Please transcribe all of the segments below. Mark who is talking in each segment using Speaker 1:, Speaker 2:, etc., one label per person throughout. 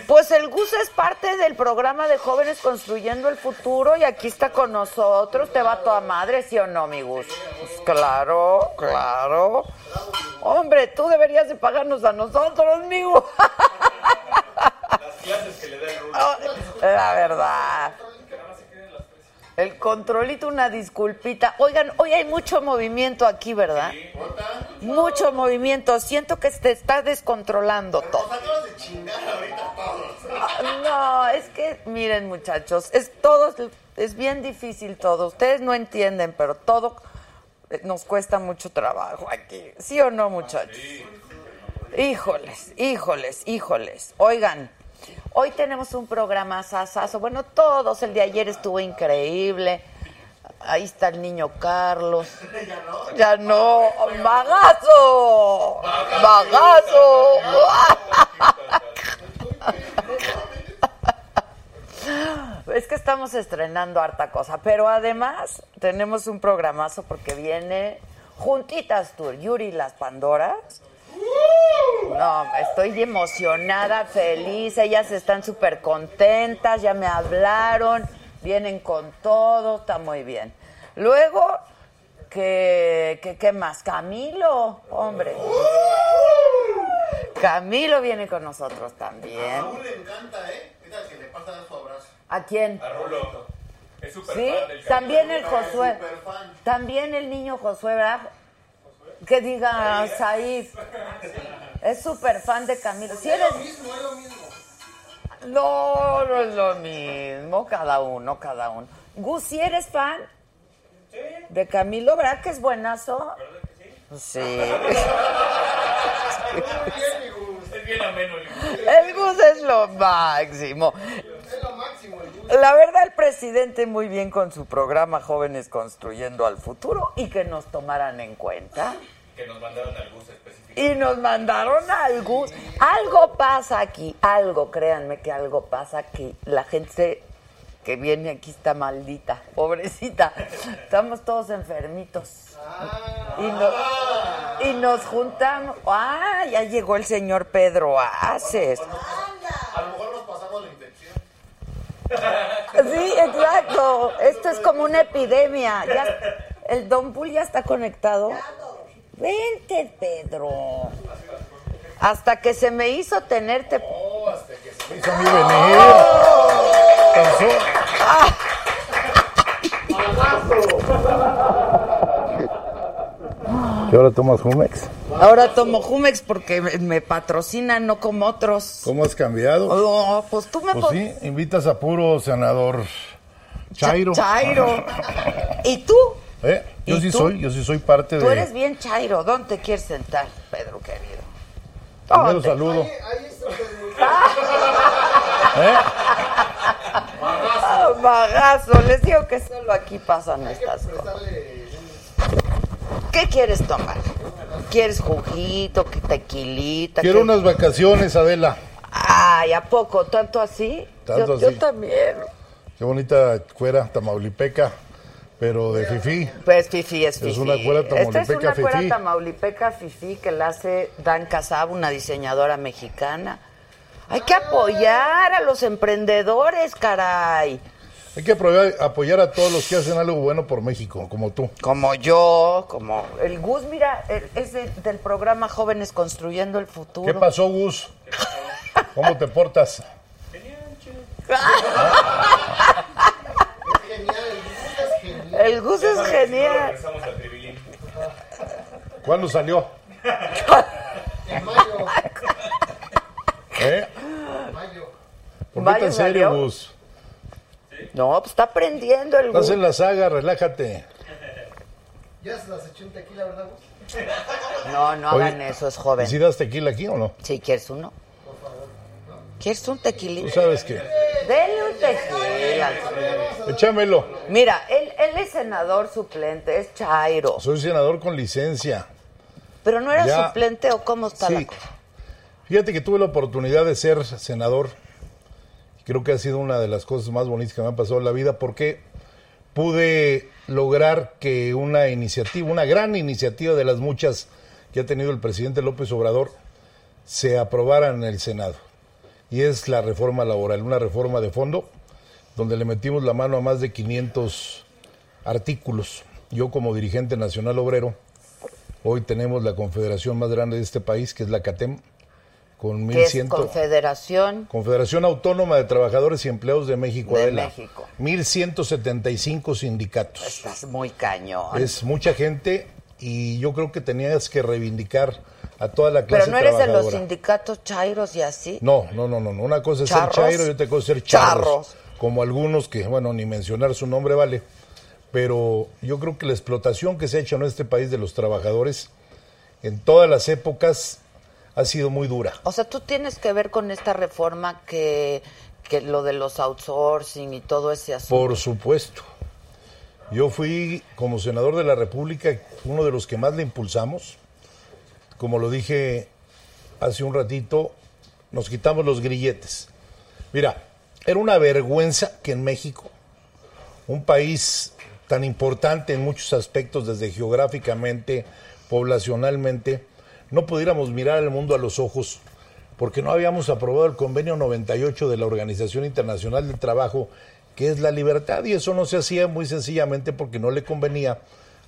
Speaker 1: pues el Gus es parte del programa de Jóvenes Construyendo el Futuro y aquí está con nosotros. Te va toda madre, ¿sí o no, mi Gus? Pues claro, claro. Hombre, tú deberías de pagarnos a nosotros, mi Gus. La verdad. El controlito, una disculpita. Oigan, hoy hay mucho movimiento aquí, ¿verdad? mucho movimiento. Siento que te está descontrolando todo. No, es que miren muchachos, es todos es bien difícil todo. Ustedes no entienden, pero todo eh, nos cuesta mucho trabajo aquí. ¿Sí o no, muchachos? Ah, Híjoles, híjoles, híjoles. Oigan, hoy tenemos un programa sasazo. Bueno, todos, el de ayer estuvo increíble. Ahí está el niño Carlos. Ya no. ¡Magazo! ¡Magazo! Es que estamos estrenando harta cosa, pero además tenemos un programazo porque viene Juntitas Tour, Yuri y las Pandoras. No, estoy emocionada, feliz, ellas están súper contentas, ya me hablaron, vienen con todo, está muy bien. Luego, que, que- ¿qué más? Camilo, hombre. Camilo viene con nosotros también.
Speaker 2: le encanta, ¿eh? Es al que le pasa a dar su abrazo.
Speaker 1: ¿A quién?
Speaker 3: Rulo. Es súper
Speaker 1: Sí,
Speaker 3: fan del
Speaker 1: también el Josué.
Speaker 2: superfan.
Speaker 1: También el niño Josué, ¿verdad? Que
Speaker 2: Ah,
Speaker 1: diga Ah, Said. Es súper fan de Camilo. Si eres...
Speaker 2: mismo, es lo mismo.
Speaker 1: No, no es lo mismo. Cada uno, cada uno. Gus, si eres fan de Camilo, ¿verdad que es buenazo? Sí.
Speaker 3: Es bien ameno. el-
Speaker 1: El Gus es lo máximo.
Speaker 2: Es lo máximo, el gusto.
Speaker 1: La verdad, el presidente muy bien con su programa Jóvenes Construyendo al Futuro y que nos tomaran en cuenta.
Speaker 3: Que nos mandaron al bus específico.
Speaker 1: Y nos mandaron algo. Algo pasa aquí, algo, créanme que algo pasa aquí. La gente que viene aquí está maldita, pobrecita. Estamos todos enfermitos. Y, no- y nos juntamos. ¡Ah! Ya llegó el señor Pedro Aces.
Speaker 2: A lo mejor nos pasamos la infección.
Speaker 1: Sí, exacto. Esto es como una epidemia. Ya- el Don Pool ya está conectado. Vente, Pedro. Hasta que se me hizo tenerte.
Speaker 4: Oh, Hizo a mí venir. Pensó- ¿Y ahora tomas Jumex?
Speaker 1: Ahora tomo Jumex porque me, me patrocinan, no como otros.
Speaker 4: ¿Cómo has cambiado?
Speaker 1: No, pues tú me
Speaker 4: Pues
Speaker 1: pon-
Speaker 4: sí, invitas a puro senador Chairo.
Speaker 1: Chairo. ¿Y tú?
Speaker 4: ¿Eh? Yo
Speaker 1: ¿Y
Speaker 4: sí
Speaker 1: tú?
Speaker 4: soy, yo sí soy parte
Speaker 1: Tú eres
Speaker 4: de...
Speaker 1: bien Chairo. ¿Dónde te quieres sentar, Pedro querido?
Speaker 4: Primero
Speaker 1: ¿Dónde?
Speaker 4: saludo.
Speaker 2: Ahí está.
Speaker 4: ¿Eh?
Speaker 1: Ah, bagazo. Les digo que solo aquí pasan estas cosas.
Speaker 2: Dale.
Speaker 1: ¿Qué quieres tomar? ¿Quieres juguito, que tequilita?
Speaker 4: Quiero
Speaker 1: que-
Speaker 4: unas vacaciones, Adela.
Speaker 1: Ay, ¿a poco? ¿Tanto así?
Speaker 4: Tanto
Speaker 1: yo, yo
Speaker 4: así.
Speaker 1: también.
Speaker 4: Qué bonita cuera tamaulipeca, pero de fifí.
Speaker 1: Pues fifi es fifi.
Speaker 4: una cuera
Speaker 1: Esta es una
Speaker 4: tamaulipeca
Speaker 1: cuera
Speaker 4: fifí.
Speaker 1: tamaulipeca fifi que la hace Dan Casab, una diseñadora mexicana. Hay que apoyar a los emprendedores, caray.
Speaker 4: Hay que apoyar, apoyar a todos los que hacen algo bueno por México, como tú.
Speaker 1: Como yo, como el Gus, mira, el- es de- del programa Jóvenes Construyendo el Futuro.
Speaker 4: ¿Qué pasó, Gus? ¿Cómo te portas? ¿Ah?
Speaker 1: El Gus es genial.
Speaker 3: Regresamos al tribilín.
Speaker 4: ¿Cuándo salió?
Speaker 2: En mayo,
Speaker 4: ¿Eh?
Speaker 2: mayo.
Speaker 4: ¿Por qué
Speaker 1: Vaya,
Speaker 4: tan serio,
Speaker 1: salió.
Speaker 4: Gus?
Speaker 1: No, pues está aprendiendo el
Speaker 4: Estás
Speaker 1: Gus.
Speaker 4: en la saga, relájate.
Speaker 2: Ya se las eché un tequila, ¿verdad? Gus?
Speaker 1: No, no
Speaker 4: Oye,
Speaker 1: hagan eso, es joven.
Speaker 4: ¿Y si das tequila aquí o no?
Speaker 1: Si quieres uno. ¿Quieres un
Speaker 4: Tú
Speaker 1: tequilito?
Speaker 4: sabes qué.
Speaker 1: Dele un tequila. al señor.
Speaker 4: Échamelo.
Speaker 1: Mira, él, él es senador suplente, es Chairo.
Speaker 4: Soy senador con licencia.
Speaker 1: Pero no era
Speaker 4: Ya.
Speaker 1: suplente o cómo está la
Speaker 4: Sí.
Speaker 1: cosa.
Speaker 4: Fíjate que tuve la oportunidad de ser senador. Creo que ha sido una de las cosas más bonitas que me han pasado en la vida porque pude lograr que una iniciativa, una gran iniciativa de las muchas que ha tenido el presidente López Obrador, se aprobara en el Senado. Y es la reforma laboral, una reforma de fondo donde le metimos la mano a más de 500 artículos. Yo como dirigente nacional obrero, hoy tenemos la confederación más grande de este país, que es la CATEM, con
Speaker 1: Que es
Speaker 4: 1.100...
Speaker 1: confederación.
Speaker 4: Confederación Autónoma de Trabajadores y Empleados de México,
Speaker 1: De
Speaker 4: Adela.
Speaker 1: México.
Speaker 4: 1175 sindicatos.
Speaker 1: Estás muy cañón.
Speaker 4: Es mucha gente y yo creo que tenías que reivindicar a toda la clase
Speaker 1: Pero no eres de los
Speaker 4: trabajadora.
Speaker 1: sindicatos Chairos y así.
Speaker 4: No, no, no, no, no. Una cosa es
Speaker 1: Charros.
Speaker 4: ser chairo y otra cosa es ser charros.
Speaker 1: Charros.
Speaker 4: Como algunos que, bueno, ni mencionar su nombre vale. Pero yo creo que la explotación que se ha hecho en este país de los trabajadores en todas las épocas ha sido muy dura.
Speaker 1: O sea, tú tienes que ver con esta reforma que, que lo de los outsourcing y todo ese asunto.
Speaker 4: Por supuesto. Yo fui como senador de la República uno de los que más le impulsamos. Como lo dije hace un ratito, nos quitamos los grilletes. Mira, era una vergüenza que en México, un país tan importante en muchos aspectos, desde geográficamente, poblacionalmente, no pudiéramos mirar al mundo a los ojos porque no habíamos aprobado el convenio 98 de la Organización Internacional del Trabajo, que es la libertad, y eso no se hacía muy sencillamente porque no le convenía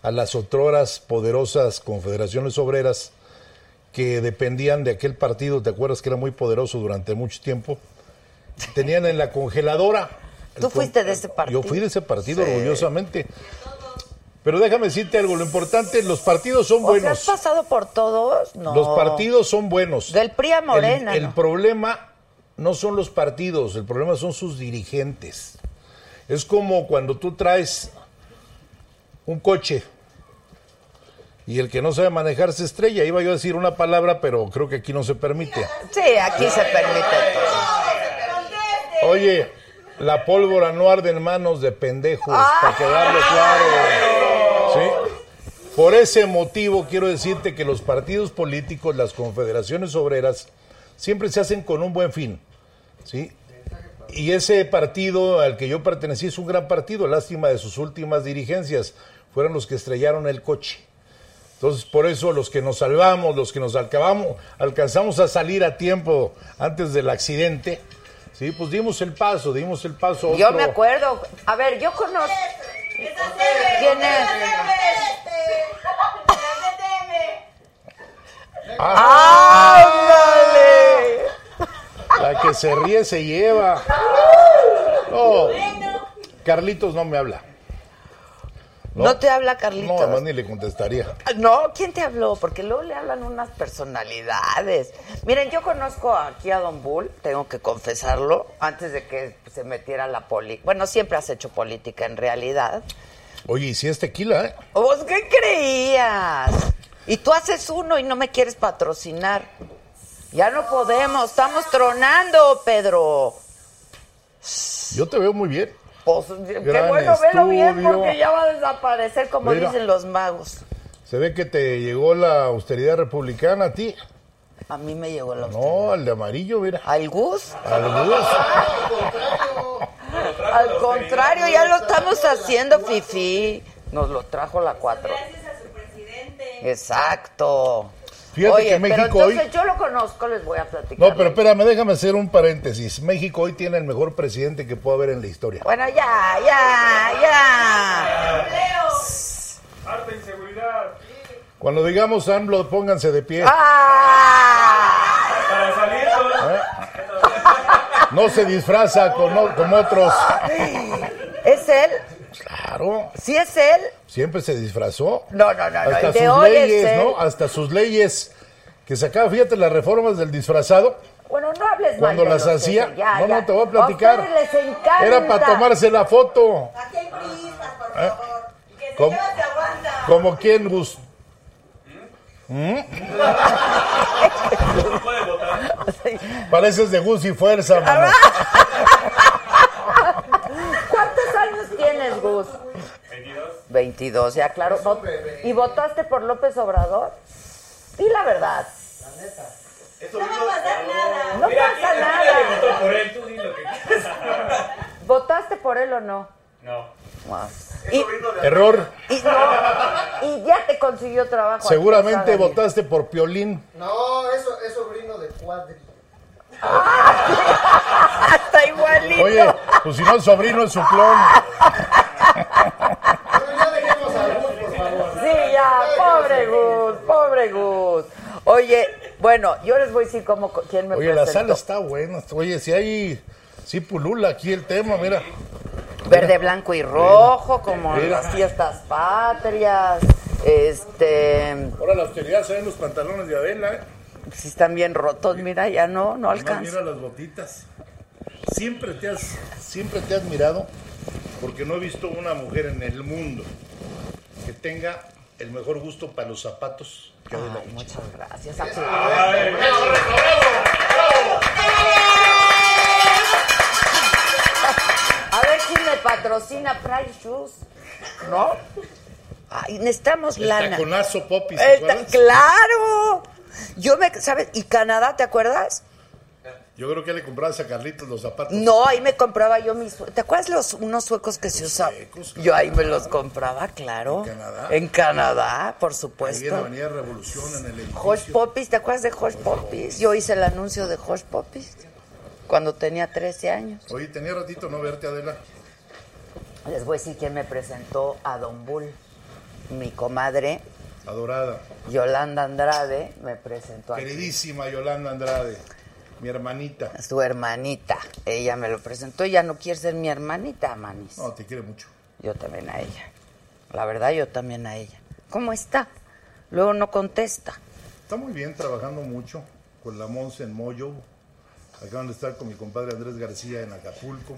Speaker 4: a las otroras poderosas confederaciones obreras que dependían de aquel partido, ¿te acuerdas que era muy poderoso durante mucho tiempo? Tenían en la congeladora. el
Speaker 1: Tú
Speaker 4: con-
Speaker 1: fuiste de ese partido.
Speaker 4: Yo fui de ese partido, orgullosamente. Pero déjame decirte algo, lo importante, los partidos son
Speaker 1: O sea,
Speaker 4: buenos.
Speaker 1: ¿has pasado por todos? No.
Speaker 4: Los partidos son buenos.
Speaker 1: Del PRI a Morena,
Speaker 4: El, el
Speaker 1: ¿no?
Speaker 4: problema no son los partidos, el problema son sus dirigentes. Es como cuando tú traes un coche y el que no sabe manejar se estrella. Iba yo a decir una palabra, pero creo que aquí no se permite.
Speaker 1: Sí, aquí se permite todo.
Speaker 4: Oye, la pólvora no arde en manos de pendejos,
Speaker 1: Ah.
Speaker 4: para quedarlo claro. ¿Sí? Por ese motivo quiero decirte que los partidos políticos, las confederaciones obreras, siempre se hacen con un buen fin. ¿Sí? Y ese partido al que yo pertenecí es un gran partido, lástima de sus últimas dirigencias, fueron los que estrellaron el coche. Entonces, por eso los que nos salvamos, los que nos acabamos, alcanzamos a salir a tiempo antes del accidente, sí, pues dimos el paso, dimos el paso. a
Speaker 1: Yo
Speaker 4: otro-
Speaker 1: me acuerdo. A ver, yo conozco. ¿Quién es? ¡Ándale!
Speaker 4: La que se ríe se lleva. No, Carlitos no me habla.
Speaker 1: No, te habla
Speaker 4: No,
Speaker 1: Carlitos.
Speaker 4: además ni le contestaría.
Speaker 1: Ah, No, ¿quién te habló? Porque luego le hablan unas personalidades. Miren, yo conozco aquí a Don Bull, tengo que confesarlo, antes de que se metiera la poli. Bueno, siempre has hecho política en realidad.
Speaker 4: Oye, ¿y si es tequila, ¿eh?
Speaker 1: ¿Vos qué creías? Y tú haces uno y no me quieres patrocinar. Ya no podemos, estamos tronando, Pedro.
Speaker 4: Yo te veo muy bien.
Speaker 1: Pues, qué
Speaker 4: Gran
Speaker 1: bueno, velo bien
Speaker 4: estudio.
Speaker 1: porque ya va a desaparecer, como
Speaker 4: Mira.
Speaker 1: dicen los magos.
Speaker 4: Se ve que te llegó la austeridad republicana a ti.
Speaker 1: A mí me llegó la austeridad.
Speaker 4: No, al de amarillo, mira.
Speaker 1: ¿Al Gus?
Speaker 4: Al Gus.
Speaker 1: Al contrario, ya lo estamos haciendo, Fifi. Nos lo trajo la 4. Exacto.
Speaker 4: Fíjate
Speaker 1: Oye,
Speaker 4: que México
Speaker 1: pero
Speaker 4: hoy.
Speaker 1: entonces yo lo conozco, les voy a platicar.
Speaker 4: No, pero espérame, déjame hacer un paréntesis. México hoy tiene el mejor presidente que pueda haber en la historia.
Speaker 1: Bueno, ya, ya, ya.
Speaker 3: Harta inseguridad.
Speaker 4: Cuando digamos AMLO, pónganse de pie.
Speaker 1: ¡Ah!
Speaker 3: Para salir todos.
Speaker 4: No se disfraza con, o- como otros.
Speaker 1: ¿Es él?
Speaker 4: Claro,
Speaker 1: ¿Sí es él?
Speaker 4: siempre se disfrazó.
Speaker 1: No, no, no, no.
Speaker 4: Hasta
Speaker 1: El de
Speaker 4: sus
Speaker 1: hoy
Speaker 4: leyes,
Speaker 1: es él.
Speaker 4: ¿no? Hasta sus leyes que sacaba, fíjate, las reformas del disfrazado.
Speaker 1: Bueno, no hables mal.
Speaker 4: Cuando
Speaker 1: de
Speaker 4: las
Speaker 1: los que-
Speaker 4: hacía,
Speaker 1: ya,
Speaker 4: no,
Speaker 1: ya.
Speaker 4: no, te voy a platicar.
Speaker 1: ustedes les encanta.
Speaker 4: Era para tomarse la foto.
Speaker 5: Aquí hay prisas, por favor. Que se
Speaker 4: ¿Cómo?
Speaker 5: lleva, se aguanta.
Speaker 4: Como quien ¿Mm? Gus.
Speaker 3: No puede votar.
Speaker 4: Pareces de Gus y fuerza, mano.
Speaker 1: ¿Cuántos años tienes, Gus?
Speaker 3: 22.
Speaker 1: 22, ya claro. Vot- ¿Y votaste por López Obrador? Di la verdad.
Speaker 3: Eso
Speaker 5: No va a pasar nada.
Speaker 1: No
Speaker 3: Mira,
Speaker 1: pasa
Speaker 3: aquí- aquí
Speaker 1: nada.
Speaker 3: nadie votó por él. Tú di lo que quieras.
Speaker 1: ¿Votaste por él o no?
Speaker 3: No.
Speaker 1: Y,
Speaker 4: Error.
Speaker 1: y no, y ya te consiguió trabajo.
Speaker 4: Seguramente
Speaker 1: aquí, ¿sabes?
Speaker 4: votaste por Piolín.
Speaker 2: No, eso es sobrino de Cuadri.
Speaker 1: Está igualito.
Speaker 4: Oye, pues si no, el sobrino es su clon.
Speaker 2: Pero ya dejemos a Gus, por favor.
Speaker 1: Sí, ya, pobre Gus, pobre Gus. Oye, bueno, yo les voy a decir cómo, quién me
Speaker 4: Oye, la
Speaker 1: presentó.
Speaker 4: sala está buena. Oye, si hay. Sí, pulula aquí el tema, mira.
Speaker 1: Verde, blanco y rojo, como en
Speaker 4: Mira.
Speaker 1: las fiestas patrias. Este,
Speaker 4: Ahora la austeridad se ven los pantalones de Adela, ¿eh?
Speaker 1: si están bien rotos, mira, ya no, no alcanza.
Speaker 4: las botitas. Siempre te has. Siempre te has mirado porque no he visto una mujer en el mundo que tenga el mejor gusto para los zapatos que Adela
Speaker 1: Ay,
Speaker 4: Micha.
Speaker 1: muchas gracias. A ver si me patrocina Price Shoes, ¿no? Ay, necesitamos
Speaker 4: El
Speaker 1: lana.
Speaker 4: taconazo popis, ¿te
Speaker 1: El ta-
Speaker 4: acuerdas?
Speaker 1: claro. Yo me, ¿sabes? ¿Y Canadá, te acuerdas?
Speaker 4: Yo creo que le comprabas a Carlitos los zapatos.
Speaker 1: No, ahí me compraba yo mis. sue- ¿Te acuerdas los unos suecos que se usaban?
Speaker 4: suecos, claro.
Speaker 1: Yo ahí me los compraba, claro.
Speaker 4: ¿En Canadá?
Speaker 1: En Canadá, por
Speaker 4: Ahí en la
Speaker 1: supuesto.
Speaker 4: Avenida Revolución, en el edificio.
Speaker 1: Hosh Poppies, ¿te acuerdas de Hosh Poppies? Yo hice el anuncio de Hosh Poppies cuando tenía 13 años.
Speaker 4: Oye, tenía ratito no verte, Adela.
Speaker 1: Les voy a decir quién me presentó a Don Bull. Mi comadre,
Speaker 4: Adorada.
Speaker 1: Yolanda Andrade, me presentó a
Speaker 4: Queridísima Yolanda Andrade, mi hermanita.
Speaker 1: su hermanita. Ella me lo presentó. Ella no quiere ser mi hermanita, Manis.
Speaker 4: No, te quiere mucho.
Speaker 1: Yo también a ella. La verdad, yo también a ella. ¿Cómo está? Luego no contesta.
Speaker 4: Está muy bien, trabajando mucho con la Monse en Moyo. Acaban de estar con mi compadre Andrés García en Acapulco.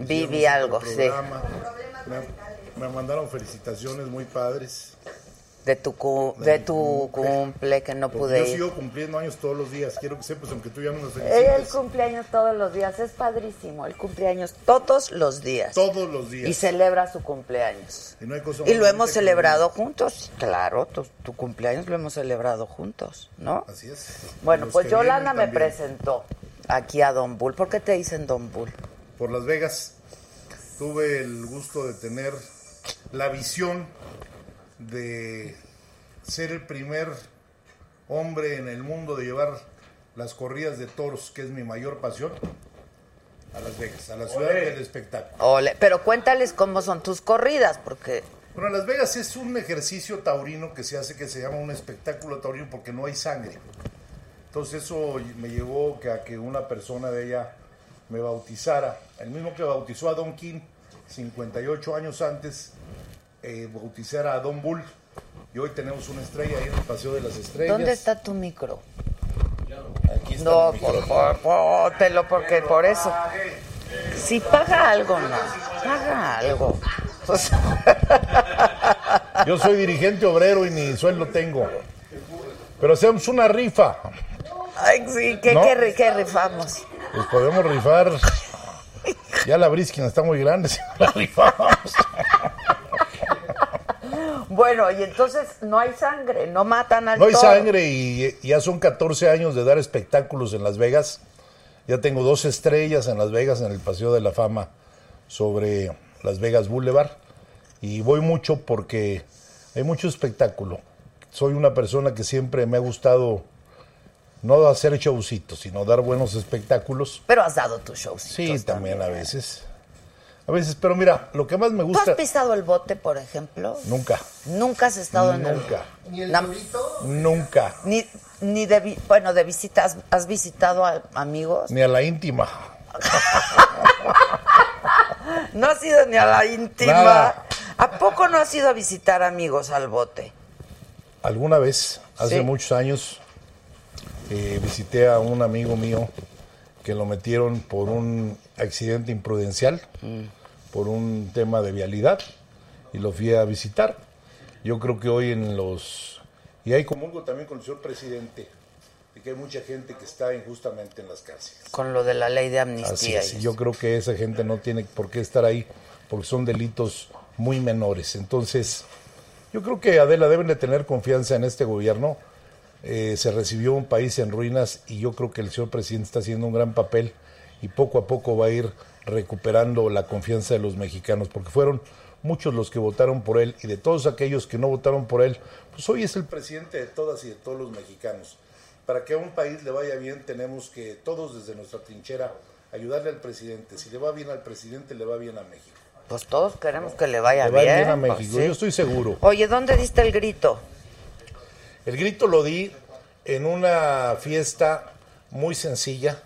Speaker 4: Hicieron
Speaker 1: Vivi
Speaker 4: un
Speaker 1: algo, sí.
Speaker 4: programa. Me, me mandaron felicitaciones muy padres.
Speaker 1: De tu, cu- de tu cumple que no
Speaker 4: Porque yo
Speaker 1: pude ir.
Speaker 4: sigo cumpliendo años todos los días. Quiero que sepas, aunque tú ya no me
Speaker 1: El
Speaker 4: felicites.
Speaker 1: cumpleaños todos los días. Es padrísimo. El cumpleaños todos los días.
Speaker 4: Todos los días.
Speaker 1: Y celebra su cumpleaños.
Speaker 4: Y no hay cosa
Speaker 1: Y
Speaker 4: más
Speaker 1: lo hemos
Speaker 4: bonita que-
Speaker 1: celebrado juntos. Claro, tu, tu cumpleaños lo hemos celebrado juntos, ¿no?
Speaker 4: Así es.
Speaker 1: Bueno,
Speaker 4: Los
Speaker 1: pues
Speaker 4: que vienen
Speaker 1: Yolanda me
Speaker 4: también.
Speaker 1: presentó aquí a Don Bull. ¿Por qué te dicen Don Bull?
Speaker 4: por Las Vegas. Tuve el gusto de tener la visión de ser el primer hombre en el mundo de llevar las corridas de toros, que es mi mayor pasión, a Las Vegas, a la ciudad
Speaker 3: Ole.
Speaker 4: del espectáculo.
Speaker 1: Ole, pero cuéntales cómo son tus corridas, porque
Speaker 4: Bueno, Las Vegas es un ejercicio taurino que se hace, que se llama un espectáculo taurino porque no hay sangre. Entonces eso me llevó que- a que una persona de ella me bautizara. El mismo que bautizó a Don King 58 años antes, eh, bautizara a Don Bull. Y hoy tenemos una estrella ahí en el Paseo de las Estrellas.
Speaker 1: ¿dónde está tu micro?
Speaker 4: Aquí está
Speaker 1: No,
Speaker 4: mi
Speaker 1: por
Speaker 4: micrófono.
Speaker 1: favor, póntelo, porque por eso. Si paga algo, no. Paga algo. O sea,
Speaker 4: Yo soy dirigente obrero y ni sueldo tengo. Pero hacemos una rifa.
Speaker 1: Ay, sí, ¿qué,
Speaker 4: No.
Speaker 1: qué ri- qué rifamos?
Speaker 4: Pues podemos rifar. Ya la brisquina está muy grande, si no la rifamos.
Speaker 1: Bueno, y entonces no hay sangre, no matan al
Speaker 4: No hay
Speaker 1: toro.
Speaker 4: sangre y y ya son 14 años de dar espectáculos en Las Vegas. Ya tengo dos estrellas en Las Vegas en el Paseo de la Fama sobre Las Vegas Boulevard. Y voy mucho porque hay mucho espectáculo soy una persona que siempre me ha gustado no hacer showcitos, sino dar buenos espectáculos.
Speaker 1: Pero has dado tus shows.
Speaker 4: Sí, también a veces. A veces, pero mira, lo que más me
Speaker 1: ¿Tú has
Speaker 4: gusta...
Speaker 1: pisado el bote, por ejemplo?
Speaker 4: Nunca,
Speaker 1: Nunca has estado en el...
Speaker 4: Nunca.
Speaker 2: Ni el
Speaker 1: La-
Speaker 2: durito.
Speaker 4: nunca,
Speaker 1: Ni, ni de... vi- Bueno, de visitas. ¿Has visitado a amigos?
Speaker 4: ni a la íntima.
Speaker 1: No has ido ni a la íntima.
Speaker 4: Nada.
Speaker 1: ¿A poco no has ido a visitar amigos al bote?
Speaker 4: Alguna vez, hace
Speaker 1: Sí.
Speaker 4: muchos años, eh, visité a un amigo mío que lo metieron por un accidente imprudencial, por un tema de vialidad, y lo fui a visitar. Yo creo que hoy en los... Y hay comulgo también con el señor presidente, de que hay mucha gente que está injustamente en las cárceles.
Speaker 1: Con lo de la ley de
Speaker 4: Así
Speaker 1: amnistía.
Speaker 4: es.
Speaker 1: y
Speaker 4: y Yo creo que esa gente no tiene por qué estar ahí porque son delitos muy menores. Entonces, yo creo que Adela deben de tener confianza en este gobierno. Eh, se recibió un país en ruinas y yo creo que el señor presidente está haciendo un gran papel y poco a poco va a ir recuperando la confianza de los mexicanos porque fueron muchos los que votaron por él y de todos aquellos que no votaron por él, pues hoy es el presidente de todas y de todos los mexicanos. Para que a un país le vaya bien tenemos que todos desde nuestra trinchera ayudarle al presidente. Si le va bien al presidente, le va bien a México.
Speaker 1: Pues todos queremos que le vaya
Speaker 4: Le va
Speaker 1: bien.
Speaker 4: bien, a
Speaker 1: pues
Speaker 4: México,
Speaker 1: sí.
Speaker 4: yo estoy seguro.
Speaker 1: Oye, ¿dónde diste el grito?
Speaker 4: El grito lo di en una fiesta muy sencilla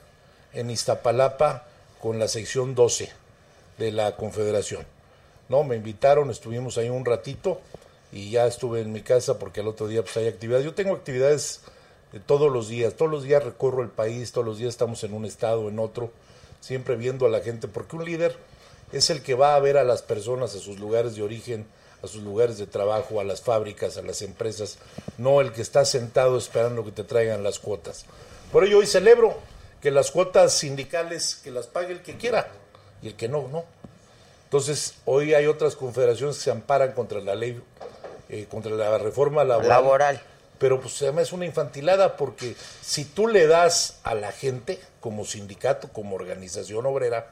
Speaker 4: en Iztapalapa con la sección 12 de la Confederación. No, me invitaron, estuvimos ahí un ratito y ya estuve en mi casa porque al otro día pues hay actividades. Yo tengo actividades de todos los días, todos los días recorro el país, todos los días estamos en un estado, en otro, siempre viendo a la gente, porque un líder es el que va a ver a las personas a sus lugares de origen, a sus lugares de trabajo, a las fábricas, a las empresas, no el que está sentado esperando que te traigan las cuotas. Por ello hoy celebro que las cuotas sindicales que las pague el que quiera y el que no, no. Entonces, hoy hay otras confederaciones que se amparan contra la ley, eh, contra la reforma
Speaker 1: Laboral.
Speaker 4: pero pues además es una infantilada porque si tú le das a la gente como sindicato, como organización obrera,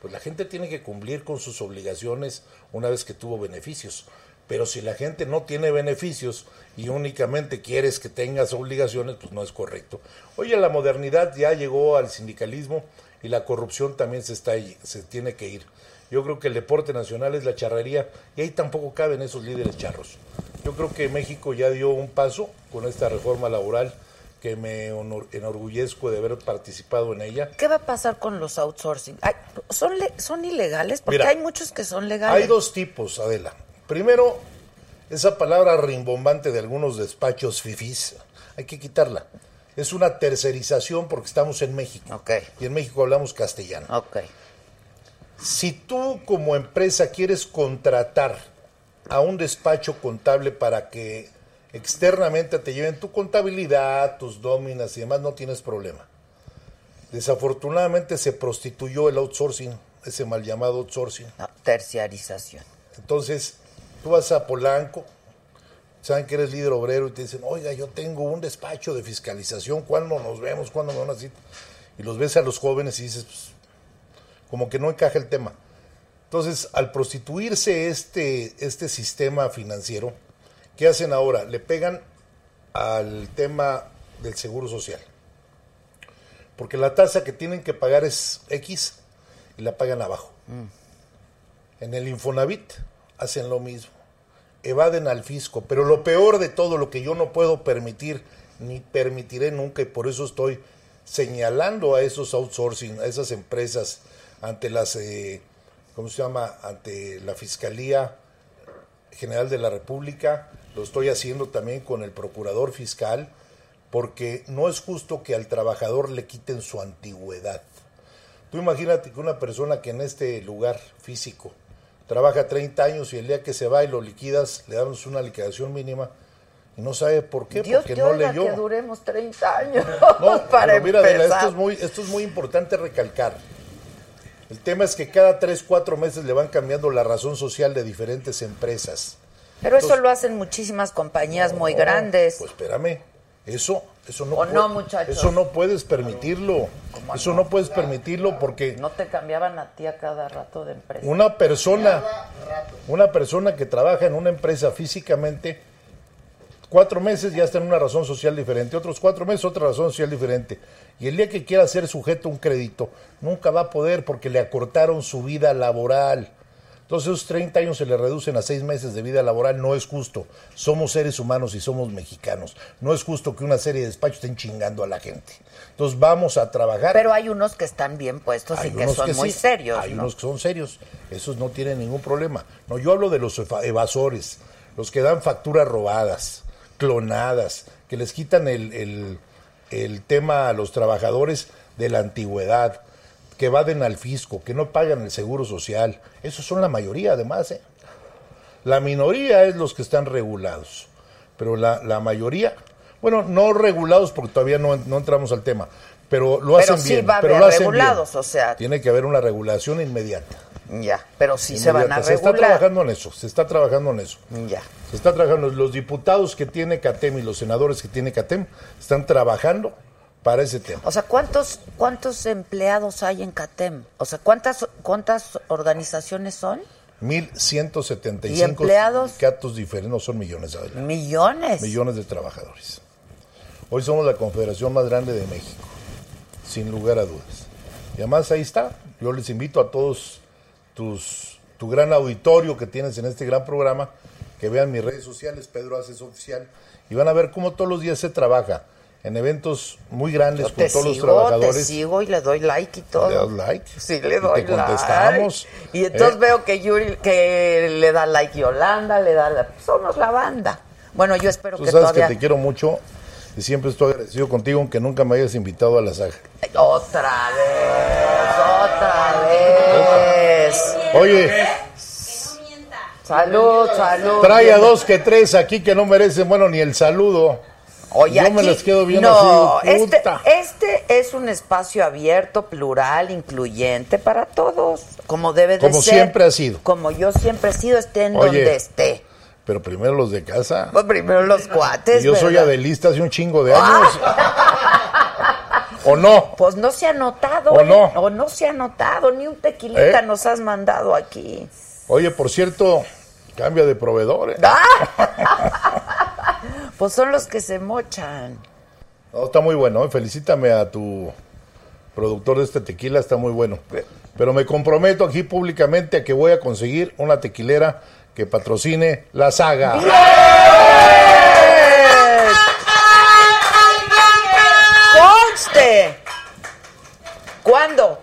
Speaker 4: pues la gente tiene que cumplir con sus obligaciones una vez que tuvo beneficios. Pero si la gente no tiene beneficios y únicamente quieres que tengas obligaciones, pues no es correcto. Oye, la modernidad ya llegó al sindicalismo y la corrupción también se está ahí, se tiene que ir. Yo creo que el deporte nacional es la charrería y ahí tampoco caben esos líderes charros. Yo creo que México ya dio un paso con esta reforma laboral que me honor- enorgullezco de haber participado en ella.
Speaker 1: ¿Qué va a pasar con los outsourcing? Ah, Ay, ¿son, le- ¿Son ilegales? Porque
Speaker 4: Mira,
Speaker 1: hay muchos que son legales.
Speaker 4: Hay dos tipos, Adela. Primero, esa palabra rimbombante de algunos despachos fifís, hay que quitarla. Es una tercerización porque estamos en México.
Speaker 1: Ok.
Speaker 4: Y en México hablamos castellano.
Speaker 1: Ok.
Speaker 4: Si tú como empresa quieres contratar a un despacho contable para que externamente te lleven tu contabilidad, tus nóminas y demás, no tienes problema. Desafortunadamente se prostituyó el outsourcing, ese mal llamado outsourcing.
Speaker 1: No, terciarización.
Speaker 4: Entonces, tú vas a Polanco, saben que eres líder obrero y te dicen, oiga, yo tengo un despacho de fiscalización, ¿cuándo nos vemos? ¿Cuándo me van a cita? Y los ves a los jóvenes y dices, "Pues, como que no encaja el tema. Entonces, al prostituirse este, este sistema financiero, ¿qué hacen ahora? Le pegan al tema del seguro social. Porque la tasa que tienen que pagar es X y la pagan abajo.
Speaker 1: Mm.
Speaker 4: En el Infonavit hacen lo mismo. Evaden al fisco. Pero lo peor de todo, lo que yo no puedo permitir, ni permitiré nunca, y por eso estoy señalando a esos outsourcing, a esas empresas, ante las, eh, ¿cómo se llama? Ante la Fiscalía General de la República, lo estoy haciendo también con el Procurador Fiscal, porque no es justo que al trabajador le quiten su antigüedad. Tú imagínate que una persona que en este lugar físico trabaja 30 años y el día que se va y lo liquidas, le damos una liquidación mínima y no sabe por qué,
Speaker 1: Dios
Speaker 4: porque
Speaker 1: te
Speaker 4: no
Speaker 1: oiga
Speaker 4: leyó.
Speaker 1: que duremos 30 años
Speaker 4: No,
Speaker 1: para
Speaker 4: pero mira, Adela,
Speaker 1: empezar.
Speaker 4: esto, es muy, esto es muy importante recalcar. El tema es que cada 3, 4 meses le van cambiando la razón social de diferentes empresas.
Speaker 1: Pero eso lo hacen muchísimas compañías muy
Speaker 4: No,
Speaker 1: grandes.
Speaker 4: Pues espérame, eso, eso no,
Speaker 1: O no,
Speaker 4: pue-
Speaker 1: muchachos.
Speaker 4: eso no puedes permitirlo. Eso no puedes permitirlo porque
Speaker 1: no te cambiaban a ti a cada rato de empresa.
Speaker 4: una persona, una persona que trabaja en una empresa físicamente, Cuatro meses ya está en una razón social diferente, otros cuatro meses otra razón social diferente. Y el día que quiera ser sujeto a un crédito, nunca va a poder porque le acortaron su vida laboral. Entonces esos 30 años se le reducen a seis meses de vida laboral, no es justo. Somos seres humanos y somos mexicanos. No es justo que una serie de despachos estén chingando a la gente. Entonces vamos a trabajar.
Speaker 1: Pero hay unos que están bien puestos
Speaker 4: Hay
Speaker 1: y que
Speaker 4: unos
Speaker 1: son muy
Speaker 4: sí,
Speaker 1: serios.
Speaker 4: Hay
Speaker 1: ¿no?
Speaker 4: unos que son serios. Esos no tienen ningún problema. No, yo hablo de los eva- evasores, los que dan facturas robadas, clonadas, que les quitan el, el- el tema a los trabajadores de la antigüedad, que evaden al fisco, que no pagan el seguro social. Esos son la mayoría, además. ¿eh? La minoría es los que están regulados, pero la, la mayoría, bueno, no regulados porque todavía no, no entramos al tema, pero lo
Speaker 1: Pero
Speaker 4: hacen
Speaker 1: sí
Speaker 4: bien.
Speaker 1: va a
Speaker 4: pero
Speaker 1: haber
Speaker 4: lo hacen bien.
Speaker 1: regulados, o sea.
Speaker 4: Tiene que haber una regulación inmediata.
Speaker 1: Ya, pero sí se van a
Speaker 4: inmediata. Se está
Speaker 1: regular.
Speaker 4: trabajando en eso, se está trabajando en eso.
Speaker 1: Ya.
Speaker 4: Se está trabajando, los diputados que tiene CATEM y los senadores que tiene CATEM están trabajando para ese tema.
Speaker 1: O sea, ¿cuántos, ¿cuántos empleados hay en CATEM? O sea, ¿cuántas, cuántas organizaciones son?
Speaker 4: 1.175
Speaker 1: ¿Y empleados?
Speaker 4: sindicatos diferentes, no son millones adelante.
Speaker 1: Millones.
Speaker 4: millones de trabajadores. Hoy somos la confederación más grande de México, sin lugar a dudas. Y además ahí está. Yo les invito a todos tus, tu gran auditorio que tienes en este gran programa, que vean mis redes sociales, Pedro Haces Oficial, y van a ver cómo todos los días se trabaja en eventos muy grandes
Speaker 1: Yo
Speaker 4: con
Speaker 1: te
Speaker 4: todos los
Speaker 1: sigo, te
Speaker 4: trabajadores.
Speaker 1: sigo y le doy like y todo.
Speaker 4: Le das like.
Speaker 1: Sí,
Speaker 4: Y
Speaker 1: le doy
Speaker 4: te contestamos.
Speaker 1: like. Y entonces
Speaker 4: Eh.
Speaker 1: veo que Yuri que le da like Yolanda, le da la- somos la banda. Bueno, yo espero
Speaker 4: Tú
Speaker 1: que
Speaker 4: sabes
Speaker 1: todavía
Speaker 4: que te quiero mucho y siempre estoy agradecido contigo, aunque nunca me hayas invitado a la saga.
Speaker 1: otra vez, otra vez.
Speaker 4: Oye.
Speaker 5: Que no mienta.
Speaker 1: Salud, salud.
Speaker 4: Trae a dos que tres aquí que no merecen, bueno, ni el saludo.
Speaker 1: Oye,
Speaker 4: Yo me
Speaker 1: aquí-
Speaker 4: las quedo viendo
Speaker 1: no,
Speaker 4: así,
Speaker 1: este,
Speaker 4: puta.
Speaker 1: este es un espacio abierto, plural, incluyente para todos, como debe de
Speaker 4: Como
Speaker 1: ser.
Speaker 4: siempre ha sido.
Speaker 1: Como yo siempre he sido, esté en
Speaker 4: Oye.
Speaker 1: donde esté.
Speaker 4: Pero primero los de casa.
Speaker 1: Pues primero los cuates,
Speaker 4: Y yo soy
Speaker 1: Pues ¿verdad? Ah,
Speaker 4: adelista hace un chingo de años. ¿O no?
Speaker 1: Pues no se ha notado.
Speaker 4: ¿O
Speaker 1: ¿eh?
Speaker 4: no?
Speaker 1: O no se ha notado, ni un tequilita
Speaker 4: ¿Eh?
Speaker 1: nos has mandado aquí.
Speaker 4: Oye, por cierto, cambia de ¿eh? proveedores.
Speaker 1: ¡Ah! pues son los que se mochan.
Speaker 4: No, está muy bueno. ¿eh? Felicítame a tu productor de este tequila, está muy bueno. Pero me comprometo aquí públicamente a que voy a conseguir una tequilera que patrocine la saga.
Speaker 1: ¡Conste! ¿Cuándo?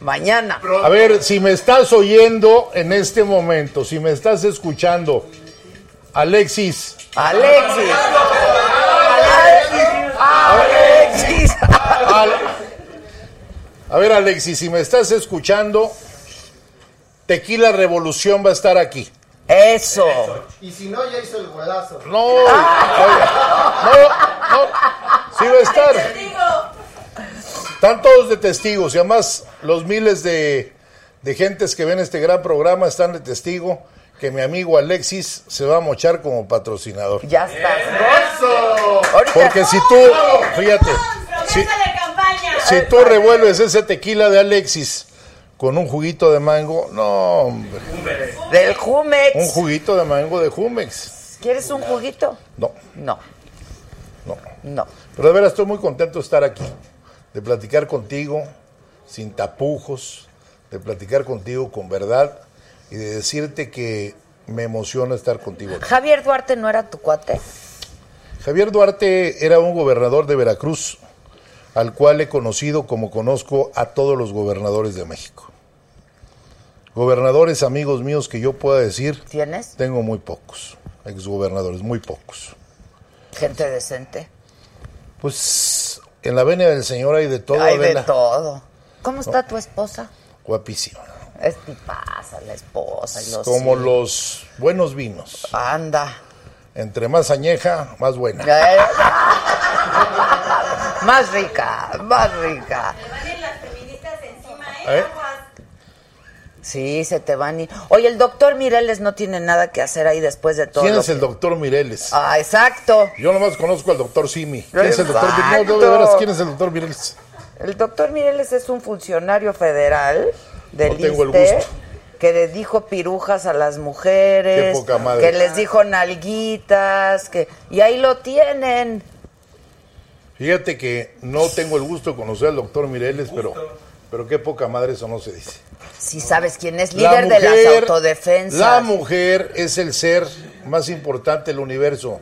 Speaker 1: Mañana.
Speaker 4: A ver, si me estás oyendo en este momento, si me estás escuchando, Alexis,
Speaker 1: Alexis. Alexis.
Speaker 4: al- a ver Alexis, si me estás escuchando, Tequila Revolución va a estar aquí.
Speaker 1: Eso.
Speaker 2: Y si no, ya hizo el golazo.
Speaker 4: No, oye, no, no, sí va a estar.
Speaker 5: Digo,
Speaker 4: Están todos de testigos y además los miles de, de gentes que ven este gran programa están de testigo que mi amigo Alexis se va a mochar como patrocinador.
Speaker 1: Ya estás. Ahorita.
Speaker 4: Porque si tú, fíjate, si,
Speaker 5: promesa de campaña.
Speaker 4: si tú revuelves ese tequila de Alexis con un juguito de mango, no, hombre,
Speaker 1: Del Jumex.
Speaker 4: un juguito de mango de Jumex,
Speaker 1: ¿Quieres un juguito?
Speaker 4: no,
Speaker 1: No,
Speaker 4: no.
Speaker 1: no.
Speaker 4: Pero de veras estoy muy contento de estar aquí, de platicar contigo sin tapujos, de platicar contigo con verdad y de decirte que me emociona estar contigo. aquí.
Speaker 1: Javier Duarte no era tu cuate.
Speaker 4: Javier Duarte era un gobernador de Veracruz, al cual he conocido como conozco a todos los gobernadores de México. Gobernadores amigos míos que yo pueda decir,
Speaker 1: ¿Tienes?
Speaker 4: tengo muy pocos, exgobernadores, muy pocos.
Speaker 1: Gente decente.
Speaker 4: Pues en la venia del Señor hay de todo,
Speaker 1: Hay de
Speaker 4: Adela.
Speaker 1: todo. ¿Cómo está tu esposa?
Speaker 4: guapísima.
Speaker 1: Es tipaza la esposa y los
Speaker 4: como
Speaker 1: hijos.
Speaker 4: los buenos vinos,
Speaker 1: Anda.
Speaker 4: entre más añeja, más buena.
Speaker 1: Eh, más rica, más rica.
Speaker 5: Se ponen las feministas encima,
Speaker 4: ¿Eh?
Speaker 5: ¿eh? Aguas.
Speaker 1: Sí, se te van y... Oye, el doctor Mireles no tiene nada que hacer ahí después de todo.
Speaker 4: ¿Quién
Speaker 1: lo
Speaker 4: es el
Speaker 1: que-
Speaker 4: doctor Mireles?
Speaker 1: Ah, exacto.
Speaker 4: Yo nomás conozco al doctor Simi. ¿Quién es el doctor Mireles? No,
Speaker 1: Exacto.
Speaker 4: de veras, ¿quién es el doctor Mireles?
Speaker 1: El doctor Mireles es un funcionario federal del
Speaker 4: No tengo el
Speaker 1: ISSSTE,
Speaker 4: gusto.
Speaker 1: que le dijo pirujas a las mujeres,
Speaker 4: Qué poca madre.
Speaker 1: que les dijo nalguitas, que y ahí lo tienen.
Speaker 4: Fíjate que no tengo el gusto de conocer al doctor Mireles, pero, pero qué poca madre eso no se dice.
Speaker 1: Si sabes quién es líder de las autodefensas.
Speaker 4: La mujer es el ser más importante del universo.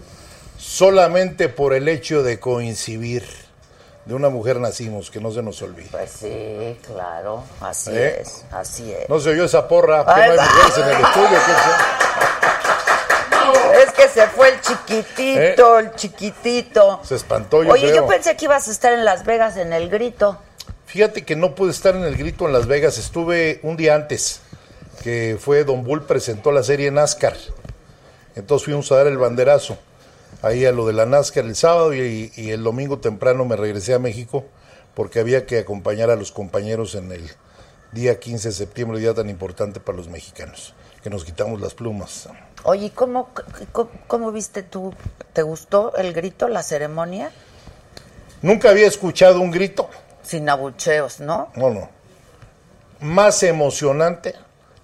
Speaker 4: Solamente por el hecho de coincidir. De una mujer nacimos, que no se nos olvide.
Speaker 1: Pues sí, claro, así
Speaker 4: ¿Eh?
Speaker 1: es, así es.
Speaker 4: No se oyó esa porra, porque
Speaker 1: Ay,
Speaker 4: no hay
Speaker 1: va.
Speaker 4: mujeres en el estudio. ¿qué es?
Speaker 1: Es que se fue el
Speaker 4: ¿Eh?
Speaker 1: chiquitito, el chiquitito.
Speaker 4: Se espantó, yo
Speaker 1: Oye, yo
Speaker 4: creo.
Speaker 1: pensé que ibas a estar en Las Vegas en el grito.
Speaker 4: Fíjate que no pude estar en el grito en Las Vegas. Estuve un día antes, que fue Don Bull presentó la serie NASCAR. Entonces fuimos a dar el banderazo ahí a lo de la NASCAR el sábado y, y el domingo temprano me regresé a México porque había que acompañar a los compañeros en el día 15 de septiembre, día tan importante para los mexicanos, que nos quitamos las plumas.
Speaker 1: Oye, ¿y ¿cómo, c- cómo, cómo viste tú? ¿Te gustó el grito, la ceremonia?
Speaker 4: Nunca había escuchado un grito.
Speaker 1: Sin abucheos, ¿no?
Speaker 4: No, no. Más emocionante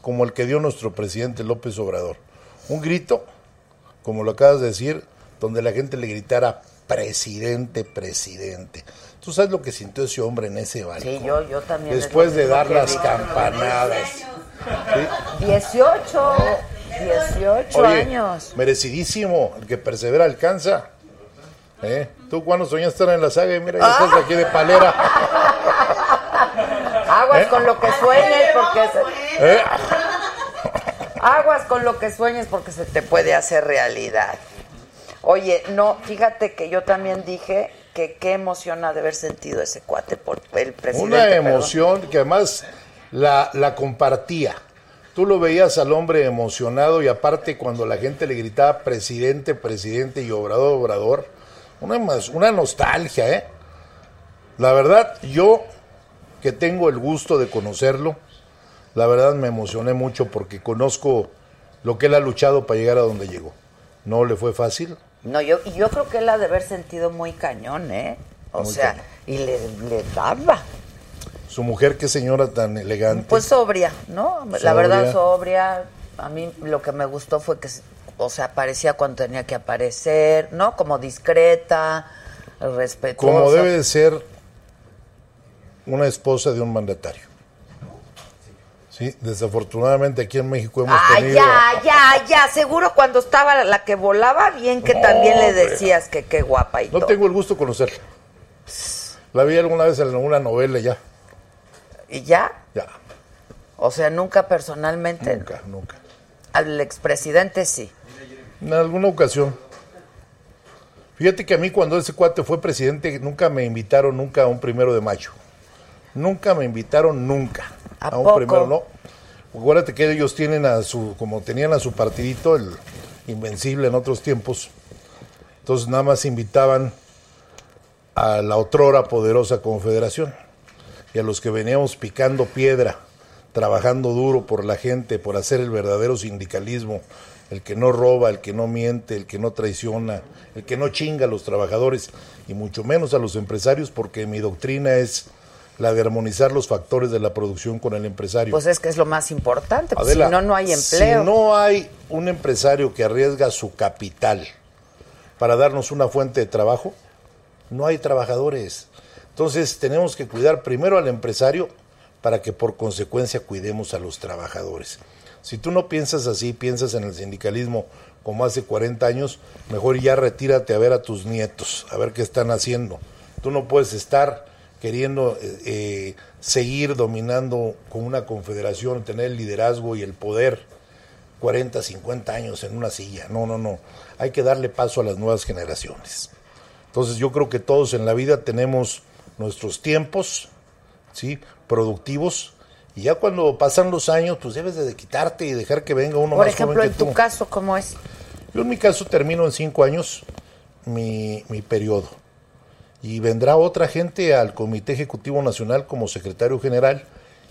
Speaker 4: como el que dio nuestro presidente López Obrador. Un grito, como lo acabas de decir, donde la gente le gritara presidente, presidente. ¿Tú sabes lo que sintió ese hombre en ese balcón?
Speaker 1: Sí, yo, yo también. es
Speaker 4: Después
Speaker 1: lo
Speaker 4: de
Speaker 1: mismo
Speaker 4: dar
Speaker 1: que
Speaker 4: las
Speaker 1: digo.
Speaker 4: campanadas.
Speaker 1: 18, 18
Speaker 4: Oye,
Speaker 1: años.
Speaker 4: merecidísimo, el que persevera alcanza. ¿Eh? ¿Tú cuándo soñaste estar en la saga? Y mira, ya estás aquí de palera.
Speaker 1: Aguas
Speaker 4: ¿Eh?
Speaker 1: con lo que sueñes porque se-
Speaker 4: ¿Eh?
Speaker 1: aguas con lo que sueñes porque se te puede hacer realidad. Oye, no, fíjate que yo también dije que qué emoción ha de haber sentido ese cuate por el presidente.
Speaker 4: Una
Speaker 1: perdón.
Speaker 4: emoción que además la, la compartía. Tú lo veías al hombre emocionado y aparte cuando la gente le gritaba presidente, presidente y obrador, obrador, una, mas- una nostalgia, ¿eh? La verdad, yo que tengo el gusto de conocerlo, la verdad me emocioné mucho porque conozco lo que él ha luchado para llegar a donde llegó. No le fue fácil,
Speaker 1: No, yo, y yo creo que él ha de haber sentido muy cañón, ¿eh? O
Speaker 4: Muy
Speaker 1: sea,
Speaker 4: cañón.
Speaker 1: y le, le daba.
Speaker 4: su mujer, qué señora tan elegante.
Speaker 1: Pues sobria, ¿no? La
Speaker 4: Sobria.
Speaker 1: verdad, sobria. A mí lo que me gustó fue que, o sea, aparecía cuando tenía que aparecer, ¿no? Como discreta, respetuosa.
Speaker 4: Como debe de ser una esposa de un mandatario. Sí, desafortunadamente aquí en México hemos
Speaker 1: Ay,
Speaker 4: tenido.
Speaker 1: ya, ya, ya. Seguro cuando estaba la que volaba bien que también le decías que qué guapa y
Speaker 4: No
Speaker 1: todo.
Speaker 4: tengo el gusto de conocerla. La vi alguna vez en una novela y ya.
Speaker 1: ¿Y ya?
Speaker 4: Ya.
Speaker 1: O sea, nunca personalmente.
Speaker 4: Nunca, nunca.
Speaker 1: Al expresidente sí.
Speaker 4: En alguna ocasión. Fíjate que a mí cuando ese cuate fue presidente nunca me invitaron nunca a un primero de mayo. Nunca me invitaron nunca
Speaker 1: ¿A
Speaker 4: un
Speaker 1: poco?
Speaker 4: primero, no. Acuérdate que ellos tienen a su, como tenían a su partidito, el invencible en otros tiempos. Entonces nada más invitaban a la otrora poderosa confederación y a los que veníamos picando piedra, trabajando duro por la gente, por hacer el verdadero sindicalismo, el que no roba, el que no miente, el que no traiciona, el que no chinga a los trabajadores y mucho menos a los empresarios, porque mi doctrina es la de armonizar los factores de la producción con el empresario.
Speaker 1: Pues es que es lo más importante. pues,
Speaker 4: Adela,
Speaker 1: si no, no hay empleo.
Speaker 4: Si no hay un empresario que arriesga su capital para darnos una fuente de trabajo, no hay trabajadores. Entonces tenemos que cuidar primero al empresario para que por consecuencia cuidemos a los trabajadores. Si tú no piensas así, piensas en el sindicalismo como hace 40 años, mejor ya retírate a ver a tus nietos, a ver qué están haciendo. Tú no puedes estar queriendo eh, eh, seguir dominando con una confederación, tener el liderazgo y el poder 40, 50 años en una silla. No, no, no. Hay que darle paso a las nuevas generaciones. Entonces yo creo que todos en la vida tenemos nuestros tiempos, ¿sí? Productivos. Y ya cuando pasan los años, pues debes de quitarte y dejar que venga uno
Speaker 1: Por
Speaker 4: más
Speaker 1: ejemplo,
Speaker 4: joven que
Speaker 1: en
Speaker 4: tú.
Speaker 1: tu caso, ¿cómo es?
Speaker 4: Yo en mi caso termino en cinco años mi, mi periodo. Y vendrá otra gente al Comité Ejecutivo Nacional como secretario general.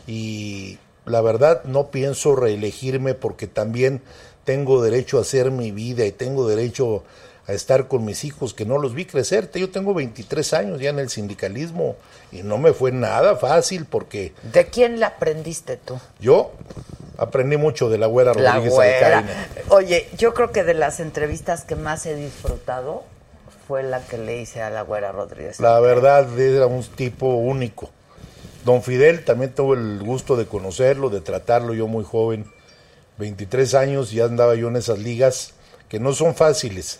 Speaker 4: Y la verdad no pienso reelegirme porque también tengo derecho a hacer mi vida y tengo derecho a estar con mis hijos que no los vi crecer. Yo tengo 23 años ya en el sindicalismo y no me fue nada fácil porque
Speaker 1: ¿De quién la aprendiste tú?
Speaker 4: yo aprendí mucho de la güera
Speaker 1: La
Speaker 4: Rodríguez
Speaker 1: güera.
Speaker 4: Alcaine.
Speaker 1: Oye, yo creo que de las entrevistas que más he disfrutado fue la que le hice a la güera Rodríguez.
Speaker 4: La verdad era un tipo único. Don Fidel también tuve el gusto de conocerlo, de tratarlo yo muy joven, 23 años, ya andaba yo en esas ligas que no son fáciles.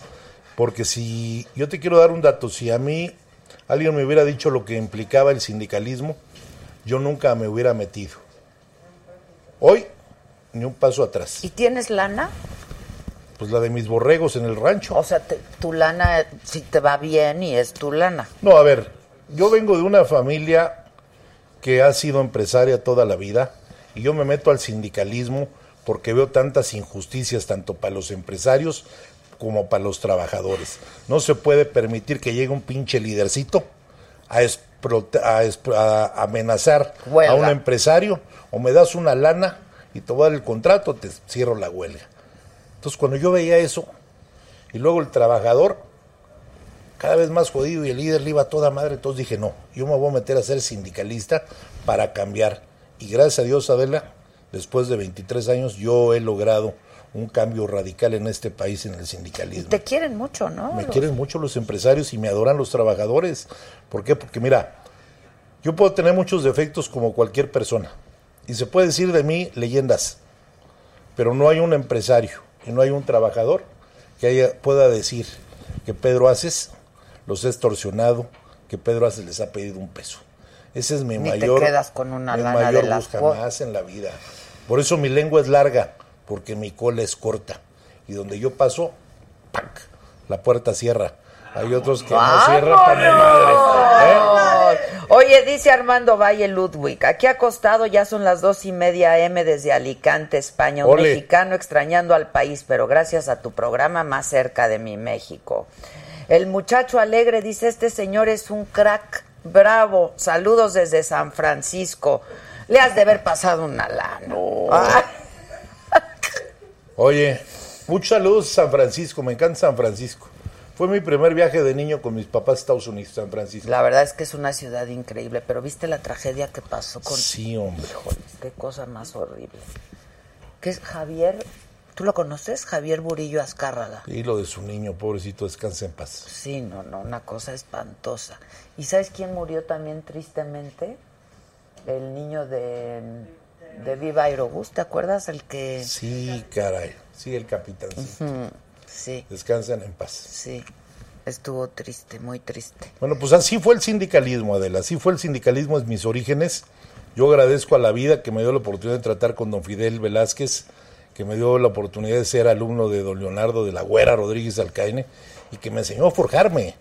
Speaker 4: Porque si yo te quiero dar un dato, si a mí alguien me hubiera dicho lo que implicaba el sindicalismo, yo nunca me hubiera metido. Hoy, ni un paso atrás.
Speaker 1: ¿Y tienes lana?
Speaker 4: Pues la de mis borregos en el rancho.
Speaker 1: O sea, te- tu lana, eh, si te va bien y es tu lana.
Speaker 4: No, a ver, yo vengo de una familia que ha sido empresaria toda la vida y yo me meto al sindicalismo porque veo tantas injusticias tanto para los empresarios como para los trabajadores. No se puede permitir que llegue un pinche lidercito a, explota- a exp- a amenazar
Speaker 1: Huelga.
Speaker 4: a un empresario o me das una lana y te voy a dar el contrato, te cierro la huelga. Entonces cuando yo veía eso y luego el trabajador cada vez más jodido y el líder le iba a toda madre. Entonces dije, no, yo me voy a meter a ser sindicalista para cambiar. Y gracias a Dios, Adela, después de 23 años, yo he logrado un cambio radical en este país en el
Speaker 1: Y
Speaker 4: sindicalismo.
Speaker 1: te quieren mucho, ¿no?
Speaker 4: Me
Speaker 1: Los-
Speaker 4: quieren mucho los empresarios y me adoran los trabajadores. ¿Por qué? Porque mira, yo puedo tener muchos defectos como cualquier persona. Y se puede decir de mí leyendas. Pero no hay un empresario y no hay un trabajador que haya- pueda decir que Pedro Haces los ha extorsionado, que Pedro Haces les ha pedido un peso. Ese es mi
Speaker 1: Ni te
Speaker 4: mayor.
Speaker 1: quedas con una
Speaker 4: mi
Speaker 1: lana de
Speaker 4: mayor
Speaker 1: las
Speaker 4: bus
Speaker 1: cua-
Speaker 4: jamás en la vida. Por eso mi lengua es larga, porque mi cola es corta. Y donde yo paso, ¡pac! La puerta cierra. Hay otros que no cierran para mi madre. ¿eh?
Speaker 1: Oye, dice Armando Valle Ludwig, aquí acostado ya son las dos y media M desde Alicante, España, un
Speaker 4: Ole.
Speaker 1: mexicano extrañando al país, pero gracias a tu programa más cerca de mi México. El muchacho alegre dice, este señor es un crack, bravo, saludos desde San Francisco. Le has de haber pasado una lana. Ah,
Speaker 4: Oye, muchos saludos a San Francisco, me encanta San Francisco. Fue mi primer viaje de niño con mis papás a Estados Unidos, San Francisco.
Speaker 1: la verdad es que es una ciudad increíble, pero viste la tragedia que pasó con...
Speaker 4: Sí, hombre.
Speaker 1: Híjole, qué cosa más horrible. ¿Qué es Javier? ¿Tú lo conoces? Javier Burillo Azcárraga.
Speaker 4: Y lo de su niño, pobrecito, descansa en paz.
Speaker 1: Sí, no, no, una cosa espantosa. ¿Y sabes quién murió también tristemente? El niño de, de Viva Aerobús, ¿te acuerdas? El que...
Speaker 4: Sí, caray. Sí, el capitán. sí.
Speaker 1: Sí,
Speaker 4: Descansan en paz.
Speaker 1: sí. Estuvo triste, muy triste.
Speaker 4: Bueno, pues así fue el sindicalismo, Adela. Así fue el sindicalismo en mis orígenes. Yo agradezco a la vida que me dio la oportunidad de tratar con don Fidel Velázquez, que me dio la oportunidad de ser alumno de don Leonardo de la Güera Rodríguez Alcaine y que me enseñó a forjarme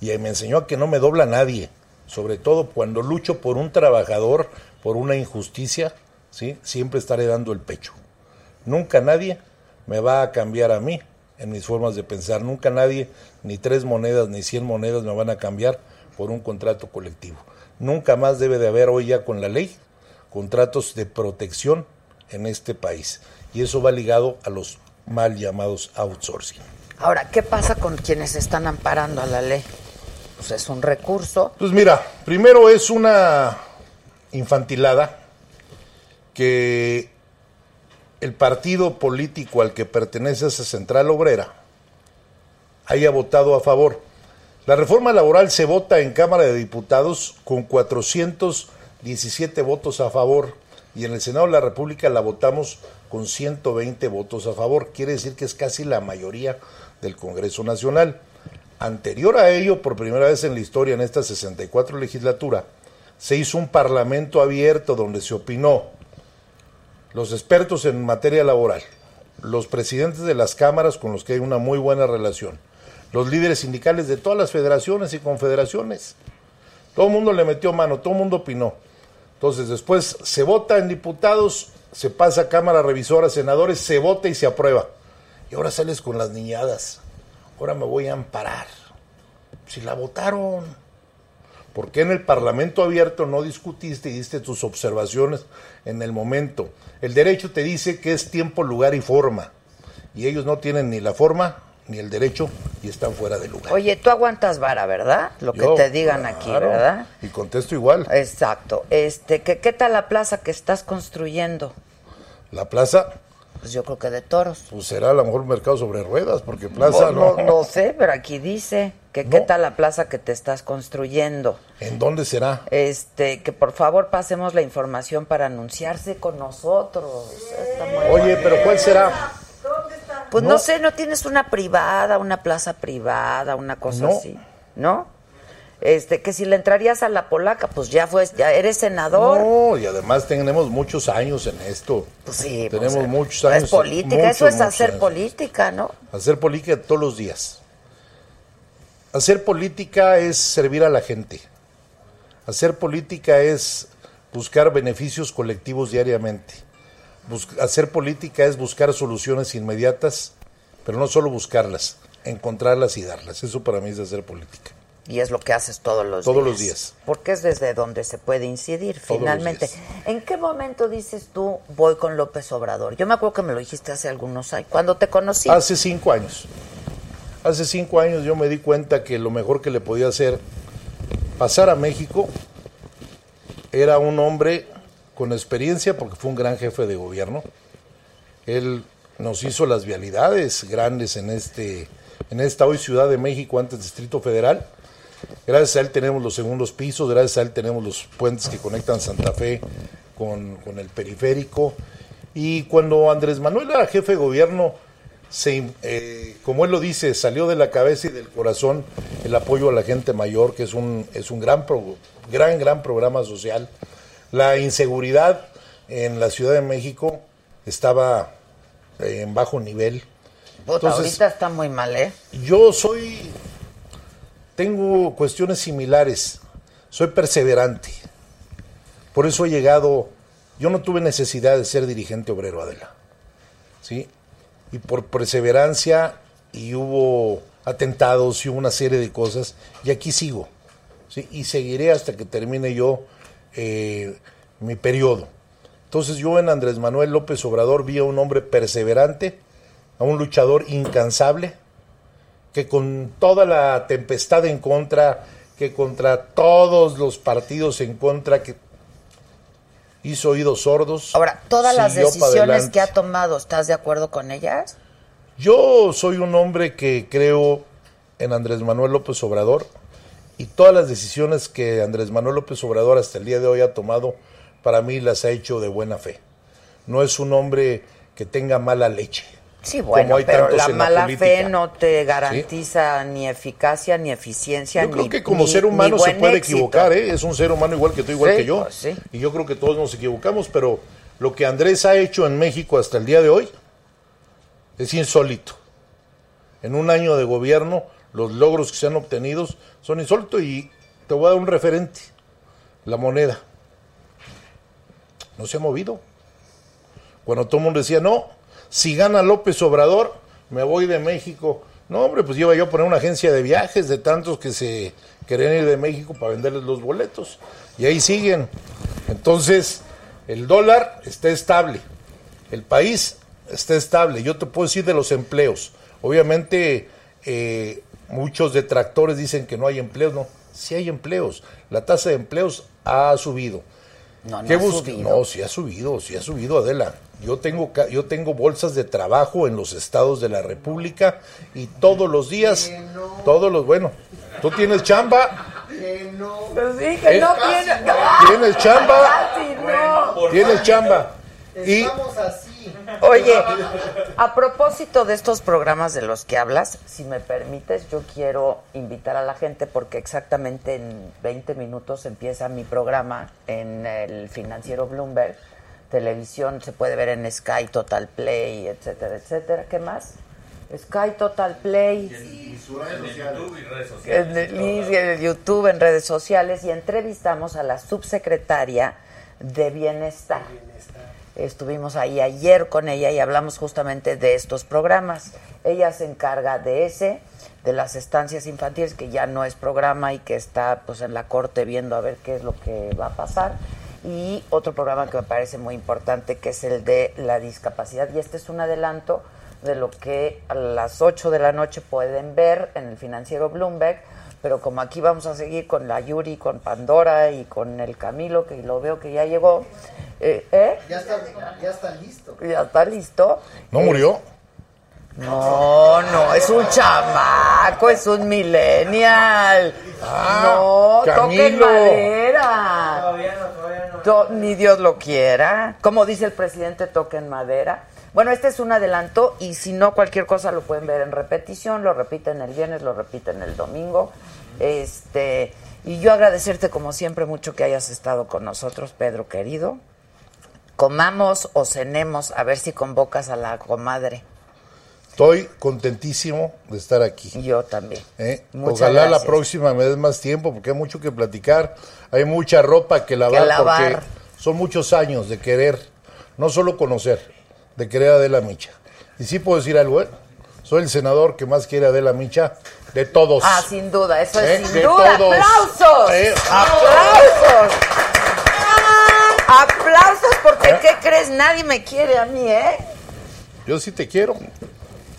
Speaker 4: y me enseñó a que no me dobla nadie, sobre todo cuando lucho por un trabajador, por una injusticia, ¿sí? siempre estaré dando el pecho. Nunca nadie me va a cambiar a mí en mis formas de pensar. Nunca nadie, ni tres monedas, ni cien monedas me van a cambiar por un contrato colectivo. Nunca más debe de haber hoy ya con la ley contratos de protección en este país. Y eso va ligado a los mal llamados outsourcing.
Speaker 1: Ahora, ¿qué pasa con quienes están amparando a la ley? Pues es un recurso.
Speaker 4: Pues mira, primero es una infantilada que el partido político al que pertenece esa central obrera haya votado a favor. La reforma laboral se vota en Cámara de Diputados con 417 votos a favor y en el Senado de la República la votamos con 120 votos a favor. Quiere decir que es casi la mayoría del Congreso Nacional. Anterior a ello, por primera vez en la historia, en esta 64 legislatura, se hizo un parlamento abierto donde se opinó los expertos en materia laboral, los presidentes de las cámaras con los que hay una muy buena relación, los líderes sindicales de todas las federaciones y confederaciones. Todo el mundo le metió mano, todo el mundo opinó. Entonces después se vota en diputados, se pasa a Cámara Revisora, senadores, se vota y se aprueba. Y ahora sales con las niñadas. Ahora me voy a amparar. Si la votaron. ¿Por qué en el Parlamento abierto no discutiste y diste tus observaciones en el momento? El derecho te dice que es tiempo, lugar y forma. Y ellos no tienen ni la forma ni el derecho y están fuera de lugar.
Speaker 1: Oye, tú aguantas vara, ¿verdad? Lo que
Speaker 4: Yo,
Speaker 1: te digan aquí,
Speaker 4: claro,
Speaker 1: ¿verdad?
Speaker 4: Y contesto igual.
Speaker 1: Exacto. Este, ¿qué, ¿Qué tal la plaza que estás construyendo?
Speaker 4: La plaza,
Speaker 1: Pues yo creo que de toros.
Speaker 4: pues será a lo mejor un mercado sobre ruedas, porque plaza
Speaker 1: no,
Speaker 4: no.
Speaker 1: Pues, no- no sé, pero aquí dice que qué
Speaker 4: No.
Speaker 1: tal la plaza que te estás construyendo.
Speaker 4: ¿En dónde será?
Speaker 1: Este, que por favor pasemos la información para anunciarse con nosotros. Está muy-
Speaker 4: Oye, pero ¿cuál será?
Speaker 1: Pues no.
Speaker 4: no.
Speaker 1: sé, no tienes una privada, una plaza privada, una cosa
Speaker 4: No.
Speaker 1: así, ¿no? Este, que si le entrarías a la polaca, pues ya fue, ya eres senador.
Speaker 4: No, y además tenemos muchos años en esto.
Speaker 1: Pues sí, pues,
Speaker 4: tenemos
Speaker 1: eh,
Speaker 4: muchos
Speaker 1: no
Speaker 4: años.
Speaker 1: Es política,
Speaker 4: muchos,
Speaker 1: eso es
Speaker 4: muchos
Speaker 1: hacer
Speaker 4: años.
Speaker 1: política, ¿no?
Speaker 4: Hacer política todos los días. Hacer política es servir a la gente. Hacer política es buscar beneficios colectivos diariamente. Bus- hacer política es buscar soluciones inmediatas, pero no solo buscarlas, encontrarlas y darlas. Eso para mí es hacer política.
Speaker 1: Y es lo que haces todos los días.
Speaker 4: Todos los días.
Speaker 1: Porque es desde donde se puede incidir,
Speaker 4: Todos los
Speaker 1: finalmente.
Speaker 4: días.
Speaker 1: ¿En qué momento dices tú, voy con López Obrador? Yo me acuerdo que me lo dijiste hace algunos años, cuando te conocí.
Speaker 4: Hace cinco años. Hace cinco años yo me di cuenta que lo mejor que le podía hacer pasar a México era un hombre con experiencia porque fue un gran jefe de gobierno. Él nos hizo las vialidades grandes en este en esta hoy Ciudad de México antes Distrito Federal. Gracias a él tenemos los segundos pisos, gracias a él tenemos los puentes que conectan Santa Fe con, con el periférico. Y cuando Andrés Manuel era jefe de gobierno, se, eh, como él lo dice, salió de la cabeza y del corazón el apoyo a la gente mayor, que es un, es un gran, pro- gran, gran programa social. La inseguridad en la Ciudad de México estaba eh, en bajo nivel.
Speaker 1: Puta,
Speaker 4: entonces-
Speaker 1: ahorita está muy mal, ¿eh?
Speaker 4: Yo soy. Tengo cuestiones similares. Soy perseverante. Por eso he llegado. Yo no tuve necesidad de ser dirigente obrero, Adela. ¿Sí? Y por perseverancia, y hubo atentados, y hubo una serie de cosas, y aquí sigo. ¿sí? Y seguiré hasta que termine yo eh, mi periodo. Entonces yo en Andrés Manuel López Obrador vi a un hombre perseverante, a un luchador incansable, que con toda la tempestad en contra, que contra todos los partidos en contra, que hizo oídos sordos.
Speaker 1: Ahora, todas las
Speaker 4: siguió pa'
Speaker 1: decisiones que
Speaker 4: adelante.
Speaker 1: ha tomado, ¿estás de acuerdo con ellas?
Speaker 4: Yo soy un hombre que creo en Andrés Manuel López Obrador y todas las decisiones que Andrés Manuel López Obrador hasta el día de hoy ha tomado, para mí las ha hecho de buena fe. No es un hombre que tenga mala leche.
Speaker 1: Sí,
Speaker 4: como
Speaker 1: bueno,
Speaker 4: hay
Speaker 1: pero
Speaker 4: tantos
Speaker 1: la
Speaker 4: en la
Speaker 1: mala fe
Speaker 4: política.
Speaker 1: no te garantiza ni eficacia, ni eficiencia,
Speaker 4: Yo creo
Speaker 1: ni-
Speaker 4: que como
Speaker 1: ni-
Speaker 4: ser humano
Speaker 1: ni
Speaker 4: se
Speaker 1: buen
Speaker 4: puede
Speaker 1: éxito.
Speaker 4: equivocar, ¿eh? es un ser humano igual que tú, igual
Speaker 1: Sí,
Speaker 4: que yo.
Speaker 1: pues sí.
Speaker 4: Y yo creo que todos nos equivocamos, pero lo que Andrés ha hecho en México hasta el día de hoy es insólito. En un año de gobierno, los logros que se han obtenido son insólitos y te voy a dar un referente, la moneda. No se ha movido. Cuando todo el mundo decía, no, si gana López Obrador, me voy de México. No, hombre, pues iba yo a poner una agencia de viajes de tantos que se querían ir de México para venderles los boletos. Y ahí siguen. Entonces, el dólar está estable. El país está estable. Yo te puedo decir de los empleos. Obviamente, eh, muchos detractores dicen que no hay empleos. No, sí hay empleos. La tasa de empleos ha subido.
Speaker 1: No, no
Speaker 4: ¿Qué
Speaker 1: ha
Speaker 4: bus-
Speaker 1: subido.
Speaker 4: No, sí ha subido, sí ha subido, Adela. Yo tengo, ca- yo tengo bolsas de trabajo en los estados de la República y todos los días, todos los, bueno, tú tienes chamba,
Speaker 2: Que no.
Speaker 1: Pues sí, que
Speaker 4: Eh,
Speaker 1: no
Speaker 4: casi,
Speaker 1: tiene-
Speaker 2: no.
Speaker 4: tienes
Speaker 6: Ah,
Speaker 4: chamba,
Speaker 1: Casi no.
Speaker 4: tienes chamba.
Speaker 1: pues,
Speaker 4: Y
Speaker 2: Estamos así.
Speaker 1: Oye, a propósito de estos programas de los que hablas, si me permites, yo quiero invitar a la gente porque exactamente en 20 minutos empieza mi programa en el financiero Bloomberg. Televisión se puede ver en Sky, Total Play, etcétera, etcétera. ¿Qué más? Sky, Total Play.
Speaker 3: YouTube y redes
Speaker 1: en
Speaker 3: sociales.
Speaker 1: el, y en el YouTube, en redes sociales, y entrevistamos a la subsecretaria de Bienestar. Estuvimos ahí ayer con ella y hablamos justamente de estos programas. Ella se encarga de ese, de las estancias infantiles, que ya no es programa y que está pues en la corte viendo a ver qué es lo que va a pasar. Y otro programa que me parece muy importante, que es el de la discapacidad. Y este es un adelanto de lo que a las 8 de la noche pueden ver en el financiero Bloomberg. Pero como aquí vamos a seguir con la Yuri, con Pandora y con el Camilo, que lo veo que ya llegó, eh, ¿eh?
Speaker 2: Ya está, ya está listo.
Speaker 1: ya está listo.
Speaker 4: ¿No murió?
Speaker 1: No, no, es un chamaco, es un millennial.
Speaker 4: Ah,
Speaker 1: no, toquen
Speaker 4: Camilo.
Speaker 1: madera. To- ni Dios lo quiera. Como dice el presidente, toquen madera. Bueno, este es un adelanto y si no, cualquier cosa lo pueden ver en repetición, lo repiten el viernes, lo repiten el domingo. Este, y yo agradecerte como siempre mucho que hayas estado con nosotros, Pedro querido. Comamos o cenemos, a ver si convocas a la comadre.
Speaker 4: Estoy contentísimo de estar aquí.
Speaker 1: Yo también.
Speaker 4: ¿eh?
Speaker 1: Muchas
Speaker 4: Ojalá la
Speaker 1: gracias.
Speaker 4: próxima me des más tiempo porque hay mucho que platicar, hay mucha ropa que lavar,
Speaker 1: lavar.
Speaker 4: porque son muchos años de querer, no solo conocer, de querer a Adela Micha. Y sí puedo decir algo, ¿eh? soy el senador que más quiere a Adela Micha de todos.
Speaker 1: Ah, sin duda, eso
Speaker 4: ¿eh?
Speaker 1: es sin
Speaker 4: De
Speaker 1: duda.
Speaker 4: todos.
Speaker 1: ¡Aplausos!
Speaker 4: ¿Eh?
Speaker 1: ¡Aplausos! ¡Aplausos! Porque,
Speaker 4: ¿Eh?
Speaker 1: ¿qué crees? Nadie me quiere a mí, ¿eh?
Speaker 4: Yo sí te quiero,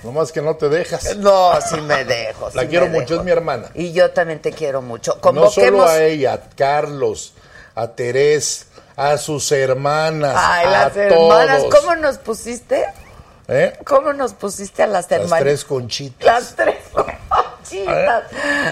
Speaker 4: nomás que no te dejas.
Speaker 1: No, sí me dejo.
Speaker 4: La
Speaker 1: sí
Speaker 4: quiero
Speaker 1: me
Speaker 4: mucho,
Speaker 1: dejo.
Speaker 4: es mi hermana.
Speaker 1: Y yo también te quiero mucho.
Speaker 4: No
Speaker 1: Convoquemos.
Speaker 4: solo a ella, a Carlos, a Terés, a sus hermanas,
Speaker 1: Ay,
Speaker 4: a
Speaker 1: las hermanas.
Speaker 4: todos.
Speaker 1: ¿Cómo nos pusiste?
Speaker 4: ¿Eh?
Speaker 1: ¿Cómo nos pusiste a las
Speaker 4: Las
Speaker 1: hermanas?
Speaker 4: tres conchitas.
Speaker 1: Las tres conchitas.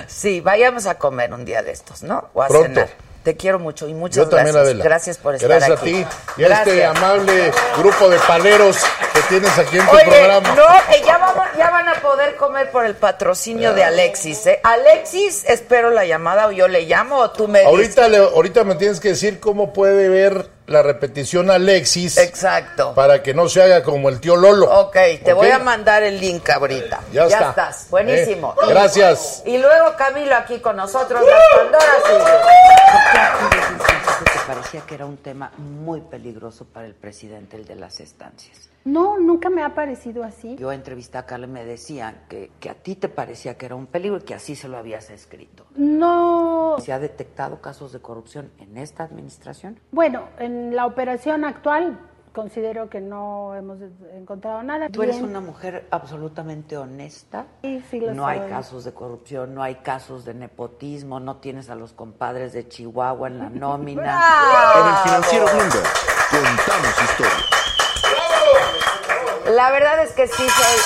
Speaker 1: Sí, vayamos a comer un día de estos, ¿no? O a
Speaker 4: Pronto.
Speaker 1: cenar. Te quiero mucho y muchas
Speaker 4: Yo también,
Speaker 1: gracias.
Speaker 4: Adela.
Speaker 1: Gracias por estar
Speaker 4: Gracias
Speaker 1: aquí.
Speaker 4: a ti y a este
Speaker 1: Gracias.
Speaker 4: amable grupo de paleros que tienes aquí en tu
Speaker 1: Oye,
Speaker 4: programa.
Speaker 1: no, que ya, vamos- ya van a poder comer por el patrocinio
Speaker 4: Ah.
Speaker 1: de Alexis, ¿eh? Alexis, espero la llamada o yo le llamo o tú me dices.
Speaker 4: Ahorita, le- ahorita me tienes que decir cómo puede ver la repetición Alexis
Speaker 1: Exacto.
Speaker 4: para que no se haga como el tío Lolo.
Speaker 1: Ok, te
Speaker 4: ¿Ok?
Speaker 1: voy a mandar el link ahorita.
Speaker 4: Ya, está.
Speaker 1: estás. Buenísimo.
Speaker 4: ¿Eh?
Speaker 1: Y-
Speaker 4: Gracias.
Speaker 1: Y luego Camilo aquí con nosotros, las Pandoras
Speaker 7: que parecía que era un tema muy peligroso para el presidente, el de las estancias.
Speaker 8: No, nunca me ha parecido así.
Speaker 7: Yo entrevisté a Carla y me decían que, que a ti te parecía que era un peligro y que así se lo habías escrito.
Speaker 8: No.
Speaker 7: ¿Se ha detectado casos de corrupción en esta administración?
Speaker 8: Bueno, en la operación actual considero que no hemos encontrado nada.
Speaker 7: Tú eres
Speaker 8: Bien.
Speaker 7: una mujer absolutamente honesta.
Speaker 8: Sí, sí lo
Speaker 7: no
Speaker 8: soy.
Speaker 7: hay casos de corrupción, no hay casos de nepotismo, no tienes a los compadres de Chihuahua en la nómina.
Speaker 9: En el financiero Bloomberg, contamos historia.
Speaker 1: y La verdad es que sí soy.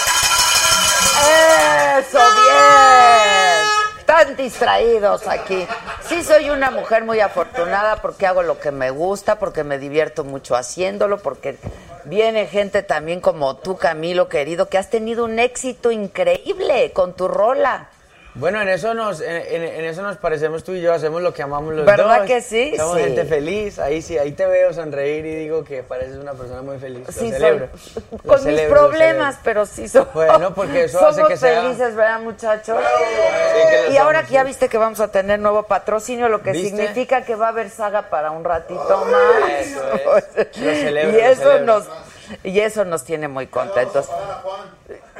Speaker 1: ¡Eso, bien! Están distraídos aquí. Sí soy una mujer muy afortunada porque hago lo que me gusta, porque me divierto mucho haciéndolo, porque viene gente también como tú, Camilo, querido, que has tenido un éxito increíble con tu rola.
Speaker 10: Bueno, en eso nos, en, en- en eso nos parecemos tú y yo, hacemos lo que amamos los dos.
Speaker 1: ¿Verdad que sí?
Speaker 10: Somos
Speaker 1: Sí.
Speaker 10: gente feliz, ahí sí, ahí te veo sonreír y digo que pareces una persona muy feliz. Lo
Speaker 1: Sí, soy-
Speaker 10: celebro. Lo
Speaker 1: con mis
Speaker 10: celebro, lo
Speaker 1: problemas,
Speaker 10: celebro.
Speaker 1: pero sí somos.
Speaker 10: Bueno, porque eso
Speaker 1: somos
Speaker 10: hace que sea-
Speaker 1: felices, ¿verdad, muchachos?
Speaker 10: que lo
Speaker 1: y ahora
Speaker 10: somos,
Speaker 1: que ya
Speaker 10: sí.
Speaker 1: viste que vamos a tener nuevo patrocinio, lo que
Speaker 10: ¿Viste?
Speaker 1: significa que va a haber saga para un ratito más.
Speaker 10: Eso es. Lo celebro,
Speaker 1: y
Speaker 10: lo
Speaker 1: eso
Speaker 10: celebro.
Speaker 1: nos y eso nos tiene muy contentos.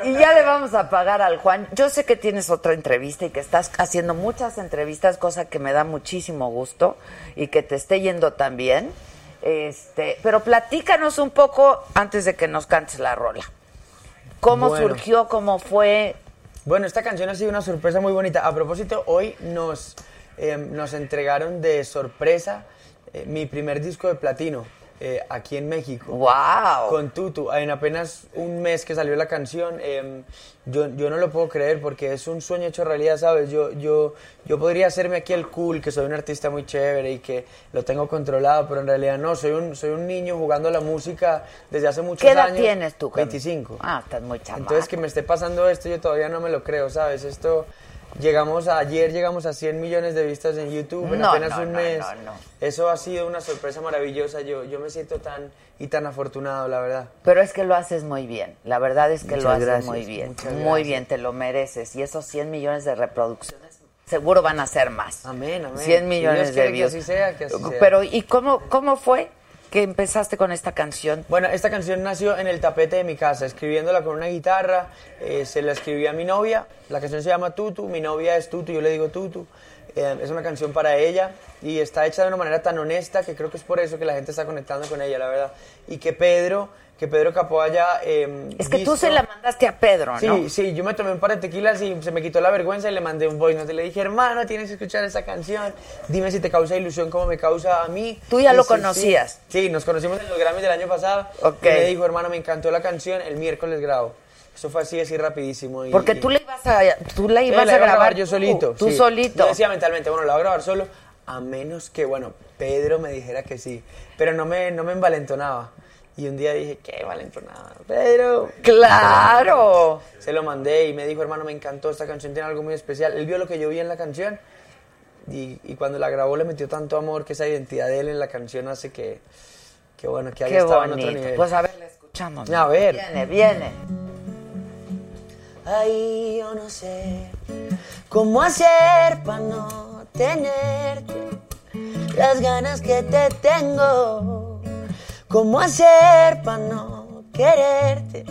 Speaker 1: Y ya le vamos a pagar al Juan. Yo sé que tienes otra entrevista y que estás haciendo muchas entrevistas, cosa que me da muchísimo gusto y que te esté yendo tan bien. Este, pero platícanos un poco antes de que nos cantes la rola. ¿Cómo
Speaker 10: Bueno.
Speaker 1: surgió? ¿Cómo fue?
Speaker 10: Bueno, esta canción ha sido una sorpresa muy bonita. A propósito, hoy nos, eh, nos entregaron de sorpresa eh, mi primer disco de platino eh, aquí en México.
Speaker 1: ¡Wow!
Speaker 10: con Tutu. En apenas un mes que salió la canción, eh, yo, yo no lo puedo creer porque es un sueño hecho realidad, ¿sabes? Yo, yo, yo podría hacerme aquí el cool, que soy un artista muy chévere y que lo tengo controlado, pero en realidad no, soy un, soy un niño jugando a la música desde hace muchos
Speaker 1: ¿Qué
Speaker 10: años.
Speaker 1: edad tienes tú? Carmen?
Speaker 10: 25.
Speaker 1: Ah, estás muy chamaco.
Speaker 10: Entonces que me esté pasando esto, yo todavía no me lo creo, ¿sabes? Esto... Llegamos a- ayer llegamos a 100 millones de vistas en YouTube en
Speaker 1: No,
Speaker 10: apenas
Speaker 1: no,
Speaker 10: un
Speaker 1: no,
Speaker 10: mes.
Speaker 1: no, no.
Speaker 10: Eso ha sido una sorpresa maravillosa. Yo, yo me siento tan y tan afortunado, la verdad.
Speaker 1: Pero es que lo haces muy bien. La verdad es que
Speaker 10: Muchas
Speaker 1: lo haces
Speaker 10: gracias,
Speaker 1: muy bien.
Speaker 10: muchas
Speaker 1: Muy
Speaker 10: gracias.
Speaker 1: bien, te lo mereces. Y esos 100 millones de reproducciones seguro van a ser más.
Speaker 10: Amén, amén.
Speaker 1: 100 millones
Speaker 10: Si Dios
Speaker 1: de
Speaker 10: quiere que
Speaker 1: views.
Speaker 10: así sea, que así sea.
Speaker 1: Pero ¿y cómo cómo fue que empezaste con esta canción?
Speaker 10: Bueno, esta canción nació en el tapete de mi casa, escribiéndola con una guitarra. eh, se la escribí a mi novia. La canción se llama Tutu. Mi novia es Tutu, yo le digo Tutu. Eh, es una canción para ella y está hecha de una manera tan honesta que creo que es por eso que la gente está conectando con ella, la verdad. Y que Pedro, que Pedro Capó haya... eh,
Speaker 1: Es que tú
Speaker 10: visto-
Speaker 1: se la mandaste a Pedro,
Speaker 10: Sí,
Speaker 1: ¿no?
Speaker 10: sí, yo me tomé un par de tequilas y se me quitó la vergüenza y le mandé un voice note. Le dije, hermano, tienes que escuchar esa canción. Dime si te causa ilusión como me causa a mí.
Speaker 1: Tú ya
Speaker 10: Y
Speaker 1: lo
Speaker 10: sí,
Speaker 1: conocías.
Speaker 10: Sí, Sí, nos conocimos en los Grammys del año pasado.
Speaker 1: Ok.
Speaker 10: Y me dijo, hermano, me encantó la canción, el miércoles grabo. Eso fue así, así rapidísimo. y-
Speaker 1: Porque
Speaker 10: y-
Speaker 1: tú la ibas a, tú la
Speaker 10: Sí,
Speaker 1: ibas
Speaker 10: la
Speaker 1: a
Speaker 10: iba
Speaker 1: grabar,
Speaker 10: yo
Speaker 1: tú,
Speaker 10: solito.
Speaker 1: Tú
Speaker 10: sí.
Speaker 1: solito.
Speaker 10: Yo decía mentalmente, bueno, la voy a grabar solo, a menos que, bueno, Pedro me dijera que sí. Pero no me, no me envalentonaba. Y un día dije, qué valentonada, Pedro.
Speaker 1: ¡Claro!
Speaker 10: Se lo mandé y me dijo, hermano, me encantó esta canción, tiene algo muy especial. Él vio lo que yo vi en la canción y, y cuando la grabó le metió tanto amor que esa identidad de él en la canción hace que, que bueno, que haya
Speaker 1: Qué
Speaker 10: estado en otro
Speaker 1: bonito.
Speaker 10: nivel.
Speaker 1: Pues a ver, la escuchamos.
Speaker 10: A ver.
Speaker 1: Viene, viene.
Speaker 10: Ay, yo no sé cómo hacer para no tenerte. Las ganas que te tengo. Cómo hacer para no quererte.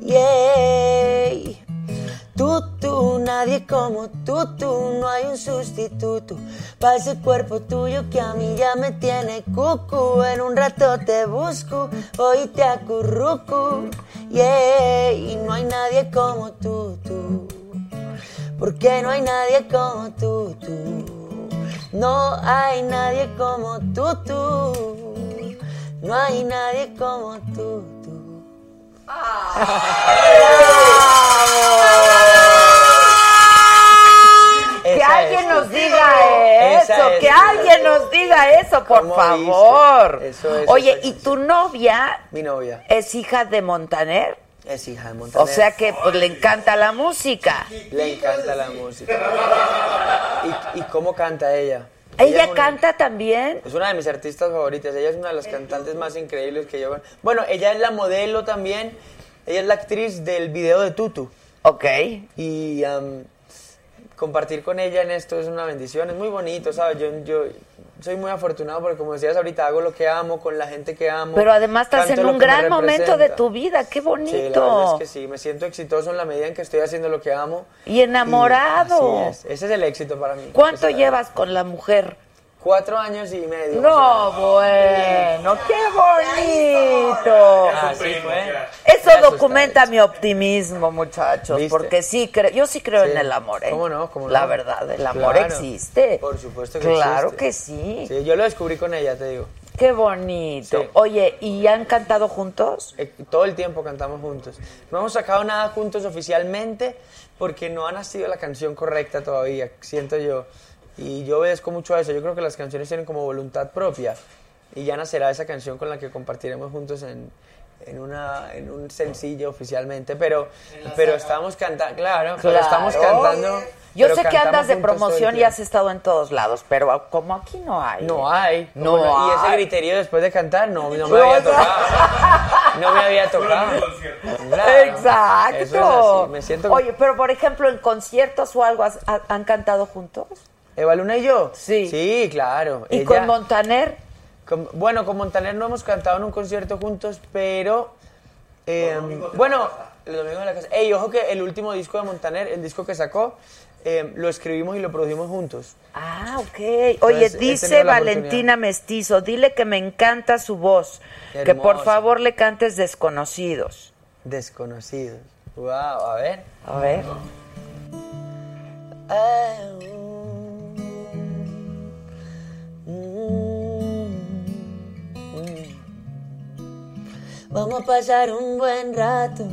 Speaker 10: Yay. Tú, tú, nadie como tú, tú, no hay un sustituto para ese cuerpo tuyo que a mí ya me tiene cucu. En un rato te busco, hoy te acurruco, yeah, y no hay nadie como tú, tú, porque no hay nadie como tú, tú, no hay nadie como tú, tú, no hay nadie como tú, tú.
Speaker 1: Que
Speaker 10: Esa
Speaker 1: alguien
Speaker 10: es.
Speaker 1: nos diga
Speaker 10: Esa
Speaker 1: eso,
Speaker 10: es.
Speaker 1: que alguien nos diga eso, por
Speaker 10: ¿Cómo
Speaker 1: favor.
Speaker 10: viste? Eso es
Speaker 1: Oye,
Speaker 10: esa
Speaker 1: ¿y tu novia
Speaker 10: Mi novia
Speaker 1: es hija de Montaner?
Speaker 10: es hija de Montaner.
Speaker 1: O sea que pues, le encanta la música.
Speaker 10: Le encanta la música. ¿Y, y cómo canta ella? es
Speaker 1: ¿Ella
Speaker 10: una-
Speaker 1: canta también?
Speaker 10: Es una de mis artistas favoritas. Ella es una de las cantantes más increíbles que yo. Bueno, ella es la modelo también. Ella es la actriz del video de Tutu.
Speaker 1: Ok.
Speaker 10: Y am, compartir con ella en esto es una bendición. Es muy bonito, ¿sabes? Yo, yo soy muy afortunado porque, como decías ahorita, hago lo que amo con la gente que amo.
Speaker 1: Pero además estás
Speaker 10: canto
Speaker 1: en
Speaker 10: lo
Speaker 1: un
Speaker 10: que me
Speaker 1: gran momento de
Speaker 10: representa.
Speaker 1: tu vida, qué
Speaker 10: Sí, la verdad
Speaker 1: bonito.
Speaker 10: es que sí, me siento exitoso en la medida en que estoy haciendo lo que amo.
Speaker 1: Y enamorado.
Speaker 10: así es, Ese es el éxito para mí.
Speaker 1: ¿Cuánto
Speaker 10: Esa-
Speaker 1: llevas con la mujer?
Speaker 10: Cuatro años y medio.
Speaker 1: No, bueno, qué bonito.
Speaker 10: Ah, sí, fue.
Speaker 1: Eso
Speaker 10: Ya
Speaker 1: documenta
Speaker 10: está
Speaker 1: mi optimismo, muchachos,
Speaker 10: ¿Viste?
Speaker 1: porque sí creo, yo sí creo
Speaker 10: Sí.
Speaker 1: en el amor, ¿eh?
Speaker 10: ¿Cómo no? ¿Cómo no?
Speaker 1: La verdad, el amor
Speaker 10: Claro.
Speaker 1: existe.
Speaker 10: Por supuesto que
Speaker 1: Claro
Speaker 10: existe.
Speaker 1: que sí.
Speaker 10: Sí, yo lo descubrí con ella, te digo.
Speaker 1: Qué bonito.
Speaker 10: Sí.
Speaker 1: Oye, ¿y han cantado juntos?
Speaker 10: Eh, Todo el tiempo cantamos juntos. No hemos sacado nada juntos oficialmente porque no ha nacido la canción correcta todavía, siento yo. Y yo obedezco mucho a eso. Yo creo que las canciones tienen como voluntad propia. Y ya nacerá esa canción con la que compartiremos juntos en, en una, en un sencillo oficialmente. Pero, pero estamos cantando, claro, pero
Speaker 1: Claro.
Speaker 10: estamos cantando.
Speaker 1: Yo
Speaker 10: pero
Speaker 1: sé que
Speaker 10: cantamos
Speaker 1: andas
Speaker 10: juntos todo
Speaker 1: de
Speaker 10: el
Speaker 1: promoción y
Speaker 10: tiempo.
Speaker 1: has estado en todos lados, pero como aquí no hay. ¿eh?
Speaker 10: No hay.
Speaker 1: No
Speaker 10: Bueno, Y
Speaker 1: hay.
Speaker 10: ese griterío después de cantar no, no me había tocado. No me había tocado. Claro.
Speaker 1: Exacto.
Speaker 10: Eso es así. Me siento como-
Speaker 1: Oye, pero por ejemplo, en conciertos o algo, ¿has- ha- ¿han cantado juntos?
Speaker 10: ¿Eva Luna y yo?
Speaker 1: Sí.
Speaker 10: Sí, claro.
Speaker 1: ¿Y
Speaker 10: Ella-
Speaker 1: con Montaner?
Speaker 10: con- Bueno, con Montaner no hemos cantado en un concierto juntos, pero... eh, bueno, los domingos en la casa. Ey, ojo que el último disco de Montaner, el disco que sacó, eh, lo escribimos y lo produjimos juntos.
Speaker 1: Ah, ok. Oye,
Speaker 10: Pues, he tenido
Speaker 1: dice
Speaker 10: la
Speaker 1: Valentina
Speaker 10: oportunidad.
Speaker 1: Mestizo, dile que me encanta su voz,
Speaker 10: Qué
Speaker 1: que por
Speaker 10: hermosa.
Speaker 1: favor le cantes desconocidos.
Speaker 10: Desconocidos. Wow, a ver.
Speaker 1: A ver.
Speaker 10: Vamos a pasar un buen rato.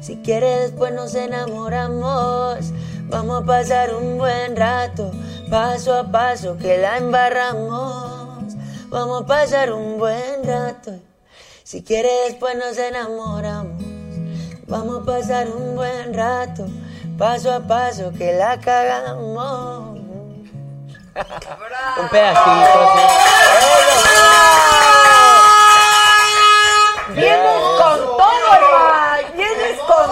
Speaker 10: Si quieres, después nos enamoramos. Vamos a pasar un buen rato. Paso a paso que la embarramos. Vamos a pasar un buen rato. Si quieres, después nos enamoramos. Vamos a pasar un buen rato. Paso a paso que la cagamos. un pedacito.
Speaker 1: ¡Vienes con todo, Eva! ¡Vienes Pues con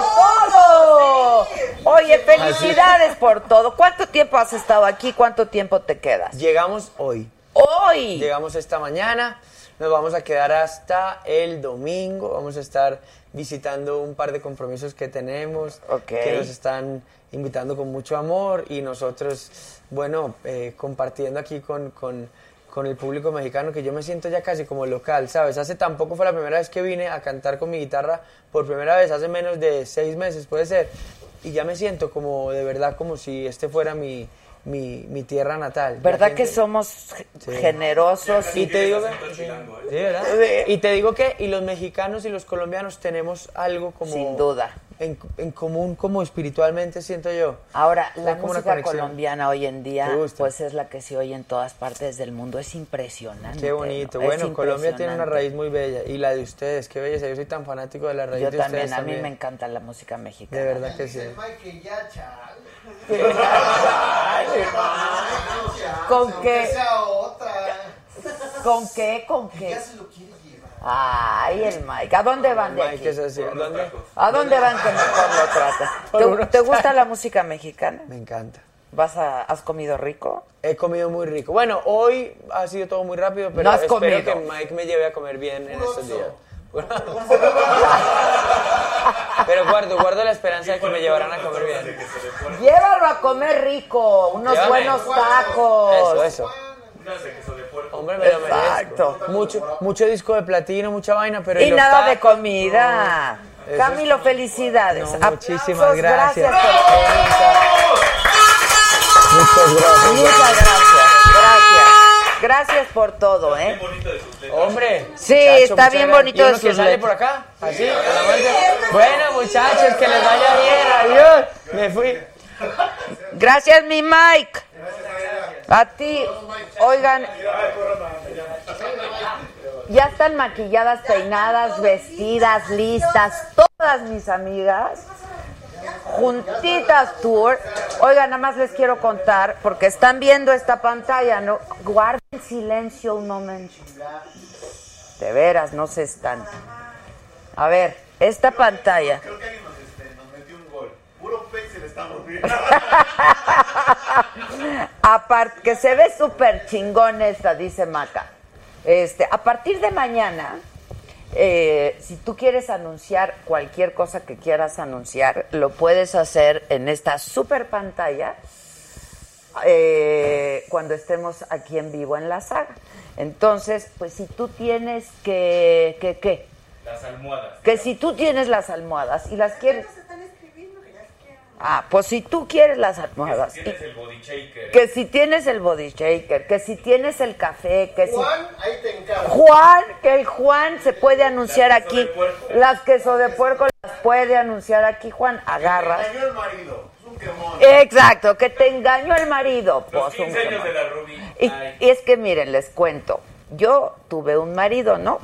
Speaker 1: todo! Oye, felicidades por todo. ¿Cuánto tiempo has estado aquí? ¿Cuánto tiempo te quedas?
Speaker 10: Llegamos hoy.
Speaker 1: Hoy.
Speaker 10: Llegamos esta mañana, nos vamos a quedar hasta el domingo, vamos a estar visitando un par de compromisos que tenemos,
Speaker 1: Ok.
Speaker 10: que nos están invitando con mucho amor y nosotros, bueno, eh, compartiendo aquí con, con- con el público mexicano que yo me siento ya casi como local, ¿sabes? Hace tampoco fue la primera vez que vine a cantar con mi guitarra por primera vez, hace menos de seis meses puede ser, y ya me siento como de verdad como si este fuera mi, mi, mi tierra natal. Ya
Speaker 1: ¿Verdad que
Speaker 10: siento-
Speaker 1: somos ge- generosos?
Speaker 10: y te digo que, sí, ¿verdad?
Speaker 1: Sí.
Speaker 10: y te digo que y los mexicanos y los colombianos tenemos algo como
Speaker 1: Sin duda.
Speaker 10: en, en común como espiritualmente siento yo.
Speaker 1: Ahora,
Speaker 10: Hay
Speaker 1: la
Speaker 10: como una
Speaker 1: música
Speaker 10: conexión.
Speaker 1: colombiana hoy en día,
Speaker 10: Me gusta.
Speaker 1: pues es la que se oye en todas partes del mundo. Es impresionante.
Speaker 10: Qué bonito.
Speaker 1: ¿no? Es
Speaker 10: Bueno, Colombia tiene una raíz
Speaker 1: impresionante.
Speaker 10: muy bella y la de ustedes, qué belleza. Yo soy tan fanático de la raíz
Speaker 1: Yo
Speaker 10: de
Speaker 1: también,
Speaker 10: ustedes
Speaker 1: a mí
Speaker 10: también.
Speaker 1: me encanta la música mexicana.
Speaker 10: De verdad que sí.
Speaker 2: Dice Mike que ya, chale.
Speaker 1: ¿Con
Speaker 2: Que
Speaker 1: qué?
Speaker 2: sea otra.
Speaker 1: ¿Con qué? ¿Con qué?
Speaker 2: Ya se lo quiere llevar.
Speaker 1: Ay, el Mike. ¿A dónde van de
Speaker 10: Ay,
Speaker 1: aquí?
Speaker 10: ¿qué se hacía? ¿Dónde?
Speaker 1: ¿A dónde van que mejor lo tratan?
Speaker 10: Por
Speaker 1: ¿Te-
Speaker 10: unos
Speaker 1: ¿Te, gusta la música mexicana?
Speaker 10: Me encanta.
Speaker 1: ¿Vas a, ¿Has comido rico?
Speaker 10: He comido muy rico. Bueno, hoy ha sido todo muy rápido, pero
Speaker 1: No has
Speaker 10: espero
Speaker 1: comido.
Speaker 10: que Mike me lleve a comer bien en estos días. pero guardo, guardo la esperanza de que me llevarán a comer bien.
Speaker 1: Llévalo a comer rico, unos
Speaker 10: Llévame.
Speaker 1: buenos tacos.
Speaker 10: Eso, eso. Hombre, me lo
Speaker 1: Exacto.
Speaker 10: merezco. Mucho, mucho disco de platino, mucha vaina, pero.
Speaker 1: Y
Speaker 10: los
Speaker 1: nada de
Speaker 10: tacos?
Speaker 1: comida.
Speaker 10: No. Eso
Speaker 1: Camilo, felicidades.
Speaker 10: No,
Speaker 1: Aplausos,
Speaker 10: muchísimas gracias.
Speaker 1: por-
Speaker 10: Muchas gracias.
Speaker 1: Muchas gracias. Gracias. Gracias por todo, ¿eh?
Speaker 10: es- Hombre.
Speaker 1: Sí, está
Speaker 10: muchas gracias.
Speaker 1: bien bonito
Speaker 10: ¿Y uno
Speaker 1: de
Speaker 10: que sale
Speaker 1: Ciudad.
Speaker 10: por acá? Así, a la vuelta. Bueno, muchachos, que les vaya bien. Adiós. Me fui.
Speaker 1: Gracias, mi Mike. A ti. Oigan. Ya están maquilladas, peinadas, vestidas, listas. Todas mis amigas. Juntitas Tour. Oigan, nada más les quiero contar, porque están viendo esta pantalla, ¿no? Guarden silencio un momento. De veras, no se están. A ver, esta pantalla.
Speaker 3: Creo que alguien nos, este, nos metió un gol. Puro face le estamos viendo.
Speaker 1: Aparte, que se ve súper chingón esta, dice Maca. Este, a partir de mañana, eh, si tú quieres anunciar cualquier cosa que quieras anunciar, lo puedes hacer en esta super pantalla eh, cuando estemos aquí en vivo en la saga. Entonces, pues si tú tienes que, que, que,
Speaker 3: Las almohadas.
Speaker 1: que si tú tienes las almohadas y las quieres,
Speaker 5: están escribiendo que las quiero.
Speaker 1: ah, pues si tú quieres las almohadas y-
Speaker 3: Tienes el body shaker.
Speaker 1: que si tienes el body shaker, que si tienes el café, que si
Speaker 2: Juan, ahí te encargo.
Speaker 1: Juan, que el Juan se puede anunciar
Speaker 3: Las queso
Speaker 1: aquí.
Speaker 3: de puerco.
Speaker 1: Las queso de puerco las puede anunciar aquí, Juan. Agarras.
Speaker 3: Engañó el marido. Es un quemón.
Speaker 1: Exacto, que te engañó el marido.
Speaker 3: Los
Speaker 1: Pues, un
Speaker 3: 15 años
Speaker 1: quemón.
Speaker 3: de la Ruby.
Speaker 1: Y,
Speaker 3: Ay.
Speaker 1: y es que miren, les cuento. Yo tuve un marido, ¿no?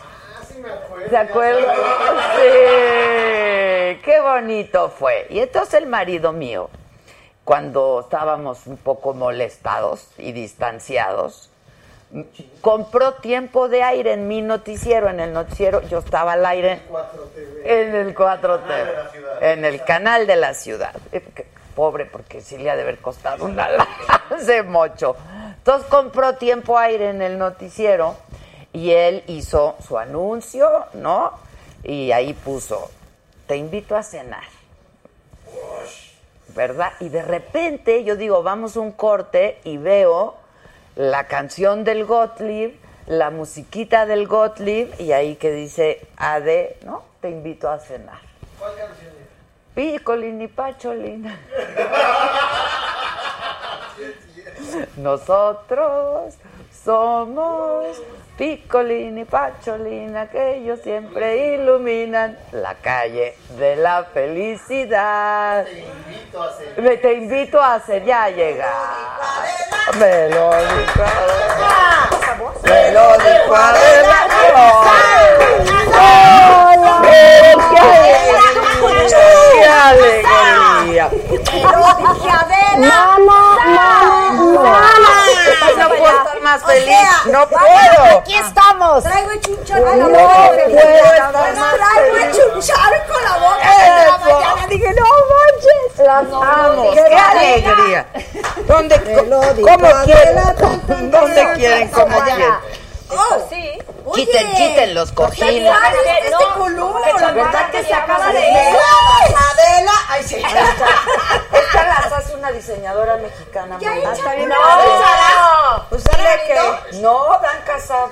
Speaker 2: Ah, sí me acuerdo.
Speaker 1: ¿Se acuerdan? Sí, qué bonito fue. Y entonces el marido mío, cuando estábamos un poco molestados y distanciados, m- compró tiempo de aire en mi noticiero, en el noticiero, yo estaba al aire en el 4 t en el canal de la ciudad. Eh, que- Pobre, porque sí le ha de haber costado una lana, se mocho. Entonces compró tiempo aire en el noticiero y él hizo su anuncio, ¿no? Y ahí puso, te invito a cenar. ¿Verdad? Y de repente yo digo, vamos a un corte y veo la canción del Gottlieb, la musiquita del Gottlieb y ahí que dice Ade, ¿no? Te invito a cenar. Picolín y Pacholín. Nosotros somos Picolín y Pacholina que ellos siempre iluminan la calle de la felicidad.
Speaker 2: Te invito a hacer.
Speaker 1: Me te invito a hacer ya llegar. Melódico. Melódico adelante. ¡Hola! ¡Qué alegría!
Speaker 11: Mamá, mamá,
Speaker 1: No puedo estar más feliz. No
Speaker 11: mamá,
Speaker 1: puedo.
Speaker 11: aquí estamos.
Speaker 5: Traigo hecho un charco
Speaker 1: No
Speaker 5: la boca.
Speaker 1: puedo estar más
Speaker 5: Traigo
Speaker 1: feliz.
Speaker 5: hecho un charco la boca. desde la
Speaker 1: Eso.
Speaker 5: mañana. Dije, no manches.
Speaker 12: pues".
Speaker 1: Las amo. ¡Qué alegría! ¿Dónde, ¿Cómo quieren? ¿Dónde quieren? ¿Cómo quieren?
Speaker 12: Oh, sí.
Speaker 1: Quiten, quiten los cojines.
Speaker 12: este color? La verdad que se acaba de
Speaker 1: ver.
Speaker 12: Adela, ay sí.
Speaker 1: Esta las hace una diseñadora mexicana.
Speaker 12: Ya
Speaker 1: muy-
Speaker 12: hecha.
Speaker 1: está bien
Speaker 12: No,
Speaker 1: padre.
Speaker 12: úsala.
Speaker 1: Pues dile
Speaker 12: ¿Usala
Speaker 1: que no, Dan Casab.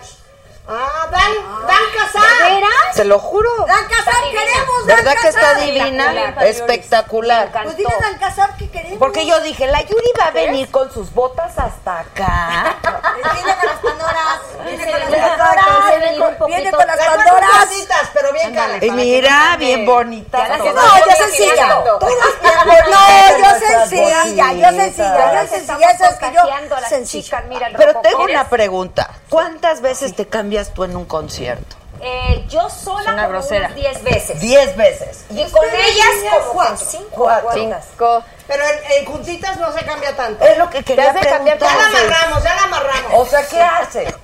Speaker 12: Ah, Dan, Dan Casar.
Speaker 1: ¿De veras? Te lo juro.
Speaker 12: Dan Casar, queremos Dan
Speaker 1: ¿Verdad que está
Speaker 12: Casar?
Speaker 1: divina? Espectacular.
Speaker 12: Pues dile a Pues Dan Casar que queremos.
Speaker 1: Porque yo dije, la Yuri va a venir con sus botas hasta acá.
Speaker 12: Viene con las Pandoras. Viene con
Speaker 1: Viene
Speaker 12: las Pandoras. Viene con- Viene con las Pandoras. pero bien
Speaker 1: Y mira, bien bonita.
Speaker 12: No,
Speaker 1: todas.
Speaker 12: yo sencilla. Todas bien No, yo sencilla, yo sencilla, yo sencilla. Eso es que yo sencilla.
Speaker 1: Pero tengo una pregunta. ¿Cuántas veces te cambias tú en un concierto?
Speaker 12: Eh, yo sola
Speaker 1: una
Speaker 12: como
Speaker 1: grosera.
Speaker 12: unas 10 veces.
Speaker 1: Diez veces.
Speaker 12: Y con ellas como cuatro. Cinco.
Speaker 13: Cinco. Pero en, en juntitas no se cambia tanto.
Speaker 1: Es lo que quería
Speaker 13: Ya se cambia-
Speaker 1: preguntar.
Speaker 13: Ya la amarramos, ya la amarramos.
Speaker 1: O sea, ¿qué hace?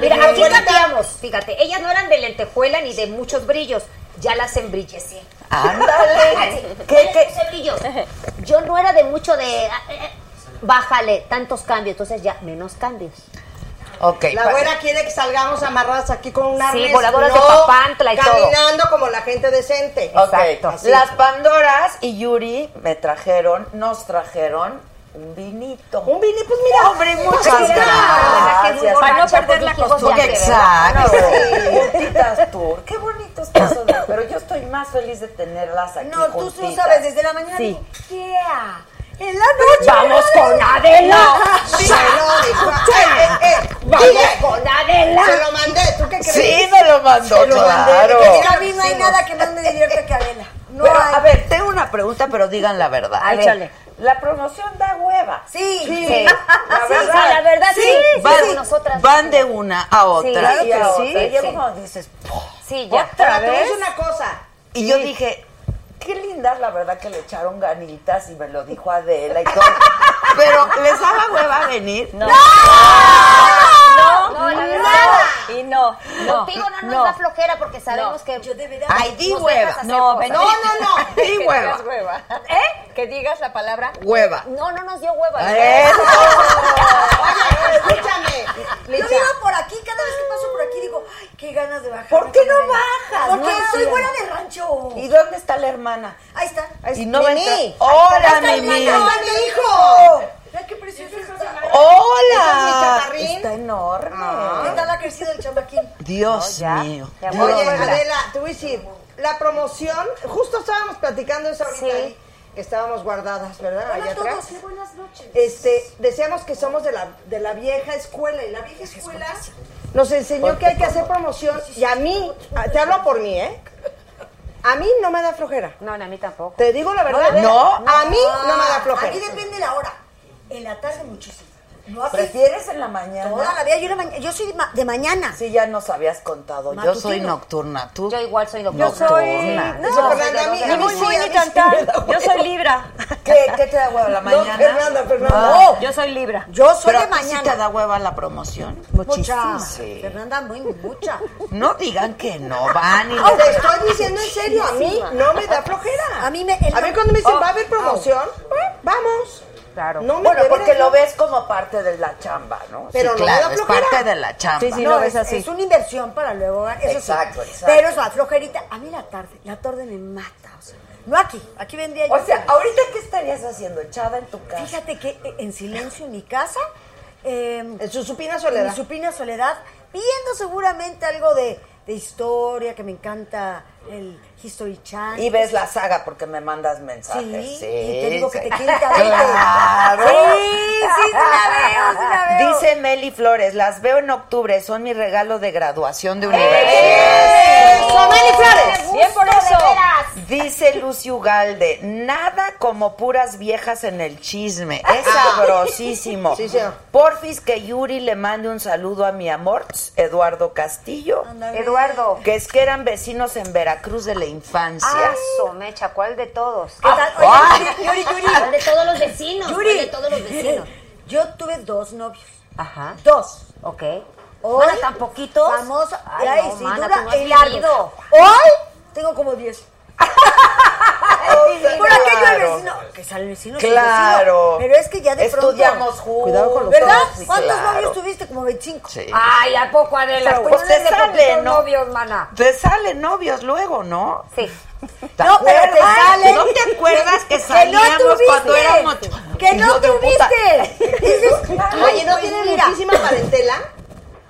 Speaker 12: Mira,
Speaker 13: Muy
Speaker 12: aquí
Speaker 13: bonita.
Speaker 12: cambiamos. Fíjate, ellas no eran de lentejuela ni de muchos brillos. Ya las embrillece.
Speaker 1: Ándale.
Speaker 12: ¿Qué, qué? brillos. Yo no era de mucho de. eh, eh, Bájale tantos cambios, entonces ya menos cambios.
Speaker 1: Ok.
Speaker 13: La güera quiere que salgamos amarradas aquí con una
Speaker 12: Sí, voladoras de papantla y todo.
Speaker 13: Caminando como la gente decente.
Speaker 1: Exacto.
Speaker 13: Así.
Speaker 1: Las Pandoras y Yuri me trajeron, nos trajeron un vinito. Un vinito, pues mira. Hombre, muchas
Speaker 12: Pues mira,
Speaker 1: gracias.
Speaker 12: la gente es borracha, porque dijimos, ya que-
Speaker 1: Exacto.
Speaker 12: Sí.
Speaker 1: Juntitas Tour. Qué bonitos pasos. de- Pero yo estoy más feliz de tenerlas aquí
Speaker 12: No, tú
Speaker 1: juntitas.
Speaker 12: sí sabes, desde la mañana.
Speaker 1: Sí.
Speaker 12: dije, "Yeah". En la noche. Vamos con
Speaker 13: No,
Speaker 12: Adela.
Speaker 13: sí, no, dijo, ah, eh, eh, eh,
Speaker 1: Vamos
Speaker 13: dile.
Speaker 12: con Adela.
Speaker 13: Se lo mandé, ¿tú qué crees?
Speaker 1: Sí, me lo mandó,
Speaker 13: Se lo mandé,
Speaker 1: claro.
Speaker 13: que
Speaker 12: Mira, a mí no hay nada que más me divierta que Adela. No
Speaker 1: Pero,
Speaker 12: hay.
Speaker 1: a ver, tengo una pregunta, pero digan la verdad.
Speaker 12: A ver.
Speaker 1: Échale. La promoción da hueva.
Speaker 12: Sí,
Speaker 1: Sí.
Speaker 12: sí.
Speaker 1: La
Speaker 12: Sí,
Speaker 1: verdad.
Speaker 12: sí, la verdad, sí, sí,
Speaker 1: van,
Speaker 12: sí, nosotras.
Speaker 1: van de una a otra.
Speaker 12: Sí, claro
Speaker 1: y
Speaker 12: que
Speaker 1: a
Speaker 12: sí.
Speaker 1: otra. Y yo
Speaker 12: Sí.
Speaker 1: como dices, "Puh".
Speaker 12: Sí, ya.
Speaker 1: ¿Otra
Speaker 13: Pero te voy a
Speaker 1: vez?
Speaker 13: decir una cosa.
Speaker 1: Y yo dije, qué lindas, la verdad, que le echaron ganitas y me lo dijo Adela y todo. pero les daba hueva venir. No.
Speaker 12: No, ¡Ah! no, la verdad.
Speaker 14: No, Y no, no.
Speaker 12: Contigo no nos da flojera porque sabemos que. Yo de verdad.
Speaker 1: Ay, di
Speaker 12: nos
Speaker 1: hueva.
Speaker 12: dejas hacer
Speaker 14: No,
Speaker 12: cosas.
Speaker 14: ven-
Speaker 12: no,
Speaker 14: Que
Speaker 1: Di hueva.
Speaker 14: digas hueva. ¿Eh? Que digas la palabra.
Speaker 1: Hueva.
Speaker 12: no, no nos dio hueva.
Speaker 1: Eso.
Speaker 13: Oye, escúchame.
Speaker 12: Yo vivo por aquí, cada vez que paso por aquí digo, ay, qué ganas de bajar.
Speaker 1: ¿Por qué no bajas?
Speaker 12: Porque
Speaker 1: No,
Speaker 12: soy
Speaker 1: tía.
Speaker 12: buena de rancho.
Speaker 1: ¿Y dónde está la hermana?
Speaker 12: Ahí está.
Speaker 1: Y no va a entrar.
Speaker 13: Mimi.
Speaker 1: Hola,
Speaker 12: Ahí está el
Speaker 1: Mimi.
Speaker 12: niño,
Speaker 13: ¡Ay, mi hijo!
Speaker 12: Mira qué precioso está.
Speaker 1: Hola.
Speaker 13: ¿Ese es mi chaparrín?
Speaker 1: está enorme.
Speaker 12: ¿Qué tal ha crecido el chamaquín?
Speaker 1: Dios
Speaker 12: No, ya.
Speaker 1: mío.
Speaker 12: Ya,
Speaker 1: Dios
Speaker 13: Oye,
Speaker 1: mío.
Speaker 13: Adela, te voy a decir, la promoción, justo estábamos platicando eso ahorita
Speaker 12: Sí.
Speaker 13: ahí, que estábamos guardadas, ¿verdad?
Speaker 12: Hola
Speaker 13: Allá
Speaker 12: a todos,
Speaker 13: atrás.
Speaker 12: sí, buenas noches.
Speaker 13: Este, decíamos que somos de la, de la vieja escuela, y la vieja escuela nos enseñó que hay que hacer promoción, y a mí, a- te hablo por mí, ¿eh? A mí no me da flojera.
Speaker 12: No, ni a mí tampoco.
Speaker 13: Te digo la verdad.
Speaker 1: No.
Speaker 13: A mí no me da flojera.
Speaker 12: Aquí Ah, depende la hora. En la tarde muchísimo. No aquí.
Speaker 1: ¿Prefieres en la mañana?
Speaker 12: Toda la vida. Yo, era ma- yo soy de ma- de mañana.
Speaker 1: Sí, ya nos habías contado. Yo
Speaker 12: Matutino.
Speaker 1: soy nocturna. ¿Tú?
Speaker 12: Yo igual soy
Speaker 1: Yo soy- Nocturna.
Speaker 14: No,
Speaker 13: Eso, Fernanda, a mí- a
Speaker 14: ni
Speaker 13: mí
Speaker 14: muy
Speaker 13: sí,
Speaker 14: muy
Speaker 13: a
Speaker 14: ni
Speaker 13: mí sí
Speaker 14: tan tan.
Speaker 13: me da
Speaker 14: Yo soy Libra.
Speaker 1: ¿Qué, qué te da hueva la
Speaker 13: No,
Speaker 1: mañana? Ah.
Speaker 13: Fernanda, Fernanda.
Speaker 1: No.
Speaker 14: Yo soy Libra.
Speaker 12: Yo soy
Speaker 1: Pero
Speaker 12: de
Speaker 1: a ti sí
Speaker 12: mañana.
Speaker 1: te da hueva la promoción.
Speaker 12: Mucha.
Speaker 1: Sí.
Speaker 12: Fernanda, muy mucha.
Speaker 1: No digan que no van y
Speaker 13: Ah, Te estoy diciendo en serio, a mí no me da flojera.
Speaker 12: A mí me- el-
Speaker 13: A mí cuando me dicen,
Speaker 12: Oh,
Speaker 13: va a haber promoción, bueno, vamos.
Speaker 1: Claro.
Speaker 13: No me
Speaker 1: bueno,
Speaker 13: debe
Speaker 1: porque
Speaker 13: de-
Speaker 1: lo ves como parte de la chamba, ¿no?
Speaker 13: Pero no me
Speaker 1: claro,
Speaker 13: da
Speaker 1: es
Speaker 13: flojera.
Speaker 1: parte de la chamba.
Speaker 14: Sí, sí,
Speaker 12: no,
Speaker 14: lo ves
Speaker 12: es,
Speaker 14: así.
Speaker 12: es una inversión para luego ganar. Eso sí.
Speaker 1: Exacto, exacto.
Speaker 12: Pero es la flojerita. A mí la tarde, la tarde me mata. o sea, no aquí, aquí vendría yo.
Speaker 1: O sea, ahorita qué estarías haciendo echada en tu casa.
Speaker 12: Fíjate que eh, en silencio en mi casa, eh, en
Speaker 13: En su supina
Speaker 12: mi
Speaker 13: soledad.
Speaker 12: supina soledad, viendo seguramente algo de, de historia que me encanta, el History Channel.
Speaker 1: Y ves la saga porque me mandas mensajes.
Speaker 12: Sí,
Speaker 1: Sí,
Speaker 12: y te digo que
Speaker 1: sí.
Speaker 12: te quiero cada vez.
Speaker 1: Claro. Ah,
Speaker 12: Sí, sí, sí la veo, sí la veo.
Speaker 1: Dice Meli Flores, las veo en octubre, son mi regalo de graduación de universidad.
Speaker 13: ¡Eso, Meli Flores!
Speaker 12: Bien por eso.
Speaker 1: Dice Lucy Ugalde, nada como puras viejas en el chisme. Es sabrosísimo.
Speaker 13: Sí, señor.
Speaker 1: Porfis que Yuri le mande un saludo a mi amor, Eduardo Castillo.
Speaker 12: Eduardo.
Speaker 1: Que es que eran vecinos en Veracruz de la infancia.
Speaker 12: Aso, mecha, ¿cuál de todos? ¿Qué
Speaker 1: Ah,
Speaker 12: tal? Oye,
Speaker 1: ah.
Speaker 12: Yuri, Yuri, Yuri. de todos los vecinos? de todos los vecinos? Yo tuve dos novios. Ajá. Dos. Ok. Hoy, ¿Mana, tan poquitos? Famoso. Ay, no, mana, tú no has vivido. Hoy tengo como diez.
Speaker 1: Ay, sí,
Speaker 12: Por aquello el
Speaker 1: claro.
Speaker 12: vecino. Que sale el vecino. sí,
Speaker 1: Claro.
Speaker 12: vecino. Pero es que ya de pronto.
Speaker 1: Estudiamos juntos. Cuidado con los
Speaker 12: ¿Verdad?
Speaker 1: ojos, sí,
Speaker 12: ¿Cuántos
Speaker 1: claro.
Speaker 12: novios tuviste? Como 25.
Speaker 1: Sí.
Speaker 12: Ay, ¿a poco, Adela?
Speaker 1: Pero
Speaker 12: Pues
Speaker 1: pues
Speaker 12: no
Speaker 1: te
Speaker 12: le
Speaker 1: sale,
Speaker 12: poquito
Speaker 1: ¿no?
Speaker 12: novios, maná.
Speaker 1: Te salen novios luego, ¿no?
Speaker 12: Sí.
Speaker 1: ¿Te
Speaker 12: No, pero te
Speaker 1: acuerdas?
Speaker 12: sale.
Speaker 1: ¿No te acuerdas que
Speaker 12: Que no
Speaker 1: salíamos cuando
Speaker 12: tuviste.
Speaker 1: éramos...
Speaker 12: Que no
Speaker 1: Hijo de puta.
Speaker 12: tuviste. Dices, ay,
Speaker 13: Oye, ¿no
Speaker 12: pues
Speaker 13: tiene
Speaker 12: mira.
Speaker 13: muchísima parentela?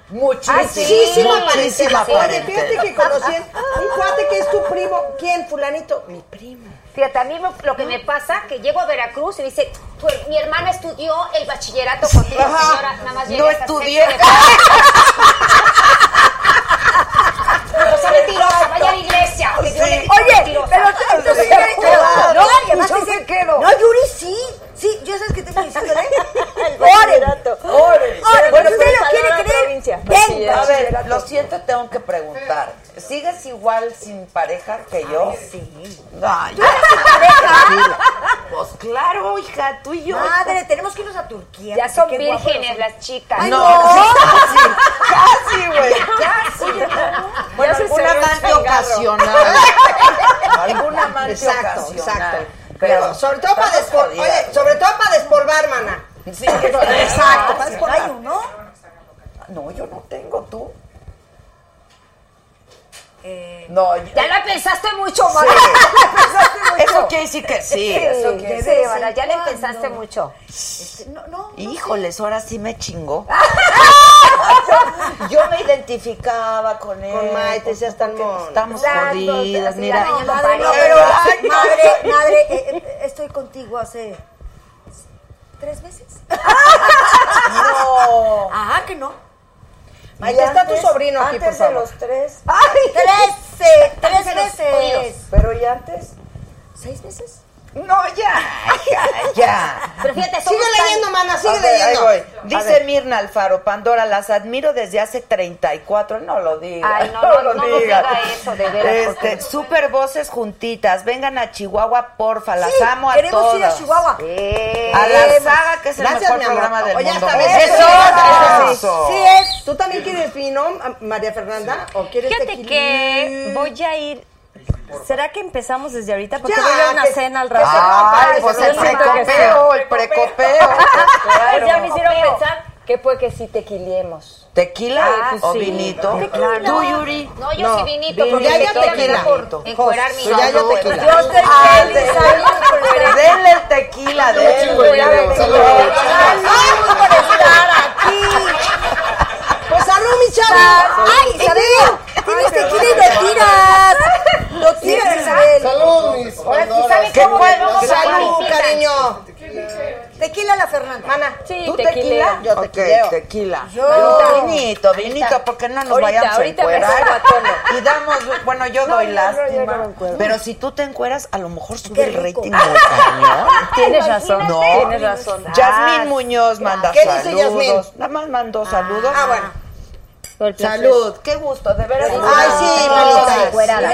Speaker 1: Muchísima,
Speaker 13: Ah, Muchísima parentela. Oye,
Speaker 1: parentela.
Speaker 13: fíjate que conocí un cuate que es tu primo. ¿Quién? Fulanito. Mi primo.
Speaker 11: Fíjate, a mí lo- lo que me pasa, que llego a Veracruz y me dice, "Tu her- mi hermana estudió el bachillerato contigo,
Speaker 1: Ajá.
Speaker 11: señora, nada más llegué
Speaker 1: No
Speaker 11: hasta
Speaker 1: estudié.
Speaker 11: sexto de primaria". O sea, mentirosa, vaya a la iglesia.
Speaker 12: Ah,
Speaker 11: que yo le digo
Speaker 12: Oye,
Speaker 11: mentirosa.
Speaker 12: pero tú- entonces
Speaker 11: Sí,
Speaker 12: ¿qué?
Speaker 11: claro.
Speaker 12: no, y
Speaker 11: Yo
Speaker 12: además te
Speaker 11: sé
Speaker 12: dicen-
Speaker 11: que no.
Speaker 12: No, Yuri, sí. Sí, yo sabes que te estoy diciendo, ¿eh? Oren.
Speaker 14: Bachillerato.
Speaker 12: Oren.
Speaker 14: Pero
Speaker 12: Bueno,
Speaker 14: no
Speaker 12: pues, usted
Speaker 14: es
Speaker 12: lo quiere
Speaker 14: palabra provincia.
Speaker 12: creer. Pues
Speaker 14: Bachillerato.
Speaker 12: Venga.
Speaker 1: A ver, lo siento, tengo que preguntar. ¿Sigues igual sin pareja que yo? sí. Ay, Pues claro, hija, tú y yo.
Speaker 12: Madre, tenemos que irnos a Turquía.
Speaker 11: Ya
Speaker 12: Qué
Speaker 11: son
Speaker 12: guapos los
Speaker 11: vírgenes
Speaker 12: hombres.
Speaker 11: las chicas.
Speaker 12: Ay,
Speaker 1: No, casi,
Speaker 11: Ah,
Speaker 1: casi, güey, casi. Bueno,
Speaker 14: se
Speaker 1: alguna
Speaker 14: cerró el
Speaker 1: amante
Speaker 14: changarro.
Speaker 1: ocasional. Alguna amante
Speaker 13: Exacto,
Speaker 1: ocasional.
Speaker 13: exacto.
Speaker 1: Pero
Speaker 13: Pero sobre todo para despol- oye, sobre todo para despolvar, mana.
Speaker 1: Sí, que-
Speaker 13: Exacto, para
Speaker 1: Sí.
Speaker 13: despolvar.
Speaker 12: Ay, ¿no?
Speaker 1: No, yo no tengo tú.
Speaker 12: Eh,
Speaker 1: No, yo-
Speaker 11: Ya la pensaste mucho,
Speaker 1: Sí.
Speaker 11: Mara.
Speaker 1: Eso quiere decir que sí.
Speaker 12: eso
Speaker 11: Sí,
Speaker 12: quiere
Speaker 11: sí,
Speaker 12: decir
Speaker 11: Mara, ya le
Speaker 12: cuándo.
Speaker 11: pensaste mucho.
Speaker 12: este, no, no.
Speaker 1: Híjoles, ahora sí me chingó. Yo me identificaba con él.
Speaker 13: Con Maite, seas tan
Speaker 1: porque
Speaker 13: mona.
Speaker 1: Estamos
Speaker 12: Exacto,
Speaker 1: jodidas,
Speaker 12: así,
Speaker 1: mira.
Speaker 12: no, madre, no,
Speaker 1: Ay,
Speaker 12: pero,
Speaker 1: ay,
Speaker 12: madre, madre, eh, eh, estoy contigo hace tres meses.
Speaker 1: No.
Speaker 12: Ajá, que no.
Speaker 13: Maite, está tu sobrino aquí, por
Speaker 1: Antes de
Speaker 13: favor.
Speaker 1: los tres.
Speaker 12: Trece, tres
Speaker 11: Pero,
Speaker 12: veces.
Speaker 1: Pero ¿y antes?
Speaker 12: ¿Seis meses?
Speaker 1: No, ya. Ya, ya.
Speaker 11: Pero fíjate, somos
Speaker 13: Sigue
Speaker 11: tan-
Speaker 13: leyendo, mana, sigue
Speaker 1: A ver, ahí
Speaker 13: leyendo.
Speaker 1: voy. Dice Mirna Alfaro, Pandora, las admiro desde hace 34. No lo digas.
Speaker 11: Ay, no, no, no nos
Speaker 1: digas.
Speaker 11: diga eso, de veras,
Speaker 1: Este, super voces juntitas. Vengan a Chihuahua, porfa. Las
Speaker 12: Sí,
Speaker 1: amo a
Speaker 12: queremos
Speaker 1: todas.
Speaker 12: ir a Chihuahua.
Speaker 1: A la saga, que es el
Speaker 13: Gracias,
Speaker 1: mejor
Speaker 13: mi amor.
Speaker 1: programa del
Speaker 13: Oye,
Speaker 1: mundo.
Speaker 13: hasta ves.
Speaker 1: Eso,
Speaker 13: Gracias.
Speaker 1: eso.
Speaker 12: Sí es.
Speaker 13: ¿Tú también quieres vino, a- María Fernanda? ¿O quieres
Speaker 14: Fíjate
Speaker 13: tequila?
Speaker 14: que voy a ir. ¿Será que empezamos desde ahorita? Porque
Speaker 13: Ya,
Speaker 14: voy a ir a una
Speaker 13: que-
Speaker 14: cena al
Speaker 13: que se
Speaker 14: rato.
Speaker 1: Ay,
Speaker 13: Ay,
Speaker 1: pues
Speaker 13: yo
Speaker 1: el
Speaker 13: siento que
Speaker 1: precopeo, el precopeo.
Speaker 14: Pues ya me
Speaker 1: Claro.
Speaker 14: hicieron pensar que puede que sí tequiliemos.
Speaker 1: ¿Tequila
Speaker 14: Ah, pues
Speaker 1: o
Speaker 14: sí.
Speaker 1: vinito?
Speaker 11: Tequila.
Speaker 1: ¿Tú, Yuri?
Speaker 11: No, yo sí vinito,
Speaker 13: vino.
Speaker 11: porque
Speaker 13: Ya, ya
Speaker 11: me toca
Speaker 13: tequila.
Speaker 11: por encuerar mi
Speaker 13: Jos, ya, ya
Speaker 11: salud.
Speaker 13: tequila.
Speaker 11: Yo estoy
Speaker 1: Ah,
Speaker 11: feliz,
Speaker 1: de-
Speaker 11: salud, pero-
Speaker 1: Denle el tequila, denle.
Speaker 12: Salud por estar aquí.
Speaker 13: Pues salud, mi chavo.
Speaker 12: Ay, Isabel, tienes tequila y lo tiras. Lo tiras, Isabel.
Speaker 2: Salud, mis
Speaker 11: ¿sabe
Speaker 2: Pandoras.
Speaker 11: qué?
Speaker 1: ¿Qué bueno?
Speaker 11: Vamos a
Speaker 13: Salud,
Speaker 11: Juan.
Speaker 13: cariño.
Speaker 12: Tequila a la Fernanda.
Speaker 13: Mana,
Speaker 14: Sí,
Speaker 13: ¿tú
Speaker 14: tequila.
Speaker 13: tequila? Yo
Speaker 1: Ok,
Speaker 13: tequileo.
Speaker 1: tequila.
Speaker 12: Yo.
Speaker 1: Yo. Vinito, vinito, porque no nos
Speaker 14: Ahorita,
Speaker 1: vayamos a
Speaker 14: ahorita me
Speaker 1: encuerar.
Speaker 14: saco a tono.
Speaker 1: Y damos, bueno,
Speaker 14: no, yo
Speaker 1: yo doy
Speaker 14: no me
Speaker 1: lástima.
Speaker 14: encuero.
Speaker 1: Pero si tú te encueras, a lo mejor sube el
Speaker 12: rico.
Speaker 1: rating muy cañón.
Speaker 14: Tienes razón.
Speaker 1: No.
Speaker 14: Tienes razón.
Speaker 1: Yasmín Muñoz manda
Speaker 13: ¿Qué
Speaker 1: saludos.
Speaker 13: dice Yasmín?
Speaker 1: Nada más mandó saludos.
Speaker 13: Ah, bueno.
Speaker 1: Salud, qué gusto, de veras.
Speaker 13: Ay, sí, manita.
Speaker 12: encuerada.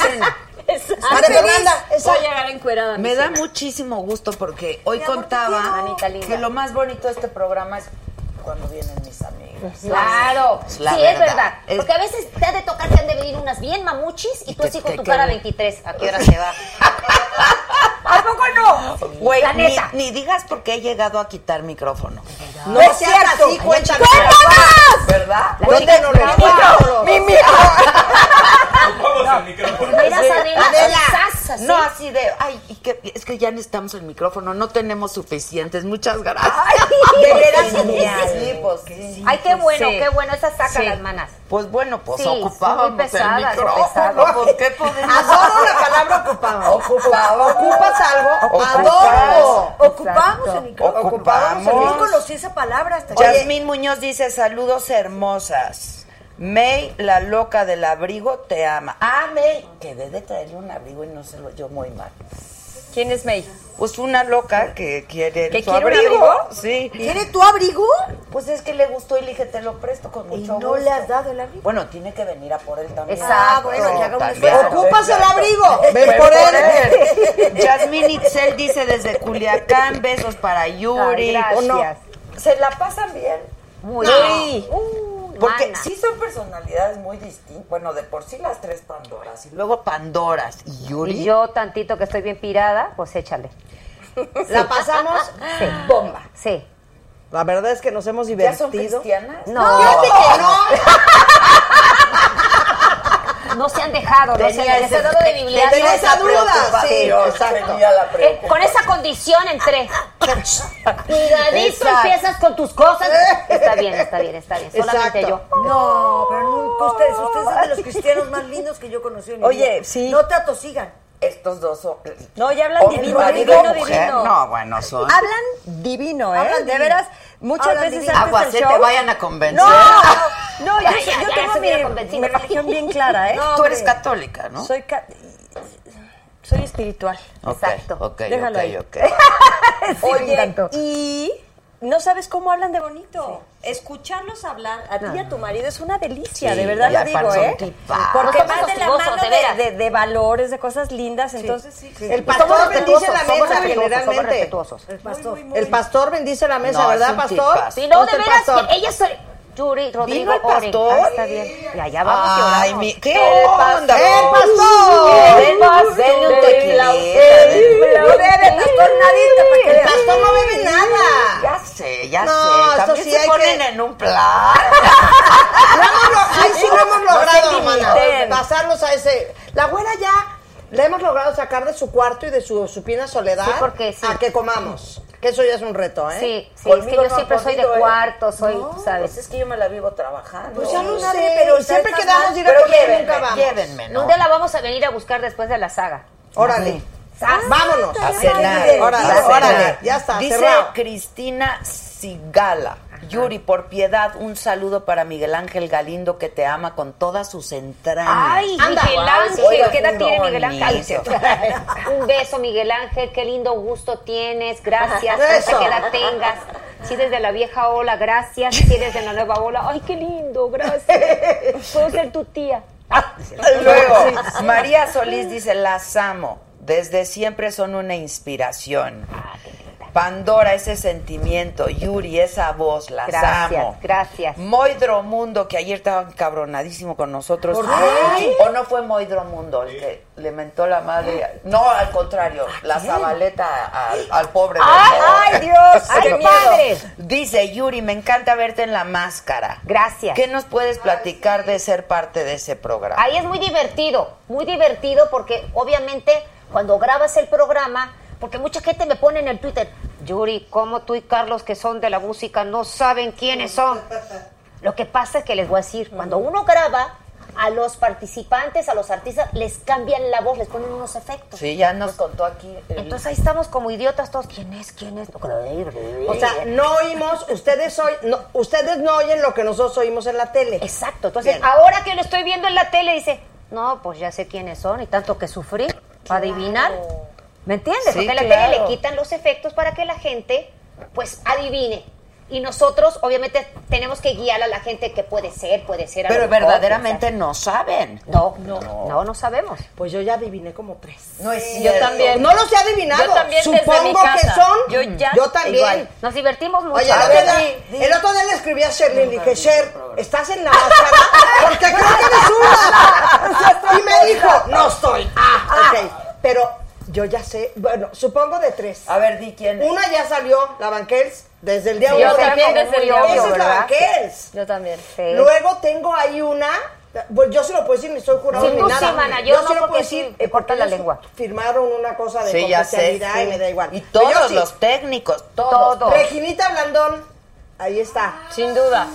Speaker 14: Ah,
Speaker 13: María Fernanda, esa-
Speaker 14: Voy a llegar encuerada.
Speaker 1: Me da muchísimo gusto porque hoy
Speaker 12: Mi amor, te quiero.
Speaker 1: contaba
Speaker 12: Manita
Speaker 1: que lo más bonito de este programa es cuando vienen mis amigas.
Speaker 11: Claro,
Speaker 1: Es
Speaker 11: sí,
Speaker 1: la
Speaker 11: es
Speaker 1: verdad.
Speaker 11: verdad.
Speaker 1: Es-
Speaker 11: Porque a veces te ha de tocar que han de venir unas bien mamuchis y tú
Speaker 1: que-
Speaker 11: así con
Speaker 1: que-
Speaker 11: tu
Speaker 1: que-
Speaker 11: cara 23. ¿A qué hora se va? ¿A poco no?
Speaker 1: Güey,
Speaker 11: la
Speaker 1: ni,
Speaker 11: neta.
Speaker 1: ni digas por qué he llegado a quitar micrófono.
Speaker 13: No es cierto. Así, cuéntame.
Speaker 1: ¿Verdad?
Speaker 13: ¿Dónde
Speaker 1: Güey,
Speaker 13: no lo
Speaker 1: claro.
Speaker 13: encuentro?
Speaker 1: Mi- mi-
Speaker 11: Mira,
Speaker 1: Sí.
Speaker 11: Adela,
Speaker 1: Adela.
Speaker 11: sas, así.
Speaker 1: No, así de, ay, y que- es que ya necesitamos el micrófono, no tenemos suficientes, muchas gracias.
Speaker 12: de veras genial.
Speaker 1: Sí, pues, sí.
Speaker 11: Ay, qué bueno,
Speaker 14: Sí.
Speaker 11: qué bueno. Esas sacan
Speaker 14: Sí.
Speaker 11: las manas.
Speaker 1: Pues bueno, pues
Speaker 11: Sí,
Speaker 1: ocupábamos
Speaker 11: muy pesadas,
Speaker 1: el micrófono,
Speaker 11: pesadas.
Speaker 1: pues qué podemos
Speaker 13: Adoro la palabra ocupaba.
Speaker 1: Ocupaba.
Speaker 13: ¿Ocupas algo?
Speaker 1: Ocupas.
Speaker 13: Adoro.
Speaker 12: Ocupamos el micrófono.
Speaker 1: Ocupamos.
Speaker 12: Yo conocí esa palabra hasta que-
Speaker 1: Yasmín Muñoz dice, saludos hermosas. May, la loca del abrigo, te ama. Ah, May, que de traerle un abrigo y no se lo yo muy mal.
Speaker 14: ¿Quién es May?
Speaker 1: Pues una loca que quiere
Speaker 14: ¿Que
Speaker 1: su
Speaker 14: quiere un
Speaker 1: abrigo.
Speaker 14: abrigo?
Speaker 1: Sí.
Speaker 12: ¿Quiere tu abrigo?
Speaker 1: Pues es que le gustó y le dije, te lo presto con
Speaker 12: Y
Speaker 1: mucho
Speaker 12: no
Speaker 1: gusto.
Speaker 12: le has dado el abrigo.
Speaker 1: Bueno, tiene que venir a por él también.
Speaker 11: Exacto. Ah,
Speaker 12: bueno, que haga un
Speaker 1: También.
Speaker 12: esfuerzo.
Speaker 13: Ocupas el abrigo.
Speaker 1: Ven
Speaker 13: Ven por él.
Speaker 1: Yasmín Itzel dice desde Culiacán, besos para Yuri.
Speaker 11: Ay, gracias.
Speaker 1: ¿O no? ¿Se la pasan bien?
Speaker 11: Muy
Speaker 1: No.
Speaker 11: bien.
Speaker 1: Uh, Porque sí son personalidades muy distintas. Bueno, de por sí las tres Pandoras. Y luego Pandoras y Yuri.
Speaker 11: Y yo tantito que estoy bien pirada, pues échale.
Speaker 13: La pasamos
Speaker 11: Sí.
Speaker 13: bomba.
Speaker 11: Sí.
Speaker 13: La verdad es que nos hemos divertido.
Speaker 11: son cristianas? No.
Speaker 13: Fíjate que no.
Speaker 11: No se han dejado, no se
Speaker 13: Tenía
Speaker 11: han les he
Speaker 13: ese-
Speaker 11: dado de Biblia.
Speaker 13: tenía esa duda, sí, exacto.
Speaker 1: tenía la
Speaker 11: Eh, con esa condición entré. Cuidadito
Speaker 12: Exacto.
Speaker 11: empiezas con tus cosas. Está bien, está bien, está bien. Solamente
Speaker 12: Exacto.
Speaker 11: yo.
Speaker 12: No, pero nunca ustedes. Ustedes son de los cristianos más lindos que yo conocí en mi
Speaker 1: Oye,
Speaker 12: vida.
Speaker 1: sí.
Speaker 12: No te atosigan.
Speaker 1: Estos dos son.
Speaker 14: No, ya hablan
Speaker 1: Hombre,
Speaker 14: divino,
Speaker 1: marido,
Speaker 14: divino,
Speaker 1: mujer.
Speaker 14: divino.
Speaker 1: No, bueno, son.
Speaker 14: Hablan divino, ¿eh?
Speaker 12: Hablan
Speaker 14: de
Speaker 12: divino.
Speaker 14: veras, muchas
Speaker 12: Hablan
Speaker 14: veces
Speaker 12: divino.
Speaker 14: antes del
Speaker 12: Aguacete,
Speaker 14: show-
Speaker 12: vayan a
Speaker 1: convencer.
Speaker 14: No, no,
Speaker 11: Ya,
Speaker 14: yo,
Speaker 11: ya,
Speaker 14: yo
Speaker 11: ya, ya se
Speaker 14: tengo
Speaker 11: hubiera
Speaker 14: mi,
Speaker 11: convencido.
Speaker 14: mi religión bien clara, ¿eh?
Speaker 1: Tú eres católica, ¿no?
Speaker 14: Soy, ca- soy espiritual.
Speaker 1: Ok, Ok,
Speaker 14: Déjalo
Speaker 1: ok,
Speaker 14: ahí.
Speaker 1: ok.
Speaker 14: Oye,
Speaker 12: encantó.
Speaker 14: y no sabes cómo hablan de bonito. Escucharlos hablar a ti y a tu marido es una delicia,
Speaker 1: Sí,
Speaker 14: de verdad
Speaker 1: y
Speaker 14: lo
Speaker 1: aparte
Speaker 14: digo,
Speaker 1: son
Speaker 14: ¿eh?
Speaker 1: tipazos.
Speaker 14: Porque
Speaker 11: Somos
Speaker 14: van de la
Speaker 11: hostigosos,
Speaker 14: mano
Speaker 11: de veras.
Speaker 14: de, de- de valores, de cosas lindas, entonces sí.
Speaker 13: El pastor bendice la
Speaker 11: somos
Speaker 13: mesa
Speaker 11: respetuosos, somos
Speaker 13: generalmente.
Speaker 11: respetuosos.
Speaker 12: El pastor.
Speaker 13: El pastor bendice la mesa,
Speaker 1: No, es
Speaker 13: ¿verdad,
Speaker 1: un
Speaker 13: pastor?
Speaker 1: tipazo.
Speaker 11: Si no, de
Speaker 13: Entonces, el
Speaker 11: veras,
Speaker 13: pastor-
Speaker 11: que ella soy. Yuri, Rodrigo,
Speaker 1: el
Speaker 11: Oren.
Speaker 1: pastor.
Speaker 11: Ah, está bien. Y allá vamos y oramos.
Speaker 1: Ay, mi, ¿qué onda?
Speaker 6: ¡Eh,
Speaker 13: ¡El pastor!
Speaker 1: Ven, denle un tequila.
Speaker 13: No bebe pastor nadita para que El pastor no bebe nada.
Speaker 1: Ya sé, ya
Speaker 13: No,
Speaker 1: sé.
Speaker 13: eso
Speaker 1: También
Speaker 13: sí
Speaker 1: se
Speaker 13: hay
Speaker 1: ponen
Speaker 13: que-
Speaker 1: en un plan.
Speaker 13: Lo hemos lo- Ahí sí lo hemos
Speaker 14: No se
Speaker 13: logrado, hermana.
Speaker 14: limiten.
Speaker 13: Pasarnos a ese. La güera ya la hemos logrado sacar de su cuarto y de su supina soledad
Speaker 11: Sí, porque sí.
Speaker 13: a que comamos. Que eso ya es un reto, ¿eh?
Speaker 11: Sí, sí, es
Speaker 1: Conmigo
Speaker 11: que yo
Speaker 1: no han
Speaker 11: siempre soy de
Speaker 1: podido, ¿eh?
Speaker 11: cuarto, soy,
Speaker 1: No, pues
Speaker 11: ¿sabes?
Speaker 1: es que yo me la vivo trabajando.
Speaker 13: Pues ya lo
Speaker 1: Nadie-
Speaker 13: sé, pero siempre
Speaker 1: estás
Speaker 13: quedamos
Speaker 1: mal.
Speaker 13: de ir a
Speaker 1: Pero
Speaker 13: comer,
Speaker 1: llévenme,
Speaker 13: nunca vamos.
Speaker 1: Llévenme, ¿no?
Speaker 11: ¿Dónde la vamos a venir a buscar después de la saga?
Speaker 13: Órale.
Speaker 1: Ah,
Speaker 13: Vámonos.
Speaker 1: A
Speaker 13: Órale,
Speaker 1: cenar. a cenar.
Speaker 13: Órale, ya está,
Speaker 1: Dice
Speaker 13: cerrado.
Speaker 1: Cristina Sigala. Yuri, por piedad, un saludo para Miguel Ángel Galindo que te ama con todas sus entrañas.
Speaker 11: Ay,
Speaker 13: Anda,
Speaker 11: Miguel
Speaker 13: guau,
Speaker 11: Ángel,
Speaker 1: oiga,
Speaker 11: ¿qué edad
Speaker 1: qué
Speaker 11: tiene Miguel Ángel?
Speaker 1: bonito.
Speaker 11: Un beso, Miguel Ángel, qué lindo gusto tienes, gracias, no
Speaker 13: Eso.
Speaker 11: sé qué edad tengas. Si eres de la vieja ola, gracias. Si eres de la nueva ola, ay, qué lindo, gracias. Puedo ser tu tía.
Speaker 1: Luego, María Solís dice, las amo. Desde siempre son una inspiración. Pandora, ese sentimiento. Yuri, esa voz, las
Speaker 11: Gracias,
Speaker 1: amo.
Speaker 11: gracias.
Speaker 1: Moidromundo, que ayer estaba encabronadísimo con nosotros.
Speaker 13: ¿Por qué?
Speaker 1: ¿O no fue Moidromundo el que le mentó la madre? No, al contrario, la zabaleta al, al pobre. del
Speaker 11: Ay,
Speaker 1: Moidro.
Speaker 11: ay, Dios,
Speaker 1: Qué
Speaker 11: ay,
Speaker 1: miedo.
Speaker 11: padre.
Speaker 1: Dice, Yuri, me encanta verte en la máscara.
Speaker 11: Gracias.
Speaker 1: ¿Qué nos puedes platicar de ser parte de ese programa?
Speaker 11: Ahí es muy divertido, muy divertido porque obviamente cuando grabas el programa, porque mucha gente me pone en el Twitter, Yuri, como tú y Carlos que son de la música no saben quiénes son? Lo que pasa es que les voy a decir, cuando uno graba, a los participantes, a los artistas, les cambian la voz, les ponen unos efectos.
Speaker 1: Sí, ya nos contó aquí. el-
Speaker 11: Entonces ahí estamos como idiotas todos, ¿quién es? ¿Quién es?
Speaker 13: O sea, no oímos, ustedes, hoy, no- ustedes no oyen lo que nosotros oímos en la tele.
Speaker 11: Exacto. Entonces,
Speaker 13: Bien.
Speaker 11: ahora que lo estoy viendo en la tele, dice, no, pues ya sé quiénes son y tanto que sufrí para adivinar. ¿Me entiendes?
Speaker 1: Sí,
Speaker 11: Porque en la
Speaker 1: claro.
Speaker 11: tele le quitan los efectos para que la gente, pues, adivine. Y nosotros, obviamente, tenemos que guiar a la gente que puede ser, puede ser. a lo
Speaker 1: Pero
Speaker 11: mejor,
Speaker 1: verdaderamente no saben.
Speaker 11: o sea, No, no, no, no sabemos.
Speaker 13: Pues yo ya adiviné como tres.
Speaker 1: No es
Speaker 14: Yo también.
Speaker 13: No los he adivinado.
Speaker 14: Yo también desde
Speaker 13: Supongo
Speaker 14: mi casa.
Speaker 13: que son.
Speaker 14: Yo ya-
Speaker 13: también.
Speaker 14: igual.
Speaker 11: Nos divertimos mucho.
Speaker 13: Oye, el
Speaker 11: A
Speaker 13: otro,
Speaker 11: ver,
Speaker 13: día, el otro día le escribí a Sherly y le dije, Sher, ¿estás en la máscara? Porque creo que eres una. Y me dijo, no estoy. Ah, ok. Pero yo ya sé, bueno, supongo de tres.
Speaker 1: A ver, di quién. es.
Speaker 13: Una ya salió, la Banquels, desde el día
Speaker 14: Yo
Speaker 13: uno. Era
Speaker 14: también
Speaker 13: como
Speaker 14: desde
Speaker 13: muy
Speaker 14: el día
Speaker 13: obvio,
Speaker 14: uno,
Speaker 13: Esa es la
Speaker 14: ¿verdad?
Speaker 13: Banquels.
Speaker 14: Yo también.
Speaker 11: Sí.
Speaker 13: Luego tengo ahí una. Pues yo se lo puedo decir, ni soy jurado
Speaker 11: Sí,
Speaker 13: ni
Speaker 11: tú
Speaker 13: nada.
Speaker 11: sí, mana,
Speaker 13: se
Speaker 11: yo no,
Speaker 13: lo puedo
Speaker 11: porque
Speaker 13: decir.
Speaker 11: sí, te cortan la
Speaker 13: ellos
Speaker 11: lengua.
Speaker 13: Firmaron una cosa de
Speaker 1: Sí, ya sé.
Speaker 13: confidencialidad y
Speaker 1: sí.
Speaker 13: me da igual.
Speaker 1: Y
Speaker 13: Pero yo
Speaker 1: todos
Speaker 13: sí.
Speaker 1: los técnicos, todos.
Speaker 11: Todos.
Speaker 13: Reginita Blandón, ahí está.
Speaker 14: Sin duda.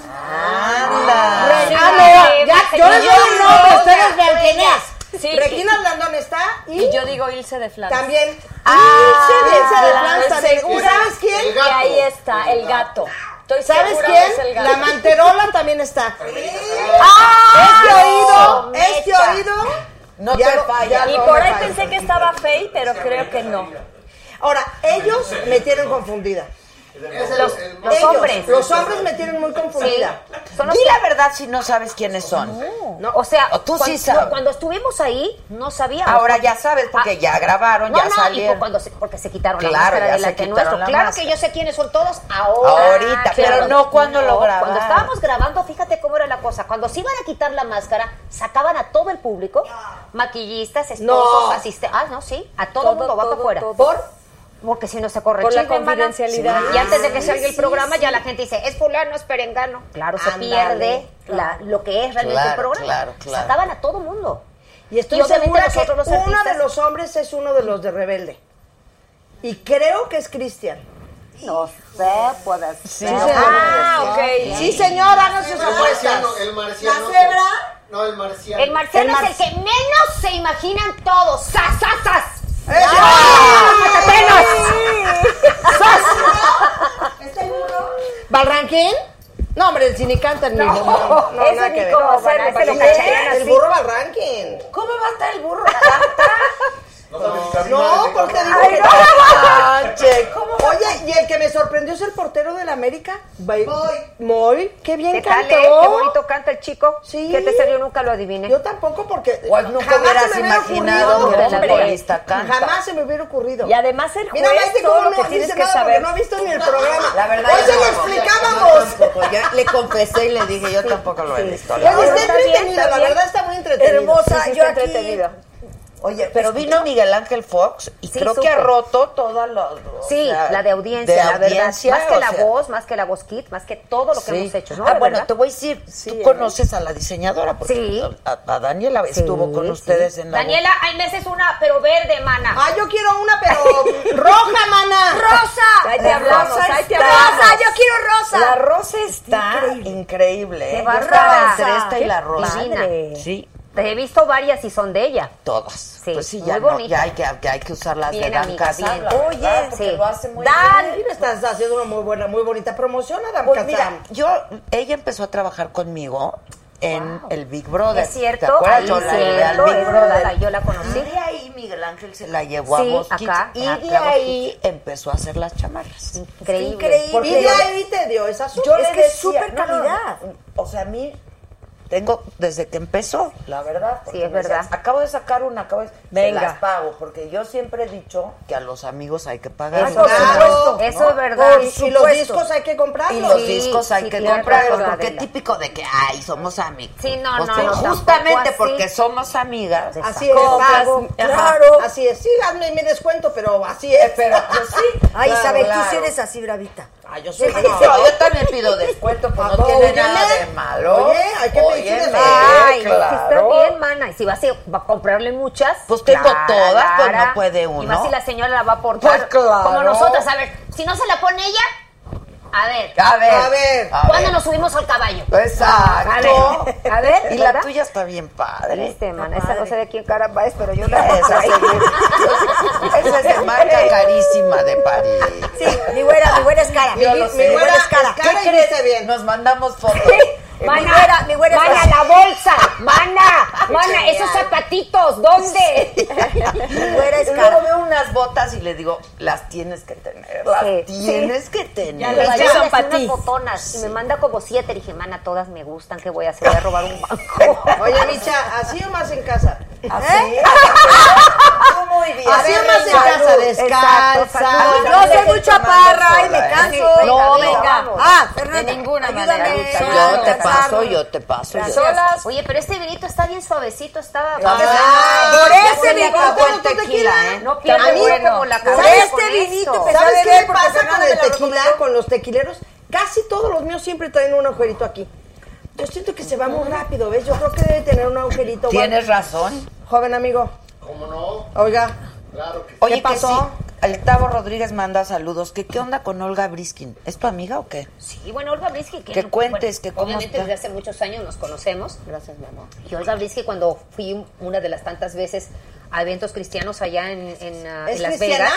Speaker 1: Anda.
Speaker 11: Sí,
Speaker 13: Ah,
Speaker 11: vale,
Speaker 13: no, ya,
Speaker 11: vale,
Speaker 13: yo les
Speaker 11: yo
Speaker 13: doy el nombre,
Speaker 11: no,
Speaker 13: ustedes
Speaker 11: ya,
Speaker 13: vean quién
Speaker 11: ya.
Speaker 13: es.
Speaker 14: Sí.
Speaker 13: Regina Blandón está y,
Speaker 14: Y yo digo Ilse de Flandes.
Speaker 13: también
Speaker 14: Ah,
Speaker 13: Ilse, Ilse de Flans
Speaker 14: claro,
Speaker 13: también.
Speaker 14: segura.
Speaker 13: ¿Y ¿Sabes quién?
Speaker 14: Y ahí está, el gato. Estoy
Speaker 13: ¿Sabes
Speaker 14: segura que es el
Speaker 13: quién?
Speaker 14: gato.
Speaker 13: La Manterola también está.
Speaker 14: ¡Ah!
Speaker 13: Este oído,
Speaker 14: Mecha.
Speaker 13: este oído.
Speaker 1: No
Speaker 13: Ya
Speaker 1: te
Speaker 13: lo-
Speaker 1: falla.
Speaker 13: ya
Speaker 14: Y
Speaker 13: no
Speaker 14: por
Speaker 13: me
Speaker 14: ahí
Speaker 13: falla.
Speaker 14: pensé que estaba Faye, pero creo que no.
Speaker 13: Ahora, ellos me tienen confundida. Es el-
Speaker 1: los,
Speaker 13: el-
Speaker 1: los
Speaker 13: ellos,
Speaker 1: hombres.
Speaker 13: los hombres me tienen muy confundida.
Speaker 1: Sí. Son los Di la verdad si no sabes quiénes son.
Speaker 11: O sea,
Speaker 1: O tú
Speaker 11: cuan-
Speaker 1: sí sabes.
Speaker 11: no, cuando estuvimos ahí, no sabíamos.
Speaker 1: Ahora
Speaker 11: Porque- Ah,
Speaker 1: ya sabes, porque ya grabaron,
Speaker 11: no,
Speaker 1: ya
Speaker 11: no, Y
Speaker 1: salieron.
Speaker 11: por cuando se- porque se quitaron
Speaker 1: Claro,
Speaker 11: la máscara
Speaker 1: ya se
Speaker 11: delante
Speaker 1: quitaron
Speaker 11: nuestro.
Speaker 1: la
Speaker 11: Claro
Speaker 1: máscara.
Speaker 11: que yo sé quiénes son todos ahora.
Speaker 1: Ahorita, pero no cuando lo grabaron.
Speaker 11: Cuando estábamos grabando, fíjate cómo era la cosa. Cuando se iban a quitar la máscara, sacaban a todo el público, maquillistas, esposos,
Speaker 12: No.
Speaker 11: asistentes. Ah, no, sí, a todo,
Speaker 12: Todo,
Speaker 11: el mundo va
Speaker 12: todo,
Speaker 11: para afuera.
Speaker 12: todo.
Speaker 11: ¿Por? Porque si no se corre
Speaker 12: Por la
Speaker 11: chisme, mana.
Speaker 12: confidencialidad.
Speaker 11: Y antes de que
Speaker 12: Sí,
Speaker 11: salga el
Speaker 12: sí,
Speaker 11: programa,
Speaker 12: sí.
Speaker 11: ya la gente dice, es fulano, es perengano. Claro, se
Speaker 12: Ándale,
Speaker 11: pierde la- lo que es realmente el
Speaker 12: Claro,
Speaker 11: programa.
Speaker 12: claro, claro.
Speaker 11: Sacaban a todo mundo.
Speaker 13: Y estoy
Speaker 11: Y obviamente
Speaker 13: segura que
Speaker 11: nosotros los
Speaker 13: uno de
Speaker 11: artistas-
Speaker 13: los hombres es uno de los de Rebelde. Y creo que es Cristian.
Speaker 11: No sé, puede ser.
Speaker 13: Ah, ok. Sí, señor, hagan sus
Speaker 2: El
Speaker 13: propuestas.
Speaker 2: marciano, el marciano.
Speaker 13: ¿La cebra?
Speaker 2: No, el marciano.
Speaker 11: El marciano
Speaker 2: mar-
Speaker 11: es el que menos se imaginan todos. ¡Sas, sas, sas!
Speaker 2: ¡Eso!
Speaker 11: ¡Ah, patatenos!
Speaker 6: Este
Speaker 13: ¿Barranquín? No, hombre, el cine canta el mismo.
Speaker 12: No, ese
Speaker 13: nada
Speaker 12: ni
Speaker 13: que ver.
Speaker 12: cómo hacerle,
Speaker 13: no,
Speaker 12: se lo
Speaker 13: no,
Speaker 12: cacharon
Speaker 13: El
Speaker 12: así.
Speaker 13: burro Barranquín.
Speaker 12: ¿Cómo va a estar el burro?
Speaker 13: No, porque digo
Speaker 12: Ay,
Speaker 13: que
Speaker 12: no.
Speaker 13: Ah, che, ¿cómo va? Oye, y el que me sorprendió es el portero del América. Boy. Moy, qué bien
Speaker 11: ¿Qué tal,
Speaker 13: cantó.
Speaker 11: eh? Qué bonito canta el chico.
Speaker 13: Sí.
Speaker 11: ¿Qué te salió? Nunca lo adiviné.
Speaker 13: Yo tampoco porque
Speaker 1: Pues nunca
Speaker 13: jamás
Speaker 1: hubieras
Speaker 13: se me hubiera
Speaker 1: imaginado
Speaker 13: ocurrido,
Speaker 1: que el
Speaker 13: hombre.
Speaker 1: futbolista canta.
Speaker 13: Jamás se me hubiera ocurrido.
Speaker 14: Y además el
Speaker 13: Mira,
Speaker 14: juez,
Speaker 13: Maite,
Speaker 14: todo lo
Speaker 13: cómo no
Speaker 14: que
Speaker 13: dice
Speaker 14: tienes que
Speaker 13: nada porque
Speaker 14: saber.
Speaker 13: No ha visto ni el programa.
Speaker 1: La verdad,
Speaker 13: Hoy
Speaker 1: yo
Speaker 13: se lo
Speaker 1: tampoco.
Speaker 13: explicábamos.
Speaker 1: Yo tampoco. Yo le confesé y le dije, yo tampoco lo he visto.
Speaker 13: Pues
Speaker 1: la verdad.
Speaker 13: está
Speaker 14: bien,
Speaker 13: entretenida,
Speaker 14: está
Speaker 13: la
Speaker 14: bien.
Speaker 13: verdad está muy entretenida.
Speaker 14: Hermosa,
Speaker 13: Sí, sí,
Speaker 14: yo
Speaker 13: está
Speaker 14: aquí-
Speaker 13: entretenida.
Speaker 1: Oye, pero vino Miguel Ángel Fox y
Speaker 11: Sí,
Speaker 1: creo
Speaker 11: supe.
Speaker 1: que ha roto todas las... o
Speaker 11: Sí,
Speaker 1: sea,
Speaker 11: la de audiencia,
Speaker 1: de
Speaker 11: la verdad.
Speaker 1: audiencia,
Speaker 11: más que
Speaker 1: o
Speaker 11: la
Speaker 1: sea,
Speaker 11: voz, más que la voz kit, más que todo lo que
Speaker 1: sí.
Speaker 11: hemos hecho, ¿no?
Speaker 1: Ah,
Speaker 11: La
Speaker 1: bueno,
Speaker 11: verdad.
Speaker 1: te voy a decir, tú conoces a la diseñadora, porque
Speaker 11: Sí.
Speaker 1: a, a Daniela estuvo con ustedes en la...
Speaker 11: Daniela, hay meses una, pero verde, mana.
Speaker 13: Ah, yo quiero una, pero roja, mana.
Speaker 11: ¡Rosa!
Speaker 14: Ahí te
Speaker 1: La
Speaker 14: hablamos,
Speaker 1: rosa
Speaker 14: ahí te
Speaker 1: está-
Speaker 14: hablamos.
Speaker 1: Rosa,
Speaker 11: yo quiero rosa.
Speaker 14: La rosa está
Speaker 1: Increíble, increíble
Speaker 11: ¡Qué
Speaker 1: ¿eh? Yo
Speaker 11: bárbara!
Speaker 1: estaba entre esta y la rosa.
Speaker 11: Divina.
Speaker 1: Sí,
Speaker 11: Te he visto varias y son de ella.
Speaker 1: todas.
Speaker 11: Sí,
Speaker 1: pues sí,
Speaker 11: muy
Speaker 1: ya, no,
Speaker 11: bonita.
Speaker 1: ya hay que, que hay que usar las
Speaker 11: Bien,
Speaker 1: de Dan
Speaker 11: amiga,
Speaker 1: Casabla,
Speaker 11: bien.
Speaker 1: ¿verdad?
Speaker 11: Oye,
Speaker 1: Porque
Speaker 11: sí.
Speaker 1: lo hace muy
Speaker 13: Dan,
Speaker 1: bien.
Speaker 13: estás haciendo una muy buena, muy bonita promoción, Adam
Speaker 1: Pues
Speaker 13: Kazan.
Speaker 1: mira, yo, ella empezó a trabajar conmigo en el Big Brother.
Speaker 11: Es cierto,
Speaker 1: ¿Te acuerdas?
Speaker 11: ahí
Speaker 1: yo la llevé al
Speaker 11: cierto,
Speaker 1: Big
Speaker 11: es
Speaker 1: Brother.
Speaker 11: verdad, yo la conocí.
Speaker 1: Y de ahí Miguel Ángel se la llevó
Speaker 11: Sí,
Speaker 1: a Voz Kids,
Speaker 11: acá,
Speaker 1: y
Speaker 11: a-
Speaker 1: de
Speaker 11: a Voz
Speaker 1: ahí empezó a hacer las chamarras.
Speaker 11: Increíble.
Speaker 13: Y de ahí te dio esa
Speaker 1: Yo
Speaker 13: Es
Speaker 1: le
Speaker 13: que
Speaker 1: decía,
Speaker 13: es súper
Speaker 1: no, no,
Speaker 13: calidad.
Speaker 1: O sea, a mí tengo desde que empezó, la verdad. porque
Speaker 11: Sí, es
Speaker 1: me decías,
Speaker 11: verdad.
Speaker 1: acabo de sacar una, acabo de...
Speaker 14: Venga.
Speaker 1: Se las pago, porque yo siempre he dicho que a los amigos hay que pagar.
Speaker 11: Eso,
Speaker 13: Ah, por supuesto.
Speaker 11: Eso es verdad.
Speaker 13: Y- y los discos hay que
Speaker 1: Y
Speaker 13: comprarlos.
Speaker 1: los
Speaker 11: Sí,
Speaker 1: discos hay
Speaker 11: sí,
Speaker 1: que
Speaker 11: tienes
Speaker 1: comprarlos,
Speaker 11: razón,
Speaker 1: porque es
Speaker 11: Adela.
Speaker 1: típico de que, ay, somos amigos.
Speaker 11: Sí, no,
Speaker 1: Pues
Speaker 11: no,
Speaker 1: sí,
Speaker 11: no, tampoco
Speaker 1: Justamente
Speaker 11: así.
Speaker 1: porque somos amigas.
Speaker 13: Así es,
Speaker 1: compras,
Speaker 13: pago,
Speaker 1: ajá. Eh,
Speaker 13: claro. Así es, sí, hazme mi descuento, pero así es. Pero,
Speaker 1: pues,
Speaker 13: sí.
Speaker 12: Ay,
Speaker 13: Claro,
Speaker 12: Isabel,
Speaker 13: claro.
Speaker 12: tú sí eres así bravita.
Speaker 13: Ay, yo
Speaker 1: Sí,
Speaker 13: soy
Speaker 1: sí, no, yo también pido descuento, pues
Speaker 12: Ah,
Speaker 1: no tiene
Speaker 13: Óyeme.
Speaker 1: nada de malo.
Speaker 13: Oye, hay que pedir
Speaker 1: Óyeme,
Speaker 13: descuento.
Speaker 11: Ay,
Speaker 1: ¿eh? claro.
Speaker 11: está bien, mana. Y si vas a, va a comprarle muchas.
Speaker 1: Pues tengo todas, pues no puede
Speaker 11: Y
Speaker 1: uno.
Speaker 11: más si la señora la va a aportar.
Speaker 1: Pues claro.
Speaker 11: Como nosotras, a ver, si no se la pone ella, a ver.
Speaker 1: A ver.
Speaker 13: A ver.
Speaker 1: a
Speaker 11: ¿Cuándo
Speaker 1: ver.
Speaker 11: nos subimos al caballo? A
Speaker 1: Exacto.
Speaker 11: ver, a ver,
Speaker 1: Y la
Speaker 11: ¿verdad?
Speaker 1: tuya está bien padre.
Speaker 11: Este, mana, esa no sé de quién cara va es, pero yo la
Speaker 1: Esa, sí, esa es de marca carísima de París.
Speaker 12: Sí, mi güera, mi güera es cara.
Speaker 1: Yo lo
Speaker 12: mi
Speaker 1: sé.
Speaker 12: güera es cara.
Speaker 1: ¿Qué crees? Bien. Nos mandamos fotos.
Speaker 12: Mi güera, mi güera es
Speaker 11: mana,
Speaker 12: cara.
Speaker 11: la bolsa, mana, mana, esos zapatitos, ¿dónde?
Speaker 12: Mi güera es
Speaker 1: Y
Speaker 12: cara.
Speaker 1: luego veo unas botas y le digo, las tienes que tener, las
Speaker 11: Sí.
Speaker 1: tienes que tener.
Speaker 11: Me
Speaker 1: Ya.
Speaker 11: llevan así unas botonas y me manda como siete. Dije, mana, todas me gustan, ¿qué voy a hacer? Voy a robar un banco.
Speaker 13: Oye, Micha, ¿así o más en casa?
Speaker 1: Así. ¿Eh? Ah, Muy bien.
Speaker 13: Así o más en casa, descalza.
Speaker 1: salud.
Speaker 12: Yo soy muy
Speaker 1: Estoy tomando
Speaker 12: chaparra y
Speaker 1: sola,
Speaker 12: me
Speaker 1: ¿eh?
Speaker 12: canso.
Speaker 11: No, venga.
Speaker 12: Ah, Fernanda.
Speaker 11: De ninguna
Speaker 12: ayúdame.
Speaker 11: manera, Lucha.
Speaker 1: Yo te
Speaker 12: Ayúdame.
Speaker 1: paso, yo te paso. yo te paso.
Speaker 11: Oye, pero este vinito está bien suavecito, estaba.
Speaker 1: Ah,
Speaker 12: Por
Speaker 1: ya
Speaker 12: ese
Speaker 1: se le
Speaker 12: vinito
Speaker 1: acabó el
Speaker 12: con tequila,
Speaker 1: tequila, ¿eh?
Speaker 11: No pierde
Speaker 13: Amigo,
Speaker 11: bueno. como la cabeza.
Speaker 13: ¿sabes
Speaker 11: con
Speaker 12: este vinito
Speaker 11: esto.
Speaker 12: empezó a
Speaker 13: ¿Sabes
Speaker 12: beber
Speaker 13: qué
Speaker 12: porque
Speaker 13: pasa
Speaker 12: Fernanda
Speaker 13: con
Speaker 12: me
Speaker 13: el
Speaker 12: la
Speaker 13: tequila,
Speaker 12: recomendó?
Speaker 13: con los tequileros? Casi todos los míos siempre traen un agujerito aquí. Yo siento que se va muy rápido, ¿ves? Yo creo que debe tener un agujerito.
Speaker 1: Tienes razón.
Speaker 13: Bueno, Joven amigo,
Speaker 2: ¿Cómo no?
Speaker 13: oiga,
Speaker 2: Claro que sí.
Speaker 1: Oye,
Speaker 13: ¿Qué pasó?
Speaker 1: Que sí, el Tavo Rodríguez manda saludos. ¿Qué, ¿Qué onda con Olga Briskin? ¿Es tu amiga o qué?
Speaker 11: Sí, bueno, Olga Brisky.
Speaker 1: Que cuentes, que cómo
Speaker 11: Obviamente
Speaker 1: está.
Speaker 11: desde hace muchos años nos conocemos.
Speaker 1: Gracias, mi amor.
Speaker 11: Y Olga Brisky, cuando fui un- una de las tantas veces a eventos cristianos allá en, en, ah,
Speaker 13: ¿Es
Speaker 11: en Las
Speaker 13: cristiana?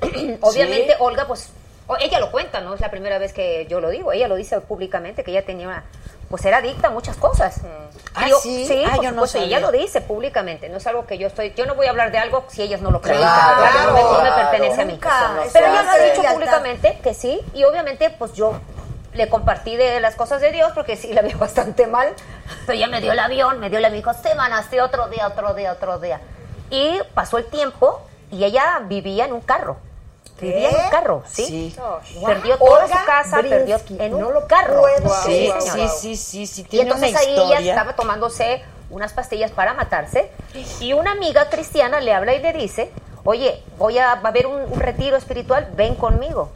Speaker 11: Vegas, obviamente Olga, pues, o- ella lo cuenta, ¿no? Es la primera vez que yo lo digo. Ella lo dice públicamente, que ella tenía una, pues era adicta a muchas cosas.
Speaker 12: Ah,
Speaker 11: Digo,
Speaker 12: ¿sí?
Speaker 11: Sí,
Speaker 12: Ah,
Speaker 11: por
Speaker 12: yo no
Speaker 11: supuesto, y ella
Speaker 12: sabía.
Speaker 11: lo dice públicamente, no es algo que yo estoy, yo no voy a hablar de algo si ellas no lo creen,
Speaker 12: Claro,
Speaker 11: porque no, me, no me
Speaker 12: claro.
Speaker 11: pertenece a mí.
Speaker 12: Nunca, eso no se
Speaker 11: Pero ella lo ha
Speaker 12: hace.
Speaker 11: dicho
Speaker 12: Lealtad.
Speaker 11: públicamente que sí, y obviamente pues yo le compartí de las cosas de Dios porque sí la vi bastante mal, pero ella me dio el avión, me dio la me dijo, semanaste otro día, otro día, otro día. Y pasó el tiempo y ella vivía en un carro. Vivía en un carro, ¿Eh? ¿sí? Perdió toda
Speaker 12: Olga
Speaker 11: su casa, perdió
Speaker 12: Brinsky,
Speaker 11: en un
Speaker 12: no lo
Speaker 11: carro.
Speaker 12: puedo
Speaker 11: Sí,
Speaker 12: creer.
Speaker 11: sí,
Speaker 12: Wow.
Speaker 11: sí, sí, sí,
Speaker 12: tiene
Speaker 11: Y entonces
Speaker 12: una
Speaker 11: ahí ella
Speaker 12: historia.
Speaker 11: estaba tomándose unas pastillas para matarse y una amiga cristiana le habla y le dice, oye, voy a, va a haber un, un retiro espiritual, ven conmigo.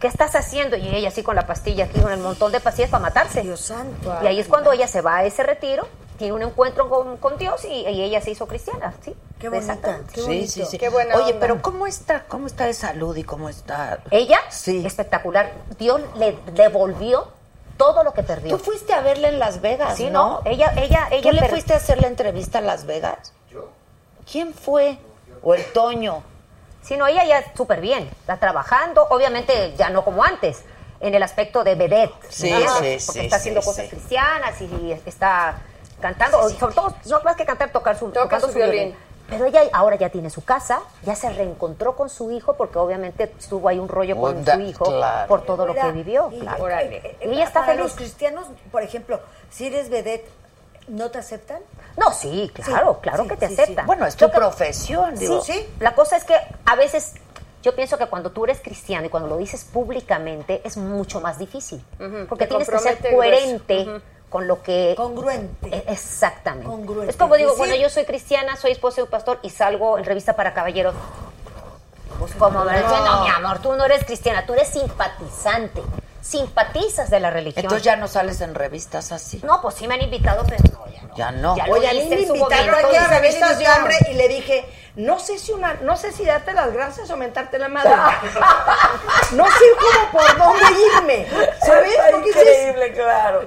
Speaker 11: ¿Qué estás haciendo? Y ella así con la pastilla aquí, con el montón de pastillas para matarse. Dios santo. Y ahí es cuando ella se va a ese retiro, tiene un encuentro con, con Dios y, y ella se hizo cristiana, ¿sí?
Speaker 12: Qué bonita,
Speaker 11: Exactamente.
Speaker 12: qué bonito.
Speaker 7: Qué buena Oye, pero ¿cómo está, ¿cómo está de salud y cómo está?
Speaker 11: Ella, espectacular. Dios le devolvió todo lo que perdió.
Speaker 12: Tú fuiste a verla en Las Vegas,
Speaker 11: Sí,
Speaker 12: ¿no?
Speaker 11: no, ella- ella- ella
Speaker 12: ¿Tú le
Speaker 11: per-
Speaker 12: fuiste a hacer la entrevista a Las Vegas? ¿Yo? ¿Quién fue? ¿O el Toño?
Speaker 11: sino ella ya súper bien, está trabajando, obviamente ya no como antes, en el aspecto de vedette,
Speaker 12: Sí,
Speaker 11: ¿no?
Speaker 12: sí,
Speaker 11: porque
Speaker 12: sí,
Speaker 11: está
Speaker 12: sí,
Speaker 11: haciendo
Speaker 12: sí.
Speaker 11: cosas cristianas y está cantando, sobre todo no más que cantar, tocar su, tocando
Speaker 14: su
Speaker 11: su violín.
Speaker 14: violín.
Speaker 11: Pero ella ahora ya tiene su casa, ya se reencontró con su hijo, porque obviamente tuvo ahí un rollo con
Speaker 7: Onda,
Speaker 11: su hijo
Speaker 7: claro.
Speaker 11: por todo lo
Speaker 12: Mira,
Speaker 11: que vivió.
Speaker 12: y-
Speaker 11: claro.
Speaker 12: eh, eh,
Speaker 11: Y ella está
Speaker 12: para
Speaker 11: feliz.
Speaker 12: los cristianos, por ejemplo, si eres vedette, ¿no te aceptan?
Speaker 11: No, sí, claro,
Speaker 12: Sí,
Speaker 11: claro
Speaker 12: sí,
Speaker 11: que te
Speaker 12: sí,
Speaker 11: aceptan.
Speaker 12: sí. Bueno, es
Speaker 11: Lo
Speaker 12: tu
Speaker 11: que-
Speaker 12: profesión, digo.
Speaker 11: Sí, sí. La cosa es que a veces yo pienso que cuando tú eres cristiano y cuando lo dices públicamente es mucho más difícil. Porque
Speaker 12: te
Speaker 11: tienes que ser
Speaker 12: compromete grueso.
Speaker 11: coherente
Speaker 12: Ujú.
Speaker 11: con lo que...
Speaker 12: Congruente.
Speaker 11: E- Exactamente.
Speaker 12: Congruente.
Speaker 11: Es como digo,
Speaker 12: Sí.
Speaker 11: bueno, yo soy cristiana, soy esposa de un pastor y salgo en revista para caballeros. Pues como me dicen, no, mi amor, tú no eres cristiana, tú eres simpatizante. Simpatizas de la religión.
Speaker 7: Entonces ya no sales en revistas así.
Speaker 11: No, pues sí me han invitado, pero no, ya no.
Speaker 7: Ya no.
Speaker 11: Ya lo
Speaker 13: Oye, a mí
Speaker 11: hice
Speaker 1: Este,
Speaker 13: me
Speaker 11: en su
Speaker 13: invitaron
Speaker 11: momento,
Speaker 13: aquí a
Speaker 11: ya me
Speaker 13: revistas de
Speaker 11: invitaron.
Speaker 13: hombre y le dije, no sé si una, no sé si darte las gracias o mentarte la madre. no sé cómo por dónde irme. ¿Sabes?
Speaker 1: Está
Speaker 13: Porque dices,
Speaker 1: Increíble, claro.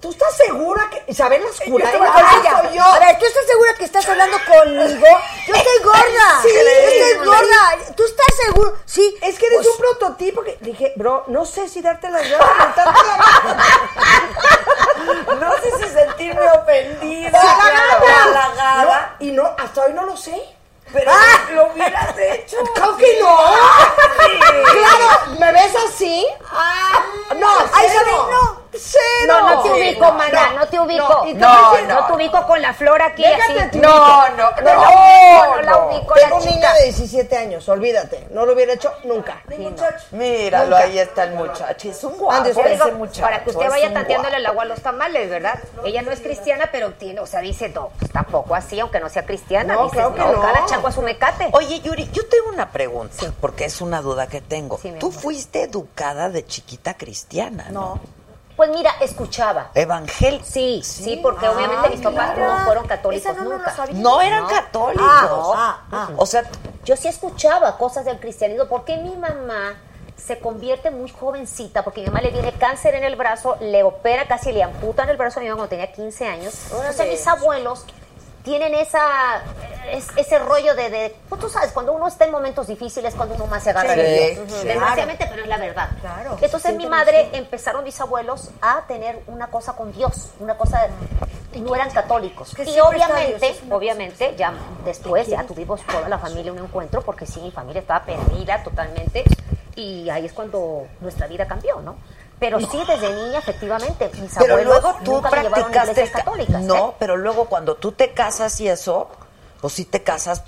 Speaker 13: ¿Tú estás segura que Isabel las
Speaker 12: Yo
Speaker 13: cura?
Speaker 12: estoy-
Speaker 11: Ah,
Speaker 12: Ahora, ya. A ver, ¿tú estás segura que estás hablando conmigo? Yo estoy gorda.
Speaker 13: Sí.
Speaker 12: yo estoy gorda. ¿Tú estás seguro? Sí. Pues
Speaker 13: Es que eres un prototipo que dije, bro, no sé si darte las gracias o mentarte la madre.
Speaker 1: No sé si sentirme ofendida,
Speaker 13: Halagada.
Speaker 1: claro, o halagada.
Speaker 13: No, y no, hasta hoy no lo sé.
Speaker 1: Pero lo hubieras hecho.
Speaker 13: Ah. Claro que no. Claro, ¿me ves así?
Speaker 12: Ah,
Speaker 13: No,
Speaker 12: Ay,
Speaker 13: cero.
Speaker 12: Isabel, no.
Speaker 13: Cero.
Speaker 11: No, no te ubico,
Speaker 13: no,
Speaker 11: maná,
Speaker 13: no,
Speaker 11: no, te ubico.
Speaker 13: no,
Speaker 11: No,
Speaker 13: y te voy a
Speaker 11: no,
Speaker 13: decir-
Speaker 11: te ubico con la flor aquí
Speaker 13: Déjate
Speaker 11: así.
Speaker 13: tu ubico.
Speaker 11: no,
Speaker 13: la
Speaker 11: no, no la
Speaker 13: no.
Speaker 11: ubico
Speaker 13: Tengo
Speaker 11: la
Speaker 13: un niño
Speaker 11: chica. Ah,
Speaker 13: de 17 años, olvídate. No lo hubiera hecho nunca.
Speaker 1: Míralo,
Speaker 13: Nunca.
Speaker 1: ahí está el muchacho. Es un guapo
Speaker 13: Ande usted,
Speaker 1: ese
Speaker 11: Digo,
Speaker 1: muchacho.
Speaker 11: para que usted
Speaker 1: es
Speaker 11: vaya
Speaker 1: un
Speaker 11: tanteándole
Speaker 1: guapo.
Speaker 11: el agua a los tamales, ¿verdad? Ella no es cristiana, pero tiene, o sea, dice, no, pues tampoco así, aunque no sea cristiana.
Speaker 13: No,
Speaker 11: dices,
Speaker 13: claro que no.
Speaker 11: cada chaco a su mecate.
Speaker 7: Oye, Yuri, yo tengo una pregunta, porque es una duda que tengo.
Speaker 11: Sí, mi
Speaker 7: Tú
Speaker 11: amor.
Speaker 7: fuiste educada de chiquita cristiana, ¿no?
Speaker 11: Pues mira, escuchaba.
Speaker 7: Evangélica.
Speaker 11: Sí, sí, porque obviamente mis papás no fueron católicos nunca.
Speaker 7: Ah. No eran católicos.
Speaker 11: Ah, ah, ah.
Speaker 7: O sea,
Speaker 11: Yo sí escuchaba cosas del cristianismo porque mi mamá se convierte muy jovencita porque mi mamá le tiene cáncer en el brazo, le opera casi le amputan el brazo a mi mamá cuando tenía 15 años. Entonces mis abuelos tienen esa es- ese rollo de, de- pues, tú sabes cuando uno está en momentos difíciles cuando uno más se agarra
Speaker 7: Sí,
Speaker 11: de Dios
Speaker 7: sí,
Speaker 11: Ujú.
Speaker 7: claro.
Speaker 11: desgraciadamente pero es la verdad
Speaker 12: Claro,
Speaker 11: entonces
Speaker 12: se
Speaker 11: mi
Speaker 12: siente
Speaker 11: madre empezaron mis abuelos a tener una cosa con Dios una cosa y no eran católicos
Speaker 12: Que
Speaker 11: y
Speaker 12: siempre está
Speaker 11: obviamente
Speaker 12: Dios, es una
Speaker 11: obviamente ya después ya tuvimos toda la familia un encuentro porque sí mi familia estaba perdida totalmente y ahí es cuando nuestra vida cambió no pero sí desde niña efectivamente mis
Speaker 7: pero
Speaker 11: abuelos
Speaker 7: luego tú
Speaker 11: nunca me llevaron a
Speaker 7: practicaste.
Speaker 11: iglesias católicas
Speaker 7: no,
Speaker 11: ¿eh?
Speaker 7: pero luego cuando tú te casas y eso, pues sí te casas.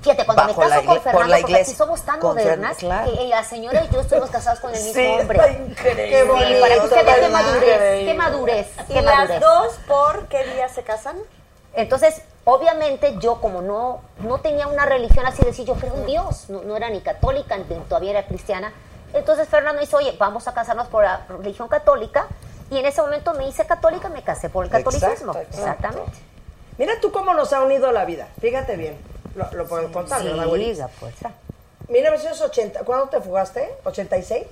Speaker 11: Fíjate, cuando
Speaker 7: Bajo
Speaker 11: me caso
Speaker 7: la
Speaker 11: con
Speaker 7: igle-
Speaker 11: Fernando,
Speaker 7: por la
Speaker 11: porque aquí
Speaker 7: iglesia.
Speaker 11: somos tan
Speaker 7: Con Fer-
Speaker 11: modernas,
Speaker 1: eh,
Speaker 11: eh,
Speaker 7: claro.
Speaker 11: que la señora y yo estuvimos casados con el mismo
Speaker 1: Sí,
Speaker 11: hombre.
Speaker 1: está increíble.
Speaker 11: Sí, para que usted vea qué
Speaker 1: Está
Speaker 11: madurez,
Speaker 1: increíble.
Speaker 11: qué madurez,
Speaker 14: ¿Y
Speaker 11: qué
Speaker 14: las
Speaker 11: madurez.
Speaker 14: dos por qué día se casan?
Speaker 11: Entonces, obviamente yo como no, no tenía una religión así de decir, yo creo en Dios, no, no era ni católica, ni todavía era cristiana. Entonces Fernando dice, oye, vamos a casarnos por la religión católica. Y en ese momento me hice católica, me casé por el
Speaker 7: Exacto,
Speaker 11: catolicismo.
Speaker 7: exacto.
Speaker 11: Exactamente.
Speaker 13: Mira tú cómo nos ha unido la vida. Fíjate bien. Lo, lo puedo contar, ¿verdad, güey?
Speaker 11: Sí, pues. la puerta.
Speaker 13: 1980, ¿cuándo te fugaste? ¿86?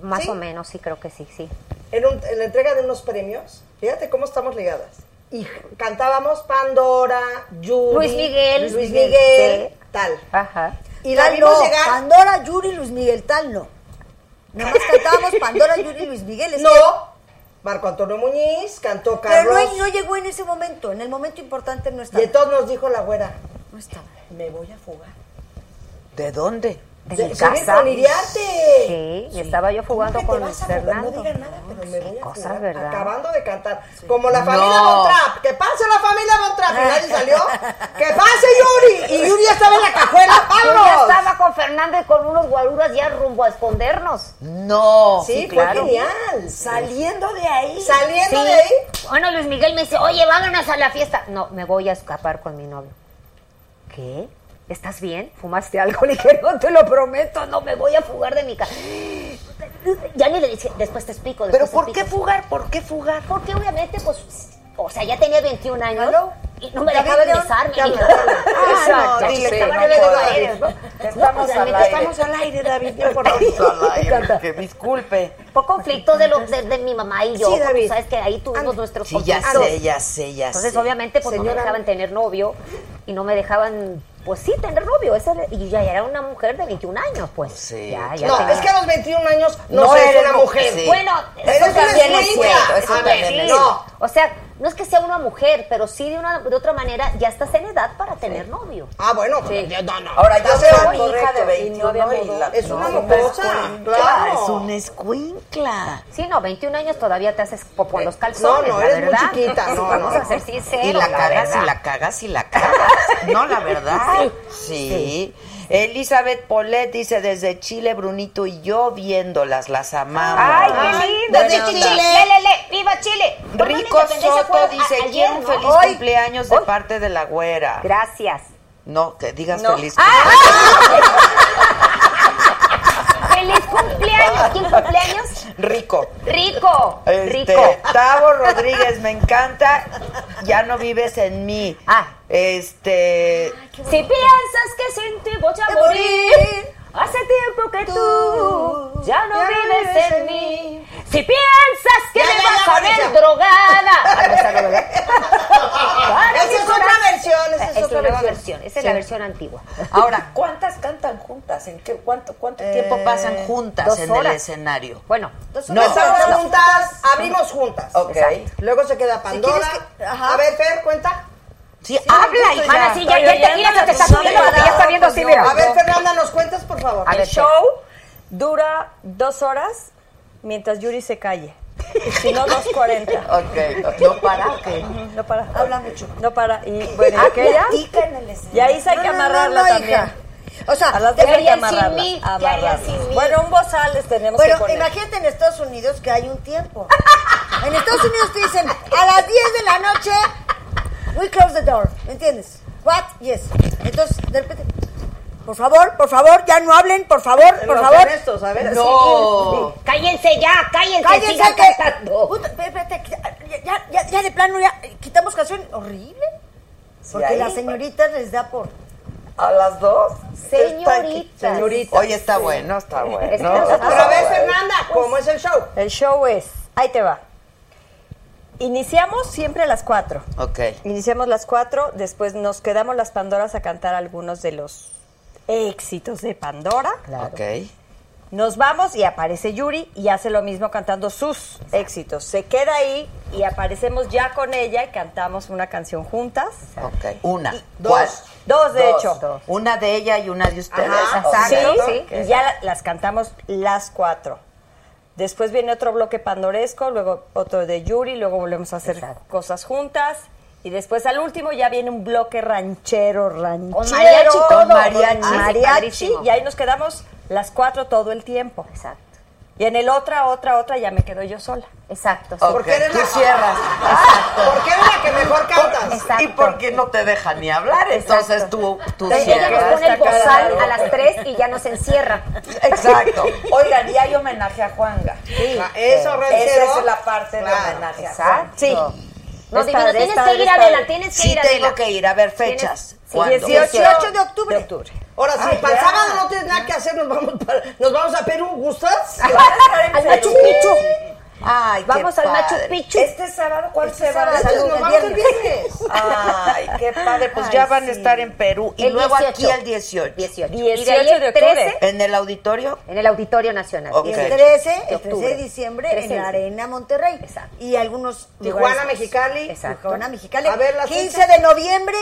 Speaker 11: Más
Speaker 13: Sí.
Speaker 11: o menos, sí, creo que sí, sí.
Speaker 13: En, un- en la entrega de unos premios. Fíjate cómo estamos ligadas. Y cantábamos Pandora, Yuri,
Speaker 11: Luis Miguel.
Speaker 13: Luis Miguel,
Speaker 11: Sí.
Speaker 13: tal.
Speaker 11: Ajá.
Speaker 13: Y la
Speaker 12: Tal
Speaker 13: vimos
Speaker 12: no,
Speaker 13: llegar.
Speaker 12: Pandora, Yuri, Luis Miguel, tal no. Nada más cantábamos Pandora, Yuri, Luis Miguel. es
Speaker 13: No, Marco Antonio Muñiz, cantó
Speaker 12: Pero
Speaker 13: Carlos.
Speaker 12: no, no llegó en ese momento, en el momento importante no estaba.
Speaker 13: y entonces nos dijo la güera,
Speaker 12: No estaba.
Speaker 13: me voy a fugar.
Speaker 1: ¿De dónde?
Speaker 12: De,
Speaker 13: Se-
Speaker 12: mi
Speaker 13: se viene
Speaker 12: casa.
Speaker 13: con Iriarte.
Speaker 11: Sí, y estaba yo jugando
Speaker 13: ¿Cómo que
Speaker 11: con
Speaker 13: te vas a fugar?
Speaker 11: Fernando.
Speaker 13: No digas nada, pero me voy a
Speaker 11: cosas,
Speaker 13: fugar.
Speaker 11: ¿verdad?
Speaker 13: Acabando de cantar. Como la familia
Speaker 11: No.
Speaker 13: Bontrap. ¡Que pase la familia Bontrap! Y nadie salió. ¡Que pase Yuri! Y Yuri ya estaba en la cajuela.
Speaker 11: Yo ya
Speaker 13: ¡Vámonos!
Speaker 11: estaba con Fernando y con unos guaruras ya rumbo a escondernos.
Speaker 1: No.
Speaker 13: Sí, fue genial.
Speaker 12: Saliendo de ahí.
Speaker 13: Saliendo
Speaker 11: Sí.
Speaker 13: de ahí.
Speaker 11: Bueno, Luis Miguel me dice, oye, vámonos a la fiesta. No, me voy a escapar con mi novio. ¿Qué? ¿Estás bien? ¿Fumaste algo? Le dije, no te lo prometo, no me voy a fugar de mi casa. Ya ni le dije, después te explico.
Speaker 1: ¿Pero
Speaker 11: después te
Speaker 1: por qué
Speaker 11: explico.
Speaker 1: fugar? ¿Por qué fugar?
Speaker 11: Porque obviamente, pues, o sea, ya tenía 21 años y no me
Speaker 12: David
Speaker 11: dejaban
Speaker 12: León,
Speaker 11: besarme. Ah,
Speaker 12: ya me-
Speaker 11: Exacto.
Speaker 1: no, dile que
Speaker 11: Estaban
Speaker 1: no
Speaker 11: en
Speaker 1: puedo.
Speaker 11: paredes, ¿no? No,
Speaker 1: Estamos
Speaker 11: pues,
Speaker 1: al
Speaker 11: realmente
Speaker 1: aire.
Speaker 11: estamos al aire, David, ya, por favor.
Speaker 1: Estamos al aire, Que disculpe.
Speaker 11: Por conflicto de, lo, de, de mi mamá y yo.
Speaker 13: Sí,
Speaker 11: porque
Speaker 13: David.
Speaker 11: Sabes que ahí tuvimos nuestros
Speaker 1: Sí, ya
Speaker 11: conflictos.
Speaker 1: sé, ya sé, ya
Speaker 11: ah, Entonces,
Speaker 1: sé.
Speaker 11: obviamente, pues no me
Speaker 13: Señora-
Speaker 11: dejaban tener novio y no me dejaban, pues sí, tener novio. Esa era- y yo ya era una mujer de 21 años, pues.
Speaker 1: Sí.
Speaker 11: Ya, ya
Speaker 13: No,
Speaker 11: tenía-
Speaker 13: es que a los 21 años no,
Speaker 1: No
Speaker 13: eres
Speaker 1: eres
Speaker 13: una
Speaker 1: mu-
Speaker 13: mujer.
Speaker 1: sí.
Speaker 11: Bueno,
Speaker 13: Eres
Speaker 11: eso
Speaker 13: una
Speaker 11: también es
Speaker 13: escuincla.
Speaker 11: cierto,
Speaker 1: eso
Speaker 13: A
Speaker 1: también
Speaker 13: ver,
Speaker 1: es-
Speaker 13: no.
Speaker 11: O sea, no es que sea una mujer, pero sí de una de otra manera ya estás en edad para tener novio.
Speaker 13: Ah, bueno. yo- No, no.
Speaker 1: Ahora, yo
Speaker 13: Ya
Speaker 1: soy
Speaker 13: se va,
Speaker 1: hija
Speaker 13: correcto.
Speaker 1: de 21
Speaker 13: Y no había
Speaker 1: y
Speaker 13: mudado.
Speaker 1: la-
Speaker 13: Es una
Speaker 1: no,
Speaker 13: mocosa.
Speaker 1: Ah,
Speaker 13: Claro.
Speaker 1: es una escuincla.
Speaker 11: Sí, no, 21 años todavía te haces popo en los
Speaker 13: Eh,
Speaker 11: calzones,
Speaker 13: no, no,
Speaker 11: la
Speaker 13: eres muy
Speaker 11: verdad.
Speaker 13: chiquita,
Speaker 11: Sí,
Speaker 13: no,
Speaker 11: vamos
Speaker 13: no.
Speaker 11: a ser sinceros,
Speaker 1: Y la cagas,
Speaker 11: verdad.
Speaker 1: y la cagas, y la cagas. No, la verdad. Sí. Elizabeth Polet dice, desde Chile, Brunito y yo viéndolas, las amamos.
Speaker 11: Ay, qué lindo.
Speaker 13: desde
Speaker 11: Chile.
Speaker 13: Chile.
Speaker 11: Le, le, le, viva Chile. Bueno, la
Speaker 1: Rico
Speaker 11: independencia fue
Speaker 1: Soto
Speaker 11: a-
Speaker 1: dice,
Speaker 11: ayer,
Speaker 1: quiero un
Speaker 11: ¿no?
Speaker 1: feliz
Speaker 11: Hoy.
Speaker 1: cumpleaños
Speaker 11: Hoy.
Speaker 1: de parte de la güera.
Speaker 11: Gracias. Ah.
Speaker 1: No, que digas
Speaker 14: No.
Speaker 1: feliz
Speaker 11: Feliz cumpleaños, ¿quién cumpleaños?
Speaker 1: cumpleaños. Rico.
Speaker 11: Rico,
Speaker 1: Este,
Speaker 11: rico.
Speaker 1: Tavo Rodríguez, me encanta. Ya no vives en mí.
Speaker 11: Ah.
Speaker 1: Este.
Speaker 11: Si piensas que sin ti voy a morir, hace tiempo que tú ya no vives en mí. Si piensas que
Speaker 13: Ya,
Speaker 11: me
Speaker 13: ya,
Speaker 11: vas
Speaker 13: ya,
Speaker 11: a ver
Speaker 13: Mauricio.
Speaker 11: drogada. Ah, no, esa no, ¿verdad? Para
Speaker 13: Esa
Speaker 11: mi
Speaker 13: es otra
Speaker 11: corazón.
Speaker 13: versión, esa es
Speaker 11: la
Speaker 13: otra
Speaker 11: nueva
Speaker 13: versión.
Speaker 11: Esa es
Speaker 13: Sí.
Speaker 11: la versión antigua.
Speaker 1: Ahora, ¿cuántas cantan juntas? ¿En qué, cuánto, cuánto
Speaker 13: Eh,
Speaker 1: tiempo pasan juntas
Speaker 11: dos
Speaker 1: en
Speaker 11: horas.
Speaker 1: el escenario?
Speaker 11: Bueno,
Speaker 13: No, estamos
Speaker 1: no.
Speaker 13: juntas, abrimos juntas.
Speaker 1: Ok.
Speaker 13: Exacto. Luego se queda Pandora.
Speaker 12: quieres que- ajá.
Speaker 13: A ver, Fer, cuenta.
Speaker 1: Sí, habla y
Speaker 11: Mana, sí, ya,
Speaker 14: estoy
Speaker 11: ya te
Speaker 14: oyendo
Speaker 11: mira, se te
Speaker 14: tu
Speaker 11: está subiendo lo que ya está viendo así, mira.
Speaker 13: A ver, Fernanda, ¿nos cuentas, por favor?
Speaker 11: A
Speaker 14: El
Speaker 11: ver,
Speaker 14: show dura dos horas mientras Yuri se calle. Si no, 2.40.
Speaker 1: Ok, no para. ok.
Speaker 14: No para.
Speaker 12: Habla mucho.
Speaker 14: No para. Y bueno,
Speaker 12: Ah,
Speaker 14: aquella.
Speaker 12: platica en el escenario.
Speaker 14: Y ahí sí hay que
Speaker 12: No, no, no,
Speaker 14: amarrarla
Speaker 12: no,
Speaker 14: también.
Speaker 12: hija. O sea,
Speaker 14: A las dos hay
Speaker 11: ¿Qué
Speaker 14: que
Speaker 11: harías sin
Speaker 14: amarrarla.
Speaker 11: mí? ¿Qué harías
Speaker 14: amarrarla.
Speaker 11: sin mí?
Speaker 14: Bueno, un bozal les tenemos
Speaker 12: Bueno,
Speaker 14: que poner.
Speaker 12: imagínate en Estados Unidos que hay un tiempo. En Estados Unidos te dicen, a las 10 de la noche, we close the door. ¿Me entiendes? What? Yes. Entonces, de repente, por favor, por favor, ya no hablen, por favor, por
Speaker 13: Los
Speaker 12: favor.
Speaker 13: honestos, a ver.
Speaker 1: No.
Speaker 11: Cállense ya, cállense,
Speaker 12: Cállense
Speaker 11: sigan
Speaker 12: que...
Speaker 11: cantando.
Speaker 12: Puta, espérate, ya- ya, ya, ya de plano, ya eh, quitamos canción. Horrible. Porque
Speaker 1: ahí-
Speaker 12: las señoritas les da por...
Speaker 1: ¿A las dos?
Speaker 11: Señoritas.
Speaker 1: Señoritas. Oye, está bueno, está bueno.
Speaker 11: Es que nos ha
Speaker 13: Pero a ver, Fernanda, ¿cómo
Speaker 1: Pues
Speaker 13: es el show?
Speaker 14: El show es. Ahí te va. Iniciamos siempre a las 4.
Speaker 1: Ok.
Speaker 14: Iniciamos las cuatro, después nos quedamos las Pandoras a cantar algunos de los éxitos de Pandora.
Speaker 1: Ok.
Speaker 14: Nos vamos y aparece Yuri y hace lo mismo cantando sus éxitos. Se queda ahí y aparecemos ya con ella y cantamos una canción juntas.
Speaker 1: Ok. Una.
Speaker 14: Dos.
Speaker 1: ¿Cuál?
Speaker 14: Dos, de hecho. Dos.
Speaker 1: Una de ella y una de ustedes.
Speaker 14: Exacto.
Speaker 1: Ok.
Speaker 14: Sí,
Speaker 1: Ok.
Speaker 14: Y ya la- las cantamos las cuatro. Después viene otro bloque pandoresco, luego otro de Yuri, luego volvemos a hacer cosas juntas. Y después al último ya viene un bloque ranchero, ranchero.
Speaker 11: mariachi todo.
Speaker 14: Con mariachi.
Speaker 11: Ah, sí,
Speaker 14: mariachi.
Speaker 11: padrísimo.
Speaker 14: Y ahí nos quedamos las cuatro todo el tiempo.
Speaker 11: Exacto,
Speaker 14: Y en el otra, otra, otra ya me quedo yo sola.
Speaker 11: exacto. sí.
Speaker 1: Ok,
Speaker 13: Porque eres
Speaker 1: tú
Speaker 13: la-
Speaker 1: cierras.
Speaker 11: Ah,
Speaker 13: Porque eres la que mejor cantas.
Speaker 11: Exacto.
Speaker 1: Y porque no te deja ni hablar, entonces tú, tú
Speaker 11: Entonces, ella nos
Speaker 1: cierras.
Speaker 11: pone el
Speaker 14: Está
Speaker 11: bozal
Speaker 14: cagado.
Speaker 11: a las 3 y ya nos encierra.
Speaker 1: Exacto. Oigan, y hay homenaje a Juanga.
Speaker 13: Ah, Eso, ranchero.
Speaker 1: Esa es la parte de
Speaker 13: Claro,
Speaker 1: homenaje a Juanga.
Speaker 11: Exacto.
Speaker 14: Sí.
Speaker 11: No,
Speaker 14: Es
Speaker 11: divino,
Speaker 14: padre, es
Speaker 11: tienes
Speaker 14: padre,
Speaker 11: que ir
Speaker 14: es
Speaker 11: a
Speaker 14: padre.
Speaker 11: verla, tienes que
Speaker 1: Sí,
Speaker 11: ir a
Speaker 1: tengo
Speaker 11: verla.
Speaker 1: que ir a ver
Speaker 11: Tienes-
Speaker 1: fechas.
Speaker 11: sí.
Speaker 1: ¿Cuándo?
Speaker 12: Pues
Speaker 13: 18 de octubre.
Speaker 14: De octubre.
Speaker 13: Ahora, si
Speaker 1: Ay,
Speaker 13: para el
Speaker 1: ya.
Speaker 13: sábado no tienes nada que hacer, nos vamos, para- nos vamos a Perú, ¿gustas?
Speaker 14: Al
Speaker 13: Machu Picchu.
Speaker 1: Ay, qué
Speaker 11: Vamos al Machu
Speaker 1: padre.
Speaker 11: Picchu.
Speaker 1: Este
Speaker 14: sábado, ¿cuál
Speaker 1: se va? Salud, el viernes. Ay, qué padre. Pues ya van a estar en Perú. Y
Speaker 11: El
Speaker 1: luego aquí
Speaker 11: 18.
Speaker 1: al 18.
Speaker 11: 18. Y de ahí el 13
Speaker 1: ¿En el auditorio?
Speaker 11: en el Auditorio Nacional.
Speaker 1: Ok.
Speaker 12: Y el 13, el 13
Speaker 11: octubre.
Speaker 12: de diciembre
Speaker 11: 13 de
Speaker 12: en la
Speaker 11: diciembre.
Speaker 12: Arena Monterrey. Y algunos
Speaker 13: Tijuana,
Speaker 12: lugares más.
Speaker 13: Mexicali.
Speaker 12: Exacto. Tijuana, Mexicali.
Speaker 13: A ver, la
Speaker 12: 15
Speaker 13: fecha.
Speaker 12: de noviembre,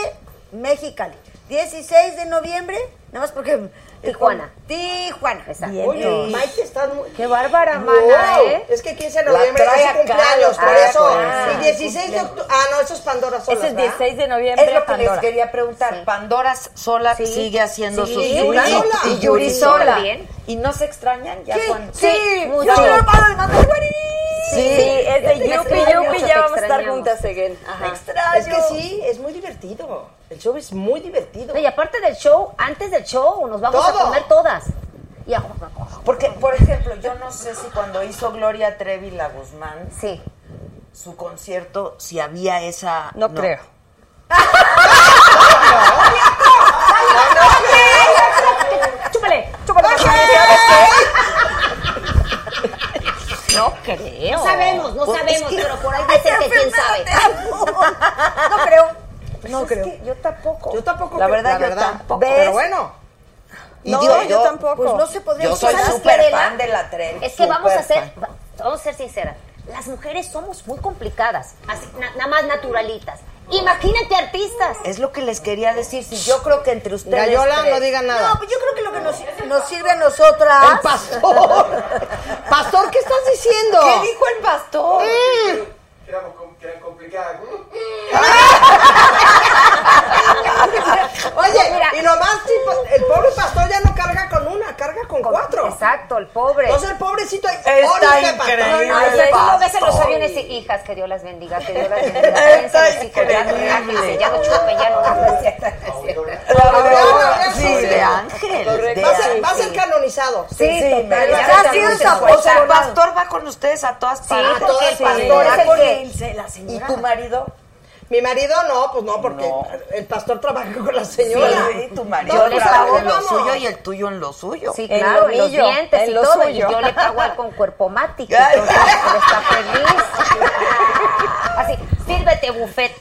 Speaker 12: Mexicali. 16 de noviembre, nada más porque...
Speaker 11: Tijuana.
Speaker 12: Tijuana. Exacto.
Speaker 13: Oye, Maite, estás muy...
Speaker 11: Qué bárbara, mana, ¿eh?
Speaker 13: Es que 15 de noviembre
Speaker 1: trae
Speaker 13: es su
Speaker 1: acá,
Speaker 13: cumpleaños,
Speaker 1: la
Speaker 13: por
Speaker 1: trae
Speaker 13: eso.
Speaker 1: acá.
Speaker 13: Y 16 de octubre... Ah, no, eso es Pandora Solas,
Speaker 14: Ese es
Speaker 13: ¿verdad?
Speaker 14: 16 de noviembre.
Speaker 1: Es lo que les
Speaker 14: Pandora.
Speaker 1: quería preguntar. Pandora sola
Speaker 11: Sí.
Speaker 1: sigue haciendo
Speaker 11: Sí.
Speaker 1: sus
Speaker 11: Y
Speaker 1: giras.
Speaker 13: Yuri sola.
Speaker 1: Y Yuri sola.
Speaker 11: También.
Speaker 1: Y no se extrañan ya cuando...
Speaker 12: Sí, yo
Speaker 11: mucho.
Speaker 12: quiero para el mando de Guarín.
Speaker 14: Sí, es
Speaker 11: Ya te
Speaker 14: de Yupi,
Speaker 11: extraño
Speaker 14: Yupi,
Speaker 11: mucho,
Speaker 14: ya
Speaker 11: te
Speaker 14: vamos a estar
Speaker 11: extrañamos.
Speaker 14: juntas again. Ajá.
Speaker 13: Es que sí, es muy divertido. El show es muy divertido.
Speaker 11: No, y aparte del show, antes del show, nos vamos
Speaker 13: Todo.
Speaker 11: a comer todas. Y a-
Speaker 1: Porque, por ejemplo, yo no sé si cuando hizo Gloria Trevi la Guzmán,
Speaker 11: Sí.
Speaker 1: su concierto, si había esa...
Speaker 14: No creo.
Speaker 11: Chúpale, chúpale. No creo. No sabemos, no sabemos, pero por ahí dicen que quién sabe.
Speaker 12: No creo.
Speaker 13: No creo.
Speaker 1: Yo tampoco.
Speaker 13: Yo tampoco
Speaker 1: La
Speaker 13: creo,
Speaker 1: verdad, yo tampoco.
Speaker 13: ¿Ves?
Speaker 1: Pero
Speaker 13: Pero
Speaker 1: bueno,
Speaker 13: bueno,
Speaker 1: y
Speaker 14: No,
Speaker 1: digo,
Speaker 14: yo tampoco.
Speaker 12: Pues no se podría
Speaker 1: Yo soy
Speaker 12: ¿Sabes qué,
Speaker 1: súper
Speaker 12: Adela?
Speaker 1: fan de la Trevi.
Speaker 11: Es que vamos a
Speaker 1: súper
Speaker 11: ser,
Speaker 1: fan.
Speaker 11: vamos a ser sinceras, las mujeres somos muy complicadas, así, na- nada más naturalitas. Imagínate artistas.
Speaker 1: Es lo que les quería decir. Si yo creo que entre ustedes.
Speaker 13: Gallola,
Speaker 1: tres-
Speaker 13: no diga nada.
Speaker 12: No, pues yo creo que lo que nos, nos sirve a nosotras...
Speaker 13: El pastor. pastor, ¿qué estás diciendo?
Speaker 1: ¿Qué dijo el pastor?
Speaker 3: Que era com- que era complicada.
Speaker 13: Oye,
Speaker 11: Mira.
Speaker 13: y nomás tipo, el pobre pastor ya no carga con una, carga con, cuatro.
Speaker 11: Exacto, el pobre.
Speaker 13: Entonces el pobrecito ahí,
Speaker 1: Está
Speaker 13: ahorita, pastor.
Speaker 1: increíble.
Speaker 11: Ay,
Speaker 1: Ay,
Speaker 11: pero tú lo ves en los
Speaker 1: pastor.
Speaker 11: aviones y hijas, que Dios las bendiga, que Dios las bendiga. Quédense los hijos, ya no relájense, ya no chupen, ya no. no, es cierto, no es cierto.
Speaker 13: Aurora,
Speaker 1: Sí, de Ángel. de
Speaker 13: Va a ser,
Speaker 1: Ángel.
Speaker 13: va a ser canonizado.
Speaker 11: Sí, total,
Speaker 12: ya
Speaker 11: ya
Speaker 12: está
Speaker 11: está
Speaker 12: haciendo
Speaker 11: mucho
Speaker 12: esa
Speaker 11: esfuerzo.
Speaker 1: O sea, el pastor va con ustedes a todas partes.
Speaker 11: porque el pastor
Speaker 13: sí.
Speaker 11: es el que...
Speaker 12: la
Speaker 1: ¿Y
Speaker 12: señora.
Speaker 1: tu marido?
Speaker 13: Ah. Mi marido no, pues no, porque
Speaker 1: No.
Speaker 13: el pastor trabaja con la señora.
Speaker 1: Sí, tu marido
Speaker 13: No,
Speaker 1: le
Speaker 13: pues,
Speaker 1: pago
Speaker 13: ahora
Speaker 1: en lo
Speaker 13: vamos.
Speaker 1: suyo y el tuyo en lo suyo.
Speaker 11: Sí,
Speaker 14: El
Speaker 11: claro, y los
Speaker 14: lonillo,
Speaker 11: dientes
Speaker 14: en
Speaker 11: y
Speaker 14: lo
Speaker 11: todo.
Speaker 14: suyo.
Speaker 11: Y yo le pago al con cuerpo mático. Entonces, él está feliz. Así, sírvete buffet.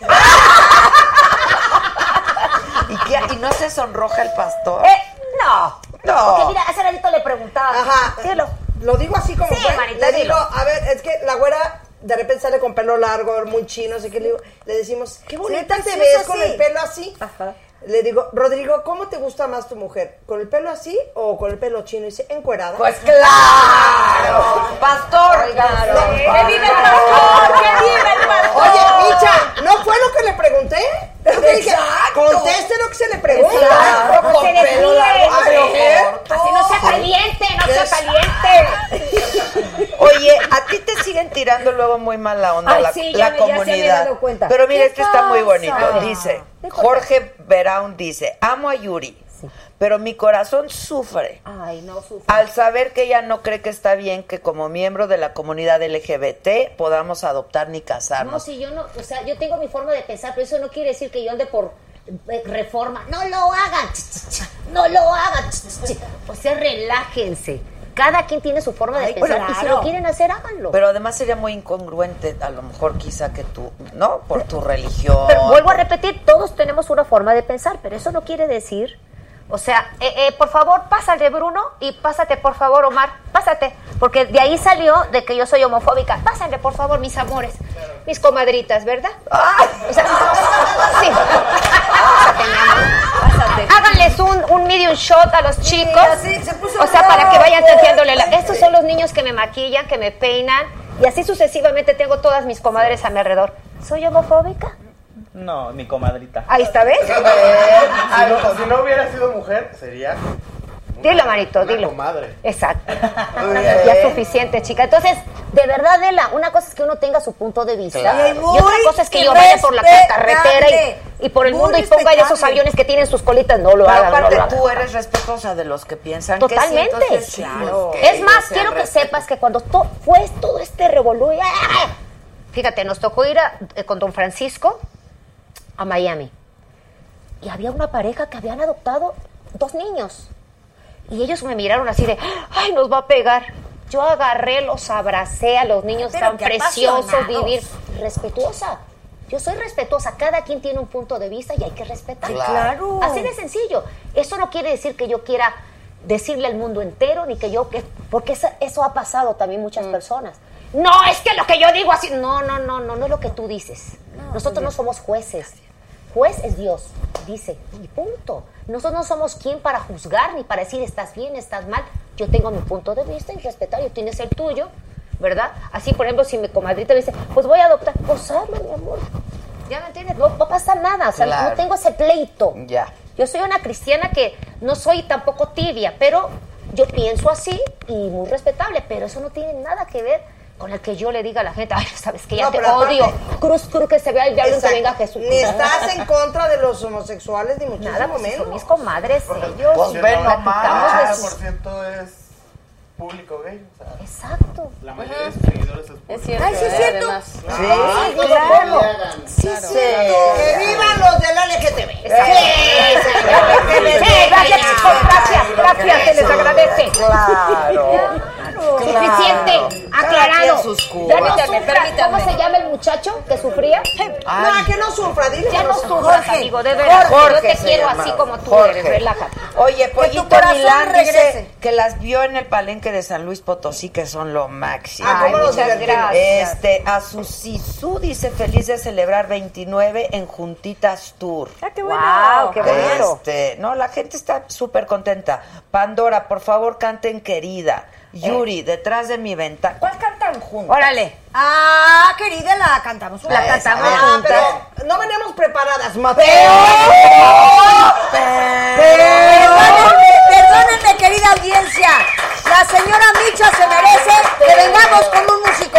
Speaker 1: ¿Y, qué- y no se sonroja el pastor? Ah.
Speaker 11: Eh, no.
Speaker 1: No.
Speaker 11: Porque mira, hace ratito le preguntaba.
Speaker 13: Ajá.
Speaker 11: Dilo.
Speaker 13: Lo digo así como
Speaker 11: Sí,
Speaker 13: fue.
Speaker 11: Marita,
Speaker 13: le digo,
Speaker 11: dilo.
Speaker 13: a ver, es que la güera de repente sale con pelo largo, muy chino, así que le digo, le decimos, qué bonita te
Speaker 12: preciosa
Speaker 13: ves con
Speaker 12: así".
Speaker 13: el pelo así. Le digo, Rodrigo, ¿cómo te gusta más tu mujer? ¿Con el pelo así o con el pelo chino? Y dice, encuerada.
Speaker 1: Pues claro. Pastor.
Speaker 13: ¡Que
Speaker 11: viva el pastor! ¡Que viva el pastor!
Speaker 13: Oye, Micha, ¿no fue lo que le pregunté? Yo te dije, conteste lo que se le pregunta.
Speaker 11: Claro, pues se
Speaker 13: pelo
Speaker 11: desvíe.
Speaker 13: largo, a ver.
Speaker 11: Así no sea caliente, no sea
Speaker 13: Yes.
Speaker 11: caliente.
Speaker 1: Oye, a ti te siguen tirando luego muy mal la onda
Speaker 11: Ay,
Speaker 1: la,
Speaker 11: sí,
Speaker 1: la
Speaker 11: ya me- ya se me
Speaker 1: comunidad.
Speaker 11: había dado cuenta.
Speaker 1: Pero mira,
Speaker 11: ¿Qué
Speaker 1: este está muy
Speaker 11: pasa?
Speaker 1: bonito. Dice, Jorge Veraun dice, amo a Yuri, pero mi corazón sufre
Speaker 11: Ay, no sufre.
Speaker 1: al saber que ella no cree que está bien que como miembro de la comunidad LGBT podamos adoptar ni
Speaker 11: No,
Speaker 1: casarnos.
Speaker 11: si yo no, o sea, yo tengo mi forma de pensar, pero eso no quiere decir que yo ande por eh, reforma. No lo hagan, ch, ch, ch, no lo hagan. ch, ch, ch. O sea, relájense. Cada quien tiene su forma de
Speaker 1: Ay,
Speaker 11: pensar y pues si
Speaker 1: claro.
Speaker 11: lo quieren hacer, háganlo.
Speaker 1: Pero además sería muy incongruente, a lo mejor quizá que tú, ¿no? Por tu religión.
Speaker 11: Pero vuelvo a repetir, todos tenemos una forma de pensar, pero eso no quiere decir. O sea, eh, eh, por favor, pásale, Bruno, y pásate, por favor, Omar, pásate. Porque de ahí salió de que yo soy homofóbica. Pásale, por favor, mis amores, mis comadritas, ¿verdad? O sea, sí. Pásate, mi amor. Háganles un, un medium shot a los chicos.
Speaker 12: así se puso
Speaker 11: o sea, para
Speaker 12: rojo.
Speaker 11: que vayan sintiéndole la- Estos son los niños que me maquillan, que me peinan. Y así sucesivamente tengo todas mis comadres a mi alrededor. ¿Soy homofóbica?
Speaker 15: No, mi comadrita.
Speaker 11: Ahí está, ¿ves?
Speaker 15: Si no, si no hubiera sido mujer, sería
Speaker 11: Dilo, Marito,
Speaker 15: una
Speaker 11: dilo.
Speaker 15: comadre.
Speaker 11: Exacto. Ya es suficiente, chica. Entonces, de verdad, Adela, una cosa es que uno tenga su punto de vista.
Speaker 12: Claro.
Speaker 11: Y otra
Speaker 12: Muy
Speaker 11: cosa es que yo vaya por la carretera
Speaker 12: respetable.
Speaker 11: y, y por el
Speaker 12: Muy
Speaker 11: mundo y ponga ahí esos
Speaker 12: respetable.
Speaker 11: aviones que tienen sus colitas. No lo
Speaker 1: Pero
Speaker 11: hagan, no
Speaker 1: aparte
Speaker 11: lo hagan.
Speaker 1: tú eres respetuosa de los que piensan
Speaker 11: Totalmente.
Speaker 1: que sí, entonces, sí,
Speaker 11: Claro.
Speaker 1: pues, que
Speaker 11: Es más,
Speaker 1: ellos sean
Speaker 11: quiero que
Speaker 1: respetuosos.
Speaker 11: sepas que cuando to- fue todo este revolú, y- ¡ah! fíjate, nos tocó ir a- eh, con don Francisco a Miami. Y había una pareja que habían adoptado dos niños. Y ellos me miraron así de, ay, ¡ah! nos va a pegar. Yo agarré, los abracé a los niños
Speaker 12: Pero
Speaker 11: tan
Speaker 12: qué
Speaker 11: preciosos,
Speaker 12: apasionados.
Speaker 11: vivir respetuosa. Yo soy respetuosa, cada quien tiene un punto de vista y hay que respetarlo.
Speaker 12: Sí, claro.
Speaker 11: Así de sencillo. Eso no quiere decir que yo quiera decirle al mundo entero ni que yo que porque eso, eso ha pasado también muchas personas. No, es que lo que yo digo así, no, no, no, no, no es lo que tú dices. Nosotros no somos jueces. Juez es Dios, dice, y punto. Nosotros no somos quien para juzgar ni para decir estás bien, estás mal. Yo tengo mi punto de vista y respetar, y tienes el tuyo, ¿verdad? Así, por ejemplo, si mi comadrita me dice, pues voy a adoptar, pues hazlo, mi amor. ¿Ya me entiendes? No, no pasa nada, o sea,
Speaker 1: Claro.
Speaker 11: no tengo ese pleito.
Speaker 1: Ya.
Speaker 11: Yo soy una cristiana que no soy tampoco tibia, pero yo pienso así y muy respetable, pero eso no tiene nada que ver con el que yo le diga a la gente, ay, sabes que ya
Speaker 13: No,
Speaker 11: te
Speaker 13: pero aparte-
Speaker 11: odio, cruz, cruz, que se vea el diablo y que
Speaker 13: Exacto.
Speaker 11: venga Jesús.
Speaker 13: Ni estás en contra de los homosexuales, ni muchísimo
Speaker 11: Nada, pues si
Speaker 13: menos.
Speaker 11: son mis comadres, ellos.
Speaker 13: Pues
Speaker 11: y
Speaker 13: ven nomás.
Speaker 11: platicamos de su-
Speaker 15: es público gay. O sea,
Speaker 11: Exacto.
Speaker 15: La mayoría de sus seguidores es público.
Speaker 16: Es
Speaker 13: cierto, Ay, sí es eh, cierto. además.
Speaker 15: Sí,
Speaker 13: Ah,
Speaker 15: claro.
Speaker 13: claro.
Speaker 15: Sí,
Speaker 13: Sí. ¡Que vivan los del LGTB!
Speaker 11: Sí, gracias, chicos, gracias, gracias, se les agradece.
Speaker 1: Claro.
Speaker 11: Suficiente,
Speaker 1: Cada
Speaker 11: aclarado.
Speaker 1: quien sus cubas.
Speaker 11: Ya no
Speaker 1: Permítame,
Speaker 11: sufras. ¿Cómo se llama el muchacho que sufría?
Speaker 13: No, que no sufra, dile
Speaker 11: Ya
Speaker 13: que
Speaker 11: no
Speaker 13: sufra.
Speaker 11: sufras,
Speaker 13: Jorge,
Speaker 11: amigo, de verdad.
Speaker 13: Jorge
Speaker 11: yo te
Speaker 13: se
Speaker 11: quiero
Speaker 13: llama.
Speaker 11: así como tú
Speaker 1: Jorge.
Speaker 11: eres, relájate.
Speaker 1: Oye, Pollito
Speaker 11: corazón
Speaker 1: Milán
Speaker 11: regrese.
Speaker 1: dice que las vio en el palenque de San Luis Potosí, que son lo máximo.
Speaker 13: Ah, ¿cómo
Speaker 1: Ay,
Speaker 13: nos
Speaker 1: muchas
Speaker 13: divertimos?
Speaker 1: Este, a su Sisu dice feliz de celebrar 29 en Juntitas Tour.
Speaker 14: Ah, qué bueno.
Speaker 11: Guau, qué bonito.
Speaker 1: Este, no, la gente está súper contenta. Pandora, por favor, canten querida.
Speaker 11: Eh.
Speaker 1: Yuri, detrás de mi ventana. ¿Cuál cantan juntos?
Speaker 11: Órale.
Speaker 13: Ah, querida, la cantamos
Speaker 1: La
Speaker 13: juntas.
Speaker 1: cantamos
Speaker 13: Ah,
Speaker 1: Pues, juntas.
Speaker 13: Pero no veníamos preparadas, Mateo.
Speaker 12: Perdónenme, perdónenme, querida audiencia. La señora Micha se merece que vengamos con un músico.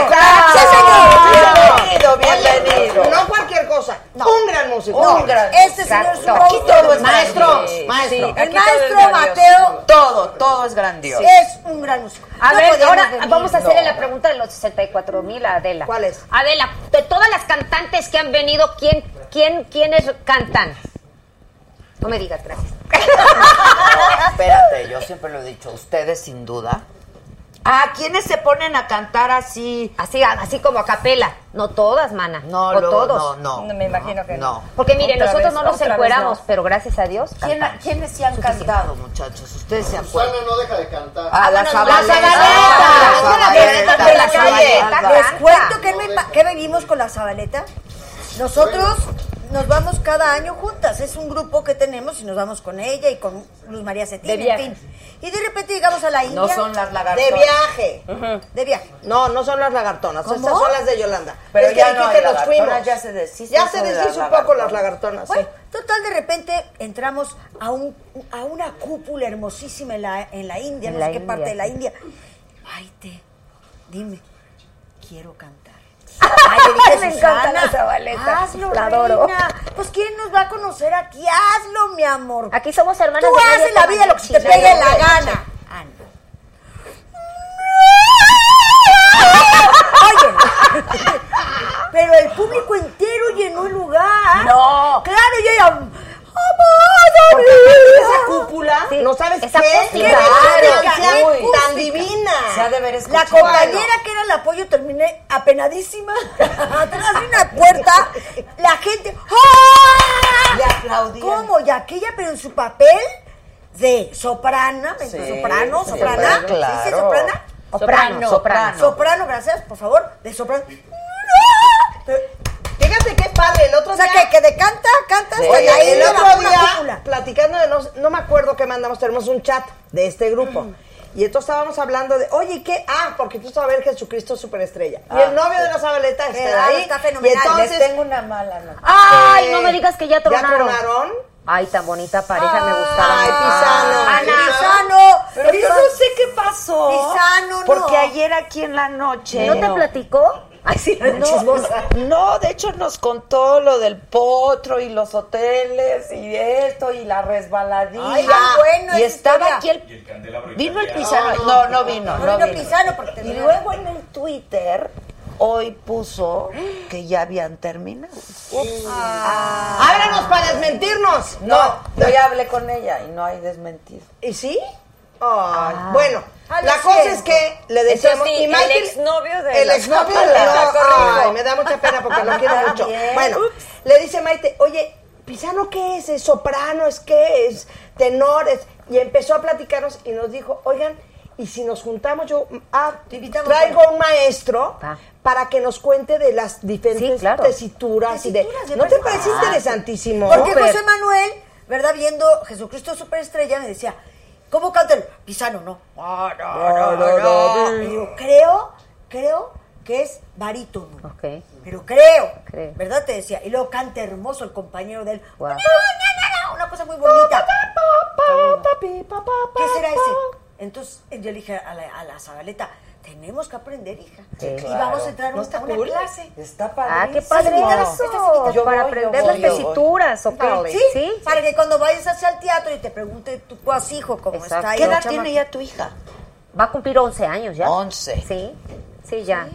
Speaker 12: Sí, señor.
Speaker 1: Bienvenido, bienvenido.
Speaker 13: Oye, no cualquier cosa, un gran músico.
Speaker 12: No,
Speaker 13: Un gran-
Speaker 12: Este señor es un
Speaker 1: Exacto. Aquí todo es
Speaker 12: maestro.
Speaker 1: grandioso.
Speaker 12: Maestro.
Speaker 1: Sí,
Speaker 12: El
Speaker 1: aquí
Speaker 12: maestro
Speaker 1: todo es grandioso.
Speaker 12: Mateo
Speaker 1: Todo, todo es grandioso.
Speaker 12: es un gran músico.
Speaker 11: A
Speaker 12: No
Speaker 11: ver,
Speaker 12: podíamos
Speaker 11: ahora
Speaker 12: venir.
Speaker 11: vamos a
Speaker 1: no.
Speaker 11: hacerle la pregunta de los 64 mil a Adela.
Speaker 13: ¿Cuál es?
Speaker 11: Adela, de todas las cantantes que han venido, ¿quién, quién, ¿quiénes cantan? No me digas, gracias.
Speaker 1: Espérate, yo siempre lo he dicho, ustedes sin duda. Ah, ¿quiénes se ponen a cantar así?
Speaker 11: Así, así como a capela. No todas, mana.
Speaker 1: No,
Speaker 11: o
Speaker 1: luego,
Speaker 11: todos.
Speaker 1: no, no.
Speaker 14: No, me imagino que no.
Speaker 1: No.
Speaker 11: Porque mire,
Speaker 14: Otra vez,
Speaker 11: nosotros no nos
Speaker 14: otra vez
Speaker 11: encueramos,
Speaker 14: no.
Speaker 11: pero gracias a Dios.
Speaker 1: ¿Quién-
Speaker 11: cantamos.
Speaker 1: ¿Quiénes se han cantado, muchachos? Ustedes se acuerdan.
Speaker 2: Susana no deja de cantar.
Speaker 1: A la
Speaker 11: Zabaleta.
Speaker 1: Zabaleta.
Speaker 11: Ah,
Speaker 1: La
Speaker 11: la
Speaker 1: Zabaleta,
Speaker 11: Zabaleta,
Speaker 1: la
Speaker 11: la Zabaleta.
Speaker 1: Zabaleta.
Speaker 12: Les
Speaker 11: Canta.
Speaker 12: cuento que, me pa- que vivimos con la Zabaleta. Nosotros nos vamos cada año juntas. Es un grupo que tenemos y nos vamos con ella y con Luz María Cetín, en
Speaker 14: viaje.
Speaker 12: fin. Y de repente llegamos a la India
Speaker 1: No son las
Speaker 13: De
Speaker 1: lagartonas.
Speaker 13: viaje.
Speaker 12: de viaje.
Speaker 13: No, no son las lagartonas,
Speaker 12: ¿Cómo?
Speaker 13: estas son las de Yolanda.
Speaker 1: Pero
Speaker 13: es que
Speaker 1: ya
Speaker 13: dijiste
Speaker 1: no hay
Speaker 13: que nos
Speaker 1: lagartonas,
Speaker 13: fuimos.
Speaker 1: ya se deshizo
Speaker 13: Ya
Speaker 1: eso
Speaker 13: se
Speaker 1: de las
Speaker 13: deshizo un poco las
Speaker 1: lagartonas.
Speaker 13: lagartonas.
Speaker 12: Bueno,
Speaker 13: sí.
Speaker 12: total, de repente entramos a, un, a una cúpula hermosísima en la, en la India,
Speaker 11: En
Speaker 12: no
Speaker 11: la
Speaker 12: sé qué
Speaker 11: India.
Speaker 12: parte de la India. Ay, te, dime, quiero cantar. Ay, le dije,
Speaker 14: Me encanta la
Speaker 12: "Susana,
Speaker 14: Zabaleta,
Speaker 12: Hazlo,
Speaker 14: la adoro".
Speaker 12: reina. Pues quién nos va a conocer aquí, hazlo, mi amor.
Speaker 11: Aquí somos hermanas.
Speaker 12: Tú
Speaker 11: de
Speaker 12: haces la vida lo que se te
Speaker 11: Chingada.
Speaker 12: pegue la gana. Ah, no. Oye, pero el público entero llenó el lugar.
Speaker 14: No.
Speaker 12: Claro, yo ya.
Speaker 13: Porque aparte
Speaker 12: ¡Amada
Speaker 13: esa cúpula,
Speaker 11: Sí,
Speaker 13: no sabes
Speaker 12: Pues,
Speaker 11: esa
Speaker 13: qué.
Speaker 11: cúpula.
Speaker 13: Claro,
Speaker 12: Qué
Speaker 13: qué
Speaker 12: acústica.
Speaker 13: tan divina.
Speaker 1: Se ha de ver
Speaker 12: La
Speaker 1: escuchado.
Speaker 12: compañera que era el apoyo terminé apenadísima atrás de una puerta. La gente. ¡ah!
Speaker 13: Le aplaudían.
Speaker 12: ¿Cómo? Y aquella, pero en su papel de soprana, ¿me-
Speaker 1: Sí,
Speaker 12: soprano,
Speaker 1: sí,
Speaker 12: soprana. ¿Sí
Speaker 1: claro.
Speaker 12: dice soprana?
Speaker 11: Soprano, soprano.
Speaker 12: Soprano, gracias, por favor, de soprano.
Speaker 13: Fíjate qué padre, el otro
Speaker 12: O sea,
Speaker 13: día...
Speaker 12: que, que de canta, canta hasta
Speaker 13: Oye,
Speaker 12: la
Speaker 13: el
Speaker 12: isla, la
Speaker 13: otro
Speaker 12: pura
Speaker 13: día,
Speaker 12: cúpula.
Speaker 13: platicando de no, no me acuerdo qué mandamos, tenemos un chat de este grupo. Y entonces estábamos hablando de, oye, ¿y ¿qué? Ah, porque tú sabes que Jesucristo es superestrella. y
Speaker 11: Ah.
Speaker 13: el novio de la Zabaleta está
Speaker 12: Claro,
Speaker 13: ahí.
Speaker 12: está fenomenal.
Speaker 13: Y entonces, este, Ah,
Speaker 12: Le
Speaker 13: tengo una mala noticia.
Speaker 11: este- Ay, no me digas que ya tronaron.
Speaker 13: ¿Ya tronaron?
Speaker 11: Ay, tan bonita pareja, me gustaba.
Speaker 13: Ay,
Speaker 11: mucho.
Speaker 13: Pisana.
Speaker 11: Ana.
Speaker 12: Pisano.
Speaker 1: Pero yo
Speaker 12: Pisano.
Speaker 1: no sé qué pasó.
Speaker 12: Pisano, no.
Speaker 1: Porque ayer aquí en la noche.
Speaker 11: ¿No te platicó? Ay, sí, no,
Speaker 1: No, no, de hecho nos contó lo del potro y los hoteles y esto y la resbaladilla.
Speaker 12: Ay, ya, bueno,
Speaker 1: y
Speaker 12: esa
Speaker 1: estaba
Speaker 12: historia.
Speaker 1: aquí el... Vino el pisano. No, no vino,
Speaker 12: No
Speaker 1: no
Speaker 12: vino
Speaker 1: vino.
Speaker 12: Pisano porque
Speaker 1: Y
Speaker 12: terminó.
Speaker 1: luego en el Twitter hoy puso que ya habían terminado.
Speaker 13: Ábranos para desmentirnos.
Speaker 1: No, yo ya hablé con ella y no hay desmentido.
Speaker 11: Ah.
Speaker 13: ¿Y sí? Ay, Bueno,
Speaker 14: Ah,
Speaker 12: A
Speaker 13: La
Speaker 12: los
Speaker 13: cosa
Speaker 12: cien.
Speaker 13: es que le decíamos.
Speaker 14: Entonces, sí,
Speaker 13: y Michael,
Speaker 14: el exnovio de
Speaker 13: El
Speaker 14: la
Speaker 13: exnovio
Speaker 14: Chapaleta,
Speaker 13: de la-
Speaker 14: correcto.
Speaker 13: Ay, me da mucha pena porque lo quiero mucho.
Speaker 14: También.
Speaker 13: Bueno, le dice Maite, oye, ¿Pisano qué es? ¿Es soprano? ¿Es qué es? ¿Tenores? Y empezó a platicarnos y nos dijo, oigan, y si nos juntamos, yo ah, traigo un maestro para que nos cuente de las diferentes tesituras, y de.
Speaker 12: Tesituras, de
Speaker 13: ¿No te
Speaker 12: verdad.
Speaker 13: parece interesantísimo?
Speaker 12: Porque
Speaker 13: Súper.
Speaker 12: José Manuel, ¿verdad? Viendo Jesucristo Superestrella, me decía, ¿cómo canta el Pisano? No. Ah, no, no, no.
Speaker 11: Mm.
Speaker 12: Le digo, creo, creo que es barítono.
Speaker 11: Ok.
Speaker 12: Pero creo,
Speaker 11: Creo.
Speaker 12: ¿verdad? Te decía. Y luego canta hermoso el compañero de él.
Speaker 11: Guau.
Speaker 12: Una cosa muy bonita. ¿Qué será ese? Entonces eh, yo le dije a la, a la Zabaleta, tenemos que aprender, hija.
Speaker 11: Sí,
Speaker 12: y
Speaker 11: claro.
Speaker 12: vamos a entrar
Speaker 11: ¿No
Speaker 12: a
Speaker 11: está
Speaker 12: una
Speaker 11: cool?
Speaker 12: clase.
Speaker 13: Está
Speaker 11: Ah, qué padre.
Speaker 12: Yo
Speaker 11: Para
Speaker 12: voy,
Speaker 11: aprender
Speaker 12: yo
Speaker 11: las
Speaker 12: voy, yo voy.
Speaker 11: tesituras, ¿o qué?
Speaker 12: ¿Sí? para que cuando vayas hacia el teatro y te pregunte tu hijo cómo está ahí.
Speaker 11: ¿Qué
Speaker 12: la
Speaker 11: edad
Speaker 12: chamaca.
Speaker 11: tiene ya
Speaker 14: tu hija?
Speaker 11: Va a cumplir 11 años ya.
Speaker 1: 11.
Speaker 11: Sí, sí, ya.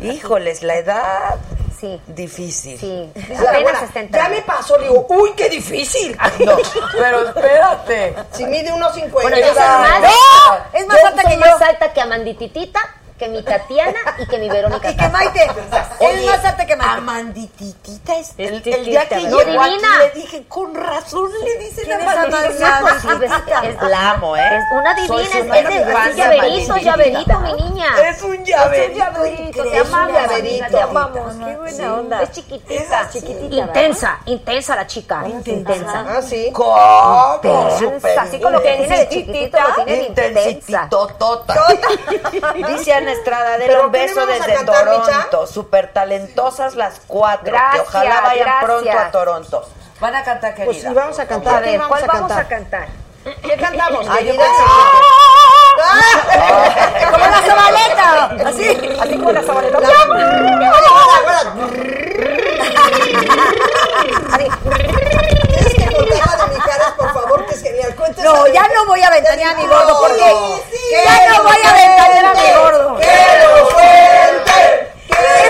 Speaker 1: Híjoles, la edad
Speaker 11: sí.
Speaker 1: difícil.
Speaker 11: Sí.
Speaker 13: Dice la
Speaker 11: Apenas
Speaker 13: abuela,
Speaker 11: está
Speaker 13: ya
Speaker 11: entrando.
Speaker 13: me pasó, le digo, uy, qué difícil.
Speaker 1: Ah, No, pero espérate.
Speaker 13: Si mide unos 50.
Speaker 11: Bueno, yo soy más,
Speaker 12: ¡No! Es más alta
Speaker 11: soy
Speaker 12: que
Speaker 11: más
Speaker 12: yo.
Speaker 11: alta que Amandititita, que mi Tatiana y que mi Verónica.
Speaker 12: Y que Maite, es más alta que Maite.
Speaker 1: Amandititita es el,
Speaker 11: titita,
Speaker 1: el día que
Speaker 11: ¿verdad?
Speaker 1: llegó
Speaker 11: Divina.
Speaker 1: aquí, le dije, con razón le dicen
Speaker 12: ¿Quién es
Speaker 1: Amandititita.
Speaker 12: Amandititita?
Speaker 11: Es-
Speaker 1: La amo, ¿eh?
Speaker 11: Es una
Speaker 1: Soy
Speaker 11: divina,
Speaker 1: su
Speaker 11: es,
Speaker 1: fan,
Speaker 11: es de-
Speaker 1: fan
Speaker 11: es llaverito,
Speaker 1: Amandititita.
Speaker 11: llaverito, mi niña.
Speaker 1: Es un llaverito.
Speaker 11: llaverito, te
Speaker 1: increíble.
Speaker 11: amamos, amiga, te amamos.
Speaker 14: Qué buena
Speaker 11: Sí.
Speaker 14: onda.
Speaker 11: Es chiquitita,
Speaker 14: Es chiquitita,
Speaker 11: intensa, intensa la chica, intensa.
Speaker 13: Ah, sí.
Speaker 1: ¿Cómo?
Speaker 11: Intensa, así con lo que tiene de chiquitito, lo tiene de intensa.
Speaker 1: Tota. Intensititotota. Dice Ana Estrada, denle
Speaker 13: ¿Pero
Speaker 1: un
Speaker 13: qué le
Speaker 1: beso
Speaker 13: vamos a
Speaker 1: desde
Speaker 13: cantar,
Speaker 1: Toronto. Súper talentosas las cuatro. que
Speaker 11: Gracias,
Speaker 1: ojalá vayan
Speaker 11: gracias.
Speaker 1: pronto a Toronto. Van a cantar, querida.
Speaker 13: Pues sí, vamos a cantar.
Speaker 11: A ver,
Speaker 13: ¿Qué
Speaker 11: ¿cuál vamos a
Speaker 13: cantar?
Speaker 11: cantar?
Speaker 13: ¿Qué cantamos?
Speaker 1: Ah, yo
Speaker 13: querida?
Speaker 1: pensé
Speaker 13: ¡Ah!
Speaker 12: Como la Zabaleta. Así.
Speaker 13: Así como la sabanera. Tienes que contarla de mi cara, por favor, que es genial. Cuéntesela
Speaker 12: No,
Speaker 13: de-
Speaker 12: ya no voy a ventanear a mi gordo porque
Speaker 13: Sí, sí.
Speaker 12: ya no voy a ventanear a mi gordo. Es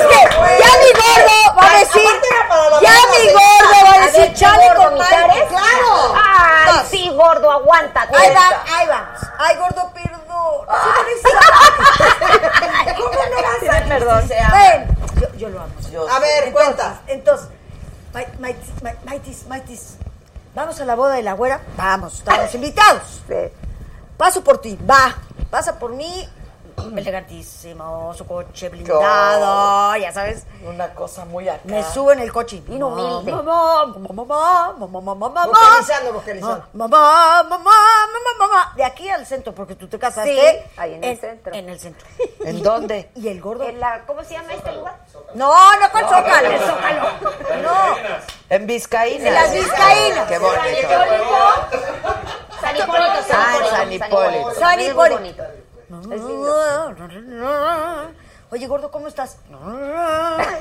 Speaker 12: que ya mi gordo va a decir,
Speaker 13: Aparte era para la
Speaker 12: ya
Speaker 13: boda
Speaker 12: mi
Speaker 13: de-
Speaker 12: gordo va a
Speaker 11: A
Speaker 12: decir,
Speaker 11: ver,
Speaker 12: chale
Speaker 11: gordo,
Speaker 12: con madre,
Speaker 11: Mijares.
Speaker 12: claro.
Speaker 11: Ay,
Speaker 12: Vas.
Speaker 11: sí, gordo, aguántate.
Speaker 12: Ahí va, ahí va. Ay, gordo, perdón. Ah. ¿Cómo no vas a
Speaker 1: Perdón.
Speaker 12: Ven, yo, yo lo amo.
Speaker 13: A ver, cuenta.
Speaker 12: Entonces, Mai- Maitis, Mai- Maitis, Maitis, vamos a la boda de la güera. Vamos, estamos invitados. Paso por ti, va. Pasa por mí, elegantísimo, su coche blindado, ya sabes.
Speaker 1: Una cosa muy acá.
Speaker 12: Me subo en el coche.
Speaker 11: Bien humilde.
Speaker 12: Mamá, mamá, mamá, mamá, mamá,
Speaker 13: Vocalizando, vocalizando.
Speaker 12: mamá, mamá, mamá, mamá, mamá. De aquí al centro, porque tú te casaste.
Speaker 11: Sí, ahí en el centro.
Speaker 12: En el centro.
Speaker 1: ¿En dónde?
Speaker 12: Y el gordo.
Speaker 11: En la- ¿Cómo se llama este lugar?
Speaker 12: No, no con Zócalo. Zócalo. No,
Speaker 1: En Vizcaína.
Speaker 12: En las Vizcaínas.
Speaker 1: Qué bonito.
Speaker 11: San Hipólito,
Speaker 1: Ah, en San Hipólito.
Speaker 12: San
Speaker 11: Es muy
Speaker 12: Hipólito.
Speaker 11: bonito. Es lindo.
Speaker 12: No. Oye, gordo, ¿cómo estás?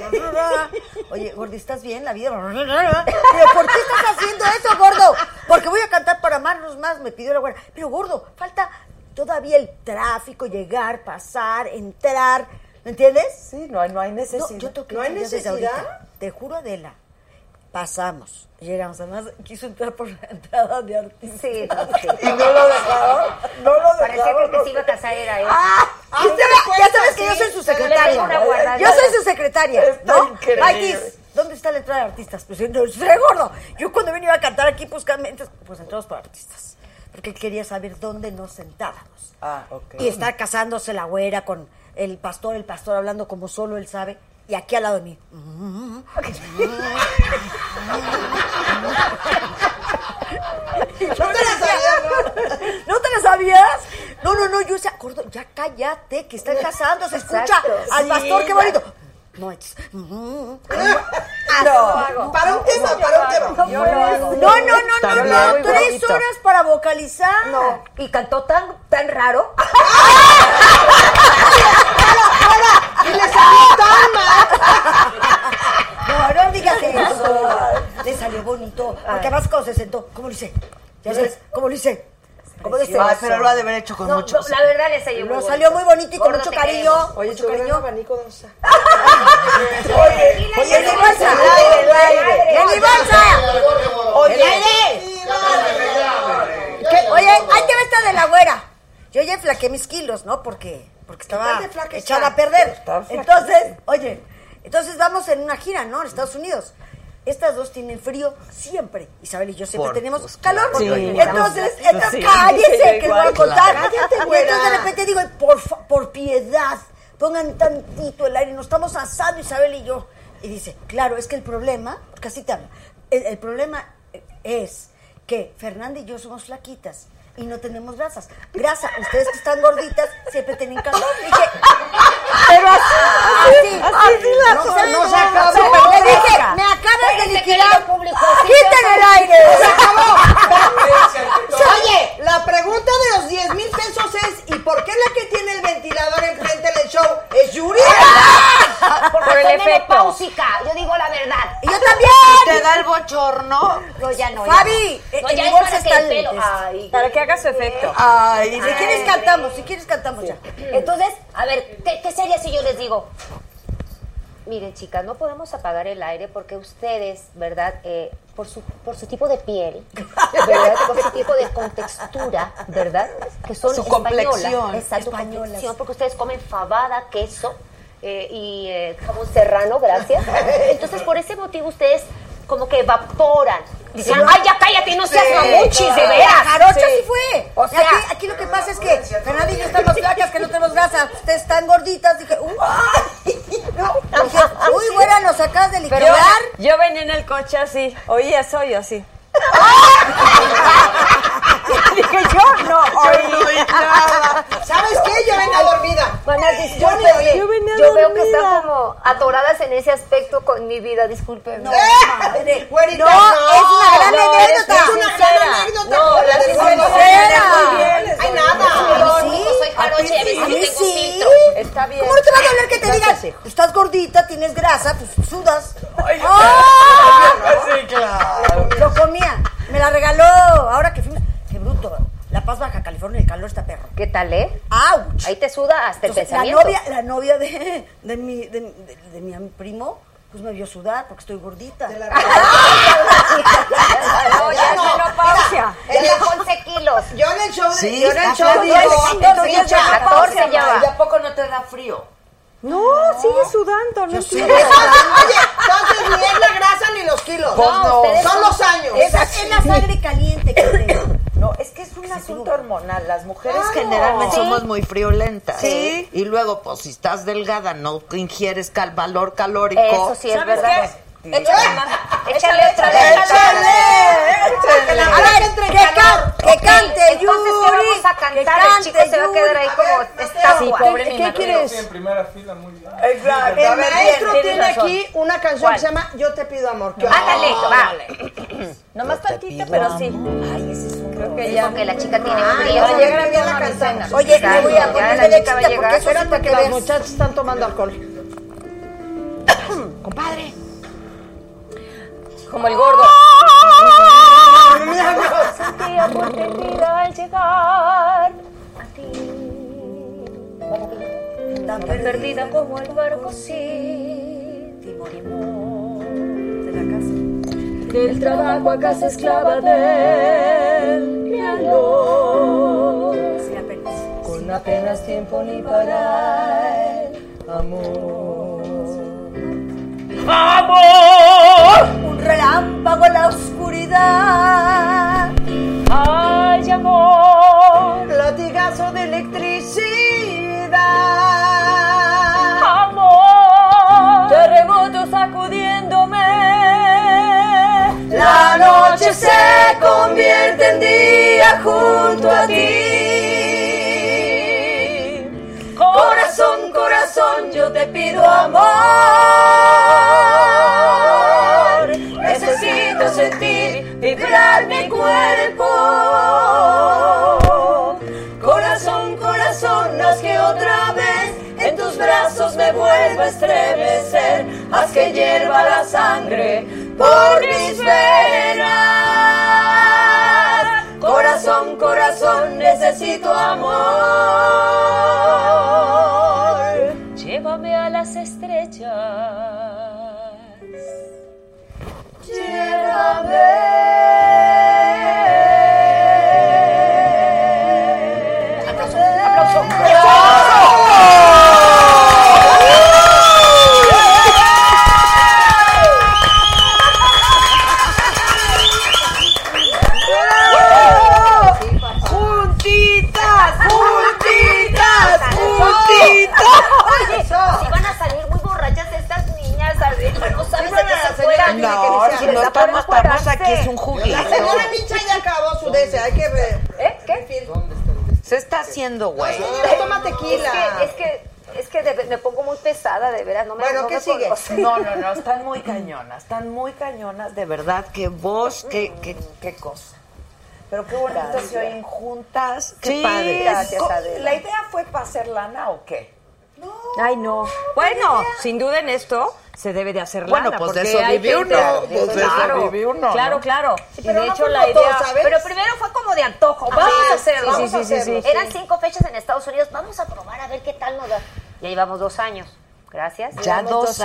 Speaker 12: Oye, gordo, ¿estás bien la vida? ¿Pero por qué estás haciendo eso, gordo? Porque voy a cantar para amarnos más, me pidió la güera. Pero, gordo, falta todavía el tráfico, llegar, pasar, entrar. ¿Me entiendes?
Speaker 1: Sí, no hay, no hay
Speaker 12: No,
Speaker 1: necesidad.
Speaker 12: yo toqué
Speaker 13: ¿No hay
Speaker 12: desde
Speaker 13: necesidad?
Speaker 12: ahorita. Te juro, Adela. Pasamos, llegamos. Además, quiso entrar por la entrada de artista.
Speaker 11: Sí,
Speaker 1: ¿Y no lo dejaron? No lo dejaron.
Speaker 11: Parecía que el que se iba a casar era ¿eh? él.
Speaker 12: Ah,
Speaker 13: Ah,
Speaker 12: ya,
Speaker 13: no me
Speaker 12: sabes-
Speaker 13: cuentas,
Speaker 12: ya sabes que yo
Speaker 13: sí,
Speaker 12: soy su
Speaker 13: pero
Speaker 11: le
Speaker 12: secretaria.
Speaker 11: tengo una guardada.
Speaker 12: Yo soy su secretaria,
Speaker 1: Está
Speaker 12: ¿no?
Speaker 1: increíble.
Speaker 12: Maitis, ¿dónde está la entrada de artistas? Pues no sé, gordo. Yo cuando venía a cantar aquí, pues, cam- entonces, pues entramos para artistas. Porque él quería saber dónde nos sentábamos.
Speaker 1: Ah, ok.
Speaker 12: Y está casándose la güera con el pastor, el pastor hablando como solo él sabe. Y aquí al lado de mí.
Speaker 13: ¿No te la sabías, no?
Speaker 12: ¿No te la sabías? No, no, no, yo decía, gordo, ya cállate, que están casándose, escucha
Speaker 11: Exacto.
Speaker 12: al
Speaker 13: Sí,
Speaker 12: pastor, qué
Speaker 13: ya.
Speaker 12: bonito. No, es... Ah,
Speaker 13: No, para un tema, para un tema.
Speaker 11: Yo lo hago.
Speaker 12: No, no, no, no,
Speaker 1: También
Speaker 12: no,
Speaker 1: muy
Speaker 12: tres
Speaker 1: bonito.
Speaker 12: horas para vocalizar.
Speaker 11: No. Y cantó tan, tan raro.
Speaker 13: Y le salió tan mal.
Speaker 12: No, no digas eso. Le salió bonito. Porque además cuando se sentó, ¿cómo lo hice? Ya sabes, ¿cómo lo hice? ¿Cómo lo hice?
Speaker 1: Ay, Ah, pero lo ha de haber hecho con
Speaker 11: No,
Speaker 1: mucho.
Speaker 11: no, la verdad le salió
Speaker 12: Lo salió muy bonito y con mucho cariño.
Speaker 13: Oye,
Speaker 12: mucho
Speaker 13: tu gran
Speaker 12: cariño.
Speaker 13: abanico, ¿dónde está?
Speaker 11: Oye,
Speaker 12: Oye, ni bolsa.
Speaker 1: El aire, el aire.
Speaker 12: ¡Ya ni bolsa!
Speaker 1: Oye,
Speaker 12: ¡El aire! ¿Qué? Oye, ahí te va esta de la güera. Yo ya flaqué mis kilos, ¿no? Porque, porque estaba
Speaker 13: tal de flaca
Speaker 12: echada
Speaker 13: está?
Speaker 12: a perder.
Speaker 13: Está flaca.
Speaker 12: Entonces, oye, entonces vamos en una gira, ¿no? En Estados Unidos. Estas dos tienen frío siempre. Isabel y yo siempre
Speaker 13: Por-
Speaker 12: tenemos
Speaker 13: pues,
Speaker 12: calor.
Speaker 13: claro,
Speaker 12: porque-
Speaker 13: sí.
Speaker 12: entonces,
Speaker 13: Sí,
Speaker 12: entonces
Speaker 13: sí.
Speaker 12: cállese que les voy a
Speaker 13: Igual,
Speaker 12: contar.
Speaker 13: claro. Cállate,
Speaker 12: Y entonces de
Speaker 13: güera.
Speaker 12: repente digo, por, fa- por piedad, pongan tantito el aire, nos estamos asando Isabel y yo. Y dice, claro, es que el problema, porque así te habla, el, el problema es que Fernanda y yo somos flaquitas y no tenemos grasas. Grasa, ustedes que están gorditas siempre tienen calor. Y dije, pero así, así,
Speaker 13: la soy, no se acabó.
Speaker 12: Le dije,
Speaker 13: Fresca.
Speaker 12: me acabas de
Speaker 13: Espérate,
Speaker 12: liquidar.
Speaker 13: querido público, sí,
Speaker 12: Quiten
Speaker 13: ya
Speaker 12: el
Speaker 13: está.
Speaker 12: aire.
Speaker 13: Se acabó. Oye, la pregunta de los 10 mil pesos es: ¿y por qué la que tiene el ventilador enfrente del show es Yuri?
Speaker 11: Porque soy menopáusica. Yo digo la verdad.
Speaker 12: Y yo también.
Speaker 1: ¿Te da el bochorno?
Speaker 11: No, ya no.
Speaker 12: Fabi,
Speaker 11: ya no. No,
Speaker 12: eh,
Speaker 11: ya
Speaker 12: mi
Speaker 11: es
Speaker 12: bolsa
Speaker 11: para que
Speaker 12: está
Speaker 11: el
Speaker 12: limpia.
Speaker 11: pelo. Ay,
Speaker 6: Para que haga su efecto.
Speaker 12: Ay, si quieres
Speaker 11: Ay,
Speaker 12: cantamos, si quieres cantamos ya.
Speaker 11: Entonces, a ver, ¿qué, ¿qué sería si yo les digo? Miren, chicas, no podemos apagar el aire porque ustedes, ¿verdad? Eh, por, su, por su tipo de piel, ¿verdad? Por su tipo de contextura, ¿verdad? Que son
Speaker 12: Su
Speaker 11: españolas.
Speaker 12: complexión.
Speaker 11: Exacto, su
Speaker 12: Españolas.
Speaker 11: complexión, porque ustedes comen fabada, queso eh, y eh, jamón serrano, gracias. Entonces, por ese motivo, ustedes como que evaporan. Dicen,
Speaker 12: Sí.
Speaker 11: ay, ya cállate, no seas
Speaker 12: Sí,
Speaker 11: mamuchis, de
Speaker 12: claro.
Speaker 11: veras.
Speaker 12: La jarocha sí, fue.
Speaker 11: O sea-
Speaker 12: aquí, aquí lo que pasa es que Fernanda y yo estamos flacas, que no tenemos grasa. Ustedes están gorditas. Dije, uy, dije, uy güera, nos acabas de
Speaker 6: Pero
Speaker 12: liquidar.
Speaker 6: bueno, yo venía en el coche así, oía eso yo así. Dije yo no oí nada.
Speaker 13: ¿Sabes qué? Yo vengo dormida.
Speaker 11: Manas,
Speaker 13: Yo ni
Speaker 11: discúlpenme.
Speaker 13: oí.
Speaker 11: Yo, veo que están como atoradas en ese aspecto con mi vida, disculpen.
Speaker 12: No,
Speaker 13: madre.
Speaker 12: no, es una gran anécdota.
Speaker 13: Es una gran anécdota.
Speaker 11: No,
Speaker 13: Jorge,
Speaker 11: la
Speaker 13: de
Speaker 11: sincera.
Speaker 13: verdad.
Speaker 12: Muy
Speaker 11: bien.
Speaker 13: Ay,
Speaker 11: Yo
Speaker 13: nada.
Speaker 11: no soy jarocha y a veces
Speaker 12: A
Speaker 11: no
Speaker 12: mí
Speaker 11: tengo
Speaker 12: sí.
Speaker 11: filtro.
Speaker 6: Está bien.
Speaker 12: ¿Cómo no te va a doler que te digan,
Speaker 6: Gracias,
Speaker 12: pues, estás gordita, tienes grasa, pues sudas? ¡Ah!
Speaker 17: Sí, claro.
Speaker 12: Lo comía, me la regaló. Ahora que fuimos, qué bruto. La Paz Baja California, el calor está perro.
Speaker 11: ¿Qué tal, eh?
Speaker 12: ¡Auch!
Speaker 11: Ahí te suda hasta el
Speaker 12: Entonces, la
Speaker 11: pensamiento.
Speaker 12: novia, la novia de, de mi, de, de- de mi am- primo, pues me vio sudar porque estoy gordita.
Speaker 11: No, ya es menopausia.
Speaker 13: Mira,
Speaker 11: Ya
Speaker 13: el-
Speaker 11: 11 kilos.
Speaker 13: Yo en el show, de-
Speaker 12: Sí,
Speaker 13: yo en el
Speaker 12: está
Speaker 13: show
Speaker 12: claro,
Speaker 13: digo,
Speaker 12: es
Speaker 13: entonces
Speaker 12: catorce,
Speaker 13: ya
Speaker 11: ya,
Speaker 13: no
Speaker 11: catorce
Speaker 13: pasa
Speaker 11: ya
Speaker 13: nada.
Speaker 11: va.
Speaker 1: ¿Y a poco no te da frío?
Speaker 6: No, sigue sudando, no
Speaker 12: sí.
Speaker 6: entiendo.
Speaker 13: Oye, entonces ni es la grasa ni los kilos.
Speaker 11: No, ustedes
Speaker 13: Son los años.
Speaker 12: Esa es la sangre caliente que tengo.
Speaker 1: No, es que es un asunto hormonal. Las mujeres
Speaker 6: Claro.
Speaker 1: Ah, generalmente
Speaker 6: Sí.
Speaker 1: somos muy friolentas.
Speaker 6: Sí.
Speaker 1: Y luego, pues, si estás delgada, no ingieres cal valor calórico.
Speaker 11: Eso sí es
Speaker 6: ¿Sabes
Speaker 11: verdad.
Speaker 6: qué? Échale, mana. Échale otra vez.
Speaker 13: Échale.
Speaker 12: A ver, que, can- que cante,
Speaker 11: Entonces, ¿qué vamos a
Speaker 12: Yuri, que
Speaker 11: cantar? El chico
Speaker 12: cante,
Speaker 11: se va a quedar ahí
Speaker 12: Yuri.
Speaker 11: como
Speaker 13: Sí,
Speaker 11: estatua.
Speaker 13: pobre
Speaker 11: ¿Qué quieres?
Speaker 15: En primera fila, muy bien.
Speaker 13: Exacto.
Speaker 6: A
Speaker 13: El
Speaker 6: ver,
Speaker 13: maestro
Speaker 6: bien, tienes
Speaker 13: tiene
Speaker 6: razón.
Speaker 13: aquí una canción
Speaker 6: ¿Cuál?
Speaker 13: que se llama Yo te pido amor. que-
Speaker 11: Ándale, va.
Speaker 6: Nomás tantito, pero sí. Creo que ya.
Speaker 11: Porque la chica tiene frío.
Speaker 13: Para llegar a la cantamos.
Speaker 12: Oye, me voy a
Speaker 11: Ya
Speaker 12: poner
Speaker 11: la
Speaker 12: de
Speaker 11: chica va a
Speaker 12: lechita
Speaker 11: llegar.
Speaker 12: porque eso
Speaker 13: Espérate
Speaker 12: es
Speaker 13: que las muchachas están tomando alcohol.
Speaker 12: Compadre.
Speaker 6: Como el gordo.
Speaker 11: día porque vida al llegar a ti.
Speaker 12: Tan
Speaker 11: Tan perdida
Speaker 12: perdida
Speaker 11: como el barco sin timón.
Speaker 12: De la casa.
Speaker 11: Del trabajo acá se esclava del calor.
Speaker 12: Sí, apenas.
Speaker 6: Con apenas tiempo ni para el amor.
Speaker 12: Un relámpago en la oscuridad.
Speaker 6: Ay, amor.
Speaker 13: Latigazo de electricidad.
Speaker 6: amor. Terremoto sacudiéndome. La noche se convierte en día junto a ti. Corazón, corazón, yo te pido amor. Necesito sentir vibrar mi cuerpo. Corazón, corazón, haz que otra vez en tus brazos me vuelva a estremecer. Haz que hierva la sangre por mis venas. Corazón, corazón, necesito amor. Llévame a las estrellas. Llévame.
Speaker 13: tiene
Speaker 1: No,
Speaker 13: que
Speaker 1: si no estamos, estamos aquí, es un juguete.
Speaker 13: La señora Micha ya acabó su DC, hay que ver.
Speaker 11: ¿Eh? ¿Qué?
Speaker 1: Se está haciendo, güey.
Speaker 13: Señora, toma tequila.
Speaker 11: Es que, es que, es que de- me pongo muy pesada, de veras. No me
Speaker 13: Bueno,
Speaker 11: no
Speaker 13: ¿qué
Speaker 11: me
Speaker 13: sigue?
Speaker 11: conozco.
Speaker 1: No, no, no, están muy cañonas, están muy cañonas, de verdad, que vos, qué, qué, qué cosa. Pero qué bonito se oyen juntas, qué
Speaker 14: Sí,
Speaker 1: padre.
Speaker 14: gracias,
Speaker 1: Co-
Speaker 14: Adela.
Speaker 1: ¿La idea fue para hacer lana o qué?
Speaker 14: Ay, no. Bueno, sin duda en esto se debe de hacer lana.
Speaker 1: Bueno, pues de
Speaker 14: porque
Speaker 1: eso
Speaker 14: hay
Speaker 1: vive
Speaker 14: gente-
Speaker 1: uno, pues de eso
Speaker 14: claro,
Speaker 1: vive uno,
Speaker 14: Claro,
Speaker 1: ¿no?
Speaker 14: claro. y
Speaker 11: Sí, pero
Speaker 14: de
Speaker 11: no
Speaker 14: hecho
Speaker 11: fue
Speaker 14: la
Speaker 11: por
Speaker 14: idea...
Speaker 11: todo, ¿sabes? Pero primero fue como de antojo.
Speaker 14: Ajá,
Speaker 11: vamos a
Speaker 14: sí,
Speaker 11: hacerlo.
Speaker 14: sí, sí, sí, sí.
Speaker 11: Eran cinco fechas en Estados Unidos. Vamos a probar a ver qué tal nos da. Ya llevamos dos años. Gracias.
Speaker 14: Llevamos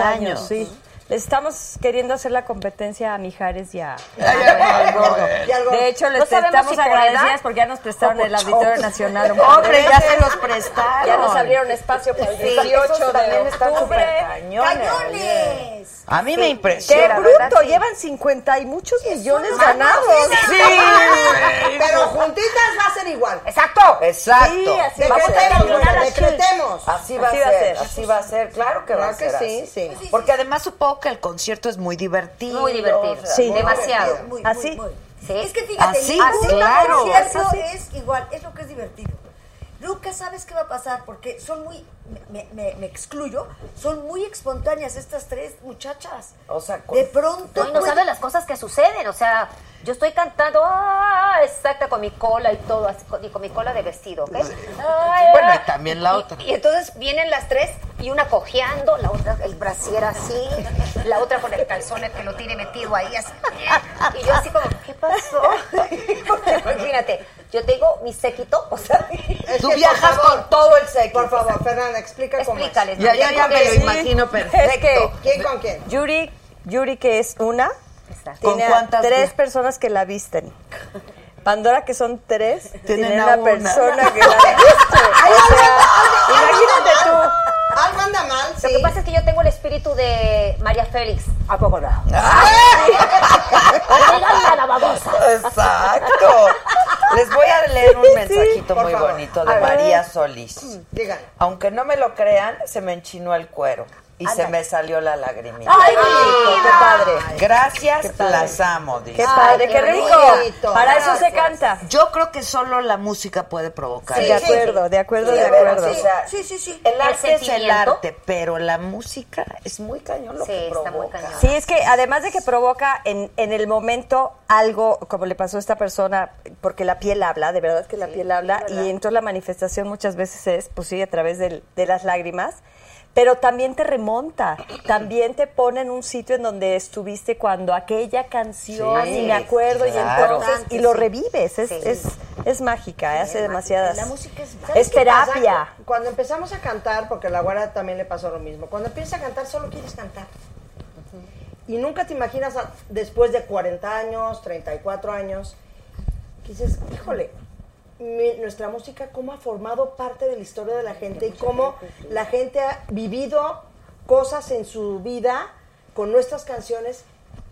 Speaker 14: Sí. Les estamos queriendo hacer la competencia a Mijares y a... De hecho, les
Speaker 11: No sabemos
Speaker 14: estamos
Speaker 11: si por edad
Speaker 14: agradecidas porque ya nos prestaron
Speaker 11: o por
Speaker 14: el Auditorio
Speaker 11: shows.
Speaker 14: Nacional.
Speaker 1: Hombre, ya se los prestaron.
Speaker 14: Ya nos abrieron espacio para el
Speaker 1: Sí,
Speaker 14: 18
Speaker 1: esos
Speaker 14: de
Speaker 1: también están
Speaker 14: octubre.
Speaker 1: súper cañones.
Speaker 14: ¡Cañones!
Speaker 1: A mí me
Speaker 14: ¡Qué
Speaker 1: impresiona.
Speaker 14: bruto! Llevan 50 y muchos millones ganados.
Speaker 1: Sí,
Speaker 13: Pero juntitas va a ser igual.
Speaker 11: Exacto.
Speaker 1: Exacto.
Speaker 13: Sí, así
Speaker 1: Vamos
Speaker 13: vamos
Speaker 1: a
Speaker 13: a
Speaker 1: terminar así.
Speaker 13: decretemos.
Speaker 1: Así va, a ser, así va a ser, claro que va a ser
Speaker 13: Claro que sí,
Speaker 1: así.
Speaker 13: sí. Sí, sí,
Speaker 1: Porque además supongo que el concierto es muy divertido.
Speaker 11: Muy divertido.
Speaker 1: o sea,
Speaker 14: Sí.
Speaker 1: muy
Speaker 11: Demasiado.
Speaker 12: Muy, muy,
Speaker 14: Así.
Speaker 12: muy.
Speaker 11: Sí.
Speaker 12: Es que fíjate,
Speaker 1: Así,
Speaker 12: ningún
Speaker 1: claro.
Speaker 12: concierto
Speaker 14: Así.
Speaker 12: es igual, es lo que es divertido. Nunca sabes qué va a pasar porque son muy, me, me- me excluyo, son muy espontáneas estas tres muchachas.
Speaker 1: O sea, cu-
Speaker 12: de pronto.
Speaker 11: No, y no
Speaker 12: puede-
Speaker 11: sabes las cosas que suceden. O sea, yo estoy cantando, ah, exacta, con mi cola y todo, así, con, y con mi cola de vestido, ¿ok? Ay,
Speaker 1: Bueno,
Speaker 11: ah.
Speaker 1: y también la otra.
Speaker 11: Y, y entonces vienen las tres y una cojeando, la otra el brasier así, la otra con el calzón que lo tiene metido ahí, así. Y yo así como, ¿qué pasó? Imagínate, yo tengo mi séquito, o sea,
Speaker 1: Tú viajas con todo el séquito.
Speaker 13: Por favor, Fernanda, explica
Speaker 11: explícales.
Speaker 1: Ya,
Speaker 11: ¿no?
Speaker 1: ya, ya me lo
Speaker 11: Porque-
Speaker 1: imagino
Speaker 14: Es que-
Speaker 1: perfecto.
Speaker 13: cómo es. ¿Quién con quién?
Speaker 14: Yuri, Yuri que es una,
Speaker 11: Exacto.
Speaker 1: ¿Con
Speaker 14: tiene a
Speaker 1: cuántas
Speaker 14: tres
Speaker 1: vi-
Speaker 14: personas que la visten. Pandora que son tres,
Speaker 1: Tienen
Speaker 14: tiene
Speaker 1: a
Speaker 14: una
Speaker 1: una.
Speaker 14: persona que la viste. O sea, imagínate tú.
Speaker 13: Algo anda mal,
Speaker 11: Lo que
Speaker 13: sí.
Speaker 11: pasa es que yo tengo el espíritu de María Félix. ¿A poco no? Díganme a la babosa.
Speaker 1: Exacto. Les voy a leer un mensajito
Speaker 13: por
Speaker 1: muy
Speaker 13: favor.
Speaker 1: bonito de
Speaker 13: A ver.
Speaker 1: María Solís.
Speaker 13: Digan.
Speaker 1: Aunque no me lo crean, se me enchinó el cuero y se me salió la lagrimita.
Speaker 11: ¡Ay,
Speaker 13: qué padre.
Speaker 1: Gracias, las amo, dice.
Speaker 14: Qué padre,
Speaker 13: qué
Speaker 14: qué rico.
Speaker 13: rico.
Speaker 14: Para eso se
Speaker 13: Gracias.
Speaker 14: canta.
Speaker 1: Yo creo que solo la música puede provocar.
Speaker 14: de
Speaker 1: eso.
Speaker 14: acuerdo, de acuerdo,
Speaker 1: Sí,
Speaker 14: de
Speaker 1: de veras,
Speaker 14: acuerdo.
Speaker 1: o sea,
Speaker 12: Sí, sí, sí.
Speaker 1: El arte es el
Speaker 11: sentimiento?
Speaker 1: arte, pero la música es muy cañón lo
Speaker 11: Sí,
Speaker 1: que
Speaker 11: está muy
Speaker 1: provoca.
Speaker 11: cañón.
Speaker 14: Sí, es que además de que provoca en, en el momento algo, como le pasó a esta persona, porque la piel habla, de verdad que la piel habla, y entonces la manifestación muchas veces es, pues sí, a través del- de las lágrimas, pero también te remonta, también te pone en un sitio en donde estuviste cuando aquella canción,
Speaker 1: Sí,
Speaker 14: y me acuerdo,
Speaker 1: claro.
Speaker 14: y entonces, y lo revives, es, es, es mágica, hace demasiadas...
Speaker 12: La música es-
Speaker 14: es terapia.
Speaker 13: Exacto. Cuando empezamos a cantar, porque a la guarda también le pasó lo mismo, cuando empiezas a cantar solo quieres cantar. Y nunca te imaginas a- después de 40 años, 34 años, que dices, híjole, mi- nuestra música cómo ha formado parte de la historia de la gente y cómo la gente ha vivido cosas en su vida con nuestras canciones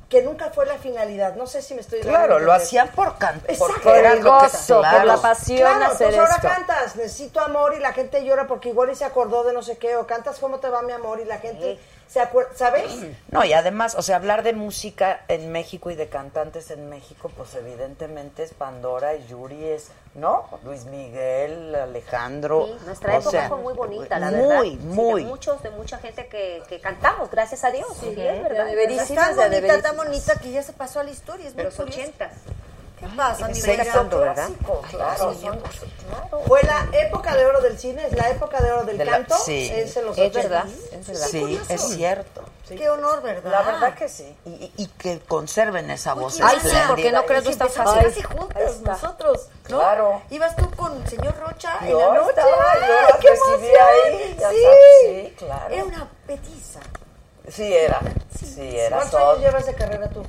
Speaker 13: que nunca fue la finalidad. No sé si me estoy... dando a
Speaker 1: Claro, lo
Speaker 13: entender.
Speaker 1: hacían por cantar.
Speaker 13: Exacto.
Speaker 1: Porque
Speaker 13: Por
Speaker 1: era
Speaker 13: el
Speaker 1: lo que
Speaker 14: gozo, por
Speaker 1: claro. pues
Speaker 14: la pasión. hacer
Speaker 13: entonces
Speaker 14: esto.
Speaker 13: pues ahora cantas, necesito amor y la gente llora porque igual y se acordó de no sé qué, o cantas cómo te va mi amor y la gente se acuerda, ¿sabes?
Speaker 1: No, y además, o sea, hablar de música en México y de cantantes en México, pues evidentemente es Pandora y Yuri, es, ¿no? Luis Miguel, Alejandro.
Speaker 11: Sí, nuestra
Speaker 1: o
Speaker 11: época
Speaker 1: sea,
Speaker 11: fue muy bonita, la
Speaker 1: muy,
Speaker 11: verdad.
Speaker 1: Muy,
Speaker 11: Sí, de muchos, de mucha gente que, que cantamos, gracias a Dios. Sí, es verdad.
Speaker 14: de verísimas,
Speaker 12: Tan
Speaker 11: Gracias
Speaker 14: de
Speaker 12: bonita,
Speaker 14: verísimas.
Speaker 12: tan bonita que ya se pasó a la historia. Es
Speaker 11: a
Speaker 12: muy
Speaker 11: Los
Speaker 12: curioso.
Speaker 11: ochentas.
Speaker 12: ¿Qué pasa, mi
Speaker 1: Seis
Speaker 12: vida?
Speaker 1: son, ¿verdad?
Speaker 12: Clásico, Claro, son- claro.
Speaker 13: Fue la época de oro del cine, es la época de oro del
Speaker 1: De la-
Speaker 13: canto,
Speaker 1: sí.
Speaker 13: es en los
Speaker 11: Es
Speaker 13: ochentas.
Speaker 11: verdad, es verdad.
Speaker 1: Sí, es cierto.
Speaker 12: Qué honor, ¿verdad?
Speaker 1: La verdad que sí. Y, y- y que conserven esa voz
Speaker 12: Ay, sí,
Speaker 1: espléndida.
Speaker 11: porque no creo
Speaker 12: Es
Speaker 11: que
Speaker 12: que
Speaker 11: está
Speaker 12: empezamos
Speaker 11: fácil.
Speaker 12: casi juntas nosotros, ¿no?
Speaker 1: Claro.
Speaker 12: Ibas tú con el señor Rocha en
Speaker 1: Yo
Speaker 12: la noche.
Speaker 1: estaba, yo
Speaker 12: ¡Ay,
Speaker 1: las
Speaker 12: qué
Speaker 1: recibí
Speaker 12: emoción!
Speaker 1: ahí, ya
Speaker 12: sí.
Speaker 1: sabes, sí, claro.
Speaker 12: Era una petiza.
Speaker 1: Sí, era. Sí, era.
Speaker 13: ¿Cuántos años
Speaker 1: Son
Speaker 13: llevas de carrera tú?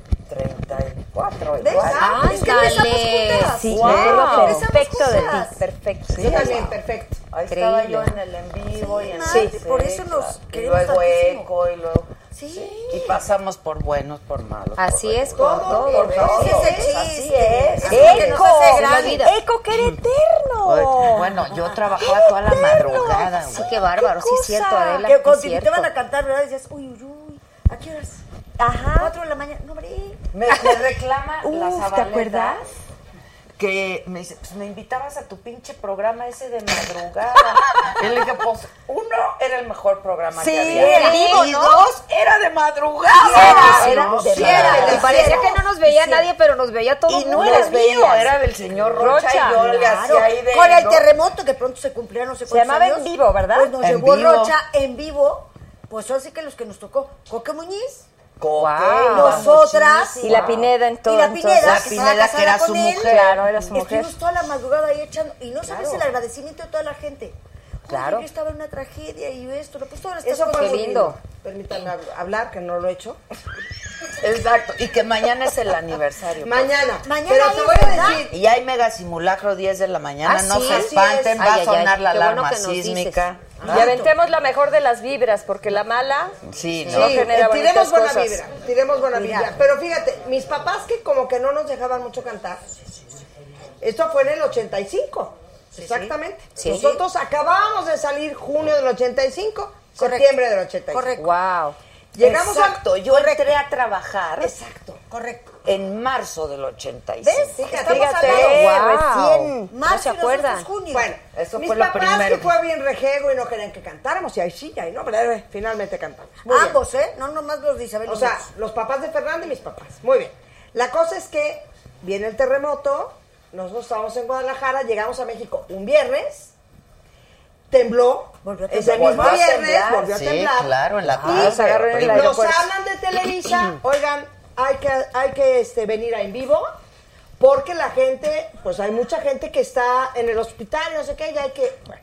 Speaker 1: 34.
Speaker 12: ¿Ves?
Speaker 1: igual.
Speaker 12: Ah, es que empezamos
Speaker 11: Ándale.
Speaker 12: juntas.
Speaker 14: Sí,
Speaker 1: Wow.
Speaker 14: me acuerdo
Speaker 12: Empezamos
Speaker 14: perfecto de
Speaker 12: juntas.
Speaker 14: ti, perfecto.
Speaker 13: Yo también, perfecto.
Speaker 1: Ahí estaba
Speaker 11: Increíble.
Speaker 1: yo en el en vivo y en
Speaker 12: Sí,
Speaker 1: el
Speaker 12: por eso nos
Speaker 1: claro. Y
Speaker 12: queremos
Speaker 1: luego
Speaker 12: tantísimo.
Speaker 1: eco y luego.
Speaker 12: Sí.
Speaker 1: Y pasamos por buenos, por malos.
Speaker 11: Así es,
Speaker 1: por
Speaker 11: por
Speaker 1: todo,
Speaker 11: todo,
Speaker 1: por
Speaker 11: por
Speaker 1: todo.
Speaker 12: Ese es el chiste.
Speaker 1: Así es.
Speaker 12: Eso es lo que nos hace grandes.
Speaker 14: ¡Eco! ¡Eco que era eterno!
Speaker 1: Bueno, yo trabajaba toda la madrugada,
Speaker 11: Sí,
Speaker 1: güey.
Speaker 11: qué bárbaro, sí es cierto,
Speaker 12: Que
Speaker 11: Adela. sí es
Speaker 12: cuando te
Speaker 11: cierto.
Speaker 12: van a cantar, ¿verdad? Decías, uy, uy, uy. ¿A qué horas?
Speaker 14: Ajá.
Speaker 12: Cuatro de la mañana.
Speaker 1: Me, me reclama
Speaker 14: Uf,
Speaker 1: la
Speaker 14: ¿te
Speaker 1: Zabaleta
Speaker 14: acuerdas?
Speaker 1: Que me dice, pues me invitabas a tu pinche programa ese de madrugada. y le dije, pues, uno era el mejor programa
Speaker 14: Sí,
Speaker 1: que había.
Speaker 14: en vivo,
Speaker 1: y
Speaker 14: ¿no?
Speaker 1: dos era de madrugada.
Speaker 11: Sí, era,
Speaker 1: ¿no?
Speaker 11: de
Speaker 1: Sí,
Speaker 11: verdad.
Speaker 1: era de
Speaker 11: Y parecía
Speaker 1: cero.
Speaker 11: que no nos veía
Speaker 1: Sí.
Speaker 11: nadie, pero nos veía todo
Speaker 1: Y no eras mío, era del señor Rocha, y yo le hacía ahí de...
Speaker 12: Con el
Speaker 1: ¿no?
Speaker 12: terremoto que pronto se cumplirá no sé
Speaker 14: Se
Speaker 12: cuántos
Speaker 14: llamaba
Speaker 12: años.
Speaker 14: En Vivo, ¿verdad?
Speaker 12: Pues nos
Speaker 14: En
Speaker 12: llevó
Speaker 14: Vivo.
Speaker 12: Rocha en vivo. Pues ahora sí que los que nos tocó. Coque Muñiz.
Speaker 1: Guau.
Speaker 12: nosotras.
Speaker 14: Y la Pineda, entonces.
Speaker 12: Y la Pineda,
Speaker 1: La
Speaker 12: que
Speaker 1: Pineda,
Speaker 12: estaba casada
Speaker 1: que era
Speaker 12: con
Speaker 1: su
Speaker 12: él.
Speaker 1: mujer.
Speaker 14: Claro, era su mujer.
Speaker 12: Estuvimos toda la madrugada ahí echando. Y no sabes el agradecimiento de toda la gente. Oye,
Speaker 11: Claro.
Speaker 12: Yo estaba en una tragedia y yo esto. no, Pues ahora estás
Speaker 13: Eso
Speaker 12: con
Speaker 13: fue
Speaker 12: el-
Speaker 13: muy
Speaker 11: lindo.
Speaker 13: lindo. Permítanme hab- hablar, que no lo he hecho.
Speaker 1: Exacto, y que mañana es el aniversario. pues.
Speaker 13: Mañana.
Speaker 12: Mañana
Speaker 13: Pero te
Speaker 12: es,
Speaker 13: voy a
Speaker 12: ¿verdad?
Speaker 13: decir,
Speaker 1: Y hay mega simulacro 10 de la mañana,
Speaker 11: Ah,
Speaker 1: no
Speaker 11: sí,
Speaker 1: se
Speaker 11: así
Speaker 1: espanten,
Speaker 11: es.
Speaker 1: va
Speaker 11: Ay,
Speaker 1: a
Speaker 11: ay,
Speaker 1: sonar
Speaker 11: ay,
Speaker 1: la
Speaker 11: qué bueno
Speaker 1: alarma
Speaker 11: que nos dices.
Speaker 1: sísmica.
Speaker 13: Ah.
Speaker 14: Y aventemos la mejor de las vibras, porque la mala
Speaker 1: Sí,
Speaker 14: no
Speaker 1: ¿no?
Speaker 14: genera
Speaker 13: eh,
Speaker 14: bonitas
Speaker 13: tiremos buena
Speaker 14: cosas.
Speaker 13: vibra, tiremos buena
Speaker 12: Mira.
Speaker 13: vibra. Pero fíjate, mis papás que como que no nos dejaban mucho cantar. Esto fue en el 85, exactamente.
Speaker 11: Sí.
Speaker 13: Nosotros acabábamos de salir junio del 85,
Speaker 12: Correcto.
Speaker 13: septiembre del 85.
Speaker 12: Correcto.
Speaker 11: Wow.
Speaker 13: Llegamos a-
Speaker 1: Exacto, yo entré a trabajar
Speaker 12: Exacto, correcto.
Speaker 1: en marzo del 85.
Speaker 12: ¿Ves? Estamos
Speaker 14: Fíjate,
Speaker 1: eh,
Speaker 12: hablando.
Speaker 14: recién.
Speaker 12: Marzo
Speaker 14: ¿No se
Speaker 12: y nosotros
Speaker 14: acuerdan?
Speaker 12: junio.
Speaker 13: Bueno,
Speaker 1: Eso
Speaker 13: mis
Speaker 1: fue lo
Speaker 13: papás
Speaker 1: primero.
Speaker 13: que fue bien rejego y no querían que cantáramos, y ahí sí, y ahí no, pero eh, finalmente cantamos. Muy bien.
Speaker 12: Ambos, ¿eh? No nomás los de Isabel.
Speaker 13: O
Speaker 12: los
Speaker 13: sea,
Speaker 12: míos.
Speaker 13: los papás de Fernando y mis papás. Muy bien. La cosa es que viene el terremoto, nosotros estábamos en Guadalajara, llegamos a México un viernes, tembló,
Speaker 12: Volvió a
Speaker 13: ese
Speaker 12: temblar.
Speaker 13: mismo
Speaker 1: Volvió a
Speaker 13: viernes
Speaker 1: temblar.
Speaker 13: volvió a
Speaker 1: Sí,
Speaker 13: temblar.
Speaker 1: claro, en la
Speaker 13: Y
Speaker 1: tarde,
Speaker 13: nos agarró en el
Speaker 1: primero.
Speaker 13: Nos
Speaker 1: aeropuerto.
Speaker 13: hablan de Televisa, oigan, hay que, hay que este, venir a en vivo. Porque la gente, pues hay mucha gente que está en el hospital, no sé qué, y hay que... bueno,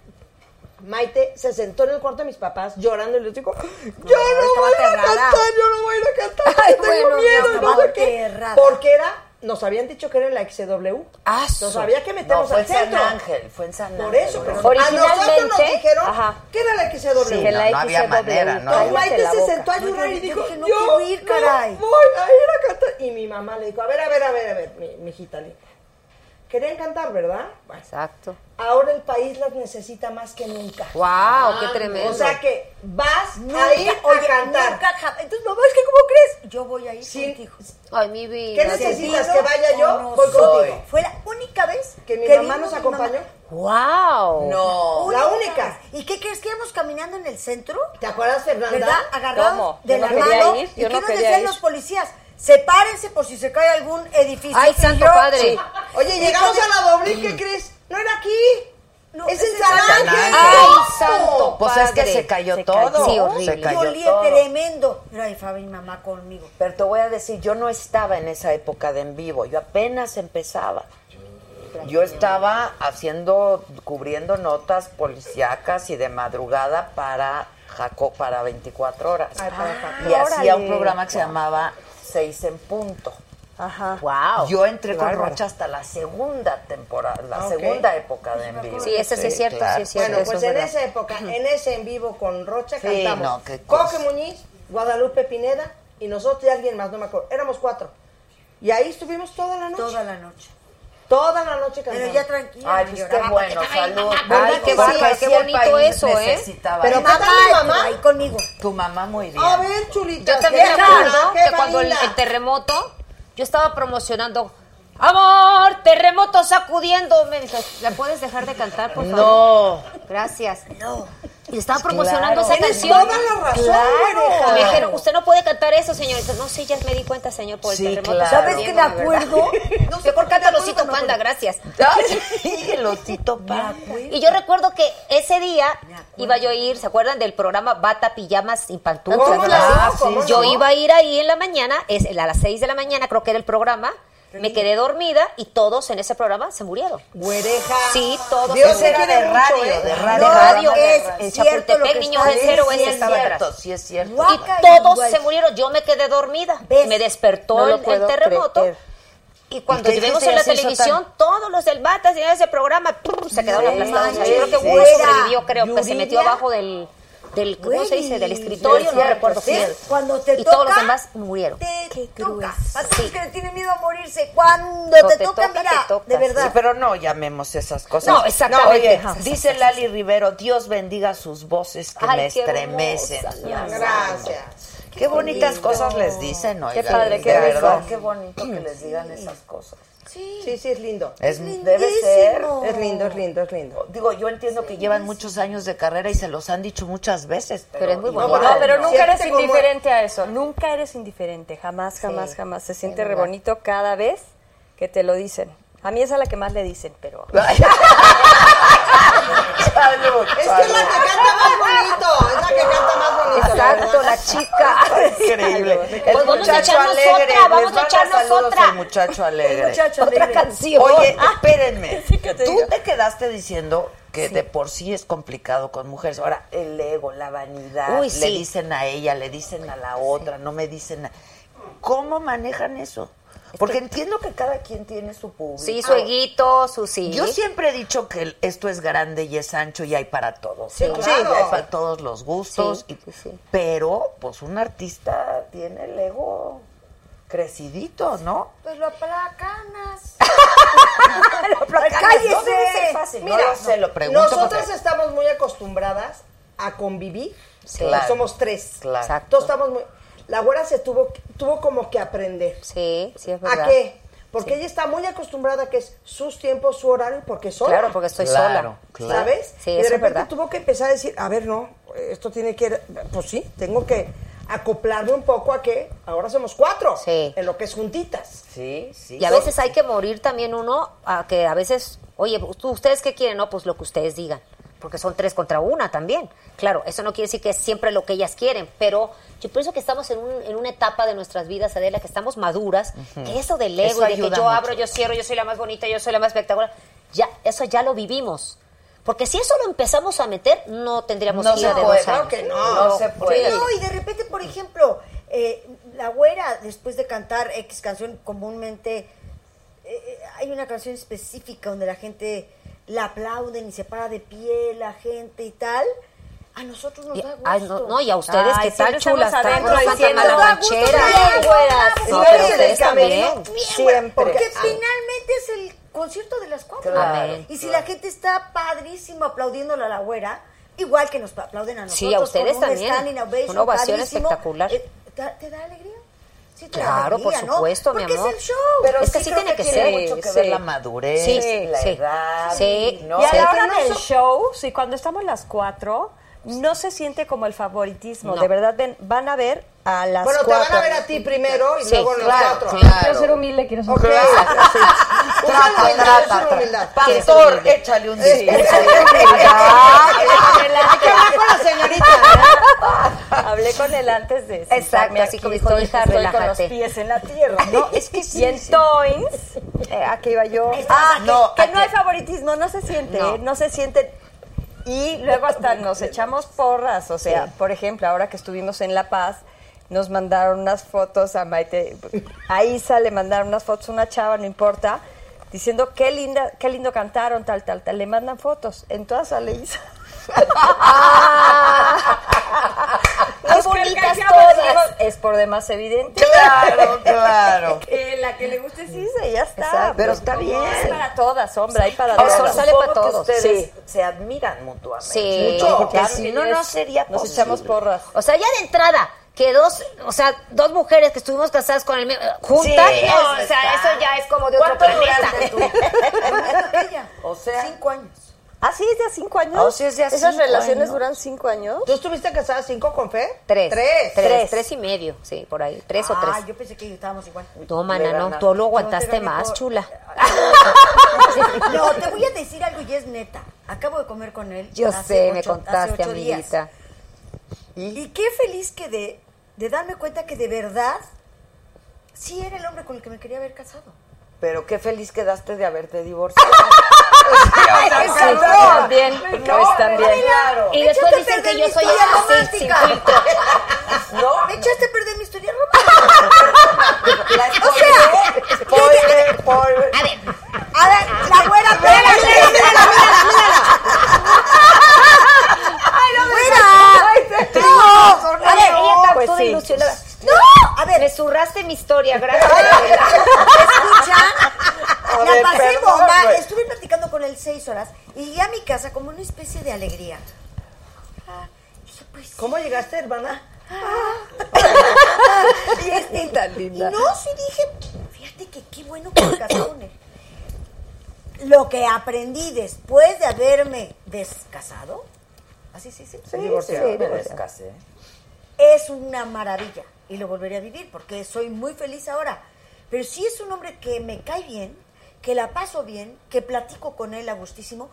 Speaker 13: Maite se sentó en el cuarto de mis papás llorando y les digo, yo no voy a
Speaker 12: estaba aterrada.
Speaker 13: cantar, yo no voy a ir a cantar,
Speaker 12: Ay,
Speaker 13: tengo
Speaker 12: bueno, yo
Speaker 13: miedo, y no
Speaker 12: estaba
Speaker 13: sé qué.
Speaker 12: aterrada.
Speaker 13: Porque era, nos habían dicho que era en la XW.
Speaker 1: Ah,
Speaker 13: Nos
Speaker 1: su-
Speaker 13: había que
Speaker 1: No,
Speaker 13: meternos
Speaker 1: fue
Speaker 13: al
Speaker 1: en San
Speaker 13: centro.
Speaker 1: Ángel, fue en San Ángel.
Speaker 13: Por eso, pero
Speaker 1: ¿no?
Speaker 13: a nosotros nos
Speaker 14: Originalmente,
Speaker 13: dijeron
Speaker 14: ajá.
Speaker 13: que era la XW.
Speaker 1: Sí,
Speaker 14: Que
Speaker 1: no,
Speaker 14: la
Speaker 1: no había
Speaker 14: XW,
Speaker 1: manera, no había-
Speaker 13: Entonces,
Speaker 14: cállate
Speaker 13: Maite
Speaker 14: la
Speaker 13: se
Speaker 14: boca.
Speaker 13: sentó a llorar y
Speaker 12: Yo
Speaker 13: dijo,
Speaker 12: dije, no
Speaker 13: yo
Speaker 12: quiero ir,
Speaker 13: no
Speaker 12: caray".
Speaker 13: voy a ir a cantar. Y mi mamá le dijo, a ver, a ver, a ver, a ver, mi, mi hijita linda. Querían cantar, ¿verdad? Bueno,
Speaker 11: Exacto.
Speaker 13: ahora el país las necesita más que nunca. Ah,
Speaker 11: Wow, qué tremendo.
Speaker 13: O sea que vas
Speaker 12: Nunca,
Speaker 13: a ir
Speaker 12: oye,
Speaker 13: a cantar.
Speaker 12: nunca jamás. Entonces, mamá, es que ¿cómo crees? Yo voy a ir
Speaker 13: Sí.
Speaker 12: contigo.
Speaker 11: Ay, mi vida.
Speaker 13: ¿Qué necesitas?
Speaker 12: Sentido
Speaker 13: ¿Que vaya yo?
Speaker 12: o no
Speaker 13: Voy
Speaker 12: soy.
Speaker 13: contigo.
Speaker 12: Fue la única vez
Speaker 13: Que mi mamá
Speaker 12: vino
Speaker 13: nos
Speaker 12: mi
Speaker 13: acompañó.
Speaker 12: mamá.
Speaker 11: Wow.
Speaker 1: No.
Speaker 13: La única.
Speaker 12: vez. ¿Y qué crees que íbamos caminando en el centro?
Speaker 13: ¿Te acuerdas, Fernanda?
Speaker 12: ¿Verdad? Agarrados
Speaker 14: ¿Cómo?
Speaker 12: de
Speaker 14: Yo
Speaker 12: la
Speaker 14: no quería
Speaker 12: mano.
Speaker 14: ir,
Speaker 12: ¿Y
Speaker 14: yo
Speaker 12: qué
Speaker 14: no
Speaker 12: nos
Speaker 14: quería
Speaker 12: decían
Speaker 14: ir.
Speaker 12: los policías? Sepárense por si se cae algún edificio.
Speaker 11: Ay,
Speaker 12: Y
Speaker 11: santo
Speaker 12: yo-
Speaker 11: padre.
Speaker 12: Sí.
Speaker 13: Oye, llegamos a la doble, ¿qué crees? No era aquí.
Speaker 12: No,
Speaker 13: es en
Speaker 12: es
Speaker 13: San
Speaker 12: en
Speaker 1: San
Speaker 13: Ángel.
Speaker 1: Ángel.
Speaker 11: Ay,
Speaker 13: ¡Exacto!
Speaker 11: santo
Speaker 1: Pues es que
Speaker 11: padre.
Speaker 1: se cayó
Speaker 11: Se
Speaker 1: todo.
Speaker 11: cayó. Sí,
Speaker 1: Se
Speaker 11: horrible.
Speaker 1: cayó
Speaker 12: Yo lié
Speaker 1: todo.
Speaker 12: tremendo. Pero ahí Fabi y mamá conmigo.
Speaker 1: Pero te voy a decir, yo no estaba en esa época de en vivo, yo apenas empezaba. Yo estaba haciendo, cubriendo notas policíacas y de madrugada para Jaco, para 24 horas. Ah, y hacía un programa que se llamaba Seis en Punto.
Speaker 14: Ajá.
Speaker 11: Wow.
Speaker 1: Yo entré
Speaker 14: Qué
Speaker 1: con
Speaker 14: bárbaro.
Speaker 1: Rocha hasta la segunda temporada, la
Speaker 13: Ah, ok.
Speaker 1: segunda época de en vivo.
Speaker 11: Sí, ese sí es cierto, sí es cierto.
Speaker 13: Bueno,
Speaker 11: eso
Speaker 13: pues
Speaker 11: es
Speaker 13: en
Speaker 11: verdad.
Speaker 13: esa época, en ese en vivo con Rocha
Speaker 1: Sí,
Speaker 13: cantamos.
Speaker 1: no, qué cosa.
Speaker 13: Coque Muñiz, Guadalupe Pineda y nosotros y alguien más, no me acuerdo. Éramos cuatro. Y ahí estuvimos toda la noche.
Speaker 12: Toda la noche.
Speaker 13: Toda la noche cantando.
Speaker 12: Pero ya tranquila.
Speaker 1: Ay,
Speaker 12: me
Speaker 1: pues qué
Speaker 12: lloraba porque
Speaker 1: bueno,
Speaker 12: estaba ahí,
Speaker 1: salud.
Speaker 12: mamá,
Speaker 13: ¿Verdad
Speaker 11: Ay,
Speaker 13: que
Speaker 11: qué
Speaker 13: sí?
Speaker 11: bárbaro,
Speaker 1: Sí,
Speaker 11: qué
Speaker 1: el país
Speaker 11: bonito eso, ¿eh?
Speaker 1: necesitaba
Speaker 13: Pero
Speaker 1: eso.
Speaker 13: ¿qué tal mi
Speaker 12: Mamá,
Speaker 13: mamá?
Speaker 12: ahí conmigo.
Speaker 1: Tu mamá muy bien.
Speaker 13: A ver, chulita.
Speaker 11: Yo también me acuerdo
Speaker 13: personaje,
Speaker 11: que cuando el,
Speaker 13: Vanina.
Speaker 11: el terremoto, yo estaba promocionando. Amor, terremoto sacudiéndome. ¿La puedes dejar de cantar, por favor? No. Gracias. No. Y estaba promocionando esa
Speaker 13: Tienes
Speaker 11: canción.
Speaker 13: toda la razón, oreja.
Speaker 11: Me dijeron, usted no puede cantar eso, señor. Y yo, no sé, ya me di cuenta, señor, por el
Speaker 1: Sí,
Speaker 11: terremoto.
Speaker 1: claro.
Speaker 12: ¿Sabes qué me
Speaker 11: sacudiéndome, ¿verdad?
Speaker 12: acuerdo? No sé por qué
Speaker 11: Canta
Speaker 12: me
Speaker 11: Losito
Speaker 12: acuerdo, no me
Speaker 11: Panda,
Speaker 12: acuerdo.
Speaker 11: gracias.
Speaker 1: Ay, sí, el osito pan.
Speaker 11: Y yo recuerdo que ese día iba yo a ir, ¿se acuerdan del programa Bata, Pijamas y Pantuflas?
Speaker 13: ¿Cómo
Speaker 11: Algo así?
Speaker 13: no? ¿Cómo
Speaker 11: yo
Speaker 13: no?
Speaker 11: iba a ir ahí en la mañana, es, a las 6 de la mañana creo que era el programa, me quedé dormida y todos en ese programa se murieron.
Speaker 13: Güereja.
Speaker 11: Sí, todos
Speaker 1: Dios
Speaker 11: se
Speaker 1: era de
Speaker 11: murieron.
Speaker 1: radio,
Speaker 13: ¿eh?
Speaker 1: de
Speaker 11: De
Speaker 1: radio.
Speaker 11: radio,
Speaker 12: es
Speaker 11: en
Speaker 12: cierto lo
Speaker 11: Chapultepec,
Speaker 12: que
Speaker 11: niños
Speaker 12: está-
Speaker 11: de cero,
Speaker 1: Sí,
Speaker 11: ese
Speaker 1: es
Speaker 11: estaba
Speaker 1: cierto,
Speaker 11: atrás.
Speaker 1: Sí, es cierto.
Speaker 12: Guau. Guaca y
Speaker 11: Todos
Speaker 12: guay.
Speaker 11: se murieron, yo me quedé dormida.
Speaker 12: ¿Ves?
Speaker 11: Me despertó
Speaker 14: No lo
Speaker 11: el, el
Speaker 14: puedo
Speaker 11: terremoto.
Speaker 14: creer.
Speaker 11: Y cuando
Speaker 1: ¿Y qué
Speaker 11: vemos
Speaker 1: dijiste?
Speaker 11: en la
Speaker 1: ¿Ya se hizo
Speaker 11: televisión, todos los del Bata y ese programa ¡pum! se quedaron
Speaker 12: Sí,
Speaker 11: aplastados.
Speaker 12: sí,
Speaker 11: ahí. Yo creo que
Speaker 12: sí.
Speaker 11: uno
Speaker 12: Fuera.
Speaker 11: sobrevivió, creo, que se metió
Speaker 12: Yuridia.
Speaker 11: abajo del, del ¿cómo se dice? Del
Speaker 12: Güey,
Speaker 11: escritorio,
Speaker 12: sí,
Speaker 11: no
Speaker 12: es cierto,
Speaker 11: recuerdo
Speaker 12: sí.
Speaker 11: quién.
Speaker 12: Cuando te
Speaker 11: y
Speaker 12: toca,
Speaker 11: todos los demás murieron.
Speaker 12: Te toca.
Speaker 11: grueso.
Speaker 12: Así
Speaker 11: Sí.
Speaker 12: que le tiene miedo a morirse. Cuando
Speaker 11: No
Speaker 12: te,
Speaker 11: te
Speaker 12: toca,
Speaker 11: toca,
Speaker 12: mira,
Speaker 11: te toca,
Speaker 12: de
Speaker 1: Sí,
Speaker 12: verdad.
Speaker 1: pero no llamemos esas cosas.
Speaker 11: No,
Speaker 1: oye,
Speaker 11: exactamente.
Speaker 1: dice Lali Rivero, Dios bendiga sus voces que
Speaker 11: Ay,
Speaker 1: me
Speaker 11: qué hermosa,
Speaker 1: estremecen.
Speaker 11: Lali.
Speaker 13: Gracias.
Speaker 12: Qué
Speaker 1: Qué bonitas cosas les dicen,
Speaker 12: Qué
Speaker 1: oigan.
Speaker 12: padre, qué
Speaker 1: de
Speaker 12: rico.
Speaker 1: verdad.
Speaker 12: Qué bonito
Speaker 1: que les digan esas cosas.
Speaker 12: Sí.
Speaker 13: Sí, sí, es lindo.
Speaker 1: Es- debe ser.
Speaker 13: Es lindo, es lindo, es lindo.
Speaker 1: Digo, yo entiendo que llevan muchos años de carrera y se los han dicho muchas veces. Pero,
Speaker 11: Pero es muy
Speaker 1: igual,
Speaker 11: bonito.
Speaker 14: Pues No, pero nunca eres
Speaker 13: Siéntete como-
Speaker 14: indiferente a eso. Nunca eres indiferente. Jamás, jamás, jamás. Se siente re bonito cada vez que te lo dicen. A mí es a la que más le dicen, pero.
Speaker 13: Es que es la que canta más bonito. Es la que canta más bonito.
Speaker 11: Exacto, la chica.
Speaker 1: Increíble. El
Speaker 11: Pues vamos a
Speaker 1: muchacho
Speaker 11: echarnos
Speaker 1: alegre.
Speaker 11: otra,
Speaker 1: les
Speaker 11: vamos a
Speaker 1: manda
Speaker 11: echarnos
Speaker 1: saludos
Speaker 11: otra.
Speaker 1: El muchacho alegre.
Speaker 11: muchacho Otra alegre. canción.
Speaker 1: Oye,
Speaker 11: Ah.
Speaker 1: espérenme.
Speaker 11: que te
Speaker 1: Tú
Speaker 11: diga.
Speaker 1: te quedaste diciendo que de por sí es complicado con mujeres. Ahora, el ego, la vanidad,
Speaker 11: Uy,
Speaker 1: le
Speaker 11: sí.
Speaker 1: dicen a ella, le dicen a la otra, no me dicen a... ¿Cómo manejan eso? Porque entiendo que cada quien tiene su público.
Speaker 11: Sí, su eguito, su sí.
Speaker 1: Yo siempre he dicho que el- esto es grande y es ancho y hay para todos.
Speaker 11: Sí,
Speaker 1: ¿no?
Speaker 11: claro.
Speaker 1: hay para todos los gustos.
Speaker 11: Sí,
Speaker 1: y-
Speaker 11: sí, sí.
Speaker 1: Pero, pues, un artista tiene el ego crecidito, ¿no?
Speaker 12: Pues lo aplacanas.
Speaker 13: ¡Cállese!
Speaker 1: No debe ser fácil, no lo sé, lo pregunto
Speaker 13: Nosotras
Speaker 1: porque-
Speaker 13: estamos muy acostumbradas a convivir.
Speaker 1: Sí.
Speaker 13: porque
Speaker 1: Claro.
Speaker 13: Somos tres.
Speaker 1: Claro.
Speaker 11: Exacto.
Speaker 13: Todos estamos muy. La güera se tuvo, tuvo como que aprender.
Speaker 11: Sí, sí, es verdad.
Speaker 13: ¿A qué? Porque ella está muy acostumbrada a que es sus tiempos, su horario, porque sola.
Speaker 11: Claro, porque estoy
Speaker 1: Claro,
Speaker 11: sola.
Speaker 1: claro.
Speaker 13: ¿Sabes?
Speaker 11: Sí,
Speaker 13: y de
Speaker 11: eso es
Speaker 13: repente
Speaker 11: verdad.
Speaker 13: tuvo que empezar a decir, a ver, no, esto tiene que, pues sí, tengo que acoplarme un poco a que ahora somos cuatro,
Speaker 11: Sí.
Speaker 13: en lo que es juntitas.
Speaker 1: Sí, sí.
Speaker 11: Y a veces hay que morir también uno, a que a veces, oye, ¿tú- ¿ustedes qué quieren? No, pues lo que ustedes digan, porque son tres contra una también. Claro, eso no quiere decir que es siempre lo que ellas quieren, pero yo pienso que estamos en, un- en una etapa de nuestras vidas, Adela, que estamos maduras, que eso del ego,
Speaker 1: Eso
Speaker 11: y de que
Speaker 1: ayuda
Speaker 11: yo
Speaker 1: mucho.
Speaker 11: abro, yo cierro, yo soy la más bonita, yo soy la más espectacular, ya, eso ya lo vivimos. Porque si eso lo empezamos a meter, no tendríamos
Speaker 1: No
Speaker 11: vida
Speaker 1: se
Speaker 11: de
Speaker 1: puede,
Speaker 11: dos
Speaker 1: claro
Speaker 11: años.
Speaker 1: que no, no se puede.
Speaker 11: Sí.
Speaker 12: No, y de repente, por ejemplo, eh, la güera, después de cantar X canción, comúnmente eh, eh, hay una canción específica donde la gente la aplauden y se para de pie la gente y tal. A nosotros nos
Speaker 11: Y-
Speaker 12: da gusto.
Speaker 11: ay, no, no, y a ustedes
Speaker 14: Ay,
Speaker 11: que
Speaker 14: siempre
Speaker 11: están chulas,
Speaker 14: estamos
Speaker 11: tan
Speaker 14: adentro
Speaker 11: buenas, tan
Speaker 14: diciendo,
Speaker 11: mala
Speaker 14: "Da gusto
Speaker 11: ranchera".
Speaker 14: que güeras.
Speaker 13: Ustedes
Speaker 11: No, pero ustedes
Speaker 13: del camino,
Speaker 11: también.
Speaker 12: Bien,
Speaker 13: Siempre.
Speaker 12: güey, Porque
Speaker 13: Ah.
Speaker 12: finalmente es el concierto de las cuatro.
Speaker 11: Claro, Amén.
Speaker 12: y si la gente está padrísimo aplaudiéndola a la güera, igual que nos aplauden a nosotros.
Speaker 11: Sí, a ustedes
Speaker 12: con un
Speaker 11: también.
Speaker 12: standing ovation
Speaker 11: Una ovación
Speaker 12: padrísimo,
Speaker 11: espectacular.
Speaker 12: eh, ¿Te te da alegría? Sí, te da
Speaker 11: Claro, por
Speaker 12: alegría, ¿no?
Speaker 11: supuesto, mi
Speaker 12: Porque
Speaker 11: amor.
Speaker 12: es el show.
Speaker 1: Pero
Speaker 11: es que
Speaker 1: sí
Speaker 11: sí
Speaker 1: creo
Speaker 11: tiene
Speaker 1: que
Speaker 11: que,
Speaker 1: tiene
Speaker 11: ser.
Speaker 1: mucho que
Speaker 11: sí.
Speaker 1: ver la madurez, la edad,
Speaker 11: Sí,
Speaker 1: ¿no?
Speaker 14: Y a
Speaker 11: sí.
Speaker 14: la hora
Speaker 13: no
Speaker 14: del
Speaker 13: so-
Speaker 14: show, sí, cuando estamos las cuatro, no se siente como el favoritismo.
Speaker 11: No.
Speaker 14: De verdad, ven, van a ver a las
Speaker 13: Bueno,
Speaker 14: cuatro.
Speaker 13: te van a ver a ti primero y
Speaker 11: Sí,
Speaker 13: luego a
Speaker 1: Claro,
Speaker 13: nosotros.
Speaker 1: claro.
Speaker 14: humilde, quiero
Speaker 13: Ok. Usa la
Speaker 1: Trata,
Speaker 13: humildad, usa la
Speaker 1: trata,
Speaker 13: humildad.
Speaker 1: trata. Pastor, échale
Speaker 11: Eh,
Speaker 1: un discurso.
Speaker 13: Hay que hablar con la señorita.
Speaker 14: Hablé con él antes de sentarme
Speaker 11: Exacto, así
Speaker 14: aquí.
Speaker 11: como dijo,
Speaker 14: Estoy-
Speaker 11: hija,
Speaker 14: estoy con los
Speaker 11: relájate.
Speaker 14: pies en la tierra, ¿no?
Speaker 1: Es que sí,
Speaker 14: Y entonces, eh, ¿a qué iba yo? Ah,
Speaker 1: no,
Speaker 14: que,
Speaker 1: ¿a
Speaker 14: que
Speaker 1: qué?
Speaker 14: no hay favoritismo, no se siente,
Speaker 11: No.
Speaker 14: ¿eh? no se siente. Y luego hasta nos echamos porras, o sea, por ejemplo, ahora que estuvimos en La Paz, nos mandaron unas fotos a Maite, a Isa le mandaron unas fotos, una chava, no importa, diciendo qué linda, qué lindo cantaron, tal, tal, tal. Le mandan fotos, en todas sale Isa.
Speaker 11: ¡Qué
Speaker 14: Nos
Speaker 11: bonitas
Speaker 14: carcajeamos,
Speaker 11: todas!
Speaker 14: digo, Es por demás evidente.
Speaker 1: Claro, claro.
Speaker 14: Que la que le guste sí, se- ya está.
Speaker 1: Exacto, pero está
Speaker 14: no,
Speaker 1: bien.
Speaker 14: Es para todas, hombre, hay para
Speaker 1: Ahora,
Speaker 14: todas.
Speaker 11: sale para
Speaker 1: supongo que
Speaker 11: todos.
Speaker 1: ustedes
Speaker 11: Sí.
Speaker 1: se admiran mutuamente.
Speaker 11: Sí.
Speaker 1: Mucho, porque
Speaker 14: Claro
Speaker 1: si
Speaker 14: que
Speaker 1: no,
Speaker 14: es-
Speaker 1: no sería
Speaker 14: Nos
Speaker 1: posible.
Speaker 14: echamos porras.
Speaker 11: O sea, ya de entrada, que dos, o sea, dos mujeres que estuvimos casadas con el mismo, juntas,
Speaker 1: Sí,
Speaker 11: no,
Speaker 1: eso
Speaker 11: o sea,
Speaker 1: está.
Speaker 11: eso ya es como de otro planeta.
Speaker 1: O sea,
Speaker 12: Cinco años.
Speaker 14: ¿Ah, sí? ¿Es de a cinco años?
Speaker 13: Oh,
Speaker 1: Ah, sí, es de a
Speaker 14: ¿Esas
Speaker 1: cinco
Speaker 14: relaciones
Speaker 1: años.
Speaker 14: duran cinco años?
Speaker 13: ¿Tú estuviste casada cinco con Fe?
Speaker 11: Tres,
Speaker 13: Tres.
Speaker 11: tres, tres, y medio, sí, por ahí, tres o
Speaker 12: Ah,
Speaker 11: tres.
Speaker 12: yo pensé que estábamos igual.
Speaker 11: No,
Speaker 1: Le
Speaker 11: mana,
Speaker 1: ganaste.
Speaker 11: no, tú lo
Speaker 12: No, te
Speaker 11: aguantaste
Speaker 12: gané
Speaker 11: más,
Speaker 12: por-
Speaker 11: chula.
Speaker 12: No, te voy a decir algo y es neta. Acabo de comer con él.
Speaker 11: Yo
Speaker 12: hace
Speaker 11: sé, me
Speaker 12: ocho- hace
Speaker 11: contaste,
Speaker 12: ocho días.
Speaker 11: amiguita.
Speaker 12: Y qué feliz quedé de darme cuenta que de verdad sí era el hombre con el que me quería haber casado.
Speaker 1: pero qué feliz quedaste de haberte divorciado.
Speaker 14: Pues también, pues también.
Speaker 1: Claro.
Speaker 11: Y
Speaker 12: Me
Speaker 11: después
Speaker 12: echaste a
Speaker 11: dicen
Speaker 12: perder
Speaker 11: que yo
Speaker 12: mi
Speaker 11: soy
Speaker 12: historia
Speaker 11: así, sin
Speaker 12: romántica.
Speaker 11: filtro.
Speaker 1: No,
Speaker 12: Me echaste a perder mi historia romántica.
Speaker 1: o sea, spoiler, spoiler.
Speaker 11: A ver,
Speaker 12: A ver, la güera, espérate. Mírala, mírala, mírala. ¡Güera! ¡No!
Speaker 11: a ver, ella está
Speaker 14: Pues
Speaker 11: toda
Speaker 14: sí.
Speaker 11: ilusionada.
Speaker 12: ¡No! A ver,
Speaker 11: Me zurraste mi historia, gracias.
Speaker 12: escucha. La
Speaker 1: ver,
Speaker 12: pasé
Speaker 1: perdón,
Speaker 12: bomba.
Speaker 1: güey.
Speaker 12: Estuve platicando con él seis horas y llegué a mi casa como una especie de alegría. Ah, dije, pues
Speaker 13: ¿Cómo llegaste, hermana?
Speaker 12: y este tan linda. No, sí dije, fíjate que qué bueno que me casé con él. Lo que aprendí después de haberme descasado, así sí, sí, sí,
Speaker 1: Divorciado,
Speaker 12: sí,
Speaker 1: me
Speaker 12: divorciado,
Speaker 1: descasé.
Speaker 12: es una maravilla y lo volveré a vivir porque soy muy feliz ahora. Pero sí es un hombre que me cae bien, que la paso bien, que platico con él a gustísimo.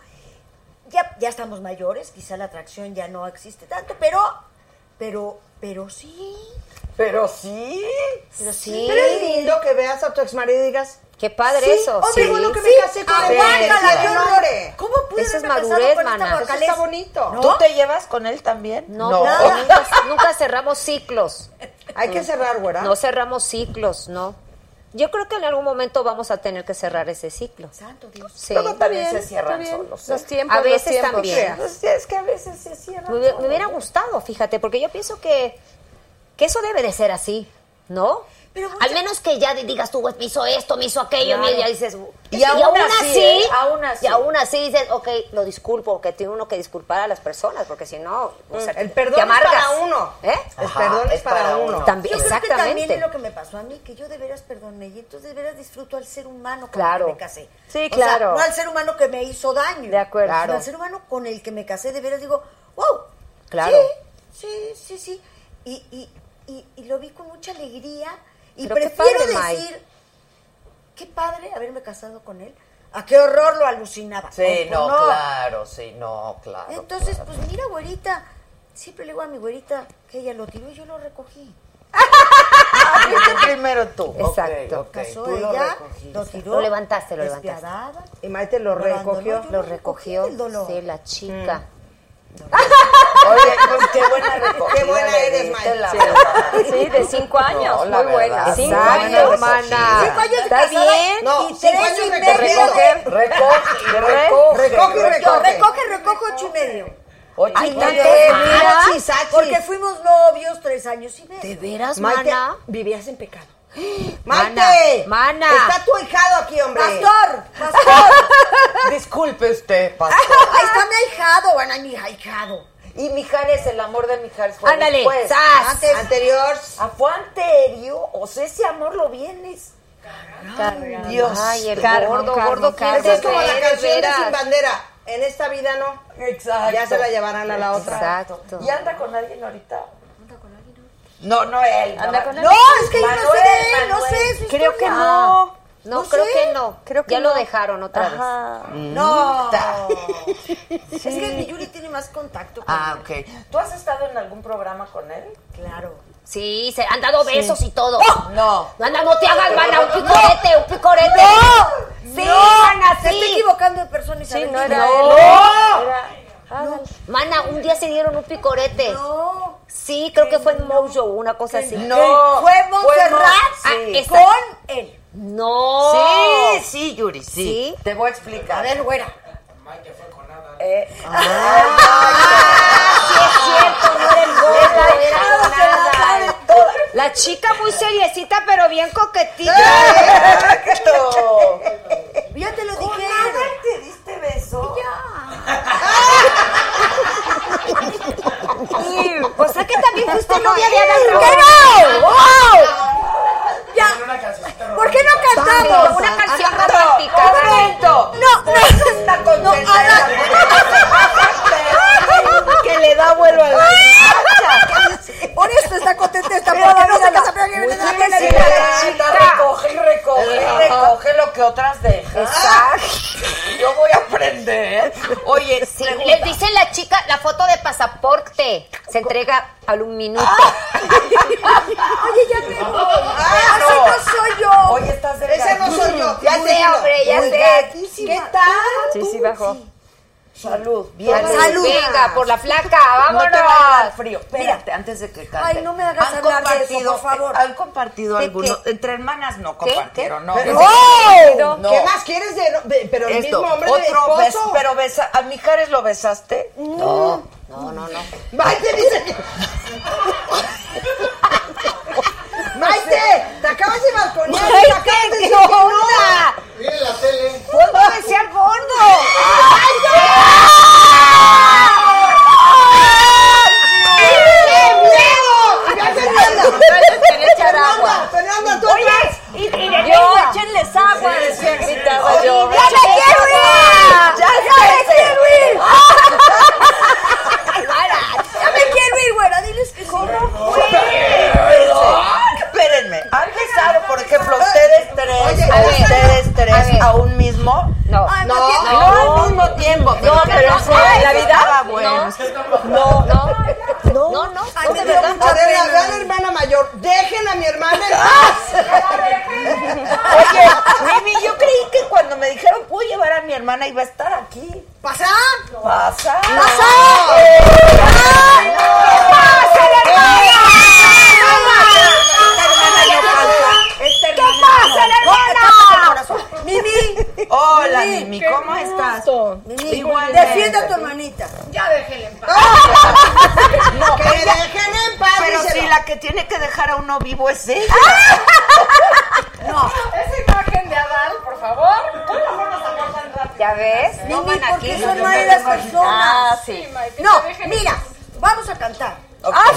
Speaker 12: Ya, ya estamos mayores, quizá la atracción ya no existe tanto, pero, pero, pero sí.
Speaker 13: Pero sí.
Speaker 12: Pero sí.
Speaker 13: Pero es lindo que veas a tu exmarido y digas.
Speaker 11: Qué padre
Speaker 13: sí,
Speaker 11: eso.
Speaker 13: Hombre,
Speaker 11: sí.
Speaker 13: bueno que
Speaker 11: Sí.
Speaker 13: me casé con él.
Speaker 11: Aguántala,
Speaker 13: Sí,
Speaker 11: yo no-
Speaker 13: hombre.
Speaker 12: ¿Cómo pude
Speaker 11: Eso es
Speaker 12: haberme casado
Speaker 11: madurez,
Speaker 12: con esta
Speaker 11: mana.
Speaker 12: guacalés?
Speaker 13: Eso está bonito.
Speaker 12: ¿No?
Speaker 1: ¿Tú te llevas con él también?
Speaker 11: No,
Speaker 13: No.
Speaker 11: porque Nunca, nunca cerramos ciclos.
Speaker 13: Hay que cerrar, güera.
Speaker 11: No cerramos ciclos, no. Yo creo que en algún momento vamos a tener que cerrar ese ciclo.
Speaker 12: Santo Dios.
Speaker 11: Sí.
Speaker 1: Luego también
Speaker 13: bien,
Speaker 1: se
Speaker 13: está
Speaker 1: cierran
Speaker 13: bien.
Speaker 1: solos.
Speaker 14: Los
Speaker 1: ¿eh?
Speaker 14: tiempos,
Speaker 11: A veces
Speaker 14: los tiempos.
Speaker 11: también.
Speaker 1: Pues es que a veces se cierran.
Speaker 11: Me hubiera, me
Speaker 1: solos.
Speaker 11: hubiera gustado, fíjate, porque yo pienso que, que eso debe de ser así, ¿no?
Speaker 12: Pero mucha-
Speaker 11: Al menos que ya di- digas tú, pues, me hizo esto, me hizo aquello,
Speaker 1: Claro.
Speaker 11: y ya dices...
Speaker 1: Y aún así, ¿eh? Aún así.
Speaker 11: Y aún así dices, ok, lo disculpo, que tiene uno que disculpar a las personas, porque si no... o sea,
Speaker 13: El
Speaker 11: te
Speaker 13: perdón es
Speaker 11: amargas.
Speaker 13: para uno.
Speaker 11: ¿Eh?
Speaker 13: El perdón es para uno.
Speaker 11: También,
Speaker 12: Yo creo que también es
Speaker 11: exactamente.
Speaker 12: lo que me pasó a mí, que yo de veras perdoné y entonces de veras disfruto al ser humano con
Speaker 11: Claro.
Speaker 12: el que me casé.
Speaker 14: Sí,
Speaker 12: O
Speaker 14: claro.
Speaker 12: sea, no al ser humano que me hizo daño.
Speaker 14: De acuerdo.
Speaker 12: sino
Speaker 14: Claro.
Speaker 12: al ser humano con el que me casé, de veras digo, wow.
Speaker 11: Claro.
Speaker 12: Sí, sí, sí, sí. Y, y, y, y lo vi con mucha alegría y
Speaker 11: Pero qué
Speaker 12: prefiero
Speaker 11: padre, May.
Speaker 12: decir, qué padre haberme casado con él. A qué horror lo alucinaba.
Speaker 1: Sí,
Speaker 12: O-
Speaker 1: no,
Speaker 12: o
Speaker 11: pues
Speaker 1: claro, sí, no, claro.
Speaker 12: entonces,
Speaker 1: claro.
Speaker 12: pues mira, güerita, siempre le digo a mi güerita que ella lo tiró y yo lo recogí.
Speaker 1: Fuiste primero tú.
Speaker 11: Exacto.
Speaker 1: Ok, ok,
Speaker 12: Casó
Speaker 1: tú lo
Speaker 12: ella,
Speaker 1: recogiste.
Speaker 12: lo, tiró.
Speaker 11: Lo levantaste, lo levantaste.
Speaker 12: despiadada,
Speaker 13: Y Maite lo recogió.
Speaker 12: abandonó, yo
Speaker 11: Lo
Speaker 12: no
Speaker 11: recogió,
Speaker 12: recogí el dolor.
Speaker 11: sí, la chica.
Speaker 1: Mm. Oye, pues qué buena recogida.
Speaker 13: Qué buena
Speaker 1: le
Speaker 13: eres,
Speaker 1: diste,
Speaker 13: Maite.
Speaker 1: la
Speaker 13: Sí.
Speaker 1: verdad.
Speaker 14: Sí, de cinco años.
Speaker 1: No, la
Speaker 14: Muy buena.
Speaker 1: verdad.
Speaker 14: Cinco
Speaker 1: Exacto,
Speaker 14: años.
Speaker 1: hermana.
Speaker 12: Cinco años de
Speaker 14: ¿Está
Speaker 12: casada
Speaker 14: bien?
Speaker 13: No,
Speaker 12: y
Speaker 13: cinco
Speaker 12: tres
Speaker 13: años
Speaker 12: y medio.
Speaker 13: recogiendo.
Speaker 12: de-
Speaker 1: Recoge, recoge.
Speaker 13: Recoge y
Speaker 12: Yo
Speaker 13: recoge.
Speaker 12: recoge, recoge ocho y medio.
Speaker 1: Ocho y
Speaker 12: Ay,
Speaker 1: medio.
Speaker 12: Maite,
Speaker 11: más.
Speaker 12: mira,
Speaker 13: Achis, achis.
Speaker 12: Porque fuimos novios tres años y medio.
Speaker 11: ¿De veras,
Speaker 13: Maite,
Speaker 11: mana?
Speaker 13: vivías en pecado.
Speaker 11: Mana,
Speaker 13: Maite,
Speaker 11: mana.
Speaker 13: está tu hijado aquí, hombre.
Speaker 12: Pastor, pastor.
Speaker 1: Disculpe usted,
Speaker 12: Ah,
Speaker 1: pastor.
Speaker 12: Ahí está mi ahijado. Bueno, ay, mi ahijado. Ah,
Speaker 1: Y Mijares, el amor de Mijares fue
Speaker 11: Ándale,
Speaker 1: después.
Speaker 11: ¡zas!
Speaker 1: Antes.
Speaker 13: Anterior.
Speaker 1: Ah, fue anterior. O sea, ese amor lo vienes. Dios.
Speaker 11: Ay, el
Speaker 14: Carmen,
Speaker 11: gordo,
Speaker 14: Carmen,
Speaker 11: gordo, ¿qué
Speaker 14: Carmen.
Speaker 13: Esa es
Speaker 11: haces,
Speaker 13: como la
Speaker 11: eh?
Speaker 13: canción de
Speaker 11: veras.
Speaker 13: Sin Bandera. En esta vida no.
Speaker 1: Exacto.
Speaker 13: Ya se la llevarán a la otra.
Speaker 11: Exacto.
Speaker 1: ¿Y anda con alguien ahorita? ¿Anda con alguien No, no él.
Speaker 11: Anda
Speaker 1: no,
Speaker 11: con
Speaker 12: No, es que yo no sé de él, no sé. su
Speaker 14: Creo que
Speaker 12: historia.
Speaker 14: no.
Speaker 11: No,
Speaker 12: No
Speaker 11: creo
Speaker 12: sé.
Speaker 11: que no.
Speaker 14: Creo que
Speaker 11: ya
Speaker 14: no.
Speaker 11: lo dejaron otra vez.
Speaker 12: No. Es que mi Yuri tiene más contacto con
Speaker 1: Ah,
Speaker 12: él.
Speaker 1: ok. ¿Tú has estado en algún programa con él?
Speaker 12: Claro.
Speaker 11: Sí, se han dado besos y todo.
Speaker 1: No.
Speaker 11: Anda, no te hagas, mana, un picorete, un picorete.
Speaker 12: ¡No!
Speaker 11: Sí, mana,
Speaker 12: Se está
Speaker 11: sí.
Speaker 12: equivocando de persona y
Speaker 14: Sí, no era él. Era-
Speaker 11: Mana, un día se dieron un picorete.
Speaker 12: No.
Speaker 11: Sí, creo que fue en Mojo, una cosa así.
Speaker 1: No.
Speaker 12: Fue
Speaker 1: Fue
Speaker 12: Montserrat
Speaker 1: Mon- sí.
Speaker 12: ah, con él.
Speaker 11: No.
Speaker 1: Sí, Oh. sí, Yuri, sí.
Speaker 11: ¿Sí?
Speaker 1: Te voy a explicar.
Speaker 12: A ver, güera.
Speaker 1: Eh,
Speaker 6: Ah,
Speaker 12: Ah,
Speaker 11: Cierto, no era el gordo, era con nada.
Speaker 1: toda-
Speaker 11: La chica muy seriecita, pero bien coquetilla.
Speaker 12: ¡Eh!
Speaker 1: Exacto.
Speaker 12: Yo te lo
Speaker 1: Con
Speaker 12: dije.
Speaker 1: nada te diste beso.
Speaker 11: O sea que también fuiste novia de Adán
Speaker 12: ¡Que no!
Speaker 11: Ramón.
Speaker 12: ¡Wow! Ya. ¿Por qué no cantamos?
Speaker 11: Una canción
Speaker 1: Exacto.
Speaker 11: romántica.
Speaker 1: Un momento.
Speaker 12: No, no.
Speaker 1: Está contenta.
Speaker 12: ahora-
Speaker 1: que le da vuelo a la
Speaker 12: Por eso Oh, está contenta esta
Speaker 1: Mira,
Speaker 12: porque no se
Speaker 1: mírala.
Speaker 12: casa, pero que viene de la
Speaker 1: Muy
Speaker 12: tele.
Speaker 1: bien, Recoge y recoge y recoge lo que otras dejan. Yo voy a aprender. Oye,
Speaker 11: Sí,
Speaker 1: pregunta.
Speaker 11: les dice la chica la foto de pasaporte. Se entrega al un minuto.
Speaker 12: ¡Ah! Oye, ya me voy.
Speaker 1: Ah,
Speaker 12: Así no soy yo.
Speaker 1: Oye, estás de
Speaker 13: Ese no soy yo.
Speaker 11: Ya sé,
Speaker 13: sé,
Speaker 11: hombre, ya sé.
Speaker 12: ¿Qué tal?
Speaker 14: Sí, sí, bajó.
Speaker 1: Salud, bien.
Speaker 12: Salud. Salud.
Speaker 11: Venga, por la flaca,
Speaker 1: No te
Speaker 11: vámonos.
Speaker 1: va a dar frío. Espérate, antes de que cante.
Speaker 12: Ay, no me hagas
Speaker 1: ¿Han
Speaker 12: hablar de eso,
Speaker 1: compartido- eh,
Speaker 12: por favor.
Speaker 1: ¿Han compartido
Speaker 11: ¿De
Speaker 1: alguno? Entre hermanas no
Speaker 11: ¿Qué?
Speaker 1: compartieron,
Speaker 11: ¿Qué?
Speaker 1: no.
Speaker 13: Pero- ¡Oh!
Speaker 1: No.
Speaker 13: ¿Qué más quieres de, de- pero el
Speaker 1: Esto,
Speaker 13: mismo hombre de
Speaker 1: otro beso,
Speaker 13: esposo?
Speaker 1: pero besa, ¿a Mijares lo besaste?
Speaker 11: No, no, no, no.
Speaker 13: Maite dice que... Maite, te acabas de balconear. y te acabas de decir que no.
Speaker 2: Miren la tele.
Speaker 11: ¡Puedo desear gordo!
Speaker 13: ¡Qué miedo! Y me hace miedo.
Speaker 1: parecía que gritaba
Speaker 6: Oye,
Speaker 1: yo.
Speaker 6: ¡ya me quiero ir!
Speaker 1: ¡Ya
Speaker 12: me quiero ir!
Speaker 1: ¡Ya me quiero ir, güera! Diles que ¿Cómo fue? Espérenme, ¿han besado, por ejemplo, ustedes tres, a ustedes tres, a un mismo?
Speaker 11: No,
Speaker 1: no, no al mismo tiempo.
Speaker 14: No, pero
Speaker 1: no,
Speaker 14: sí, en la
Speaker 1: eso
Speaker 14: vida.
Speaker 1: estaba bueno.
Speaker 14: No, no.
Speaker 1: No,
Speaker 14: no, no.
Speaker 13: Ay, me dio mucha pena. la gran hermana mayor, dejen a mi hermana en paz.
Speaker 1: Ah. Oye, Mimi, yo creí que cuando me dijeron puedo llevar a mi hermana iba a estar aquí.
Speaker 12: ¿Pasa?
Speaker 1: ¿Pasa?
Speaker 12: ¿Pasa?
Speaker 1: Mimi. Hola, Mimi, ¿cómo estás?
Speaker 12: Mimi,
Speaker 1: Igualmente.
Speaker 12: defiende a tu hermanita.
Speaker 8: Ya déjenle en paz.
Speaker 1: No,
Speaker 12: Que
Speaker 1: ella-
Speaker 12: dejen en paz,
Speaker 1: Pero
Speaker 12: díselo.
Speaker 1: si la que tiene que dejar a uno vivo es ella. No.
Speaker 8: Esa imagen de Adal, por favor. ¿Cómo no nos aportan rápido?
Speaker 11: ¿Ya ves? No Ah,
Speaker 12: Mimi,
Speaker 11: van aquí.
Speaker 12: porque son malas
Speaker 11: Ah,
Speaker 12: personas.
Speaker 11: sí.
Speaker 12: No, mira, vamos a cantar. Ah.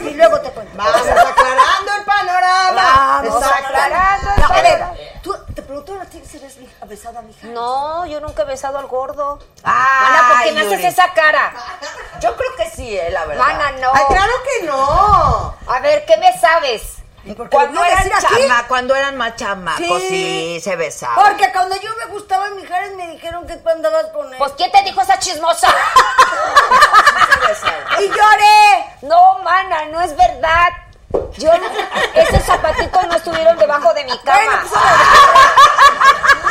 Speaker 12: Y luego te cuento.
Speaker 13: Vamos aclarando el panorama.
Speaker 12: Vamos
Speaker 11: aclarando el
Speaker 12: No, a ver,
Speaker 11: panorama.
Speaker 12: tú te preguntaron a ti si habías vi- besado a mi hija.
Speaker 11: No, yo nunca he besado al gordo.
Speaker 1: Ah,
Speaker 11: Mana, ¿por qué me
Speaker 1: Yuri.
Speaker 11: haces esa cara?
Speaker 1: Yo creo que sí, eh, la verdad.
Speaker 11: Mana, no.
Speaker 13: Ay, claro que no.
Speaker 11: A ver, ¿qué me sabes?
Speaker 12: Porque
Speaker 1: Cuando
Speaker 12: lo voy a
Speaker 1: eran,
Speaker 12: decir aquí.
Speaker 1: chama, cuando eran más chamacos,
Speaker 12: Sí.
Speaker 1: sí, se besaban.
Speaker 12: Porque cuando yo me gustaba Mijares me dijeron que tú andabas con él.
Speaker 11: Pues ¿quién te dijo esa chismosa?
Speaker 12: ¡Y lloré!
Speaker 11: No, mana, no es verdad. Yo no- esos zapatitos no estuvieron debajo de mi cama.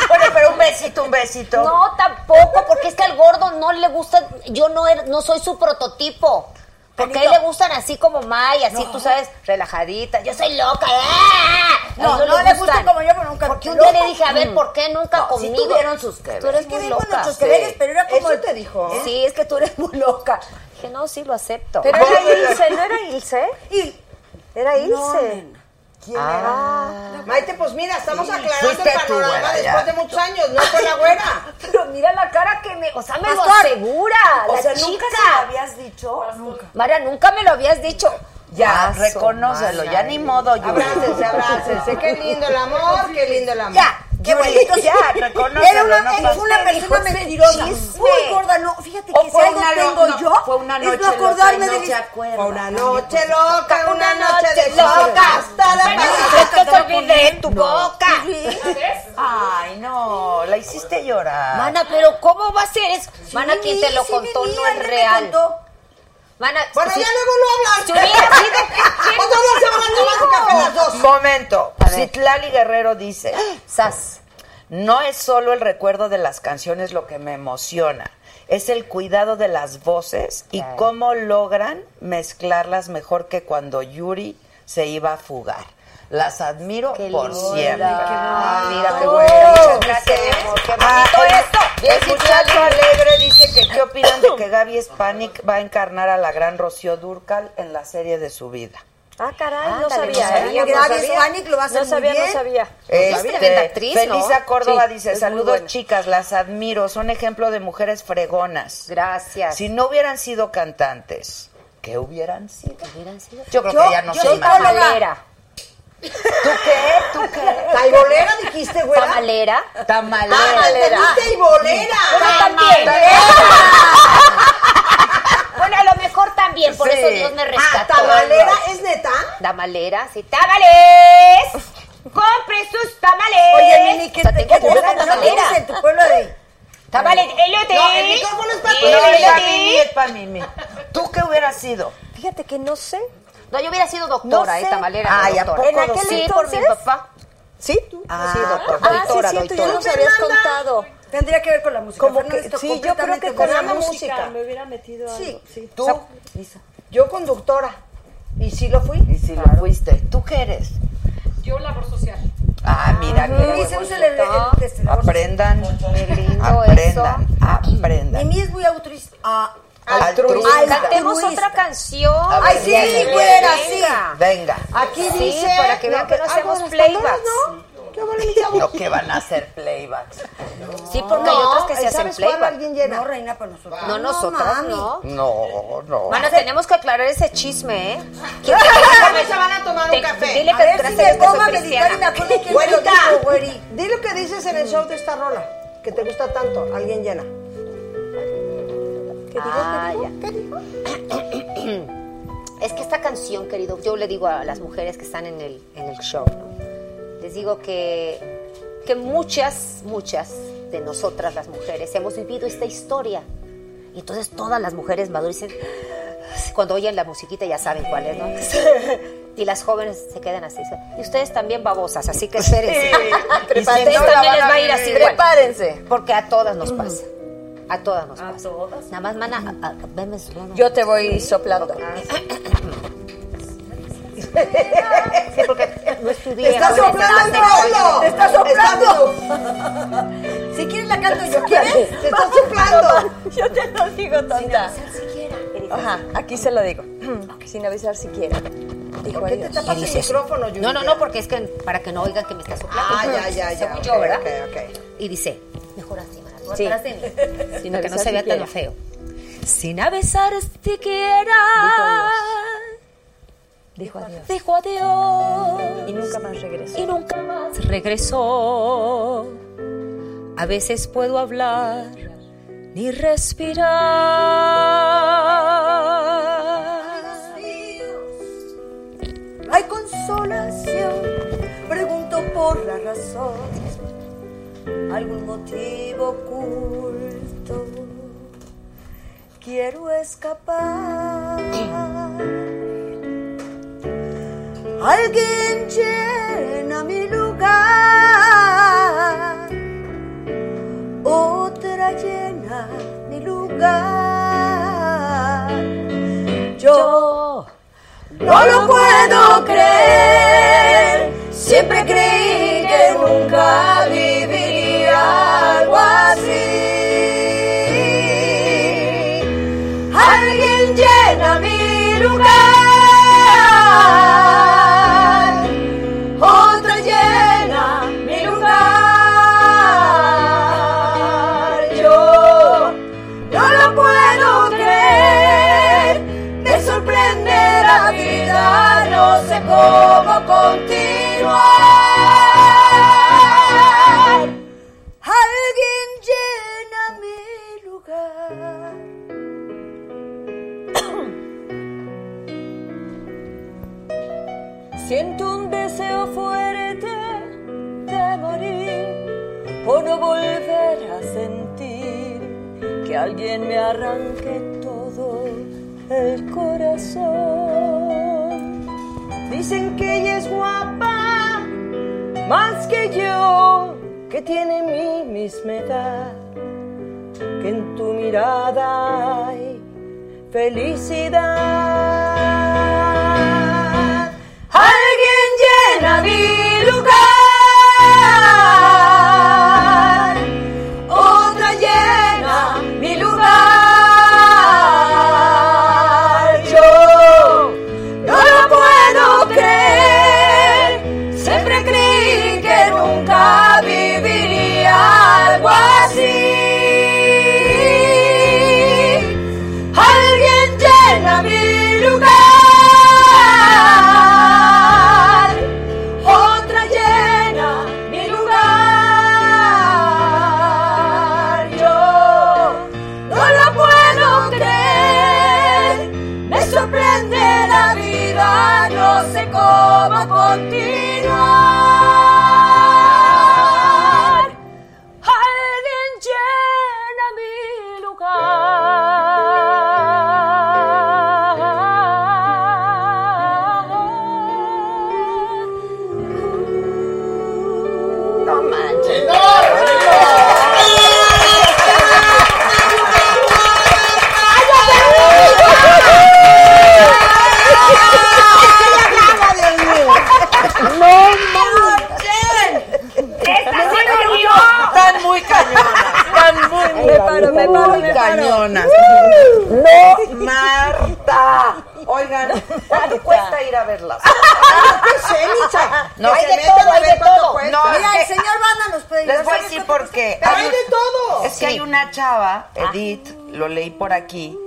Speaker 1: Bueno, pero un besito, un besito.
Speaker 11: No, tampoco, porque es que al gordo no le gusta, yo no er- no soy su prototipo. Porque a él le gustan así como May, así tú sabes, relajadita. Yo soy loca. ¡ah! A él
Speaker 12: No, no le gusta
Speaker 11: gustan.
Speaker 12: como yo, pero nunca.
Speaker 11: Porque un día le dije, a
Speaker 12: Mm.
Speaker 11: ver, ¿por qué nunca conmigo?
Speaker 1: tuvieron sus queveres.
Speaker 11: Tú eres
Speaker 12: Es que
Speaker 11: muy
Speaker 12: vengo
Speaker 11: loca.
Speaker 12: nuestros deberes, pero era como.
Speaker 13: Eso te dijo.
Speaker 11: Sí, es que tú eres muy loca. Dije, no, sí, lo acepto.
Speaker 14: Pero era Ilse, ¿no era Ilse?
Speaker 12: Y.
Speaker 14: Era Ilse.
Speaker 12: nena.
Speaker 13: ¿Quién era? Maite, pues mira, estamos aclarando
Speaker 1: fuiste
Speaker 13: el
Speaker 1: tú,
Speaker 13: panorama
Speaker 1: güera, ya.
Speaker 13: después de muchos años, no fue la güera.
Speaker 11: Pero mira la cara que me. O sea, me lo
Speaker 12: Pastor.
Speaker 11: asegura.
Speaker 12: O
Speaker 11: la
Speaker 12: sea,
Speaker 11: chica.
Speaker 12: nunca se lo habías dicho.
Speaker 11: Mara, nunca me lo habías dicho.
Speaker 1: Ya,
Speaker 11: Paso,
Speaker 1: reconócelo,
Speaker 11: mana,
Speaker 1: ya ni modo, Yuri.
Speaker 13: Abrácense, abrácense. Qué lindo el amor, qué lindo el amor.
Speaker 12: Ya, qué
Speaker 1: Yuri,
Speaker 12: bueno. Entonces,
Speaker 1: ya, reconócelo,
Speaker 12: Era una,
Speaker 1: no
Speaker 12: es
Speaker 1: pases.
Speaker 12: una persona
Speaker 11: Dijo ese
Speaker 12: mentirosa.
Speaker 11: chisme.
Speaker 12: Muy gorda, no. Fíjate
Speaker 1: O
Speaker 12: que si
Speaker 1: fue
Speaker 12: algo
Speaker 1: una no-
Speaker 12: tengo
Speaker 1: no,
Speaker 12: yo.
Speaker 1: fue una
Speaker 12: es
Speaker 1: noche
Speaker 12: no
Speaker 1: loca y
Speaker 12: acordarme
Speaker 1: no
Speaker 12: de
Speaker 1: se
Speaker 12: mis.
Speaker 1: acuerda. pues,
Speaker 13: Fue una noche loca, una noche de
Speaker 11: loca.
Speaker 13: loca, hasta la
Speaker 11: Bueno,
Speaker 13: pared.
Speaker 11: es que te olvidé tu boca.
Speaker 1: Ay, no, la hiciste llorar.
Speaker 11: Mana, pero ¿cómo va a ser eso? Mana,
Speaker 12: Sí,
Speaker 11: quien te lo
Speaker 12: sí,
Speaker 11: contó
Speaker 12: vení,
Speaker 11: no es
Speaker 12: alguien me
Speaker 11: real.
Speaker 12: contó.
Speaker 11: Mana,
Speaker 13: Bueno,
Speaker 11: si-
Speaker 13: ya luego
Speaker 11: si
Speaker 13: lo hablan.
Speaker 11: hubiera sido que-
Speaker 13: O sea, no se van a tomar su café las dos.
Speaker 1: Momento. Citlali Guerrero dice,
Speaker 11: Ah. Sas.
Speaker 1: no es solo el recuerdo de las canciones lo que me emociona, es el cuidado de las voces y
Speaker 11: Claro.
Speaker 1: cómo logran mezclarlas mejor que cuando Yuri se iba a fugar. Las admiro
Speaker 11: Qué
Speaker 1: por
Speaker 11: linda.
Speaker 1: siempre.
Speaker 13: Ah,
Speaker 11: Ay, qué bonito.
Speaker 1: Mira, qué
Speaker 11: Oh,
Speaker 1: bueno. gracias.
Speaker 11: muchas gracias, mi amor. Qué bonito esto. Bien,
Speaker 1: El muchacho alegre dice que qué opinan de que Gaby Spanik va a encarnar a la gran Rocío Durcal en la serie de su vida.
Speaker 14: Ah, caray,
Speaker 11: Ándale,
Speaker 14: no sabía.
Speaker 11: no
Speaker 14: ¿eh?
Speaker 11: sabía,
Speaker 14: no
Speaker 12: Gaby
Speaker 14: sabía.
Speaker 12: Spanik lo va a hacer
Speaker 14: No
Speaker 12: muy
Speaker 14: sabía,
Speaker 12: bien.
Speaker 14: no sabía.
Speaker 1: Este,
Speaker 11: Es tremenda actriz, ¿no?
Speaker 1: Felisa Córdoba
Speaker 11: Sí,
Speaker 1: dice,
Speaker 11: es muy
Speaker 1: saludos
Speaker 11: buena.
Speaker 1: chicas, las admiro, son ejemplo de mujeres fregonas.
Speaker 11: Gracias.
Speaker 1: Si no hubieran sido cantantes, ¿qué hubieran sido?
Speaker 11: Hubieran sido-
Speaker 1: Yo creo
Speaker 12: Yo-
Speaker 1: que ya no
Speaker 12: yo
Speaker 1: se
Speaker 12: soy
Speaker 1: imagina.
Speaker 11: Tamalera.
Speaker 1: ¿Tú qué? ¿Tú qué?
Speaker 13: Taibolera dijiste, güera.
Speaker 11: Tamalera.
Speaker 1: Tamalera.
Speaker 13: Ah, entendí, taibolera.
Speaker 11: Bueno, también. ¿eh? Bueno, a lo mejor también, por
Speaker 1: Sí.
Speaker 11: eso Dios me
Speaker 13: Ah,
Speaker 11: rescató.
Speaker 13: tamalera es neta.
Speaker 11: Tamaleras y tamales. Compre sus tamales.
Speaker 12: Oye, Mimi, ¿qué
Speaker 11: O sea,
Speaker 12: te
Speaker 11: tengo
Speaker 12: qué te
Speaker 11: pura
Speaker 12: pasa? ¿No
Speaker 11: tamalera.
Speaker 12: tienes en tu pueblo de
Speaker 11: Tamales, elote.
Speaker 13: No, el micrófono es para ti.
Speaker 1: No, es para
Speaker 11: elote.
Speaker 1: mí, es para mí. ¿Tú qué hubieras sido?
Speaker 14: Fíjate que no sé.
Speaker 11: No, yo hubiera sido doctora,
Speaker 14: No sé.
Speaker 11: eh, tamalera. no
Speaker 1: Ay, ¿a
Speaker 14: poco
Speaker 11: doctora.
Speaker 14: ¿En aquel
Speaker 11: Sí, por mi
Speaker 14: entonces?
Speaker 11: papá.
Speaker 14: ¿Sí?
Speaker 1: Ah,
Speaker 14: sí, doctor.
Speaker 1: ah,
Speaker 14: Ah, sí,
Speaker 1: sí, cierto,
Speaker 14: cierto,
Speaker 1: ya
Speaker 14: ya
Speaker 1: nos
Speaker 14: nos habías contado.
Speaker 12: Tendría que ver con la música.
Speaker 14: Como
Speaker 12: Fernanda,
Speaker 14: que,
Speaker 12: esto
Speaker 14: sí, yo creo que
Speaker 12: completamente
Speaker 14: con
Speaker 12: con
Speaker 14: la
Speaker 12: la
Speaker 14: música. Me hubiera metido
Speaker 12: algo,
Speaker 14: Sí.
Speaker 1: ¿Tú?
Speaker 13: Yo conductora. Y sí lo fui.
Speaker 1: Y si lo fuiste, ¿tú qué eres?
Speaker 16: Yo labor social.
Speaker 1: Ah, mira, qué
Speaker 12: Mimi,
Speaker 1: bueno.
Speaker 12: hacemos el- el- el- este, la voz.
Speaker 1: Aprendan, Ah,
Speaker 11: lindo
Speaker 12: eh.
Speaker 1: aprendan, aprendan.
Speaker 12: Mimi es muy autorista. Ah,
Speaker 1: Altruista.
Speaker 12: Altruista.
Speaker 11: Cantemos
Speaker 12: Altruista.
Speaker 11: otra canción.
Speaker 1: A ver, Ay, sí,
Speaker 11: Venga.
Speaker 12: güera, sí.
Speaker 1: Venga.
Speaker 13: Aquí
Speaker 11: Sí,
Speaker 13: dice.
Speaker 11: para que vean que no
Speaker 13: algo
Speaker 11: hacemos
Speaker 13: de las
Speaker 11: playbacks.
Speaker 13: pantallas, ¿no?
Speaker 1: Lo que van a hacer playbacks.
Speaker 11: Sí, porque hay otros que se hacen
Speaker 6: ¿sabes cuál
Speaker 11: playback.
Speaker 6: alguien llena? No, reina, para nosotros.
Speaker 11: No, nosotras,
Speaker 6: mami.
Speaker 11: no.
Speaker 1: No, no.
Speaker 11: Mana, tenemos que aclarar ese chisme, ¿eh?
Speaker 6: ¿Quién sabe?
Speaker 13: se van a tomar
Speaker 11: Te-
Speaker 13: un café.
Speaker 11: dile que
Speaker 13: a ver si
Speaker 11: gracias a
Speaker 13: me
Speaker 11: Dios que
Speaker 13: pongo a
Speaker 11: soy
Speaker 13: meditar y me
Speaker 11: cristiana.
Speaker 13: acuerdo quién me lo
Speaker 6: Güerita.
Speaker 13: dijo, güeri. Di lo que dices en el show de esta rola, que te gusta tanto, alguien llena. ¿Qué digo?
Speaker 11: Ah, ya. Es que esta canción, querido, yo le digo a las mujeres que están en el, en el show, ¿no? les digo que, que muchas, muchas de nosotras las mujeres hemos vivido esta historia. Y entonces todas las mujeres maduras dicen, "Ah, cuando oyen la musiquita ya saben cuál es, ¿no? Y las jóvenes se quedan así. Y ustedes también babosas, así que
Speaker 1: Sí,
Speaker 11: espérense. ustedes
Speaker 1: prepárense.
Speaker 11: también
Speaker 1: No la van
Speaker 11: les
Speaker 1: a
Speaker 11: va a ir
Speaker 1: vivir.
Speaker 11: así. igual.
Speaker 1: Prepárense.
Speaker 11: Porque a todas nos pasa. A todas nos pasa. Nada más, mana, a- a- veme soplando.
Speaker 14: Yo te voy soplando.
Speaker 11: Sí, porque no estudié.
Speaker 6: Está
Speaker 11: Ahora
Speaker 6: soplando
Speaker 11: se
Speaker 6: el
Speaker 11: hace-
Speaker 6: fondo. Está soplando. Si quieres la canto yo, ¿quieres?
Speaker 14: Te está soplando. Yo te lo digo, tonta. Ajá, aquí se lo digo. Sin avisar siquiera. Dijo
Speaker 13: ¿Por qué te
Speaker 14: adiós.
Speaker 13: tapas el micrófono, Yuri?
Speaker 11: No, no, no, porque es que para que no oigan que me está soplando.
Speaker 13: Ah, ya, ya, ya.
Speaker 11: Según yo,
Speaker 13: ok,
Speaker 11: ¿verdad?
Speaker 13: ok, ok.
Speaker 11: Y dice, mejor así, mana, tú
Speaker 14: Sí.
Speaker 11: atrás de mí.
Speaker 14: Sin
Speaker 11: Para que no
Speaker 14: avisar
Speaker 11: se vea
Speaker 14: siquiera.
Speaker 11: tan feo. Sin avisar siquiera.
Speaker 14: Dijo adiós.
Speaker 11: Dijo adiós.
Speaker 14: Y nunca más regresó.
Speaker 11: Y nunca más regresó. A veces puedo hablar ni respirar.
Speaker 6: Hay consolación. Pregunto por la razón. Algún motivo oculto. Quiero escapar. Alguien llena mi lugar. Otra llena mi lugar. Yo no lo puedo creer. Siempre creí que nunca viviría algo así. Alguien llena mi lugar. Otra llena mi lugar. Yo no lo puedo creer. Me sorprende la vida, no sé cómo continuar. Alguien llena mi lugar.
Speaker 14: Siento un deseo fuerte de morir o no volver a sentir que alguien me arranque todo el corazón. Dicen que ella es guapa más que yo, que tiene mi misma edad, que en tu mirada hay felicidad.
Speaker 6: Alguien llena mi lugar. Otra llena mi lugar. Yo no lo puedo creer. Siempre creí que nunca viviría algo así. Alguien llena mi lugar. Otra llena mi lugar. Yo no lo puedo creer. Me sorprende la vida. No sé cómo continuar. Alguien llena mi lugar.
Speaker 1: No manches.
Speaker 6: Están muy cañonas. Están muy,
Speaker 1: Me paro, me paro, me paro.
Speaker 6: cañonas.
Speaker 1: No, Marta. Oigan, ¿cuánto cuesta ir a verlas?
Speaker 13: ¿Qué sé, Micha?
Speaker 1: No,
Speaker 13: hay
Speaker 1: se
Speaker 13: de
Speaker 1: meten
Speaker 13: todo,
Speaker 1: a
Speaker 13: hay
Speaker 1: ver
Speaker 13: de
Speaker 1: cuánto
Speaker 13: todo.
Speaker 1: cuesta.
Speaker 13: Mira,
Speaker 1: que.
Speaker 13: Pero hay
Speaker 1: un-
Speaker 13: de todo.
Speaker 1: Es que
Speaker 13: Sí.
Speaker 1: hay una chava, Edith, lo leí por aquí,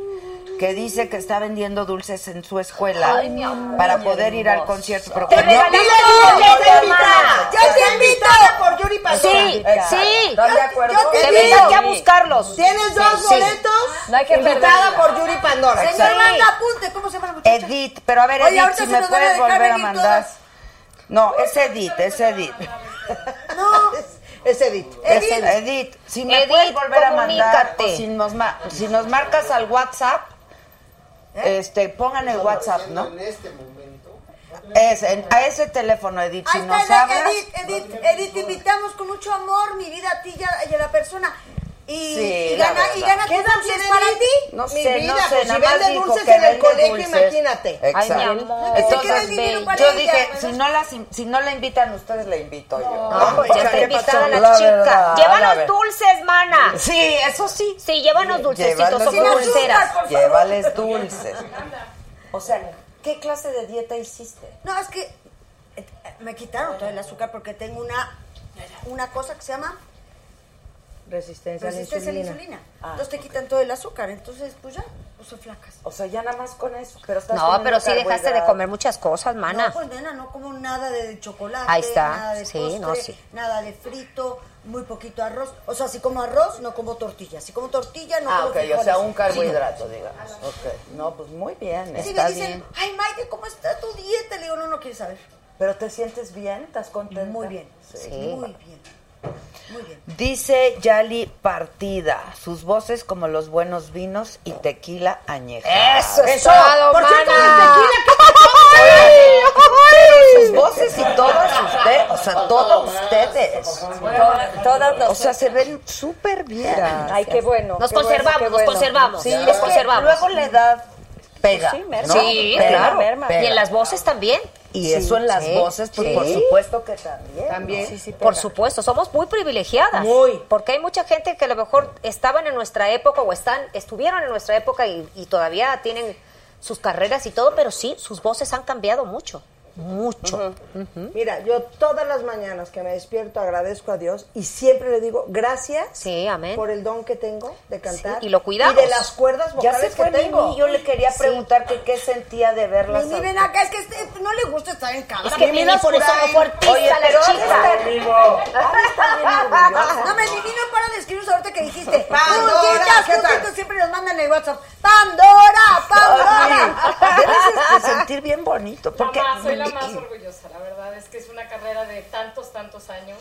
Speaker 1: que dice que está vendiendo dulces en su escuela
Speaker 13: Ay, mi amor,
Speaker 1: para poder ir al
Speaker 13: hermosa.
Speaker 1: concierto. Pero
Speaker 13: Te
Speaker 1: que no-
Speaker 13: regalé
Speaker 1: Dile,
Speaker 13: todo,
Speaker 1: dile,
Speaker 13: yo te
Speaker 1: dile,
Speaker 13: invito.
Speaker 1: hermana.
Speaker 13: Yo te
Speaker 1: Está
Speaker 13: invito.
Speaker 1: invitada por-
Speaker 13: Yuri Pastora.
Speaker 11: Sí, sí.
Speaker 13: Estoy de acuerdo.
Speaker 11: Yo te
Speaker 13: Te
Speaker 11: digo.
Speaker 13: vengo aquí a
Speaker 11: buscarlos.
Speaker 13: Tienes dos
Speaker 11: Sí.
Speaker 13: boletos.
Speaker 11: No hay que
Speaker 13: invitada
Speaker 11: perderla.
Speaker 13: por Yuri Pandora.
Speaker 12: Señor
Speaker 13: Exacto.
Speaker 12: Banda, apunte, ¿cómo se llama la muchacha?
Speaker 1: Edith, pero a ver,
Speaker 12: Oye,
Speaker 1: Edith,
Speaker 12: ahorita
Speaker 1: si
Speaker 12: se
Speaker 1: me
Speaker 12: nos van a
Speaker 1: puedes
Speaker 12: dejar
Speaker 1: volver a
Speaker 12: venir
Speaker 1: mandar. No, es Edith, es Edith.
Speaker 13: No, es, es Edith.
Speaker 1: Es Edith. si me
Speaker 11: Edith,
Speaker 1: puedes volver a mandar, o
Speaker 11: comunícate.
Speaker 1: si nos, ma- si nos marcas al WhatsApp, este, pongan el WhatsApp, ¿no?
Speaker 2: En este momento.
Speaker 1: Es, en- a ese teléfono, Edith, si
Speaker 12: Ahí
Speaker 1: nos
Speaker 12: está,
Speaker 1: hablas.
Speaker 12: Edith, Edith, Edith, te invitamos con mucho amor, mi vida, a ti y a, y a la persona. Y,
Speaker 1: Sí,
Speaker 12: y
Speaker 1: la
Speaker 12: gana, y
Speaker 1: verdad.
Speaker 12: gana
Speaker 13: ¿Qué
Speaker 12: tus
Speaker 13: edad
Speaker 12: dulces
Speaker 13: tiene
Speaker 12: para
Speaker 13: Edith?
Speaker 12: ti.
Speaker 1: No
Speaker 13: Mi
Speaker 1: sé,
Speaker 13: vida,
Speaker 1: no sé,
Speaker 13: pues si
Speaker 1: nada más
Speaker 13: venden
Speaker 1: dijo
Speaker 13: dulces
Speaker 1: que
Speaker 13: en el
Speaker 1: vende
Speaker 13: colegio,
Speaker 1: dulces.
Speaker 13: imagínate. Ay, mi
Speaker 1: Exacto.
Speaker 13: amor. ¿Qué
Speaker 1: Entonces,
Speaker 13: quiere dinero
Speaker 1: ve,
Speaker 13: para
Speaker 1: yo
Speaker 13: ella,
Speaker 1: dije,
Speaker 13: ¿verdad?
Speaker 1: si no, la, si no la invitan ustedes, la invito yo.
Speaker 13: pues. No,
Speaker 11: Ya está
Speaker 1: ¿qué
Speaker 11: invitada
Speaker 1: pasó?
Speaker 11: la,
Speaker 1: La
Speaker 11: chica.
Speaker 1: verdad, Ah, la
Speaker 11: Llévanos
Speaker 1: ver-
Speaker 11: dulces, mana.
Speaker 1: Sí, eso sí.
Speaker 11: Sí, llévanos dulcecitos,
Speaker 1: Llévalos
Speaker 11: somos dulceras.
Speaker 1: Llévales dulces.
Speaker 14: O sea, ¿qué clase de dieta hiciste?
Speaker 12: No, es que eh, me quitaron todo el azúcar porque tengo una, una cosa que se llama
Speaker 14: Resistencia,
Speaker 12: resistencia a la insulina. Entonces te quitan todo el azúcar, entonces pues ya, pues soy flacas.
Speaker 14: Ah, O sea, ya nada más con eso. Pero estás
Speaker 11: No,
Speaker 14: comiendo
Speaker 11: pero sí dejaste de
Speaker 14: carbohidratos.
Speaker 11: comer muchas cosas, mana.
Speaker 12: No, pues nena, no como nada de chocolate,
Speaker 11: Ahí está.
Speaker 12: nada de
Speaker 11: Sí,
Speaker 12: postre,
Speaker 11: no, sí.
Speaker 12: nada de frito, muy poquito arroz. O sea, si como arroz, no como tortilla. Si como tortilla, no
Speaker 1: Ah,
Speaker 12: como
Speaker 1: ok, o
Speaker 12: frijoles.
Speaker 1: sea, un
Speaker 12: Sí.
Speaker 1: carbohidrato, digamos. Ok. No, pues muy bien,
Speaker 12: Sí,
Speaker 1: está
Speaker 12: me dicen,
Speaker 1: bien.
Speaker 12: ay, Maite, ¿cómo está tu dieta? Le digo, no, no quieres saber.
Speaker 14: ¿Pero te sientes bien? ¿Estás contenta?
Speaker 12: Muy bien,
Speaker 1: Sí.
Speaker 12: muy bien, muy bien.
Speaker 1: Dice Yali Partida, sus voces como los buenos vinos y tequila añeja.
Speaker 11: Eso es
Speaker 1: Eso.
Speaker 11: todo,
Speaker 1: Por cierto,
Speaker 11: mana.
Speaker 1: Sus voces y todas ustedes, o sea, todos ustedes.
Speaker 14: Todas
Speaker 1: O sea, se ven súper bien.
Speaker 14: Ay, qué bueno.
Speaker 11: Nos
Speaker 14: qué bueno,
Speaker 11: conservamos,
Speaker 14: qué
Speaker 11: nos
Speaker 14: bueno.
Speaker 11: conservamos,
Speaker 14: Sí,
Speaker 11: nos
Speaker 14: es que
Speaker 11: conservamos.
Speaker 14: Luego la edad
Speaker 1: Pega.
Speaker 14: Sí, merma.
Speaker 1: ¿no?
Speaker 11: Sí,
Speaker 1: Pega,
Speaker 11: claro.
Speaker 1: pega.
Speaker 11: Y en las voces también.
Speaker 1: Y eso en las
Speaker 11: Sí,
Speaker 1: voces, pues
Speaker 11: sí.
Speaker 1: por supuesto que también.
Speaker 14: También.
Speaker 1: ¿no?
Speaker 14: Sí, sí,
Speaker 11: Por
Speaker 14: pega.
Speaker 11: supuesto, somos muy privilegiadas.
Speaker 14: Muy.
Speaker 11: Porque hay mucha gente que a lo mejor estaban en nuestra época o están, estuvieron en nuestra época y, y todavía tienen sus carreras y todo, pero sí, sus voces han cambiado mucho. Mucho.
Speaker 13: Mira, yo todas las mañanas que me despierto agradezco a Dios y siempre le digo gracias
Speaker 11: Sí, amén.
Speaker 13: por el don que tengo de cantar.
Speaker 11: y lo cuidamos.
Speaker 13: Y de las cuerdas
Speaker 1: Ya se
Speaker 13: vocales
Speaker 1: fue
Speaker 13: que tengo.
Speaker 1: Mimi, yo le quería preguntar que qué sentía de verlas.
Speaker 12: Mimi, ven acá, es que este- no le gusta estar en cámara.
Speaker 11: Es que Mimi por eso no fue artista
Speaker 1: Oye,
Speaker 11: la
Speaker 1: pero
Speaker 11: chica.
Speaker 12: No, me divino para describirnos ahorita que dijiste.
Speaker 13: Pandora,
Speaker 12: Puntitas,
Speaker 13: ¿qué tal?
Speaker 12: puntitos, siempre nos mandan en el WhatsApp. Pandora, Pandora.
Speaker 1: Debes este, sentir bien bonito. Porque
Speaker 16: La más, Ah, soy la más orgullosa, la verdad es que es una carrera de tantos, tantos años,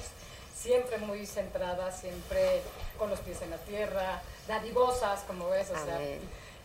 Speaker 16: siempre muy centrada, siempre con los pies en la tierra, dadivosas, como ves, o sea,
Speaker 11: Amén.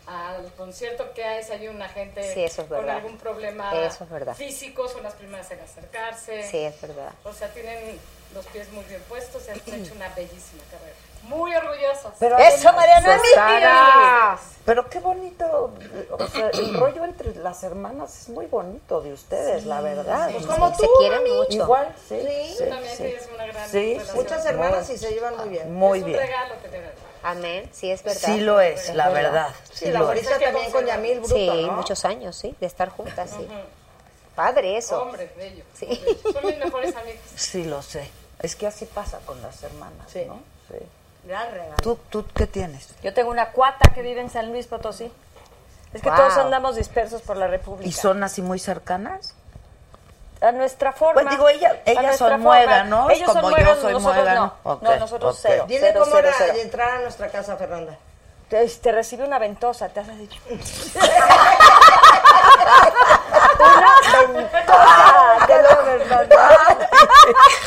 Speaker 16: al concierto que hay, si hay una gente
Speaker 11: Sí, eso es
Speaker 16: con
Speaker 11: verdad.
Speaker 16: algún problema
Speaker 11: Eso es verdad.
Speaker 16: físico, son las primeras en acercarse,
Speaker 11: Sí, es verdad.
Speaker 16: o sea, tienen los pies muy bien puestos y han hecho una bellísima carrera. Muy orgullosas.
Speaker 1: Pero
Speaker 11: Eso, Mariana,
Speaker 1: además,
Speaker 11: es mi
Speaker 1: Sara,
Speaker 11: tía.
Speaker 1: Pero qué bonito, o sea, el rollo entre las hermanas es muy bonito de ustedes, la verdad.
Speaker 11: Pues como Sí, se tú, quieren mami. mucho.
Speaker 1: Igual, sí. sí,
Speaker 16: También
Speaker 1: sí.
Speaker 16: tienes una gran
Speaker 1: Sí,
Speaker 16: relación.
Speaker 13: Muchas hermanas y se llevan muy bien.
Speaker 1: Muy
Speaker 16: es un
Speaker 1: bien.
Speaker 16: regalo que te dan.
Speaker 11: Amén, sí es verdad.
Speaker 1: Sí lo es, la verdad. Sí
Speaker 13: Y la
Speaker 1: lo es.
Speaker 13: Marisa también con Yamil Bruto,
Speaker 11: Sí,
Speaker 13: ¿no?
Speaker 11: muchos años, sí, de estar juntas, sí. Padre eso.
Speaker 16: Hombres, bellos.
Speaker 11: Sí.
Speaker 16: muy bellos. Son mis mejores amigos.
Speaker 1: Sí lo sé. Es que así pasa con las hermanas,
Speaker 13: Sí.
Speaker 1: ¿no? Sí.
Speaker 12: Gran regalo.
Speaker 1: ¿Tú, ¿Tú qué tienes?
Speaker 14: Yo tengo una cuata que vive en San Luis Potosí. Es que
Speaker 11: Wow.
Speaker 14: todos andamos dispersos por la República.
Speaker 1: ¿Y son así muy cercanas?
Speaker 14: A nuestra forma.
Speaker 1: Pues digo, ella-
Speaker 14: a
Speaker 1: ellas
Speaker 14: nuestra
Speaker 1: son muegas,
Speaker 14: forma.
Speaker 1: ¿no?
Speaker 14: Ellos
Speaker 1: Como
Speaker 14: son
Speaker 1: yo
Speaker 14: muegas,
Speaker 1: soy
Speaker 14: nosotros
Speaker 1: muega,
Speaker 14: no.
Speaker 1: ¿no? Ok,
Speaker 14: No, nosotros
Speaker 1: ok.
Speaker 14: cero.
Speaker 13: Dile
Speaker 14: cero,
Speaker 13: cómo
Speaker 14: cero,
Speaker 13: era
Speaker 14: cero.
Speaker 13: y entrar a nuestra casa, Fernanda.
Speaker 14: Te, te recibe una ventosa, te haces dicho.
Speaker 13: Ah, de la verdad.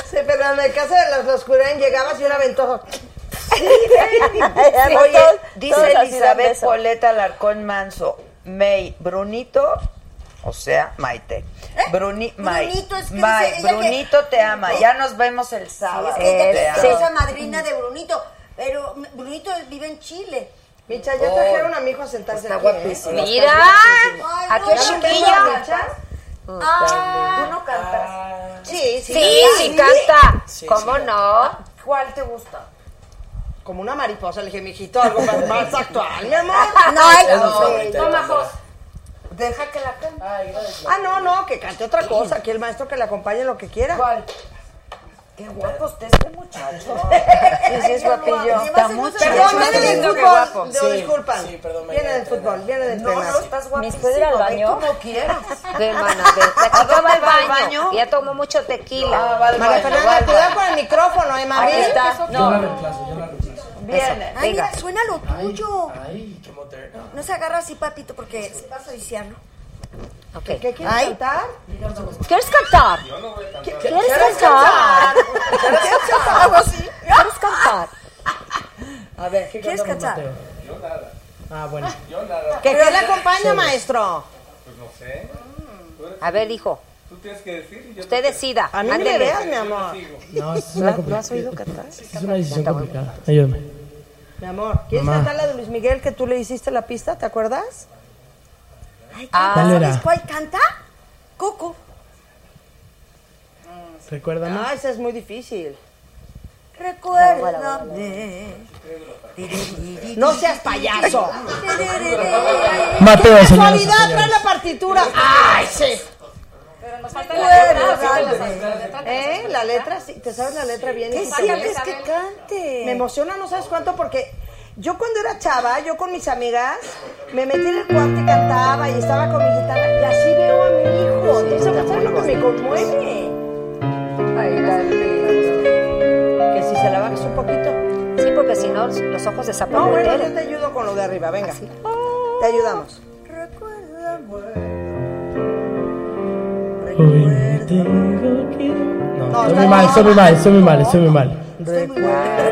Speaker 13: Sí, pero en la casa de las oscuras llegabas y una ventosa.
Speaker 1: Oye,
Speaker 14: todos- todos
Speaker 1: dice
Speaker 14: así dan
Speaker 1: Elizabeth
Speaker 14: beso.
Speaker 1: Coleta Alarcón Manso, May, Brunito, o sea, Maite. Bruni- May,
Speaker 12: Brunito, es que
Speaker 1: May,
Speaker 12: dice ella que-
Speaker 1: Brunito te ama, ya nos vemos el sábado.
Speaker 12: Es que
Speaker 1: Te
Speaker 12: ella es
Speaker 1: amo.
Speaker 12: esa madrina de Brunito. Pero Brunito vive en Chile.
Speaker 13: Micha, ya trajeron
Speaker 11: Oh,
Speaker 13: a mi hijo a sentarse
Speaker 1: Está
Speaker 13: aquí, ¿eh?
Speaker 1: guapísimo.
Speaker 11: Mira,
Speaker 12: Ay,
Speaker 11: ¿a
Speaker 12: no,
Speaker 11: qué
Speaker 13: ¿Ya me tengo
Speaker 11: chiquilla?
Speaker 13: a Micha?
Speaker 12: Ah,
Speaker 14: ¿Tú no cantas?
Speaker 11: Ah.
Speaker 13: Sí, sí.
Speaker 11: Sí, sí canta. ¿Cómo no?
Speaker 14: ¿Cuál te gusta?
Speaker 13: Como una mariposa, le dije, mijito, algo más, más actual, mi amor.
Speaker 12: No, ay, no.
Speaker 16: Toma, Jos.
Speaker 1: Deja que la cante.
Speaker 13: Ah, no, no, que cante otra cosa, que el maestro que le acompañe lo que quiera.
Speaker 14: ¿Cuál?
Speaker 1: Qué guapo está este muchacho.
Speaker 14: Sí, sí, es guapillo.
Speaker 1: Está
Speaker 14: mucho.
Speaker 1: mucho.
Speaker 14: Perdón, viene del fútbol.
Speaker 1: Sí.
Speaker 14: No, disculpan.
Speaker 13: Viene del fútbol, viene del
Speaker 14: No, no,
Speaker 13: tenis.
Speaker 14: estás
Speaker 11: Mis puedo ir al
Speaker 14: guapísimo,
Speaker 11: baño.
Speaker 14: ve como quieras.
Speaker 11: Qué mana, ve. La
Speaker 14: ¿A
Speaker 11: chica
Speaker 14: dónde
Speaker 11: va al
Speaker 14: va al
Speaker 11: baño.
Speaker 14: baño?
Speaker 11: Ya tomó mucho tequila.
Speaker 13: María Fernanda, cuidado con el micrófono, ¿eh, mami?
Speaker 11: Ahí está.
Speaker 13: No.
Speaker 15: yo la reemplazo.
Speaker 12: Viene. Ay,
Speaker 15: Venga.
Speaker 12: mira, suena lo tuyo.
Speaker 15: Ay, qué moderna.
Speaker 12: No se agarra así, papito, porque se vas a viciar, ¿no?
Speaker 13: ¿Qué quieres
Speaker 12: Ay.
Speaker 13: cantar?
Speaker 11: ¿Quieres cantar? ¿Quieres cantar?
Speaker 13: ¿Quieres cantar? Algo así.
Speaker 11: ¿Quieres cantar?
Speaker 13: A ver, ¿qué
Speaker 12: ¿Quieres
Speaker 13: cantamos,
Speaker 12: cantar?
Speaker 13: Mateo?
Speaker 3: Yo nada.
Speaker 13: Ah, bueno.
Speaker 3: Yo nada.
Speaker 13: ¿Que quién le acompaña, maestro?
Speaker 3: Pues no sé. Tú eres-
Speaker 11: A ver, hijo.
Speaker 3: Tú tienes que decir. y yo
Speaker 11: Usted
Speaker 3: te-
Speaker 11: decida.
Speaker 13: Mm. A mí ni me
Speaker 11: Ándele.
Speaker 13: veas, mi amor.
Speaker 15: No, es
Speaker 13: una
Speaker 15: compli-
Speaker 13: cantar?
Speaker 15: Es una decisión complicada. Ayúdame.
Speaker 13: Mi amor, ¿quieres
Speaker 15: Mamá.
Speaker 13: cantar la de Luis Miguel que tú le hiciste la pista? ¿Te acuerdas?
Speaker 15: Ah. ¿Cuál era?
Speaker 12: ¿Sabes cuál canta? Coco.
Speaker 15: Recuérdame.
Speaker 13: Ah, esa es muy difícil.
Speaker 12: Recuérdame.
Speaker 13: No seas payaso.
Speaker 15: Mateo,
Speaker 13: ¡Qué
Speaker 15: señoras y
Speaker 13: casualidad!
Speaker 15: señores.
Speaker 13: Trae la partitura. ¡Ay, sí!
Speaker 16: Pero nos falta
Speaker 13: Recuérdame. ¿Eh? La letra, sí. ¿Te sabes la letra bien?
Speaker 12: ¿Qué
Speaker 13: Sí,
Speaker 12: quieres
Speaker 13: sí.
Speaker 12: que cante?
Speaker 13: Me emociona, no sabes cuánto, porque yo cuando era chava, yo con mis amigas, me metí en el cuarto y cantaba y estaba con mi guitarra. Y así veo a mi hijo. Entonces, ¿sabes lo que me conmueve? Que si se la bajas un poquito.
Speaker 11: Sí, porque si no, los
Speaker 13: No, bueno,
Speaker 11: ojos
Speaker 13: yo
Speaker 11: desaparecen.
Speaker 13: te ayudo con lo de arriba, venga. Te ayudamos.
Speaker 15: Hoy tengo que... No,
Speaker 13: No,
Speaker 15: estoy
Speaker 13: no,
Speaker 15: muy mal, estoy muy mal, estoy muy mal, estoy muy mal.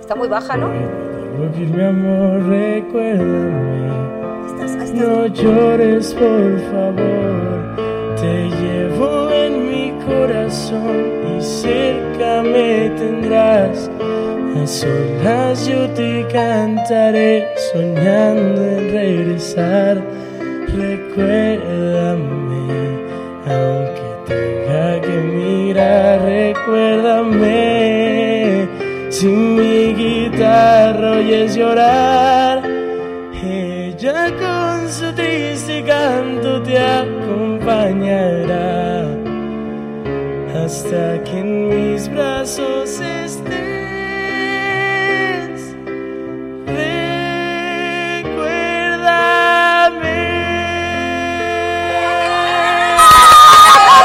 Speaker 11: Está muy baja, ¿no?
Speaker 15: Tengo que ir, mi amor, recuérdame. No llores, por favor. Te llevo en mi corazón y cerca me tendrás. A solas yo te cantaré, soñando en regresar. Recuérdame, aunque tenga que mirar, recuérdame. Sin mi guitarra oyes llorar. Ella con su triste canto te acompañará hasta que en mis brazos estés. Recuérdame.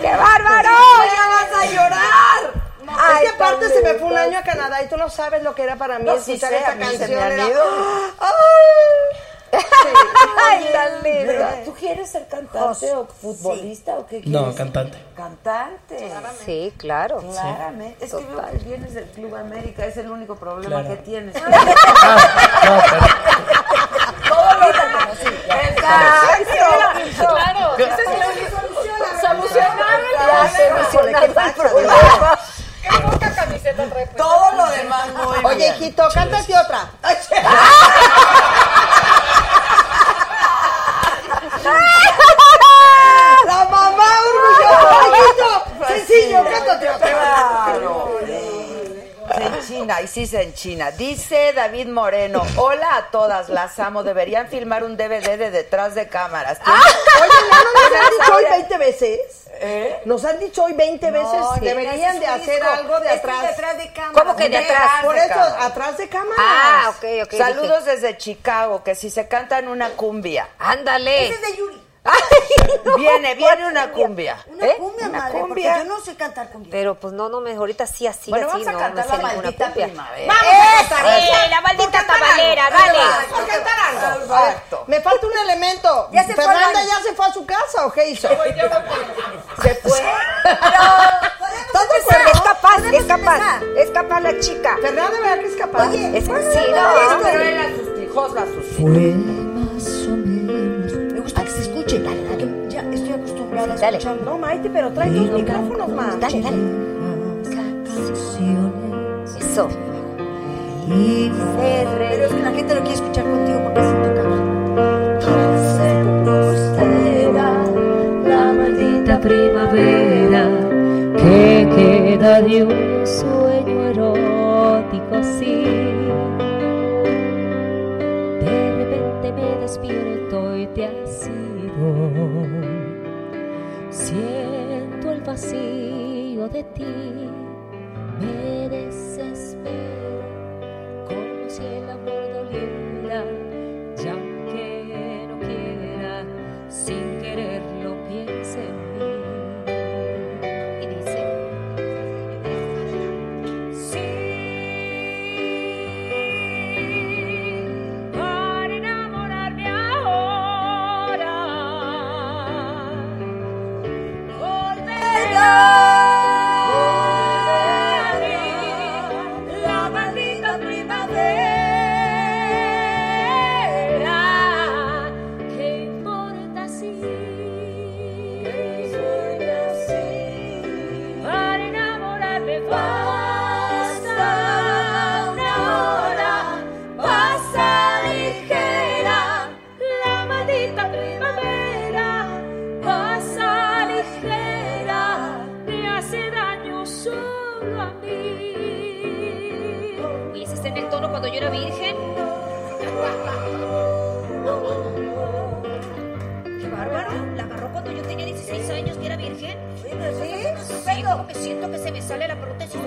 Speaker 13: ¡Qué bárbaro! ¡Ya vas a llorar!
Speaker 12: Ay,
Speaker 13: es que aparte
Speaker 12: tan
Speaker 13: se me fue un
Speaker 12: linda.
Speaker 13: año a Canadá y tú no sabes lo que era para mí
Speaker 12: No, sí
Speaker 13: escuchar
Speaker 12: sé,
Speaker 13: esta
Speaker 12: a mí se
Speaker 13: canción.
Speaker 12: me han
Speaker 13: era- ¡Ah!
Speaker 12: ido.
Speaker 13: ¡Ay!
Speaker 12: Ay, tan
Speaker 1: Pero,
Speaker 12: linda.
Speaker 1: ¿Tú quieres ser cantante o futbolista o qué quieres?
Speaker 15: No, cantante.
Speaker 1: Cantante.
Speaker 11: Sí, claro.
Speaker 1: Claramente. Es que veo que vienes del Club América, es el único problema
Speaker 15: Claro.
Speaker 1: que tienes. Ah,
Speaker 12: Todo lo reconocí.
Speaker 16: Claro, claro. Esa es la solución. Solucionar el problema. Qué poca camiseta trae. pues.
Speaker 1: Todo lo demás muy bien.
Speaker 13: Oye, hijito, cántate otra. ¡La mamá orgullosa! ¡Hijito! ¡Sencillo, cántate otra!
Speaker 1: Claro. Se enchina, y sí se enchina. Dice David Moreno, hola a todas, las amo. Deberían filmar un DVD de detrás de cámaras.
Speaker 13: Ah. Oye, ¿no nos han dicho hoy 20 veces?
Speaker 1: ¿Eh?
Speaker 13: Nos han dicho hoy 20 veces
Speaker 1: sí.
Speaker 13: deberían de hacer algo de atrás.
Speaker 12: Detrás de cámara.
Speaker 11: ¿Cómo que de atrás?
Speaker 13: Por eso,
Speaker 1: cámaras.
Speaker 13: atrás de cámaras.
Speaker 11: Ah, ok, ok.
Speaker 1: Saludos desde Chicago, que si se cantan una cumbia.
Speaker 11: dije. Ándale.
Speaker 12: Ese es de Yuri.
Speaker 1: Viene, viene una cumbia.
Speaker 12: Una
Speaker 11: ¿Eh?
Speaker 12: cumbia,
Speaker 11: Una
Speaker 12: madre,
Speaker 11: cumbia.
Speaker 12: porque yo no sé cantar cumbia.
Speaker 11: Pero pues no, no, me, ahorita sí así,
Speaker 1: Bueno,
Speaker 11: así
Speaker 1: vamos a
Speaker 11: no
Speaker 1: cantar
Speaker 11: me sale
Speaker 1: la
Speaker 11: ninguna
Speaker 1: maldita
Speaker 11: cumbia.
Speaker 1: primavera.
Speaker 11: ¡Vamos!
Speaker 13: a cantar.
Speaker 11: la maldita
Speaker 13: cantar
Speaker 11: tabalera,
Speaker 13: algo.
Speaker 11: dale.
Speaker 13: Por cantar algo.
Speaker 1: Exacto.
Speaker 13: Me falta un elemento.
Speaker 12: Ya se fue al
Speaker 13: Fernanda
Speaker 12: baño.
Speaker 13: ya se fue a su casa o qué hizo?
Speaker 1: Se fue.
Speaker 13: ¿Estás de acuerdo?
Speaker 11: Es capaz, es
Speaker 12: Podemos
Speaker 11: capaz,
Speaker 12: empezar.
Speaker 11: es capaz la chica.
Speaker 13: Fernanda, ¿verdad que es capaz?
Speaker 12: Oye,
Speaker 11: Es que
Speaker 12: bueno,
Speaker 11: sí,
Speaker 12: no,
Speaker 11: no.
Speaker 12: no,
Speaker 1: Pero
Speaker 12: no, no.
Speaker 1: él a sus hijos, a sus hijos.
Speaker 15: Fue más o menos.
Speaker 12: Me gusta que se escuche. Dale, dale. Ya estoy acostumbrada a
Speaker 11: Dale.
Speaker 12: escuchar.
Speaker 13: No, Maite, pero trae tus micrófonos, ma.
Speaker 12: Dale, dale.
Speaker 11: Eso.
Speaker 12: Pero es que la gente lo quiere escuchar contigo porque se toca.
Speaker 6: la maldita primavera que queda de un sueño erótico sí sido. Siento el vacío de ti, me desespero como si el amor doliera, ya que no quiera, sin quererlo piense en mí. Y dice: Sí, para enamorarme ahora. Volverá a mí la maldita primavera. ¿Qué importa si? Para enamorarme basta una hora, pasa ligera la maldita primavera. Pasa ligera, me hace daño solo a mí. Uy, ese está en el tono cuando yo era virgen. Qué bárbaro, la agarró cuando yo tenía 16 años que era virgen. Sí, sí, como que siento que se me sale la prótesis.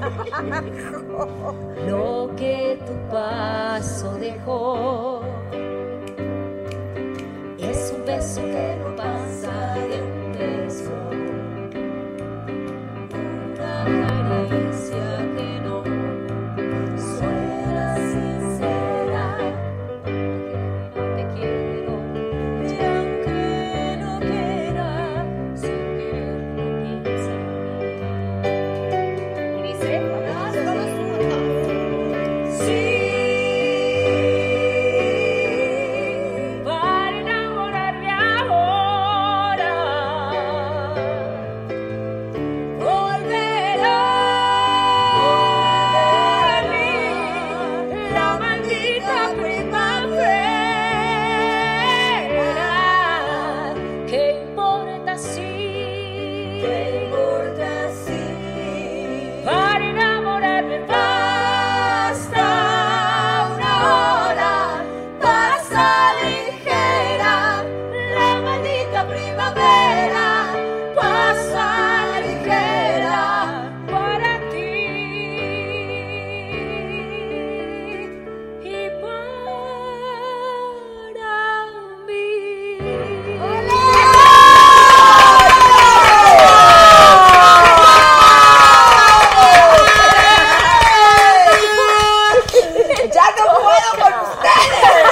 Speaker 6: Lo que tu paso dejó es un beso que no pasa de un beso. Una caricia que no suena sincera. Que no te quiero, ya que no quiera, sin querer no piensa en mí. Y dice, Sí, para enamorarme ahora, volverá a mí la maldita primavera. ¿Qué importa si? ¿Qué importa si? Para enamorarme basta una hora, pasa ligera la maldita primavera, pasa ligera para ti y para mí.
Speaker 13: ¡Ya no puedo con ustedes!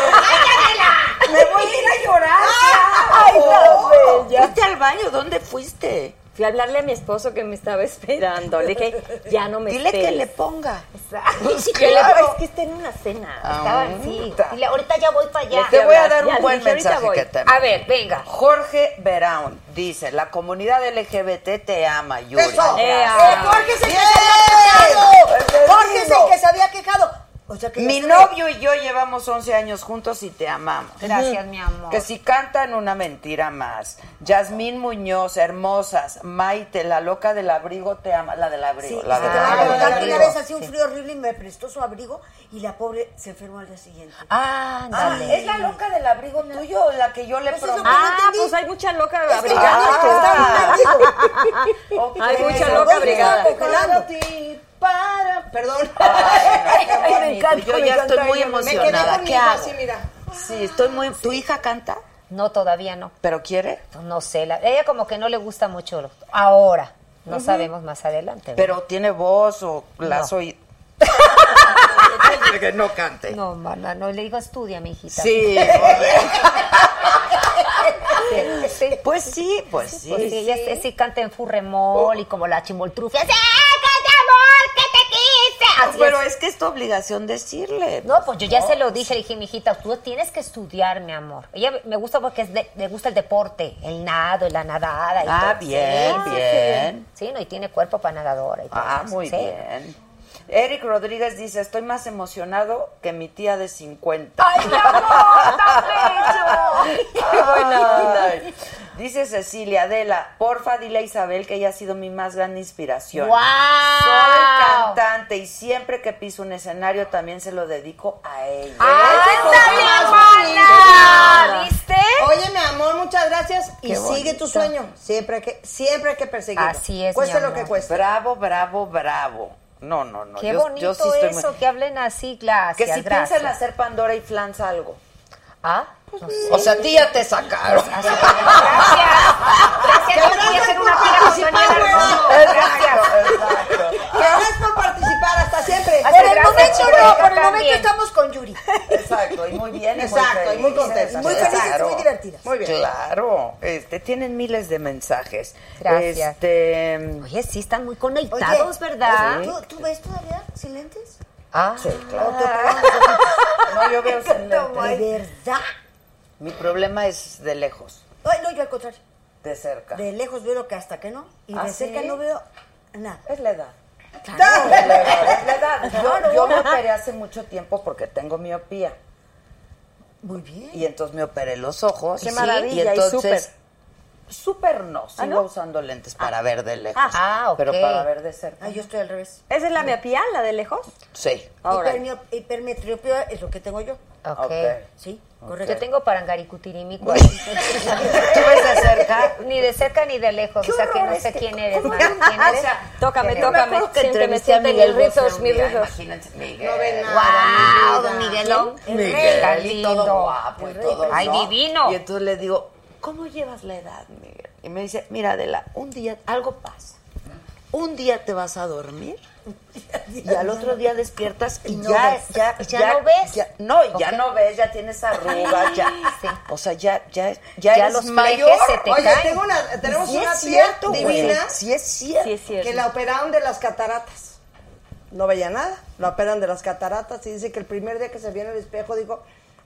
Speaker 13: ¡Me voy a ir a llorar!
Speaker 14: ¡Ay, no, bella!
Speaker 1: ¿Fuiste al baño? ¿Dónde fuiste?
Speaker 14: Fui a hablarle a mi esposo que me estaba esperando. Le dije, ya no me
Speaker 1: Dile que
Speaker 14: esperes.
Speaker 1: le ponga.
Speaker 14: Exacto.
Speaker 1: Pues
Speaker 14: Que le-
Speaker 1: claro.
Speaker 14: Es que está en una cena.
Speaker 1: Ah,
Speaker 14: Estaba así.
Speaker 1: puta.
Speaker 14: Dile, ahorita ya voy para allá.
Speaker 1: Te voy a dar
Speaker 14: Ya,
Speaker 1: un
Speaker 14: le
Speaker 1: buen
Speaker 14: dije, ahorita
Speaker 1: mensaje
Speaker 14: voy.
Speaker 1: que te mando.
Speaker 14: A ver, venga.
Speaker 1: Jorge Brown dice, la comunidad LGBT te ama, Yuri.
Speaker 12: Eso.
Speaker 1: Eh,
Speaker 12: Eh, Jorge es el que se había quejado. Jorge es el que se había quejado. O sea que ya
Speaker 1: Mi
Speaker 12: se ve.
Speaker 1: novio y yo llevamos 11 años juntos y te amamos.
Speaker 12: Gracias, mi amor.
Speaker 1: Que si cantan una mentira más. Yasmín Muñoz, hermosas. Maite, la loca del abrigo te ama. La del abrigo.
Speaker 12: Sí,
Speaker 1: la
Speaker 12: es que
Speaker 1: del
Speaker 12: te voy a
Speaker 1: abrigo.
Speaker 12: contar que una vez hacía un
Speaker 1: Sí.
Speaker 12: frío horrible y me prestó su abrigo y la pobre se enfermó al día siguiente.
Speaker 1: Ah,
Speaker 12: Ándale.
Speaker 1: ¿Es la loca del abrigo tuyo o la que yo le
Speaker 12: Pues eso
Speaker 1: prometí?
Speaker 12: que no
Speaker 14: Ah, pues hay mucha loca
Speaker 12: Es que
Speaker 14: abrigada.
Speaker 12: ya no te
Speaker 1: Ah.
Speaker 14: Ok. Hay mucha loca abrigada.
Speaker 12: Congelando.
Speaker 13: Para, perdón.
Speaker 1: Ay, me encanta,
Speaker 13: me
Speaker 1: yo ya
Speaker 13: encanta.
Speaker 1: estoy muy
Speaker 13: Me quedé
Speaker 1: emocionada.
Speaker 13: con mi
Speaker 1: ¿Qué
Speaker 13: hijo
Speaker 1: hago?
Speaker 13: así, mira.
Speaker 1: Sí, estoy muy. ¿Tu hija canta?
Speaker 11: No, todavía no.
Speaker 1: ¿Pero quiere?
Speaker 11: Pues No sé, la- ella como que no le gusta mucho lo- ahora. No sabemos más adelante. ¿verdad?
Speaker 1: ¿Pero tiene voz o la
Speaker 11: No.
Speaker 1: soy? que no cante.
Speaker 11: No, mana, no le digo estudia, mi hijita.
Speaker 1: Sí.
Speaker 11: Sí, sí.
Speaker 1: Pues sí, pues sí.
Speaker 11: Porque ella sí, sí canta en furremol y como la chimoltrufia. ¡Sí, que amor, que te quise! Así
Speaker 1: Pero
Speaker 11: Ah, es.
Speaker 1: es que es tu obligación decirle.
Speaker 11: No, pues yo ya se lo dije, le dije, mijita, tú tienes que estudiar, mi amor. Ella me gusta porque es de- le gusta el deporte, el nado, y la nadada. Y
Speaker 1: Ah,
Speaker 11: todo.
Speaker 1: bien,
Speaker 11: Sí, sí,
Speaker 1: bien.
Speaker 11: Sí, Sí, no, y tiene cuerpo para nadadora. Y todo
Speaker 1: Ah,
Speaker 11: eso,
Speaker 1: muy
Speaker 11: sí.
Speaker 1: bien. Eric Rodríguez dice, estoy más emocionado que mi tía de 50.
Speaker 11: ¡Ay, mi amor, tan bello!
Speaker 1: Ay. Dice Cecilia Adela, porfa dile a Isabel que ella ha sido mi más gran inspiración.
Speaker 11: ¡Guau!
Speaker 1: Soy cantante y siempre que piso un escenario también se lo dedico a ella.
Speaker 13: ¡Ah, ¿Viste? Oye, mi amor, muchas gracias y
Speaker 1: Qué
Speaker 13: sigue
Speaker 1: bonito.
Speaker 13: tu sueño. Siempre hay que, siempre hay que perseguirlo.
Speaker 1: Así es,
Speaker 13: Cueste
Speaker 1: mi
Speaker 13: lo
Speaker 1: amor.
Speaker 13: que cueste.
Speaker 1: Bravo, bravo, bravo. No, no, no.
Speaker 11: Qué
Speaker 1: yo,
Speaker 11: bonito
Speaker 1: yo sí estoy muy-
Speaker 11: eso, que hablen así, gracias.
Speaker 1: Que si
Speaker 11: gracias.
Speaker 1: piensan hacer Pandora y Flans algo.
Speaker 11: Ah,
Speaker 1: O sea, a ti ya te sacaron.
Speaker 11: Gracias, yo voy a hacer una fila con Daniela Hermoso.
Speaker 1: Exacto,
Speaker 13: Gracias por participar, hasta siempre.
Speaker 12: Por el momento no, por el momento estamos con Yuri.
Speaker 1: Exacto, y muy bien. y muy
Speaker 13: Exacto, y muy
Speaker 1: felices.
Speaker 13: contentas.
Speaker 12: Muy felices,
Speaker 1: Claro.
Speaker 12: muy divertidas.
Speaker 13: Muy bien.
Speaker 1: Claro, este, tienen miles de mensajes.
Speaker 11: Gracias.
Speaker 1: Este,
Speaker 11: Oye, sí están muy
Speaker 12: Oye,
Speaker 11: conectados, ¿verdad?
Speaker 12: ¿tú, tú ves todavía sin lentes?
Speaker 11: Ah,
Speaker 1: sí, claro.
Speaker 12: ¿O te operas?
Speaker 1: No, yo veo sin lentes.
Speaker 12: De verdad.
Speaker 1: Mi problema es de lejos,
Speaker 12: Ay, no, yo al contrario.
Speaker 1: de cerca.
Speaker 12: De lejos veo lo que hasta que no. Y de
Speaker 1: ¿Ah,
Speaker 12: cerca
Speaker 1: sí?
Speaker 12: no veo nada.
Speaker 1: Es la edad.
Speaker 12: Claro.
Speaker 1: Es la edad, es la edad.
Speaker 12: Claro.
Speaker 1: Yo, yo me operé hace mucho tiempo porque tengo miopía.
Speaker 12: Muy bien.
Speaker 1: Y entonces me operé los ojos.
Speaker 11: Qué
Speaker 1: Sí,
Speaker 11: maravilla, y
Speaker 1: entonces, súper no. Sigo
Speaker 11: ¿Ah, no?
Speaker 1: usando lentes para ver de lejos.
Speaker 11: Ah, ah, ok.
Speaker 1: Pero para ver de cerca.
Speaker 12: Ah, yo estoy al revés.
Speaker 14: ¿Esa es la miopía, la de lejos?
Speaker 1: Sí.
Speaker 12: Ahora.
Speaker 1: Ahora.
Speaker 12: Hipermetriopía es lo que tengo yo.
Speaker 11: Ok.
Speaker 1: Ok.
Speaker 12: Sí,
Speaker 11: Yo
Speaker 12: correcto.
Speaker 11: tengo parangaricutirimí.
Speaker 1: ¿Tú ves de cerca?
Speaker 11: Ni de cerca ni de lejos. O sea, que no sé quién eres.
Speaker 1: ¿Cómo?
Speaker 11: Mario, ¿Quién
Speaker 1: O
Speaker 11: eres?
Speaker 1: sea,
Speaker 14: Tócame,
Speaker 1: Yo me
Speaker 14: tócame.
Speaker 1: acuerdo que
Speaker 14: Siempre me
Speaker 1: entrevisté a
Speaker 14: sienten
Speaker 1: Miguel
Speaker 14: mis
Speaker 1: Bosé
Speaker 14: rizos,
Speaker 1: un
Speaker 14: mis
Speaker 1: día,
Speaker 14: rizos.
Speaker 1: Imagínate, Miguel.
Speaker 13: No ve nada. mi
Speaker 11: ¡Wow, don
Speaker 13: vida.
Speaker 11: Miguelón!
Speaker 1: Miguel,
Speaker 11: Está
Speaker 1: y
Speaker 11: lindo.
Speaker 1: todo guapo y todo.
Speaker 11: ¡Ay,
Speaker 1: ¿no?
Speaker 11: divino!
Speaker 1: Y entonces le digo, ¿cómo llevas la edad, Miguel? Y me dice, mira, Adela, un día algo pasa. Un día te vas a dormir y al otro día despiertas y,
Speaker 11: Y no
Speaker 1: ya,
Speaker 11: ves.
Speaker 1: ya,
Speaker 11: Y ya no ves.
Speaker 1: ya- no, y ya
Speaker 11: Ok.
Speaker 1: no ves, ya tienes arrugas, ya.
Speaker 11: Sí.
Speaker 1: O sea, ya, ya, ya,
Speaker 11: Ya
Speaker 1: eres
Speaker 11: los
Speaker 1: mayor.
Speaker 11: flejes se te
Speaker 13: Oye,
Speaker 11: caen.
Speaker 13: tengo una, tenemos
Speaker 1: Sí
Speaker 13: una
Speaker 1: es
Speaker 13: tía
Speaker 1: cierto, güey.
Speaker 13: divina
Speaker 1: Sí es cierto.
Speaker 14: Sí, es cierto.
Speaker 13: que la operaron de las cataratas. No veía nada, la operan de las cataratas y dice que el primer día que se vio en el espejo dijo,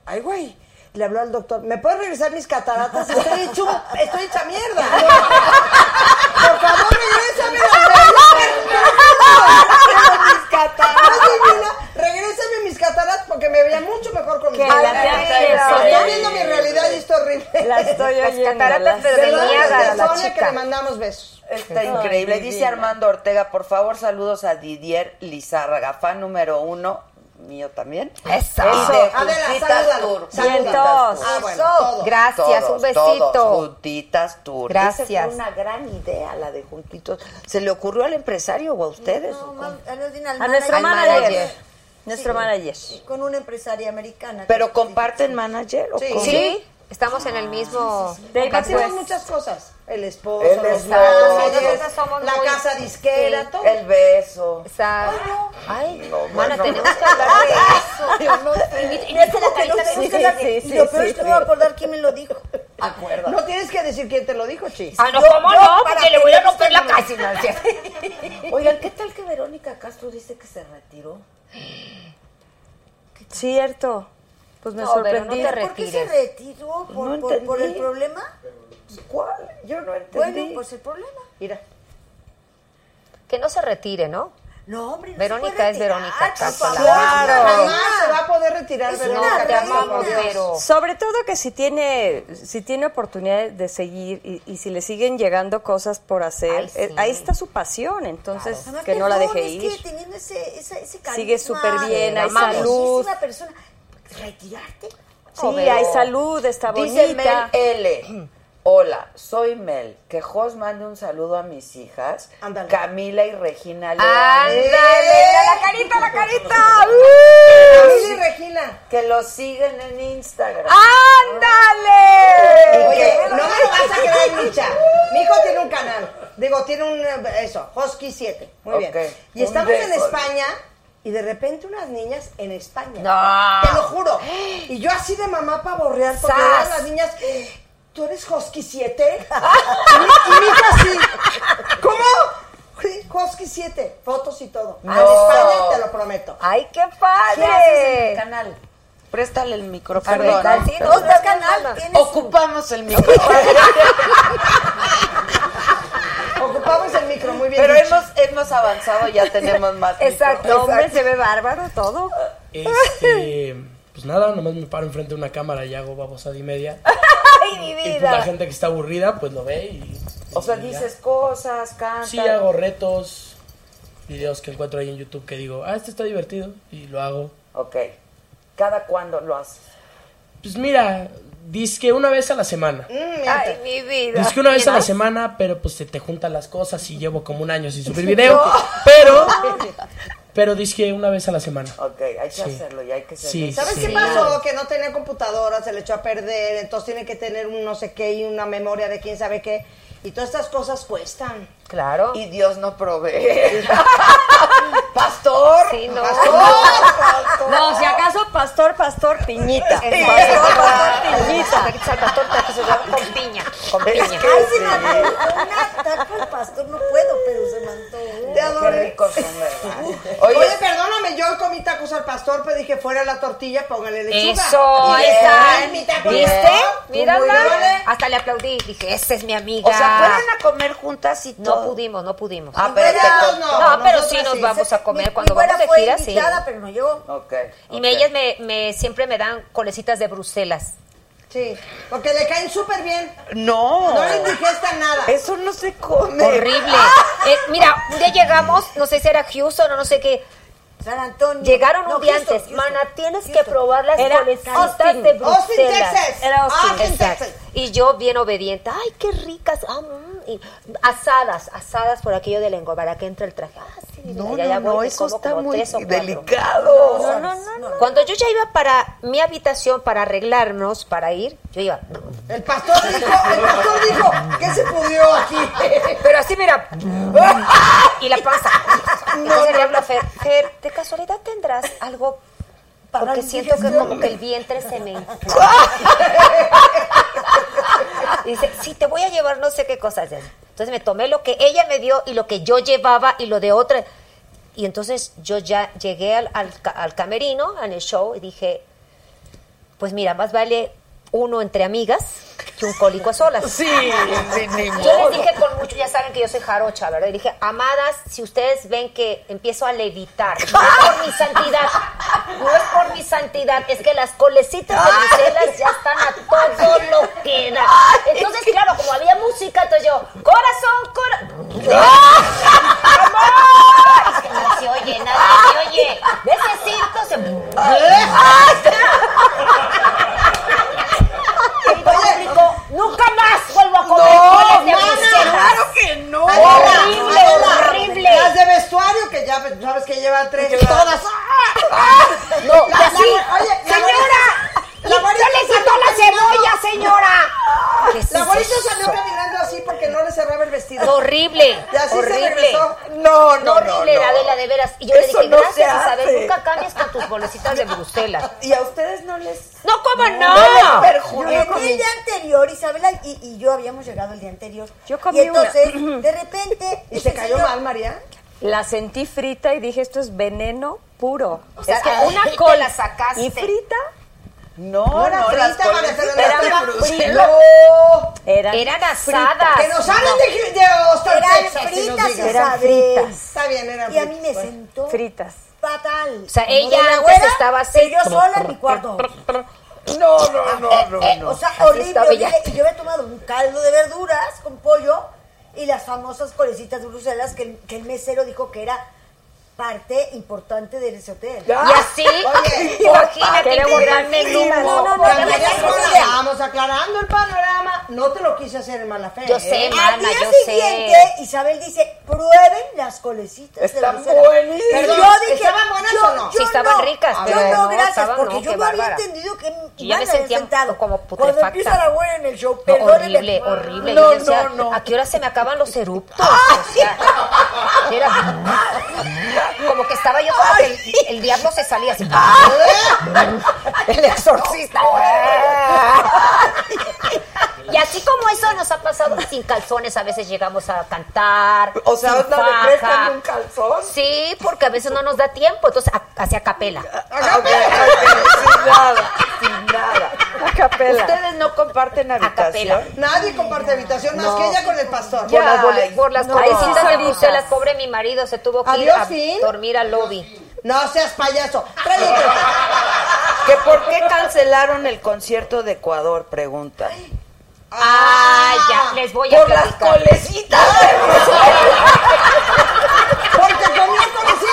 Speaker 13: ay güey, le habló al doctor, ¿me puedes regresar mis cataratas? Estoy, hecho, estoy hecha mierda. Por favor, regrésame mis cataratas. regrésame mis cataratas porque me veía mucho mejor con mis
Speaker 14: Que la
Speaker 13: cataratas.
Speaker 14: tía que soy.
Speaker 13: Estoy viendo mi realidad y esto es horrible.
Speaker 14: La estoy
Speaker 11: Las
Speaker 14: oyendo.
Speaker 11: cataratas,
Speaker 14: la
Speaker 11: pero
Speaker 14: estoy
Speaker 11: de
Speaker 13: Saludos
Speaker 14: oyendo.
Speaker 11: niega.
Speaker 13: desde
Speaker 11: a la
Speaker 13: Sonia,
Speaker 11: chica.
Speaker 13: que le mandamos besos.
Speaker 1: Está
Speaker 14: Ay,
Speaker 1: increíble.
Speaker 14: divina.
Speaker 1: Dice Armando Ortega, por favor, saludos a Didier Lizárraga, fan número uno, mío también.
Speaker 11: Eso.
Speaker 1: Y de
Speaker 13: Adela,
Speaker 1: Juntitas
Speaker 13: salúdalo,
Speaker 1: Tour.
Speaker 13: salúdalo.
Speaker 1: Juntitas Tour.
Speaker 13: Ah, bueno, todos.
Speaker 11: Gracias, un besito.
Speaker 1: todos, Juntitas Tour.
Speaker 11: Gracias.
Speaker 1: Esa fue una gran idea, la de Juntitos. ¿Se le ocurrió al empresario o a ustedes? o
Speaker 12: No,
Speaker 1: cómo?
Speaker 12: ma- a los din- al
Speaker 14: A nuestro
Speaker 1: Al
Speaker 14: manager.
Speaker 1: manager.
Speaker 14: Nuestro manager.
Speaker 12: Con una empresaria americana.
Speaker 1: ¿Pero comparten manager o cómo?
Speaker 11: ¿Sí? Estamos en el mismo...
Speaker 14: De ahí
Speaker 13: Compartimos
Speaker 14: pues,
Speaker 13: muchas cosas. El esposo,
Speaker 1: El
Speaker 13: los
Speaker 1: esposo.
Speaker 13: managers,
Speaker 11: Nosotros somos
Speaker 13: la
Speaker 11: muy-
Speaker 13: casa disquera,
Speaker 11: sí.
Speaker 13: todo.
Speaker 1: El beso.
Speaker 11: Exacto. Ay,
Speaker 1: No,
Speaker 11: mana,
Speaker 1: bueno.
Speaker 11: tenemos que hablar de eso. Y no es
Speaker 12: Que
Speaker 11: la
Speaker 12: no
Speaker 11: carita
Speaker 12: sé,
Speaker 11: de
Speaker 12: es que la-
Speaker 11: Sí,
Speaker 12: y lo peor es que no me voy a acordar quién me lo dijo.
Speaker 1: Acuérdate.
Speaker 13: No tienes que decir quién te lo dijo, chis.
Speaker 11: Ah, no,
Speaker 12: Yo-
Speaker 11: ¿cómo
Speaker 12: yo
Speaker 11: no?
Speaker 12: para
Speaker 11: Porque le
Speaker 12: que
Speaker 11: voy a
Speaker 12: no
Speaker 11: romper
Speaker 12: se
Speaker 11: la
Speaker 12: me-
Speaker 11: casa. ¿no? Sí.
Speaker 1: Oigan, ¿qué tal que Verónica Castro dice que se retiró?
Speaker 14: Cierto. Pues me
Speaker 11: No, pero
Speaker 14: sorprendí.
Speaker 11: no te
Speaker 12: ¿Por qué se
Speaker 11: Retires.
Speaker 12: retiró? ¿Por,
Speaker 1: No
Speaker 12: por- por el
Speaker 1: entendí.
Speaker 12: problema?
Speaker 1: ¿Cuál? Yo no entendí.
Speaker 12: Bueno, pues el problema.
Speaker 1: Mira.
Speaker 11: Que no se retire, ¿no?
Speaker 12: No, hombre, no se
Speaker 11: Verónica
Speaker 12: puede
Speaker 11: es
Speaker 12: retirar,
Speaker 11: Verónica
Speaker 12: por
Speaker 11: Castro,
Speaker 12: favor,
Speaker 1: claro.
Speaker 12: es una
Speaker 13: Jamás se va a poder retirar,
Speaker 12: Es
Speaker 13: Verónica
Speaker 12: una
Speaker 11: No, te
Speaker 13: Castro,
Speaker 11: amamos,
Speaker 13: por Dios.
Speaker 11: pero...
Speaker 14: Sobre todo que si tiene, si tiene oportunidad de seguir y, y si le siguen llegando cosas por hacer,
Speaker 11: Ay, sí.
Speaker 14: eh, ahí está su pasión, entonces
Speaker 12: Además,
Speaker 14: que no la
Speaker 12: perdón,
Speaker 14: deje
Speaker 12: es
Speaker 14: ir.
Speaker 12: que teniendo ese, esa- ese carisma,
Speaker 14: Sigue súper bien,
Speaker 12: de
Speaker 14: hay
Speaker 12: amable,
Speaker 14: salud.
Speaker 12: Es una persona. ¿Retirarte?
Speaker 14: Sí, hay salud, está
Speaker 1: Dice Mel
Speaker 14: bonita.
Speaker 1: L. Hola, soy Mel. Que Jos mande un saludo a mis hijas,
Speaker 13: Ándale.
Speaker 1: Camila y Regina León.
Speaker 11: ¡Ándale!
Speaker 1: ¡Eh!
Speaker 11: ¡La carita, la carita!
Speaker 13: Camila y Regina.
Speaker 1: Que lo siguen en Instagram.
Speaker 11: ¡Ándale!
Speaker 13: Oye, no me lo vas a creer, Micha. Mi hijo tiene un canal. Digo, tiene un, eh, eso, Hosky 7. Muy
Speaker 1: Ok.
Speaker 13: bien. Y
Speaker 1: Un
Speaker 13: estamos en
Speaker 1: beso.
Speaker 13: España y de repente unas niñas en España.
Speaker 11: No.
Speaker 13: Te lo juro. Y yo así de mamá para borrear porque
Speaker 11: ¡Sas!
Speaker 13: eran las niñas... ¿Tú eres Hosky 7? Y mi, y mi hija así. ¿Cómo? Hosky 7. Fotos y todo. Ah, En España, te lo prometo.
Speaker 11: ¡Ay, qué
Speaker 1: ¿Qué haces en el
Speaker 11: padre!
Speaker 1: canal? Préstale el
Speaker 11: A
Speaker 1: micrófono.
Speaker 11: ver,
Speaker 1: Perdón.
Speaker 11: sí,
Speaker 12: No,
Speaker 11: no,
Speaker 12: estás
Speaker 11: no,
Speaker 12: canal.
Speaker 11: no.
Speaker 12: tienes-
Speaker 1: Ocupamos el micrófono.
Speaker 13: Ocupamos el micro, muy bien.
Speaker 1: Pero
Speaker 13: dicho.
Speaker 1: hemos, hemos avanzado, ya tenemos más.
Speaker 14: Exacto,
Speaker 1: micrófono.
Speaker 14: hombre, se ve bárbaro todo.
Speaker 18: Este, pues nada, nomás me paro enfrente de una cámara y hago babosada y media.
Speaker 1: ¡Ay, mi
Speaker 18: Y pues, la
Speaker 1: vida!
Speaker 18: gente que está aburrida, pues lo ve y.
Speaker 1: O sea,
Speaker 18: y ya.
Speaker 1: dices cosas, cantas.
Speaker 18: Sí, hago retos, videos que encuentro ahí en YouTube que digo, ah, este está divertido, y lo hago.
Speaker 1: Ok. ¿Cada cuándo lo haces?
Speaker 18: Pues mira, que una vez a la semana.
Speaker 1: ¡Ay, mi vida!
Speaker 18: Dice que una vez a la
Speaker 1: Mira.
Speaker 18: semana, pero pues se te juntan las cosas y llevo como un año sin subir video. Pero, pero dice que una vez a la semana.
Speaker 1: Ok, hay que
Speaker 18: Sí.
Speaker 1: hacerlo y hay que ser.
Speaker 18: Sí, sí,
Speaker 13: ¿Sabes
Speaker 18: sí.
Speaker 13: qué pasó? Que no tenía computadora, se le echó a perder, entonces tiene que tener un no sé qué y una memoria de quién sabe qué. Y todas estas cosas cuestan.
Speaker 1: Claro. Y Dios no provee.
Speaker 13: ¡Pastor!
Speaker 14: Pastor. No, si acaso pastor, pastor, piñita. Pastor, pastor, piñita. Aquí está el pastor, está que se llama con piña. Ah, Con
Speaker 1: piña.
Speaker 12: Ay, se me antojó una taco al ¿eh? pastor, no puedo, pero se me antojó.
Speaker 13: Te adoré.
Speaker 1: Qué rico son, ¿verdad?
Speaker 13: Oye,
Speaker 1: Oye,
Speaker 13: perdóname, yo comí tacos al pastor, pero dije fuera la tortilla, póngale lechuga.
Speaker 11: Eso,
Speaker 13: Y
Speaker 11: ahí
Speaker 13: ay, mi
Speaker 11: está.
Speaker 13: taco al
Speaker 11: ¿Viste?
Speaker 13: pastor, tú muy
Speaker 11: Mírala.
Speaker 13: grande.
Speaker 11: Hasta le aplaudí. Dije, esa es mi amiga.
Speaker 1: o sea, ¿fueron a comer juntas y
Speaker 11: No
Speaker 1: todo?
Speaker 11: pudimos, no pudimos.
Speaker 1: Ah, pero te
Speaker 13: Cuidados,
Speaker 1: co-
Speaker 11: No,
Speaker 13: no,
Speaker 11: pero
Speaker 13: nosotras
Speaker 11: sí nos
Speaker 13: sí.
Speaker 11: vamos a
Speaker 12: Mi-
Speaker 11: comer
Speaker 12: mi
Speaker 11: cuando
Speaker 12: güera
Speaker 11: vamos de
Speaker 12: fue
Speaker 11: gira, sí.
Speaker 12: invitada, pero no llegó.
Speaker 1: Ok.
Speaker 11: Y
Speaker 1: ok.
Speaker 11: me- ellas me, me- siempre me dan colecitas de Bruselas.
Speaker 13: Sí, porque le caen súper bien.
Speaker 1: No.
Speaker 13: No les digestan nada.
Speaker 1: Eso no se come.
Speaker 11: Horrible.
Speaker 13: Ah.
Speaker 11: Eh, mira, un día llegamos, no sé si era Houston o no sé qué.
Speaker 12: San Antonio.
Speaker 11: Llegaron
Speaker 12: No,
Speaker 11: un día
Speaker 12: Houston,
Speaker 11: antes.
Speaker 12: Houston.
Speaker 11: Mana, tienes que probar las
Speaker 14: Era
Speaker 11: colecitas
Speaker 14: Austin.
Speaker 11: de Bruselas.
Speaker 13: Austin, Texas.
Speaker 11: Era Austin,
Speaker 13: Austin,
Speaker 11: exacto.
Speaker 13: Texas.
Speaker 11: Y yo bien obediente. Ay, qué ricas. ah, mm, y asadas, asadas por aquello del lengo, para que entre el traje. Ah, sí, mira,
Speaker 1: No,
Speaker 11: ya-
Speaker 1: no,
Speaker 11: ya
Speaker 1: no,
Speaker 11: voy, me
Speaker 1: eso
Speaker 11: como
Speaker 1: está
Speaker 11: como
Speaker 1: muy
Speaker 11: tres o cuatro.
Speaker 1: delicado.
Speaker 11: No, no, no, no. Cuando yo ya iba para mi habitación para arreglarnos, para ir, yo iba.
Speaker 13: El pastor dijo, el pastor dijo que se pudrió aquí.
Speaker 11: Pero así, mira. Y la panza. Entonces le hablo a Fer. Fer, ¿de casualidad tendrás algo? Porque siento que como que el vientre se me... Y dice, sí, te voy a llevar no sé qué cosas. Entonces me tomé lo que ella me dio y lo que yo llevaba y lo de otra. Y entonces yo ya llegué al, al, ca- al camerino, en el show, y dije, pues mira, más vale uno entre amigas que un cólico a solas.
Speaker 1: Sí, sí, ni
Speaker 11: Yo
Speaker 1: modo.
Speaker 11: les dije con mucho, ya saben que yo soy jarocha, ¿verdad? Y dije, amadas, si ustedes ven que empiezo a levitar, no es por mi santidad, no es por mi santidad, es que las colecitas de Bruselas ya están a todo lo que da. Entonces, claro, como había música, entonces yo, corazón, corazón.
Speaker 18: ¿Eh?
Speaker 11: ¡Amor! Es que no se oye, nada se oye. De ese circo se... Y público, nunca más vuelvo a comer coles de Bruselas.
Speaker 1: que no.
Speaker 11: Horrible, horrible.
Speaker 13: Las de vestuario que ya sabes que lleva tres todas. Ah,
Speaker 1: Ah,
Speaker 11: No,
Speaker 13: La-
Speaker 11: que
Speaker 13: la-
Speaker 11: sí.
Speaker 13: oye, la
Speaker 11: señora,
Speaker 13: güerita- la güerita
Speaker 11: ¡Usted le quitó la cebolla, señora. ¿Qué es
Speaker 13: Ah, La abuelita
Speaker 11: eso?
Speaker 13: salió caminando así porque no le cerraba el vestido.
Speaker 11: Horrible.
Speaker 13: Y así se
Speaker 11: horrible.
Speaker 13: regresó.
Speaker 1: No, no, no.
Speaker 11: horrible,
Speaker 1: no.
Speaker 11: Adela, de veras. Y yo le
Speaker 1: Eso
Speaker 11: dije,
Speaker 1: no se
Speaker 11: gracias, Isabel,
Speaker 1: hace.
Speaker 11: nunca cambies con tus bolecitas de Bruselas.
Speaker 1: Y a ustedes no les.
Speaker 11: No, ¿cómo no?
Speaker 1: No les
Speaker 12: Yo
Speaker 1: perjudica.
Speaker 12: comí el día anterior, Isabela y, y yo habíamos llegado el día anterior.
Speaker 14: Yo comí
Speaker 12: Y entonces,
Speaker 14: una.
Speaker 12: de repente.
Speaker 13: Y se cayó
Speaker 12: señor-
Speaker 13: mal, María.
Speaker 14: La sentí frita y dije, esto es veneno puro.
Speaker 11: sea,
Speaker 14: es que
Speaker 11: ahí
Speaker 14: una
Speaker 11: te
Speaker 14: cola
Speaker 11: la sacaste.
Speaker 14: y frita
Speaker 1: No,
Speaker 13: No
Speaker 1: no,
Speaker 13: era
Speaker 1: las
Speaker 13: frita, Vanessa,
Speaker 1: colecitas
Speaker 13: no era
Speaker 1: de
Speaker 13: frita.
Speaker 1: Bruselas.
Speaker 14: eran,
Speaker 11: Eran
Speaker 14: fritas.
Speaker 11: asadas.
Speaker 13: Que nos salen de, de Austin, Texas,
Speaker 12: Eran
Speaker 13: que nos
Speaker 12: fritas,
Speaker 13: digan.
Speaker 14: Eran
Speaker 12: Isabel.
Speaker 14: fritas.
Speaker 13: Está bien, eran
Speaker 12: Y a mí me
Speaker 13: fritas.
Speaker 12: sentó
Speaker 14: fritas.
Speaker 12: fatal.
Speaker 11: O sea,
Speaker 12: Como de
Speaker 11: ella
Speaker 12: la
Speaker 11: antes
Speaker 12: güera,
Speaker 11: estaba así.
Speaker 12: pero yo sola en mi cuarto.
Speaker 1: No, no, no, no.
Speaker 12: Eh,
Speaker 1: no.
Speaker 12: o sea,
Speaker 11: Así
Speaker 12: horrible.
Speaker 11: estaba
Speaker 12: horrible.
Speaker 11: ella.
Speaker 12: Y yo había tomado un caldo de verduras con pollo y las famosas colecitas de Bruselas que, que el mesero dijo que era parte importante del ese hotel.
Speaker 11: Y así,
Speaker 13: Oye,
Speaker 11: imagínate
Speaker 14: era
Speaker 11: tu
Speaker 14: un
Speaker 11: gran menú.
Speaker 12: No, no, no,
Speaker 13: Pero
Speaker 12: no,
Speaker 13: María
Speaker 12: no,
Speaker 13: Sola,
Speaker 12: no, no.
Speaker 13: Vamos aclarando el panorama. No te lo quise hacer en mala fe.
Speaker 11: Yo
Speaker 13: ¿eh?
Speaker 11: sé,
Speaker 12: Al
Speaker 11: mana,
Speaker 12: día
Speaker 11: yo
Speaker 12: siguiente,
Speaker 11: sé.
Speaker 12: Isabel dice, prueben las colecitas
Speaker 1: Están
Speaker 12: de Bruselas.
Speaker 1: buenísimas.
Speaker 12: Pero
Speaker 13: Perdón,
Speaker 12: yo dije,
Speaker 13: ¿estaban buenas
Speaker 12: yo-
Speaker 13: o no?
Speaker 12: yo
Speaker 11: Sí, estaban ricas,
Speaker 12: Yo
Speaker 11: pero
Speaker 12: no,
Speaker 11: no,
Speaker 12: gracias,
Speaker 11: estaban,
Speaker 12: porque
Speaker 11: no,
Speaker 12: yo
Speaker 11: qué
Speaker 12: no había
Speaker 11: bárbara.
Speaker 12: entendido que
Speaker 11: Y ya
Speaker 12: iban
Speaker 11: me
Speaker 12: a
Speaker 11: sentía
Speaker 12: sentado.
Speaker 11: como
Speaker 12: Cuando
Speaker 11: putrefacta.
Speaker 12: empieza la buena en el show,
Speaker 11: No,
Speaker 12: perdónenme.
Speaker 11: horrible, horrible.
Speaker 1: No,
Speaker 11: yo decía,
Speaker 1: no, no.
Speaker 11: ¿A qué hora se me acaban los eruptos? como que estaba yo como que el, el diablo se salía así. el exorcista. y así como eso nos ha pasado sin calzones, a veces llegamos a cantar.
Speaker 1: O sea,
Speaker 11: sin
Speaker 1: ¿no me
Speaker 11: faja.
Speaker 1: prestan un calzón?
Speaker 11: Sí, porque a veces no nos da tiempo, entonces a- hacia capela.
Speaker 1: Ah, ok, ok, sin nada, sin nada.
Speaker 14: A capela.
Speaker 1: Ustedes no comparten
Speaker 11: capela.
Speaker 1: habitación.
Speaker 13: Nadie comparte habitación más que ella con el pastor.
Speaker 11: Por las, bole- por las
Speaker 13: No,
Speaker 11: colecitas
Speaker 13: ahí sí
Speaker 11: de
Speaker 13: solitas.
Speaker 11: Bruselas, pobre mi marido se tuvo que ir
Speaker 13: Adiós,
Speaker 11: a
Speaker 13: fin.
Speaker 11: dormir al lobby.
Speaker 13: No seas payaso. Tráete.
Speaker 1: ¿Que ¿Por qué cancelaron el concierto de Ecuador? Pregunta.
Speaker 11: Ay, ya, les voy a
Speaker 13: Ah, Por las
Speaker 11: platicar.
Speaker 13: colecitas. Porque comía colecitas.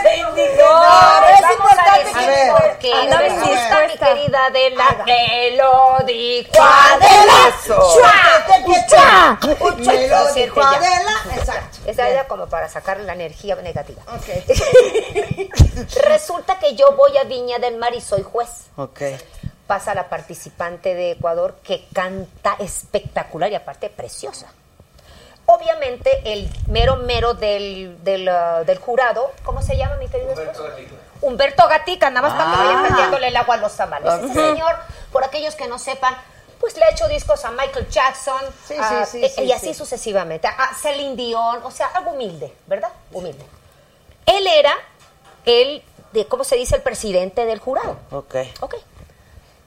Speaker 11: Se indignó.
Speaker 13: No, es
Speaker 11: Vamos
Speaker 13: importante
Speaker 11: a
Speaker 13: que-
Speaker 11: decir por qué.
Speaker 13: Andaba
Speaker 11: Resulta, mi
Speaker 13: indispuesta.
Speaker 11: querida Adela, me lo dijo
Speaker 13: Adelazo.
Speaker 11: Adela.
Speaker 13: Uchua.
Speaker 11: Uchua.
Speaker 13: Uchua. Me lo dijo
Speaker 11: Ya.
Speaker 13: Adela. Exacto.
Speaker 11: Esa era como para sacar la energía negativa. Resulta que yo voy a Viña del Mar y soy juez.
Speaker 1: Ok.
Speaker 11: Pasa la participante de Ecuador que canta espectacular y aparte preciosa. Obviamente Este, el mero mero del, del, ah, del jurado, ¿cómo se llama mi querido esposo? Humberto Gatica, nada más para que
Speaker 6: Ah.
Speaker 11: vayan metiéndole el agua a los tamales.
Speaker 6: Ok.
Speaker 11: Ese este señor, por aquellos que no sepan, pues le ha hecho discos a Michael Jackson
Speaker 6: sí,
Speaker 11: a-
Speaker 6: sí,
Speaker 11: e-
Speaker 6: sí,
Speaker 11: y así
Speaker 6: sí.
Speaker 11: sucesivamente, a Celine Dion, o sea, algo humilde, ¿verdad? Humilde. Él era el, de, ¿cómo se dice? El presidente del jurado.
Speaker 1: Ok.
Speaker 11: Ok.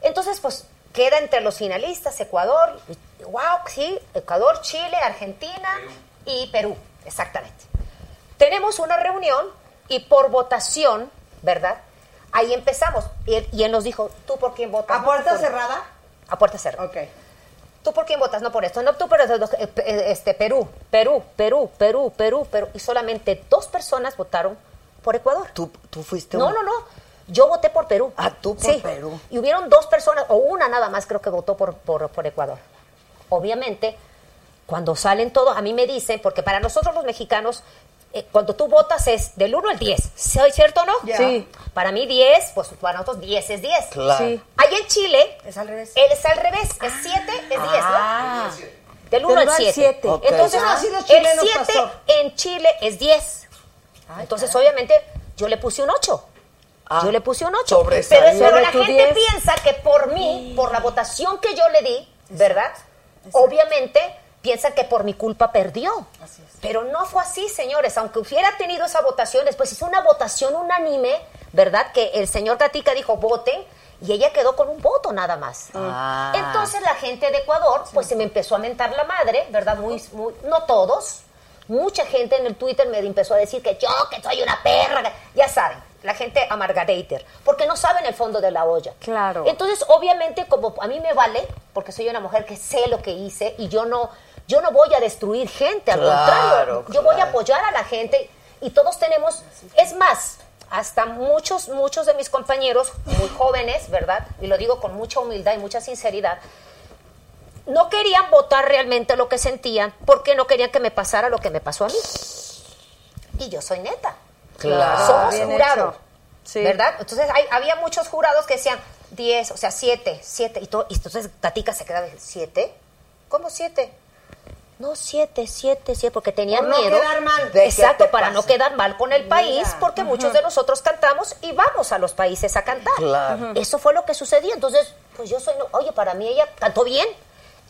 Speaker 11: Entonces, pues queda entre los finalistas Ecuador, wow, sí, Ecuador, Chile, Argentina y Perú, exactamente. Tenemos una reunión y por votación, ¿verdad? Ahí empezamos. Y él, y él nos dijo, ¿tú por quién votas?
Speaker 13: ¿A
Speaker 11: No,
Speaker 13: puerta
Speaker 11: por-
Speaker 13: cerrada?
Speaker 11: A puerta cerrada.
Speaker 13: Ok.
Speaker 11: ¿Tú por quién votas? No por esto. No, tú por esto. Eh, pe- eh, Este, Perú, Perú, Perú, Perú, Perú, Perú. Y solamente dos personas votaron por Ecuador.
Speaker 1: ¿Tú, tú fuiste
Speaker 11: No,
Speaker 1: un-
Speaker 11: no, no. Yo voté por Perú. Ah, tú
Speaker 1: por Perú.
Speaker 11: Y hubieron dos personas, o una nada más creo que votó por, por, por Ecuador. Obviamente, cuando salen todos, a mí me dicen, porque para nosotros los mexicanos, eh, cuando tú votas es del 1 al 10. ¿Soy cierto o no?
Speaker 6: Ya. Sí.
Speaker 11: Para mí 10, pues para nosotros 10 es 10.
Speaker 6: Claro. Sí.
Speaker 11: Allá en Chile... Es al revés. Es al revés. Es 7, es 10, ¿no?
Speaker 6: Ah.
Speaker 11: Del 1 al 7.
Speaker 6: Ok.
Speaker 11: Entonces,
Speaker 6: Ah, sí, los
Speaker 11: el
Speaker 6: chilenos
Speaker 11: 7
Speaker 6: pasó. Ah,
Speaker 11: en Chile es 10. Entonces, obviamente, yo le puse un 8. yo le puse un 8. Pero,
Speaker 6: sobresalió.
Speaker 11: pero
Speaker 6: Ah, Sobre
Speaker 11: la
Speaker 6: tu 10.
Speaker 11: gente piensa que por mí, por la votación que yo le di, ¿verdad? Obviamente, piensa que por mi culpa perdió. Pero no fue así, señores. Aunque hubiera tenido esa votación, después hizo una votación unánime, ¿verdad? Que el señor Gatica dijo, voten. Y ella quedó con un voto nada más.
Speaker 6: Ah.
Speaker 11: Entonces la gente de Ecuador, pues se me empezó a mentar la madre, ¿verdad? Muy, muy, no todos. Mucha gente en el Twitter me empezó a decir que yo, que soy una perra. que- Ya saben, la gente amargadater, porque no saben el fondo de la olla.
Speaker 14: Claro.
Speaker 11: Entonces, obviamente, como a mí me vale, porque soy una mujer que sé lo que hice y yo no, yo no voy a destruir gente, al
Speaker 6: Claro,
Speaker 11: contrario, yo
Speaker 6: claro.
Speaker 11: voy a apoyar a la gente y todos tenemos, es más, hasta muchos, muchos de mis compañeros muy jóvenes, ¿verdad? Y lo digo con mucha humildad y mucha sinceridad, no querían votar realmente lo que sentían porque no querían que me pasara lo que me pasó a mí. Y yo soy neta.
Speaker 6: Claro,
Speaker 11: Somos
Speaker 6: bien
Speaker 11: jurados.
Speaker 6: hecho.
Speaker 11: ¿Verdad? Entonces hay- había muchos jurados que decían 10, o sea, 7, 7. Y, todo, y entonces Tatica se quedaba, ¿7? ¿Cómo 7? No, 7, 7, 7, porque tenían
Speaker 6: Por no
Speaker 11: miedo.
Speaker 6: quedar mal. De que
Speaker 11: Exacto,
Speaker 6: te
Speaker 11: para
Speaker 6: pase.
Speaker 11: no quedar mal con el país,
Speaker 6: Mira,
Speaker 11: porque muchos de nosotros cantamos y vamos a los países a cantar.
Speaker 6: Claro. Ujú.
Speaker 11: Eso fue lo que sucedió. Entonces, pues yo soy, no- oye, para mí ella cantó bien.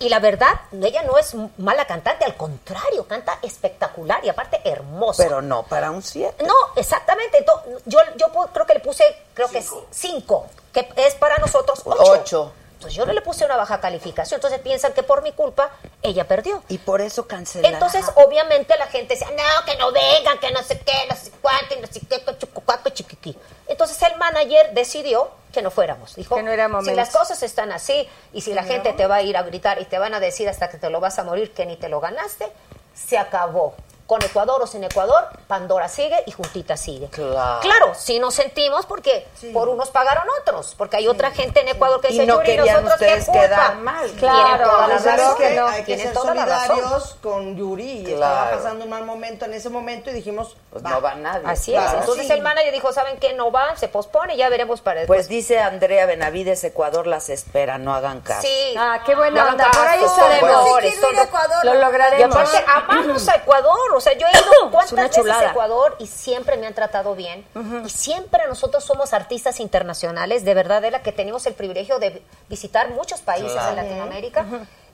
Speaker 11: Y la verdad, ella no es mala cantante, al contrario, canta espectacular y aparte hermosa.
Speaker 1: Pero no, para un 7.
Speaker 11: No, exactamente. to- Yo, yo pu- creo que le puse, creo que 5, que es para nosotros 8.
Speaker 1: Ocho.
Speaker 11: Entonces yo no le puse una baja calificación. Entonces piensan que por mi culpa ella perdió.
Speaker 1: Y por eso cancelaron.
Speaker 11: Entonces, obviamente, la gente decía, no, que no vengan, que no sé qué, no sé cuánto, y no sé qué, cuchucuaco, chiquiqui. Entonces, el manager decidió que no fuéramos. Dijo,
Speaker 14: Que no era
Speaker 11: si
Speaker 14: momento".
Speaker 11: las cosas están así y si la gente te va a ir a gritar y te van a decir hasta que te lo vas a morir que ni te lo ganaste, se acabó. Con Ecuador o sin Ecuador, Pandora sigue y Juntita sigue.
Speaker 1: Claro.
Speaker 11: Claro, si nos sentimos porque por unos pagaron otros, porque hay otra gente en Ecuador que
Speaker 1: Y
Speaker 11: dice,
Speaker 1: no
Speaker 11: Yuri,
Speaker 1: querían
Speaker 11: nosotros qué
Speaker 1: ustedes
Speaker 11: culpa.
Speaker 1: quedar mal.
Speaker 11: Tienen
Speaker 13: Claro,
Speaker 11: toda la
Speaker 13: y sabes
Speaker 11: razón.
Speaker 13: que hay que
Speaker 11: Tienen
Speaker 13: ser
Speaker 11: toda la razón.
Speaker 13: solidarios con Yuri. y Estaba
Speaker 11: Claro.
Speaker 13: pasando un mal momento en ese momento y dijimos,
Speaker 1: Pues no va nadie.
Speaker 11: Así
Speaker 1: Claro.
Speaker 11: es. Entonces
Speaker 1: Sí.
Speaker 11: el manager dijo, ¿saben qué? No va, se pospone, ya veremos para después.
Speaker 1: Pues dice Andrea Benavides, Ecuador las espera, no hagan caso.
Speaker 11: sí.
Speaker 14: Ah, qué buena
Speaker 11: No,
Speaker 14: onda.
Speaker 11: no,
Speaker 14: Por ahí
Speaker 11: no,
Speaker 14: estaremos.
Speaker 11: no,
Speaker 14: Sí, quiero
Speaker 11: no, no,
Speaker 14: ir a
Speaker 11: no.
Speaker 14: Ecuador. Lo lograremos.
Speaker 11: Y aparte, amamos a Ecuador. O sea, yo he ido
Speaker 14: Es una
Speaker 11: cuántas veces
Speaker 14: chulada.
Speaker 11: a Ecuador y siempre me han tratado bien. Y siempre nosotros somos artistas internacionales, de verdad, de la que tenemos el privilegio de visitar muchos países
Speaker 12: Claro.
Speaker 11: en Latinoamérica.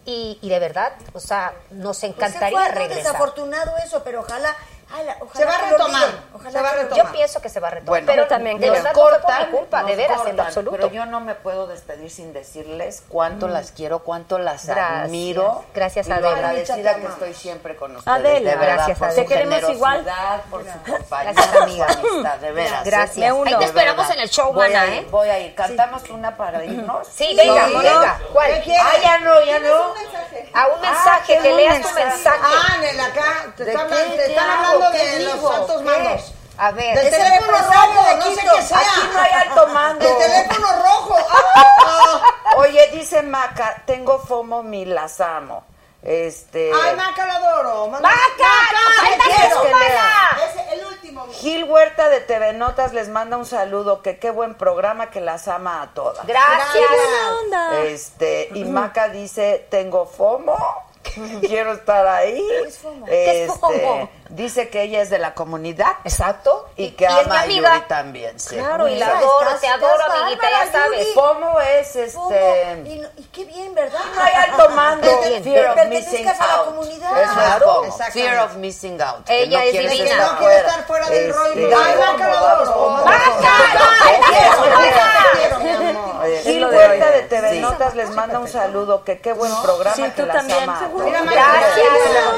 Speaker 11: Y, y de verdad, o sea,
Speaker 12: Pues
Speaker 11: nos
Speaker 12: se fue
Speaker 11: encantaría
Speaker 12: algo
Speaker 11: regresar.
Speaker 12: desafortunado eso, pero ojalá
Speaker 13: Se va a retomar. se va a retomar.
Speaker 11: Yo pienso que se va a retomar. pero también de
Speaker 1: nos
Speaker 11: verdad, no fue por mi
Speaker 1: cortan,
Speaker 11: culpa, de
Speaker 1: nos
Speaker 11: veras, en lo
Speaker 1: cortan,
Speaker 11: absoluto.
Speaker 1: Pero yo no me puedo despedir sin decirles cuánto
Speaker 11: Mm.
Speaker 1: las quiero, cuánto las
Speaker 11: Gracias.
Speaker 1: admiro.
Speaker 11: Gracias,
Speaker 1: y lo
Speaker 11: Adela. Ay, mucha
Speaker 1: agradecida
Speaker 11: te
Speaker 1: que
Speaker 11: amamos.
Speaker 1: estoy siempre con ustedes.
Speaker 11: Adela,
Speaker 1: de verdad,
Speaker 11: gracias,
Speaker 1: por su
Speaker 11: Adela. Te queremos igual.
Speaker 1: generosidad, por su compañía,
Speaker 11: Gracias, amiga.
Speaker 1: por su amistad, de veras. ¿eh?
Speaker 11: Gracias. Me uno. Ahí te
Speaker 1: De
Speaker 11: esperamos
Speaker 1: verdad.
Speaker 11: en el show,
Speaker 1: voy
Speaker 11: Juana,
Speaker 1: a ir,
Speaker 11: ¿eh?
Speaker 1: Voy a ir. ¿Cantamos una para irnos?
Speaker 11: Sí, venga, venga. ¿Cuál?
Speaker 1: Ah, ya no, ya no.
Speaker 11: A un mensaje,
Speaker 1: Ah,
Speaker 11: que
Speaker 1: un
Speaker 11: leas tu mensaje.
Speaker 13: Ah, en el acá. Te,
Speaker 11: ¿De
Speaker 13: está
Speaker 11: qué?
Speaker 13: hablando- te
Speaker 11: ¿Qué
Speaker 13: están
Speaker 11: hago?
Speaker 13: hablando
Speaker 11: ¿Qué
Speaker 13: de
Speaker 11: digo?
Speaker 13: los altos
Speaker 11: ¿Qué?
Speaker 13: mandos.
Speaker 11: A ver.
Speaker 13: Del teléfono rojo, no sé qué sea.
Speaker 1: Aquí no hay alto mando.
Speaker 13: Del teléfono rojo. Ah,
Speaker 1: Oye, dice Maca, tengo FOMO, mi las amo. Este.
Speaker 13: Ay, Maca, lo adoro. Maca,
Speaker 1: ¡Maca!
Speaker 13: te
Speaker 1: ¡Suéltate,
Speaker 13: quiero.
Speaker 1: Maca!
Speaker 13: Es el último.
Speaker 1: Gil Huerta de TV Notas les manda un saludo, que qué buen programa que las ama a todas.
Speaker 11: Gracias.
Speaker 1: Este,
Speaker 13: Mm.
Speaker 1: y Maca dice, tengo FOMO, quiero estar ahí.
Speaker 13: Este,
Speaker 11: ¿Qué es FOMO?
Speaker 1: Dice que ella es de la comunidad. Exacto. Y que
Speaker 11: y es mi
Speaker 1: ama a
Speaker 11: amiga.
Speaker 1: Yuri también. sí.
Speaker 11: Claro, y la adoro, te adoro, amiguita, ya sabes.
Speaker 1: FOMO es este...
Speaker 12: Y, no- y qué bien, ¿verdad?
Speaker 1: No hay alto mando.
Speaker 12: Que te-
Speaker 1: Fear of missing
Speaker 12: pertenezcas a la
Speaker 1: out.
Speaker 12: comunidad.
Speaker 1: Eso es
Speaker 12: Claro,
Speaker 1: FOMO.
Speaker 12: exactamente.
Speaker 1: Fear of missing out. que
Speaker 12: Ella
Speaker 1: no
Speaker 12: es
Speaker 1: quieres
Speaker 12: divina.
Speaker 1: estar
Speaker 12: No quiere
Speaker 1: fuera.
Speaker 12: estar fuera del
Speaker 1: Este,
Speaker 12: rollo.
Speaker 1: da
Speaker 12: Ay,
Speaker 1: FOMO,
Speaker 12: Maca,
Speaker 1: da
Speaker 12: lo
Speaker 1: FOMO.
Speaker 12: adoro.
Speaker 1: Gil
Speaker 13: lo de
Speaker 1: Huerta
Speaker 13: hoy.
Speaker 1: de TV
Speaker 13: Sí.
Speaker 1: Notas les manda un saludo, que qué buen programa
Speaker 13: Sí,
Speaker 1: que
Speaker 13: tú
Speaker 1: las
Speaker 13: también,
Speaker 1: ama a
Speaker 13: seguro.
Speaker 1: todas.
Speaker 13: Mira, Maca,
Speaker 1: Gracias.
Speaker 13: mira,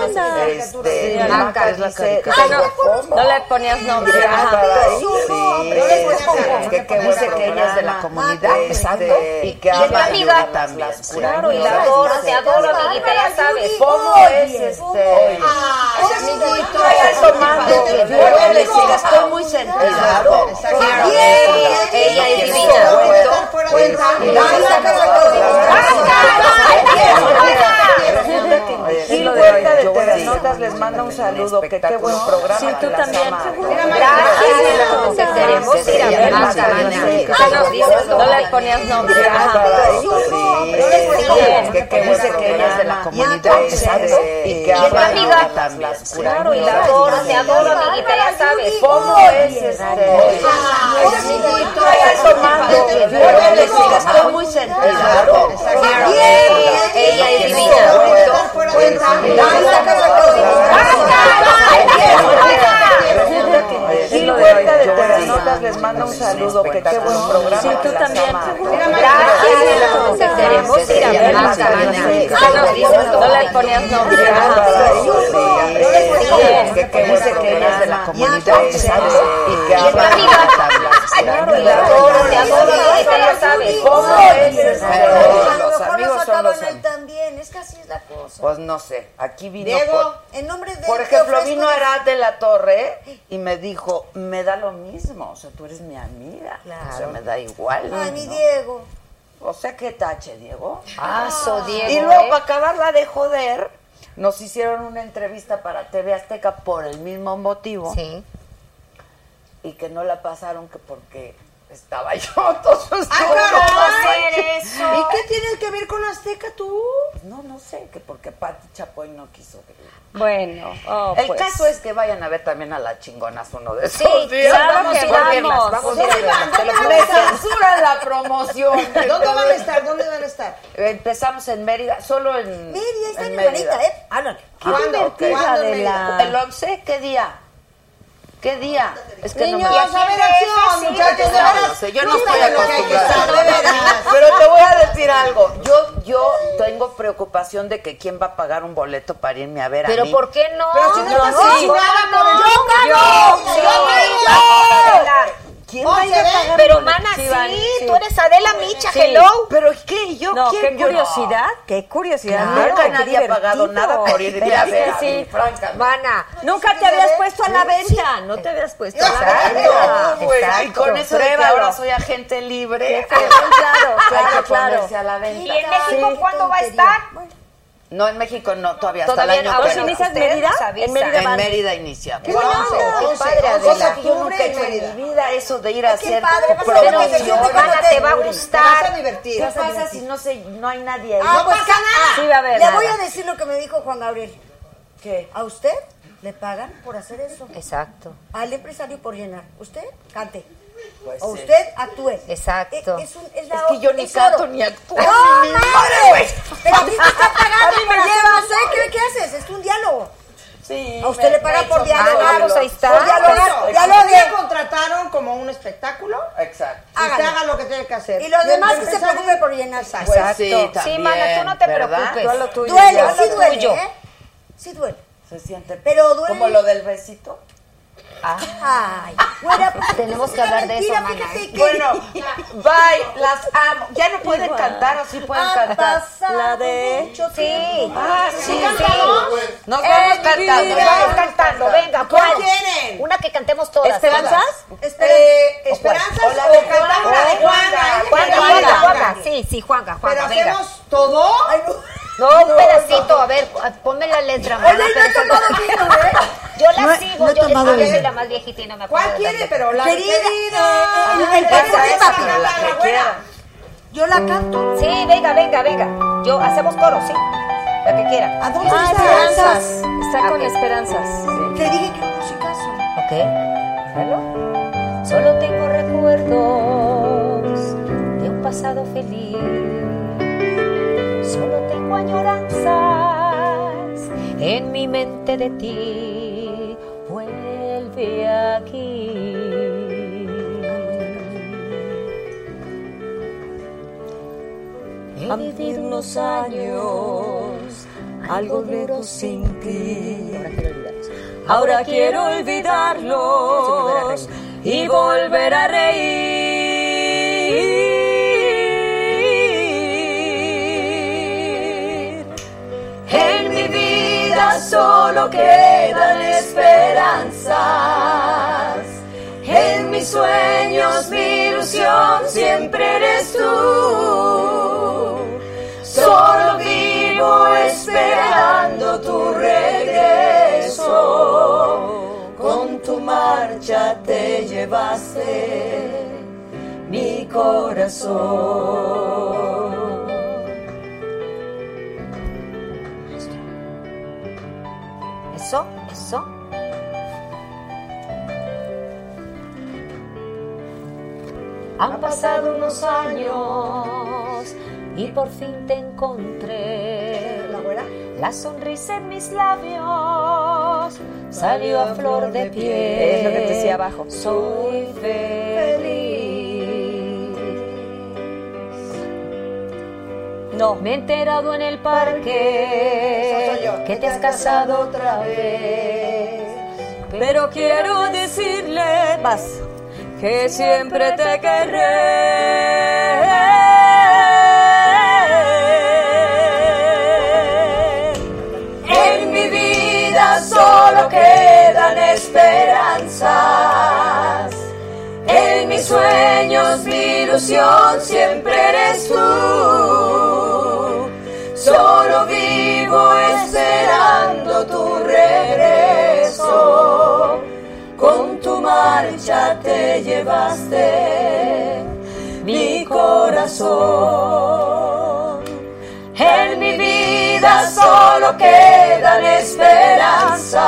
Speaker 13: mira,
Speaker 1: Este,
Speaker 13: mira,
Speaker 1: Maca
Speaker 13: Maca
Speaker 1: es la
Speaker 13: dice
Speaker 1: caricatura.
Speaker 13: que- Ay,
Speaker 1: ¿Cómo?
Speaker 14: No le ponías nombre.
Speaker 1: Quiero
Speaker 14: Ajá.
Speaker 1: estar ahí. Sí.
Speaker 14: No le ponías
Speaker 1: Sí, que- que dice que ella es de la comunidad. Este, Y que
Speaker 11: Y es mi
Speaker 1: ama a
Speaker 11: amiga.
Speaker 1: Yuri también. sí.
Speaker 11: Claro, y la
Speaker 1: Gracias.
Speaker 11: adoro, te adoro, amiguita, ya sabes.
Speaker 1: ¿Cómo es este?
Speaker 12: amiguito.
Speaker 1: Ay, alto mando. Vuelvo a decir, estoy muy sentida. Quiero decir,
Speaker 11: Ella
Speaker 1: quiero
Speaker 11: es divina.
Speaker 1: estar
Speaker 11: Bueno,
Speaker 1: fuera del rango. Gil Huerta de TV Notas les manda un saludo, que qué buen programa. Sí, tú también.
Speaker 11: Gracias, te queremos ir a ver la
Speaker 14: No le ponías nombre. Ajá.
Speaker 1: Que que dice que ella es de la comunidad este, y que
Speaker 11: es mi
Speaker 1: ama
Speaker 11: amiga.
Speaker 1: a también.
Speaker 11: Claro, y la adoro, te adoro, amiguita, ya sabes.
Speaker 1: ¿Cómo es este?
Speaker 12: Pues, ah,
Speaker 1: Ay, amiguito, ella tomando. Vuelvo a decir, estoy muy sentida.
Speaker 11: Ella es divina.
Speaker 1: Gil Huerta de TV Notas les manda un saludo, que qué buen programa. Sí, tú también.
Speaker 11: Gracias, te queremos ir a ver la
Speaker 14: No le ponías nombre. Ajá.
Speaker 1: Que que dice que ella es de la comunidad este, y que
Speaker 11: Y es mi
Speaker 1: ama
Speaker 11: amiga.
Speaker 1: a también.
Speaker 11: Claro, y la adoro, te adoro, amiguita, ya sabes.
Speaker 1: ¿Cómo es este? Los
Speaker 12: Nos
Speaker 1: amigos son
Speaker 12: acaban
Speaker 1: los
Speaker 12: él
Speaker 1: amigos.
Speaker 12: también, es que así es la cosa.
Speaker 1: Pues no sé, aquí vino
Speaker 12: Diego,
Speaker 1: por...
Speaker 12: en nombre de
Speaker 1: Por
Speaker 12: te
Speaker 1: ejemplo,
Speaker 12: ofrezco
Speaker 1: vino
Speaker 12: de-
Speaker 1: Arad de la Torre y me dijo, me da lo mismo, o sea, tú eres mi amiga,
Speaker 12: Claro.
Speaker 1: o sea, me da igual.
Speaker 12: Ay, mi
Speaker 1: ¿no?
Speaker 12: Diego.
Speaker 1: O sea, qué tache, Diego. Ah.
Speaker 11: Aso, Diego,
Speaker 1: Y luego,
Speaker 11: ¿eh?
Speaker 1: para acabarla de joder, nos hicieron una entrevista para TV Azteca por el mismo motivo.
Speaker 11: Sí.
Speaker 1: Y que no la pasaron que porque estaba yo, entonces...
Speaker 11: Ah,
Speaker 1: estuvo
Speaker 13: caray!
Speaker 1: más
Speaker 13: ¿Y qué tienes que ver con Azteca tú?
Speaker 1: No, no sé, que porque Pati Chapoy no quiso que...
Speaker 14: Bueno, oh,
Speaker 1: el
Speaker 14: pues.
Speaker 1: caso es que vayan a ver también a las chingonas uno de esos
Speaker 14: Sí,
Speaker 1: días.
Speaker 14: claro que
Speaker 1: a ir a verlas,
Speaker 14: vamos.
Speaker 1: vamos a
Speaker 14: ¿Dónde
Speaker 1: ir a verlas,
Speaker 14: van?
Speaker 1: te lo
Speaker 14: ¿Dónde
Speaker 1: prometo.
Speaker 14: van a
Speaker 13: estar?
Speaker 1: Censura la promoción.
Speaker 13: ¿Dónde van a estar? ¿Dónde van a estar?
Speaker 1: Empezamos en Mérida, solo en
Speaker 12: Mira, está
Speaker 1: en
Speaker 12: mi hermanita, ¿eh? Háblale.
Speaker 1: ¿Cuándo?
Speaker 13: divertida
Speaker 1: ¿Cuándo en
Speaker 13: de
Speaker 1: Mérida?
Speaker 13: la-
Speaker 1: ¿El 11? ¿Qué día? ¿Qué día? Es
Speaker 13: Niños,
Speaker 1: me-
Speaker 13: a ver acción, muchachos, de
Speaker 1: Claro,
Speaker 13: veras.
Speaker 1: sé, yo no estoy
Speaker 13: saben lo que hay que
Speaker 1: acostumbrada.
Speaker 13: estar, de veras.
Speaker 1: Pero te voy a decir algo. Yo, yo tengo preocupación de que quién va a pagar un boleto para irme a ver a
Speaker 11: Pero
Speaker 1: mí.
Speaker 11: ¿por qué no?
Speaker 13: Pero si no estás indignada por el-
Speaker 11: ¡Yo gano!
Speaker 13: Yo,
Speaker 11: ¡Yo
Speaker 13: yo.
Speaker 11: gano!
Speaker 1: ¿Quién va a ir a pagar un
Speaker 11: Pero,
Speaker 1: boleto?
Speaker 11: mana, sí,
Speaker 14: van, sí.
Speaker 11: tú eres Adela Micha,
Speaker 14: Sí.
Speaker 11: hello.
Speaker 1: Pero qué, yo
Speaker 14: No, qué
Speaker 1: quién yo-
Speaker 14: curiosidad, qué curiosidad.
Speaker 1: Claro,
Speaker 14: Nunca
Speaker 1: nadie ha pagado nada por irme a ver a mí, francamente.
Speaker 14: Mana, nunca te habías puesto a la venta, no te habías puesto a la venta.
Speaker 1: Exacto, güey. Y
Speaker 14: Exacto.
Speaker 1: con eso de que
Speaker 14: Pruébalo.
Speaker 1: ahora soy agente libre.
Speaker 14: Claro,
Speaker 1: Hay
Speaker 14: claro,
Speaker 1: que
Speaker 14: claro.
Speaker 1: ponerse a la
Speaker 11: ¿Y
Speaker 1: venta.
Speaker 11: en México
Speaker 12: Sí,
Speaker 11: cuándo va a
Speaker 12: tontería.
Speaker 11: estar?
Speaker 12: Bueno,
Speaker 1: No, en México no, todavía hasta
Speaker 11: Todavía
Speaker 1: el año
Speaker 11: no.
Speaker 1: que
Speaker 11: ¿Vos
Speaker 1: entra.
Speaker 14: inicias
Speaker 11: Ustedes
Speaker 14: Mérida?
Speaker 11: nos avisan.
Speaker 14: En Mérida
Speaker 1: En
Speaker 14: van.
Speaker 1: Mérida iniciamos.
Speaker 13: Qué buena onda.
Speaker 11: qué padre,
Speaker 13: Once,
Speaker 11: Adela.
Speaker 1: Cosa que yo
Speaker 13: octubre
Speaker 1: nunca he
Speaker 13: en
Speaker 1: hecho en
Speaker 13: Mérida.
Speaker 1: mi vida, eso de ir a
Speaker 13: qué
Speaker 1: hacer
Speaker 13: padre, vas a ver
Speaker 11: Pero,
Speaker 13: cómo se siente
Speaker 1: promoción.
Speaker 13: cuando
Speaker 11: mana, te va a
Speaker 13: Te vas a
Speaker 11: gustar.
Speaker 13: divertir.
Speaker 1: ¿Qué pasa si no se, no hay nadie ahí?
Speaker 12: Ah, pues, ah,
Speaker 14: Sí va a haber
Speaker 12: Le
Speaker 14: nada.
Speaker 12: voy a decir lo que me dijo Juan Gabriel.
Speaker 1: ¿Qué?
Speaker 12: A usted le pagan por hacer eso.
Speaker 11: Exacto.
Speaker 12: Al empresario por llenar. Usted cante.
Speaker 1: Pues
Speaker 12: o
Speaker 1: sí.
Speaker 12: usted actúe.
Speaker 11: Exacto.
Speaker 12: E- Es, un, es, la
Speaker 1: Es que yo ni
Speaker 12: es oro.
Speaker 1: canto ni actúo.
Speaker 12: ¡No,
Speaker 1: ni mi
Speaker 12: madre!
Speaker 1: madre, güey.
Speaker 12: Pero a ti te está pagando
Speaker 1: A mí me
Speaker 12: por hacer,
Speaker 1: llevan.
Speaker 12: no sé, ¿qué, ¿qué haces? Es un diálogo.
Speaker 6: Sí.
Speaker 12: ¿A usted le paga por diálogo?
Speaker 13: dialogar.
Speaker 12: pues ahí está. Por dialogar,
Speaker 13: Exacto.
Speaker 12: dialogue.
Speaker 13: Ustedes contrataron como un espectáculo. Exacto. Usted
Speaker 12: Hágalo.
Speaker 13: haga lo que tiene que hacer.
Speaker 12: Y los
Speaker 13: Desde
Speaker 12: demás que se
Speaker 13: empezar-
Speaker 12: preocupen por llenar
Speaker 13: Exacto.
Speaker 12: Pues
Speaker 1: sí, también,
Speaker 12: mana,
Speaker 1: ¿verdad? Tú a lo tuyo,
Speaker 12: duele,
Speaker 1: yo a lo
Speaker 12: sí duele,
Speaker 1: tuyo.
Speaker 12: ¿eh? Sí duele.
Speaker 1: Se siente.
Speaker 12: Pero duele.
Speaker 1: Como lo del besito.
Speaker 12: Ay, güera,
Speaker 11: Tenemos que
Speaker 12: una
Speaker 11: hablar de eso,
Speaker 12: mentira,
Speaker 11: mana.
Speaker 12: fíjate que- Ah,
Speaker 1: Bueno, bye, las amo. Ya no pueden cantar o sí pueden
Speaker 12: Ha
Speaker 1: cantar.
Speaker 12: pasado
Speaker 1: La de.
Speaker 12: mucho
Speaker 11: Sí.
Speaker 1: Ah, sí, sí. Nos
Speaker 11: Eh,
Speaker 1: vamos
Speaker 11: mi
Speaker 1: cantando.
Speaker 11: vida.
Speaker 1: vamos
Speaker 11: cantando.
Speaker 1: cantando.
Speaker 11: Venga,
Speaker 13: ¿Cuál
Speaker 11: ¿cuál?
Speaker 13: quieren?
Speaker 11: Una que cantemos todas.
Speaker 13: ¿Esperanzas?
Speaker 11: todas.
Speaker 13: Eh, ¿Esperanzas
Speaker 11: O la
Speaker 13: o,
Speaker 11: de
Speaker 13: cantar
Speaker 11: Juanga.
Speaker 13: la de Juanga?
Speaker 11: Juanga, Juanga, Juanga. Sí, sí, Juanga,
Speaker 13: Pero
Speaker 11: Juanga, venga.
Speaker 13: hacemos todo.
Speaker 11: No, un pedacito, a ver, a- ponme la letra. mana,
Speaker 12: Oye, no he
Speaker 11: pero-
Speaker 12: tomado vino, ¿eh?
Speaker 11: Yo la
Speaker 12: No he-
Speaker 11: sigo,
Speaker 12: no he
Speaker 11: yo,
Speaker 12: tomado
Speaker 11: yo soy
Speaker 12: vino.
Speaker 11: la más viejita y no me acuerdo.
Speaker 13: ¿Cuál quiere?
Speaker 11: tanto.
Speaker 13: Pero la
Speaker 12: Querida,
Speaker 13: querida.
Speaker 12: eh, eh, el
Speaker 13: Esa,
Speaker 12: paso de
Speaker 13: esa,
Speaker 12: papi.
Speaker 13: la- la
Speaker 1: Que
Speaker 13: buena.
Speaker 1: quieran.
Speaker 12: Yo la canto.
Speaker 11: Sí, venga, venga, venga. Yo, hacemos coro, sí. La que quiera.
Speaker 12: ¿A dónde
Speaker 6: Ah,
Speaker 12: está?
Speaker 6: esperanzas. Está con
Speaker 11: Ok.
Speaker 6: esperanzas.
Speaker 12: Te dije que musicazo.
Speaker 11: Ok. Bueno. Solo tengo recuerdos de un pasado feliz. Solo tengo añoranzas en mi mente de ti. Vuelve aquí.
Speaker 6: Han vivido unos años, algo duro sin ti. Ahora quiero olvidarlos y volver a reír. En mi vida solo quedan esperanzas. En mis sueños mi ilusión siempre eres tú. Solo vivo esperando tu regreso. Con tu marcha te llevaste mi corazón.
Speaker 11: Eso, eso. Han pasado unos años y por fin te encontré.
Speaker 12: ¿La abuela?
Speaker 11: La sonrisa en mis labios salió a flor de piel.
Speaker 6: Es lo que te decía abajo.
Speaker 11: Soy feliz.
Speaker 6: No.
Speaker 11: Me he enterado en el parque que te has casado otra vez.
Speaker 6: Pero quiero decirle más que siempre te querré. En mi vida solo quedan esperanzas. En mis sueños mi ilusión siempre eres tú. Solo vivo esperando tu regreso. Con tu marcha te llevaste mi corazón. En mi vida solo quedan esperanzas.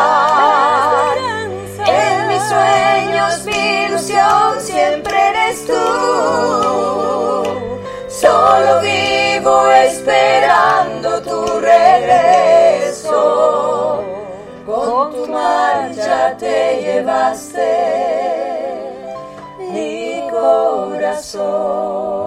Speaker 6: En mis sueños mi ilusión siempre eres tú. Solo vivo esperando tu regreso. Con tu marcha te llevaste mi corazón.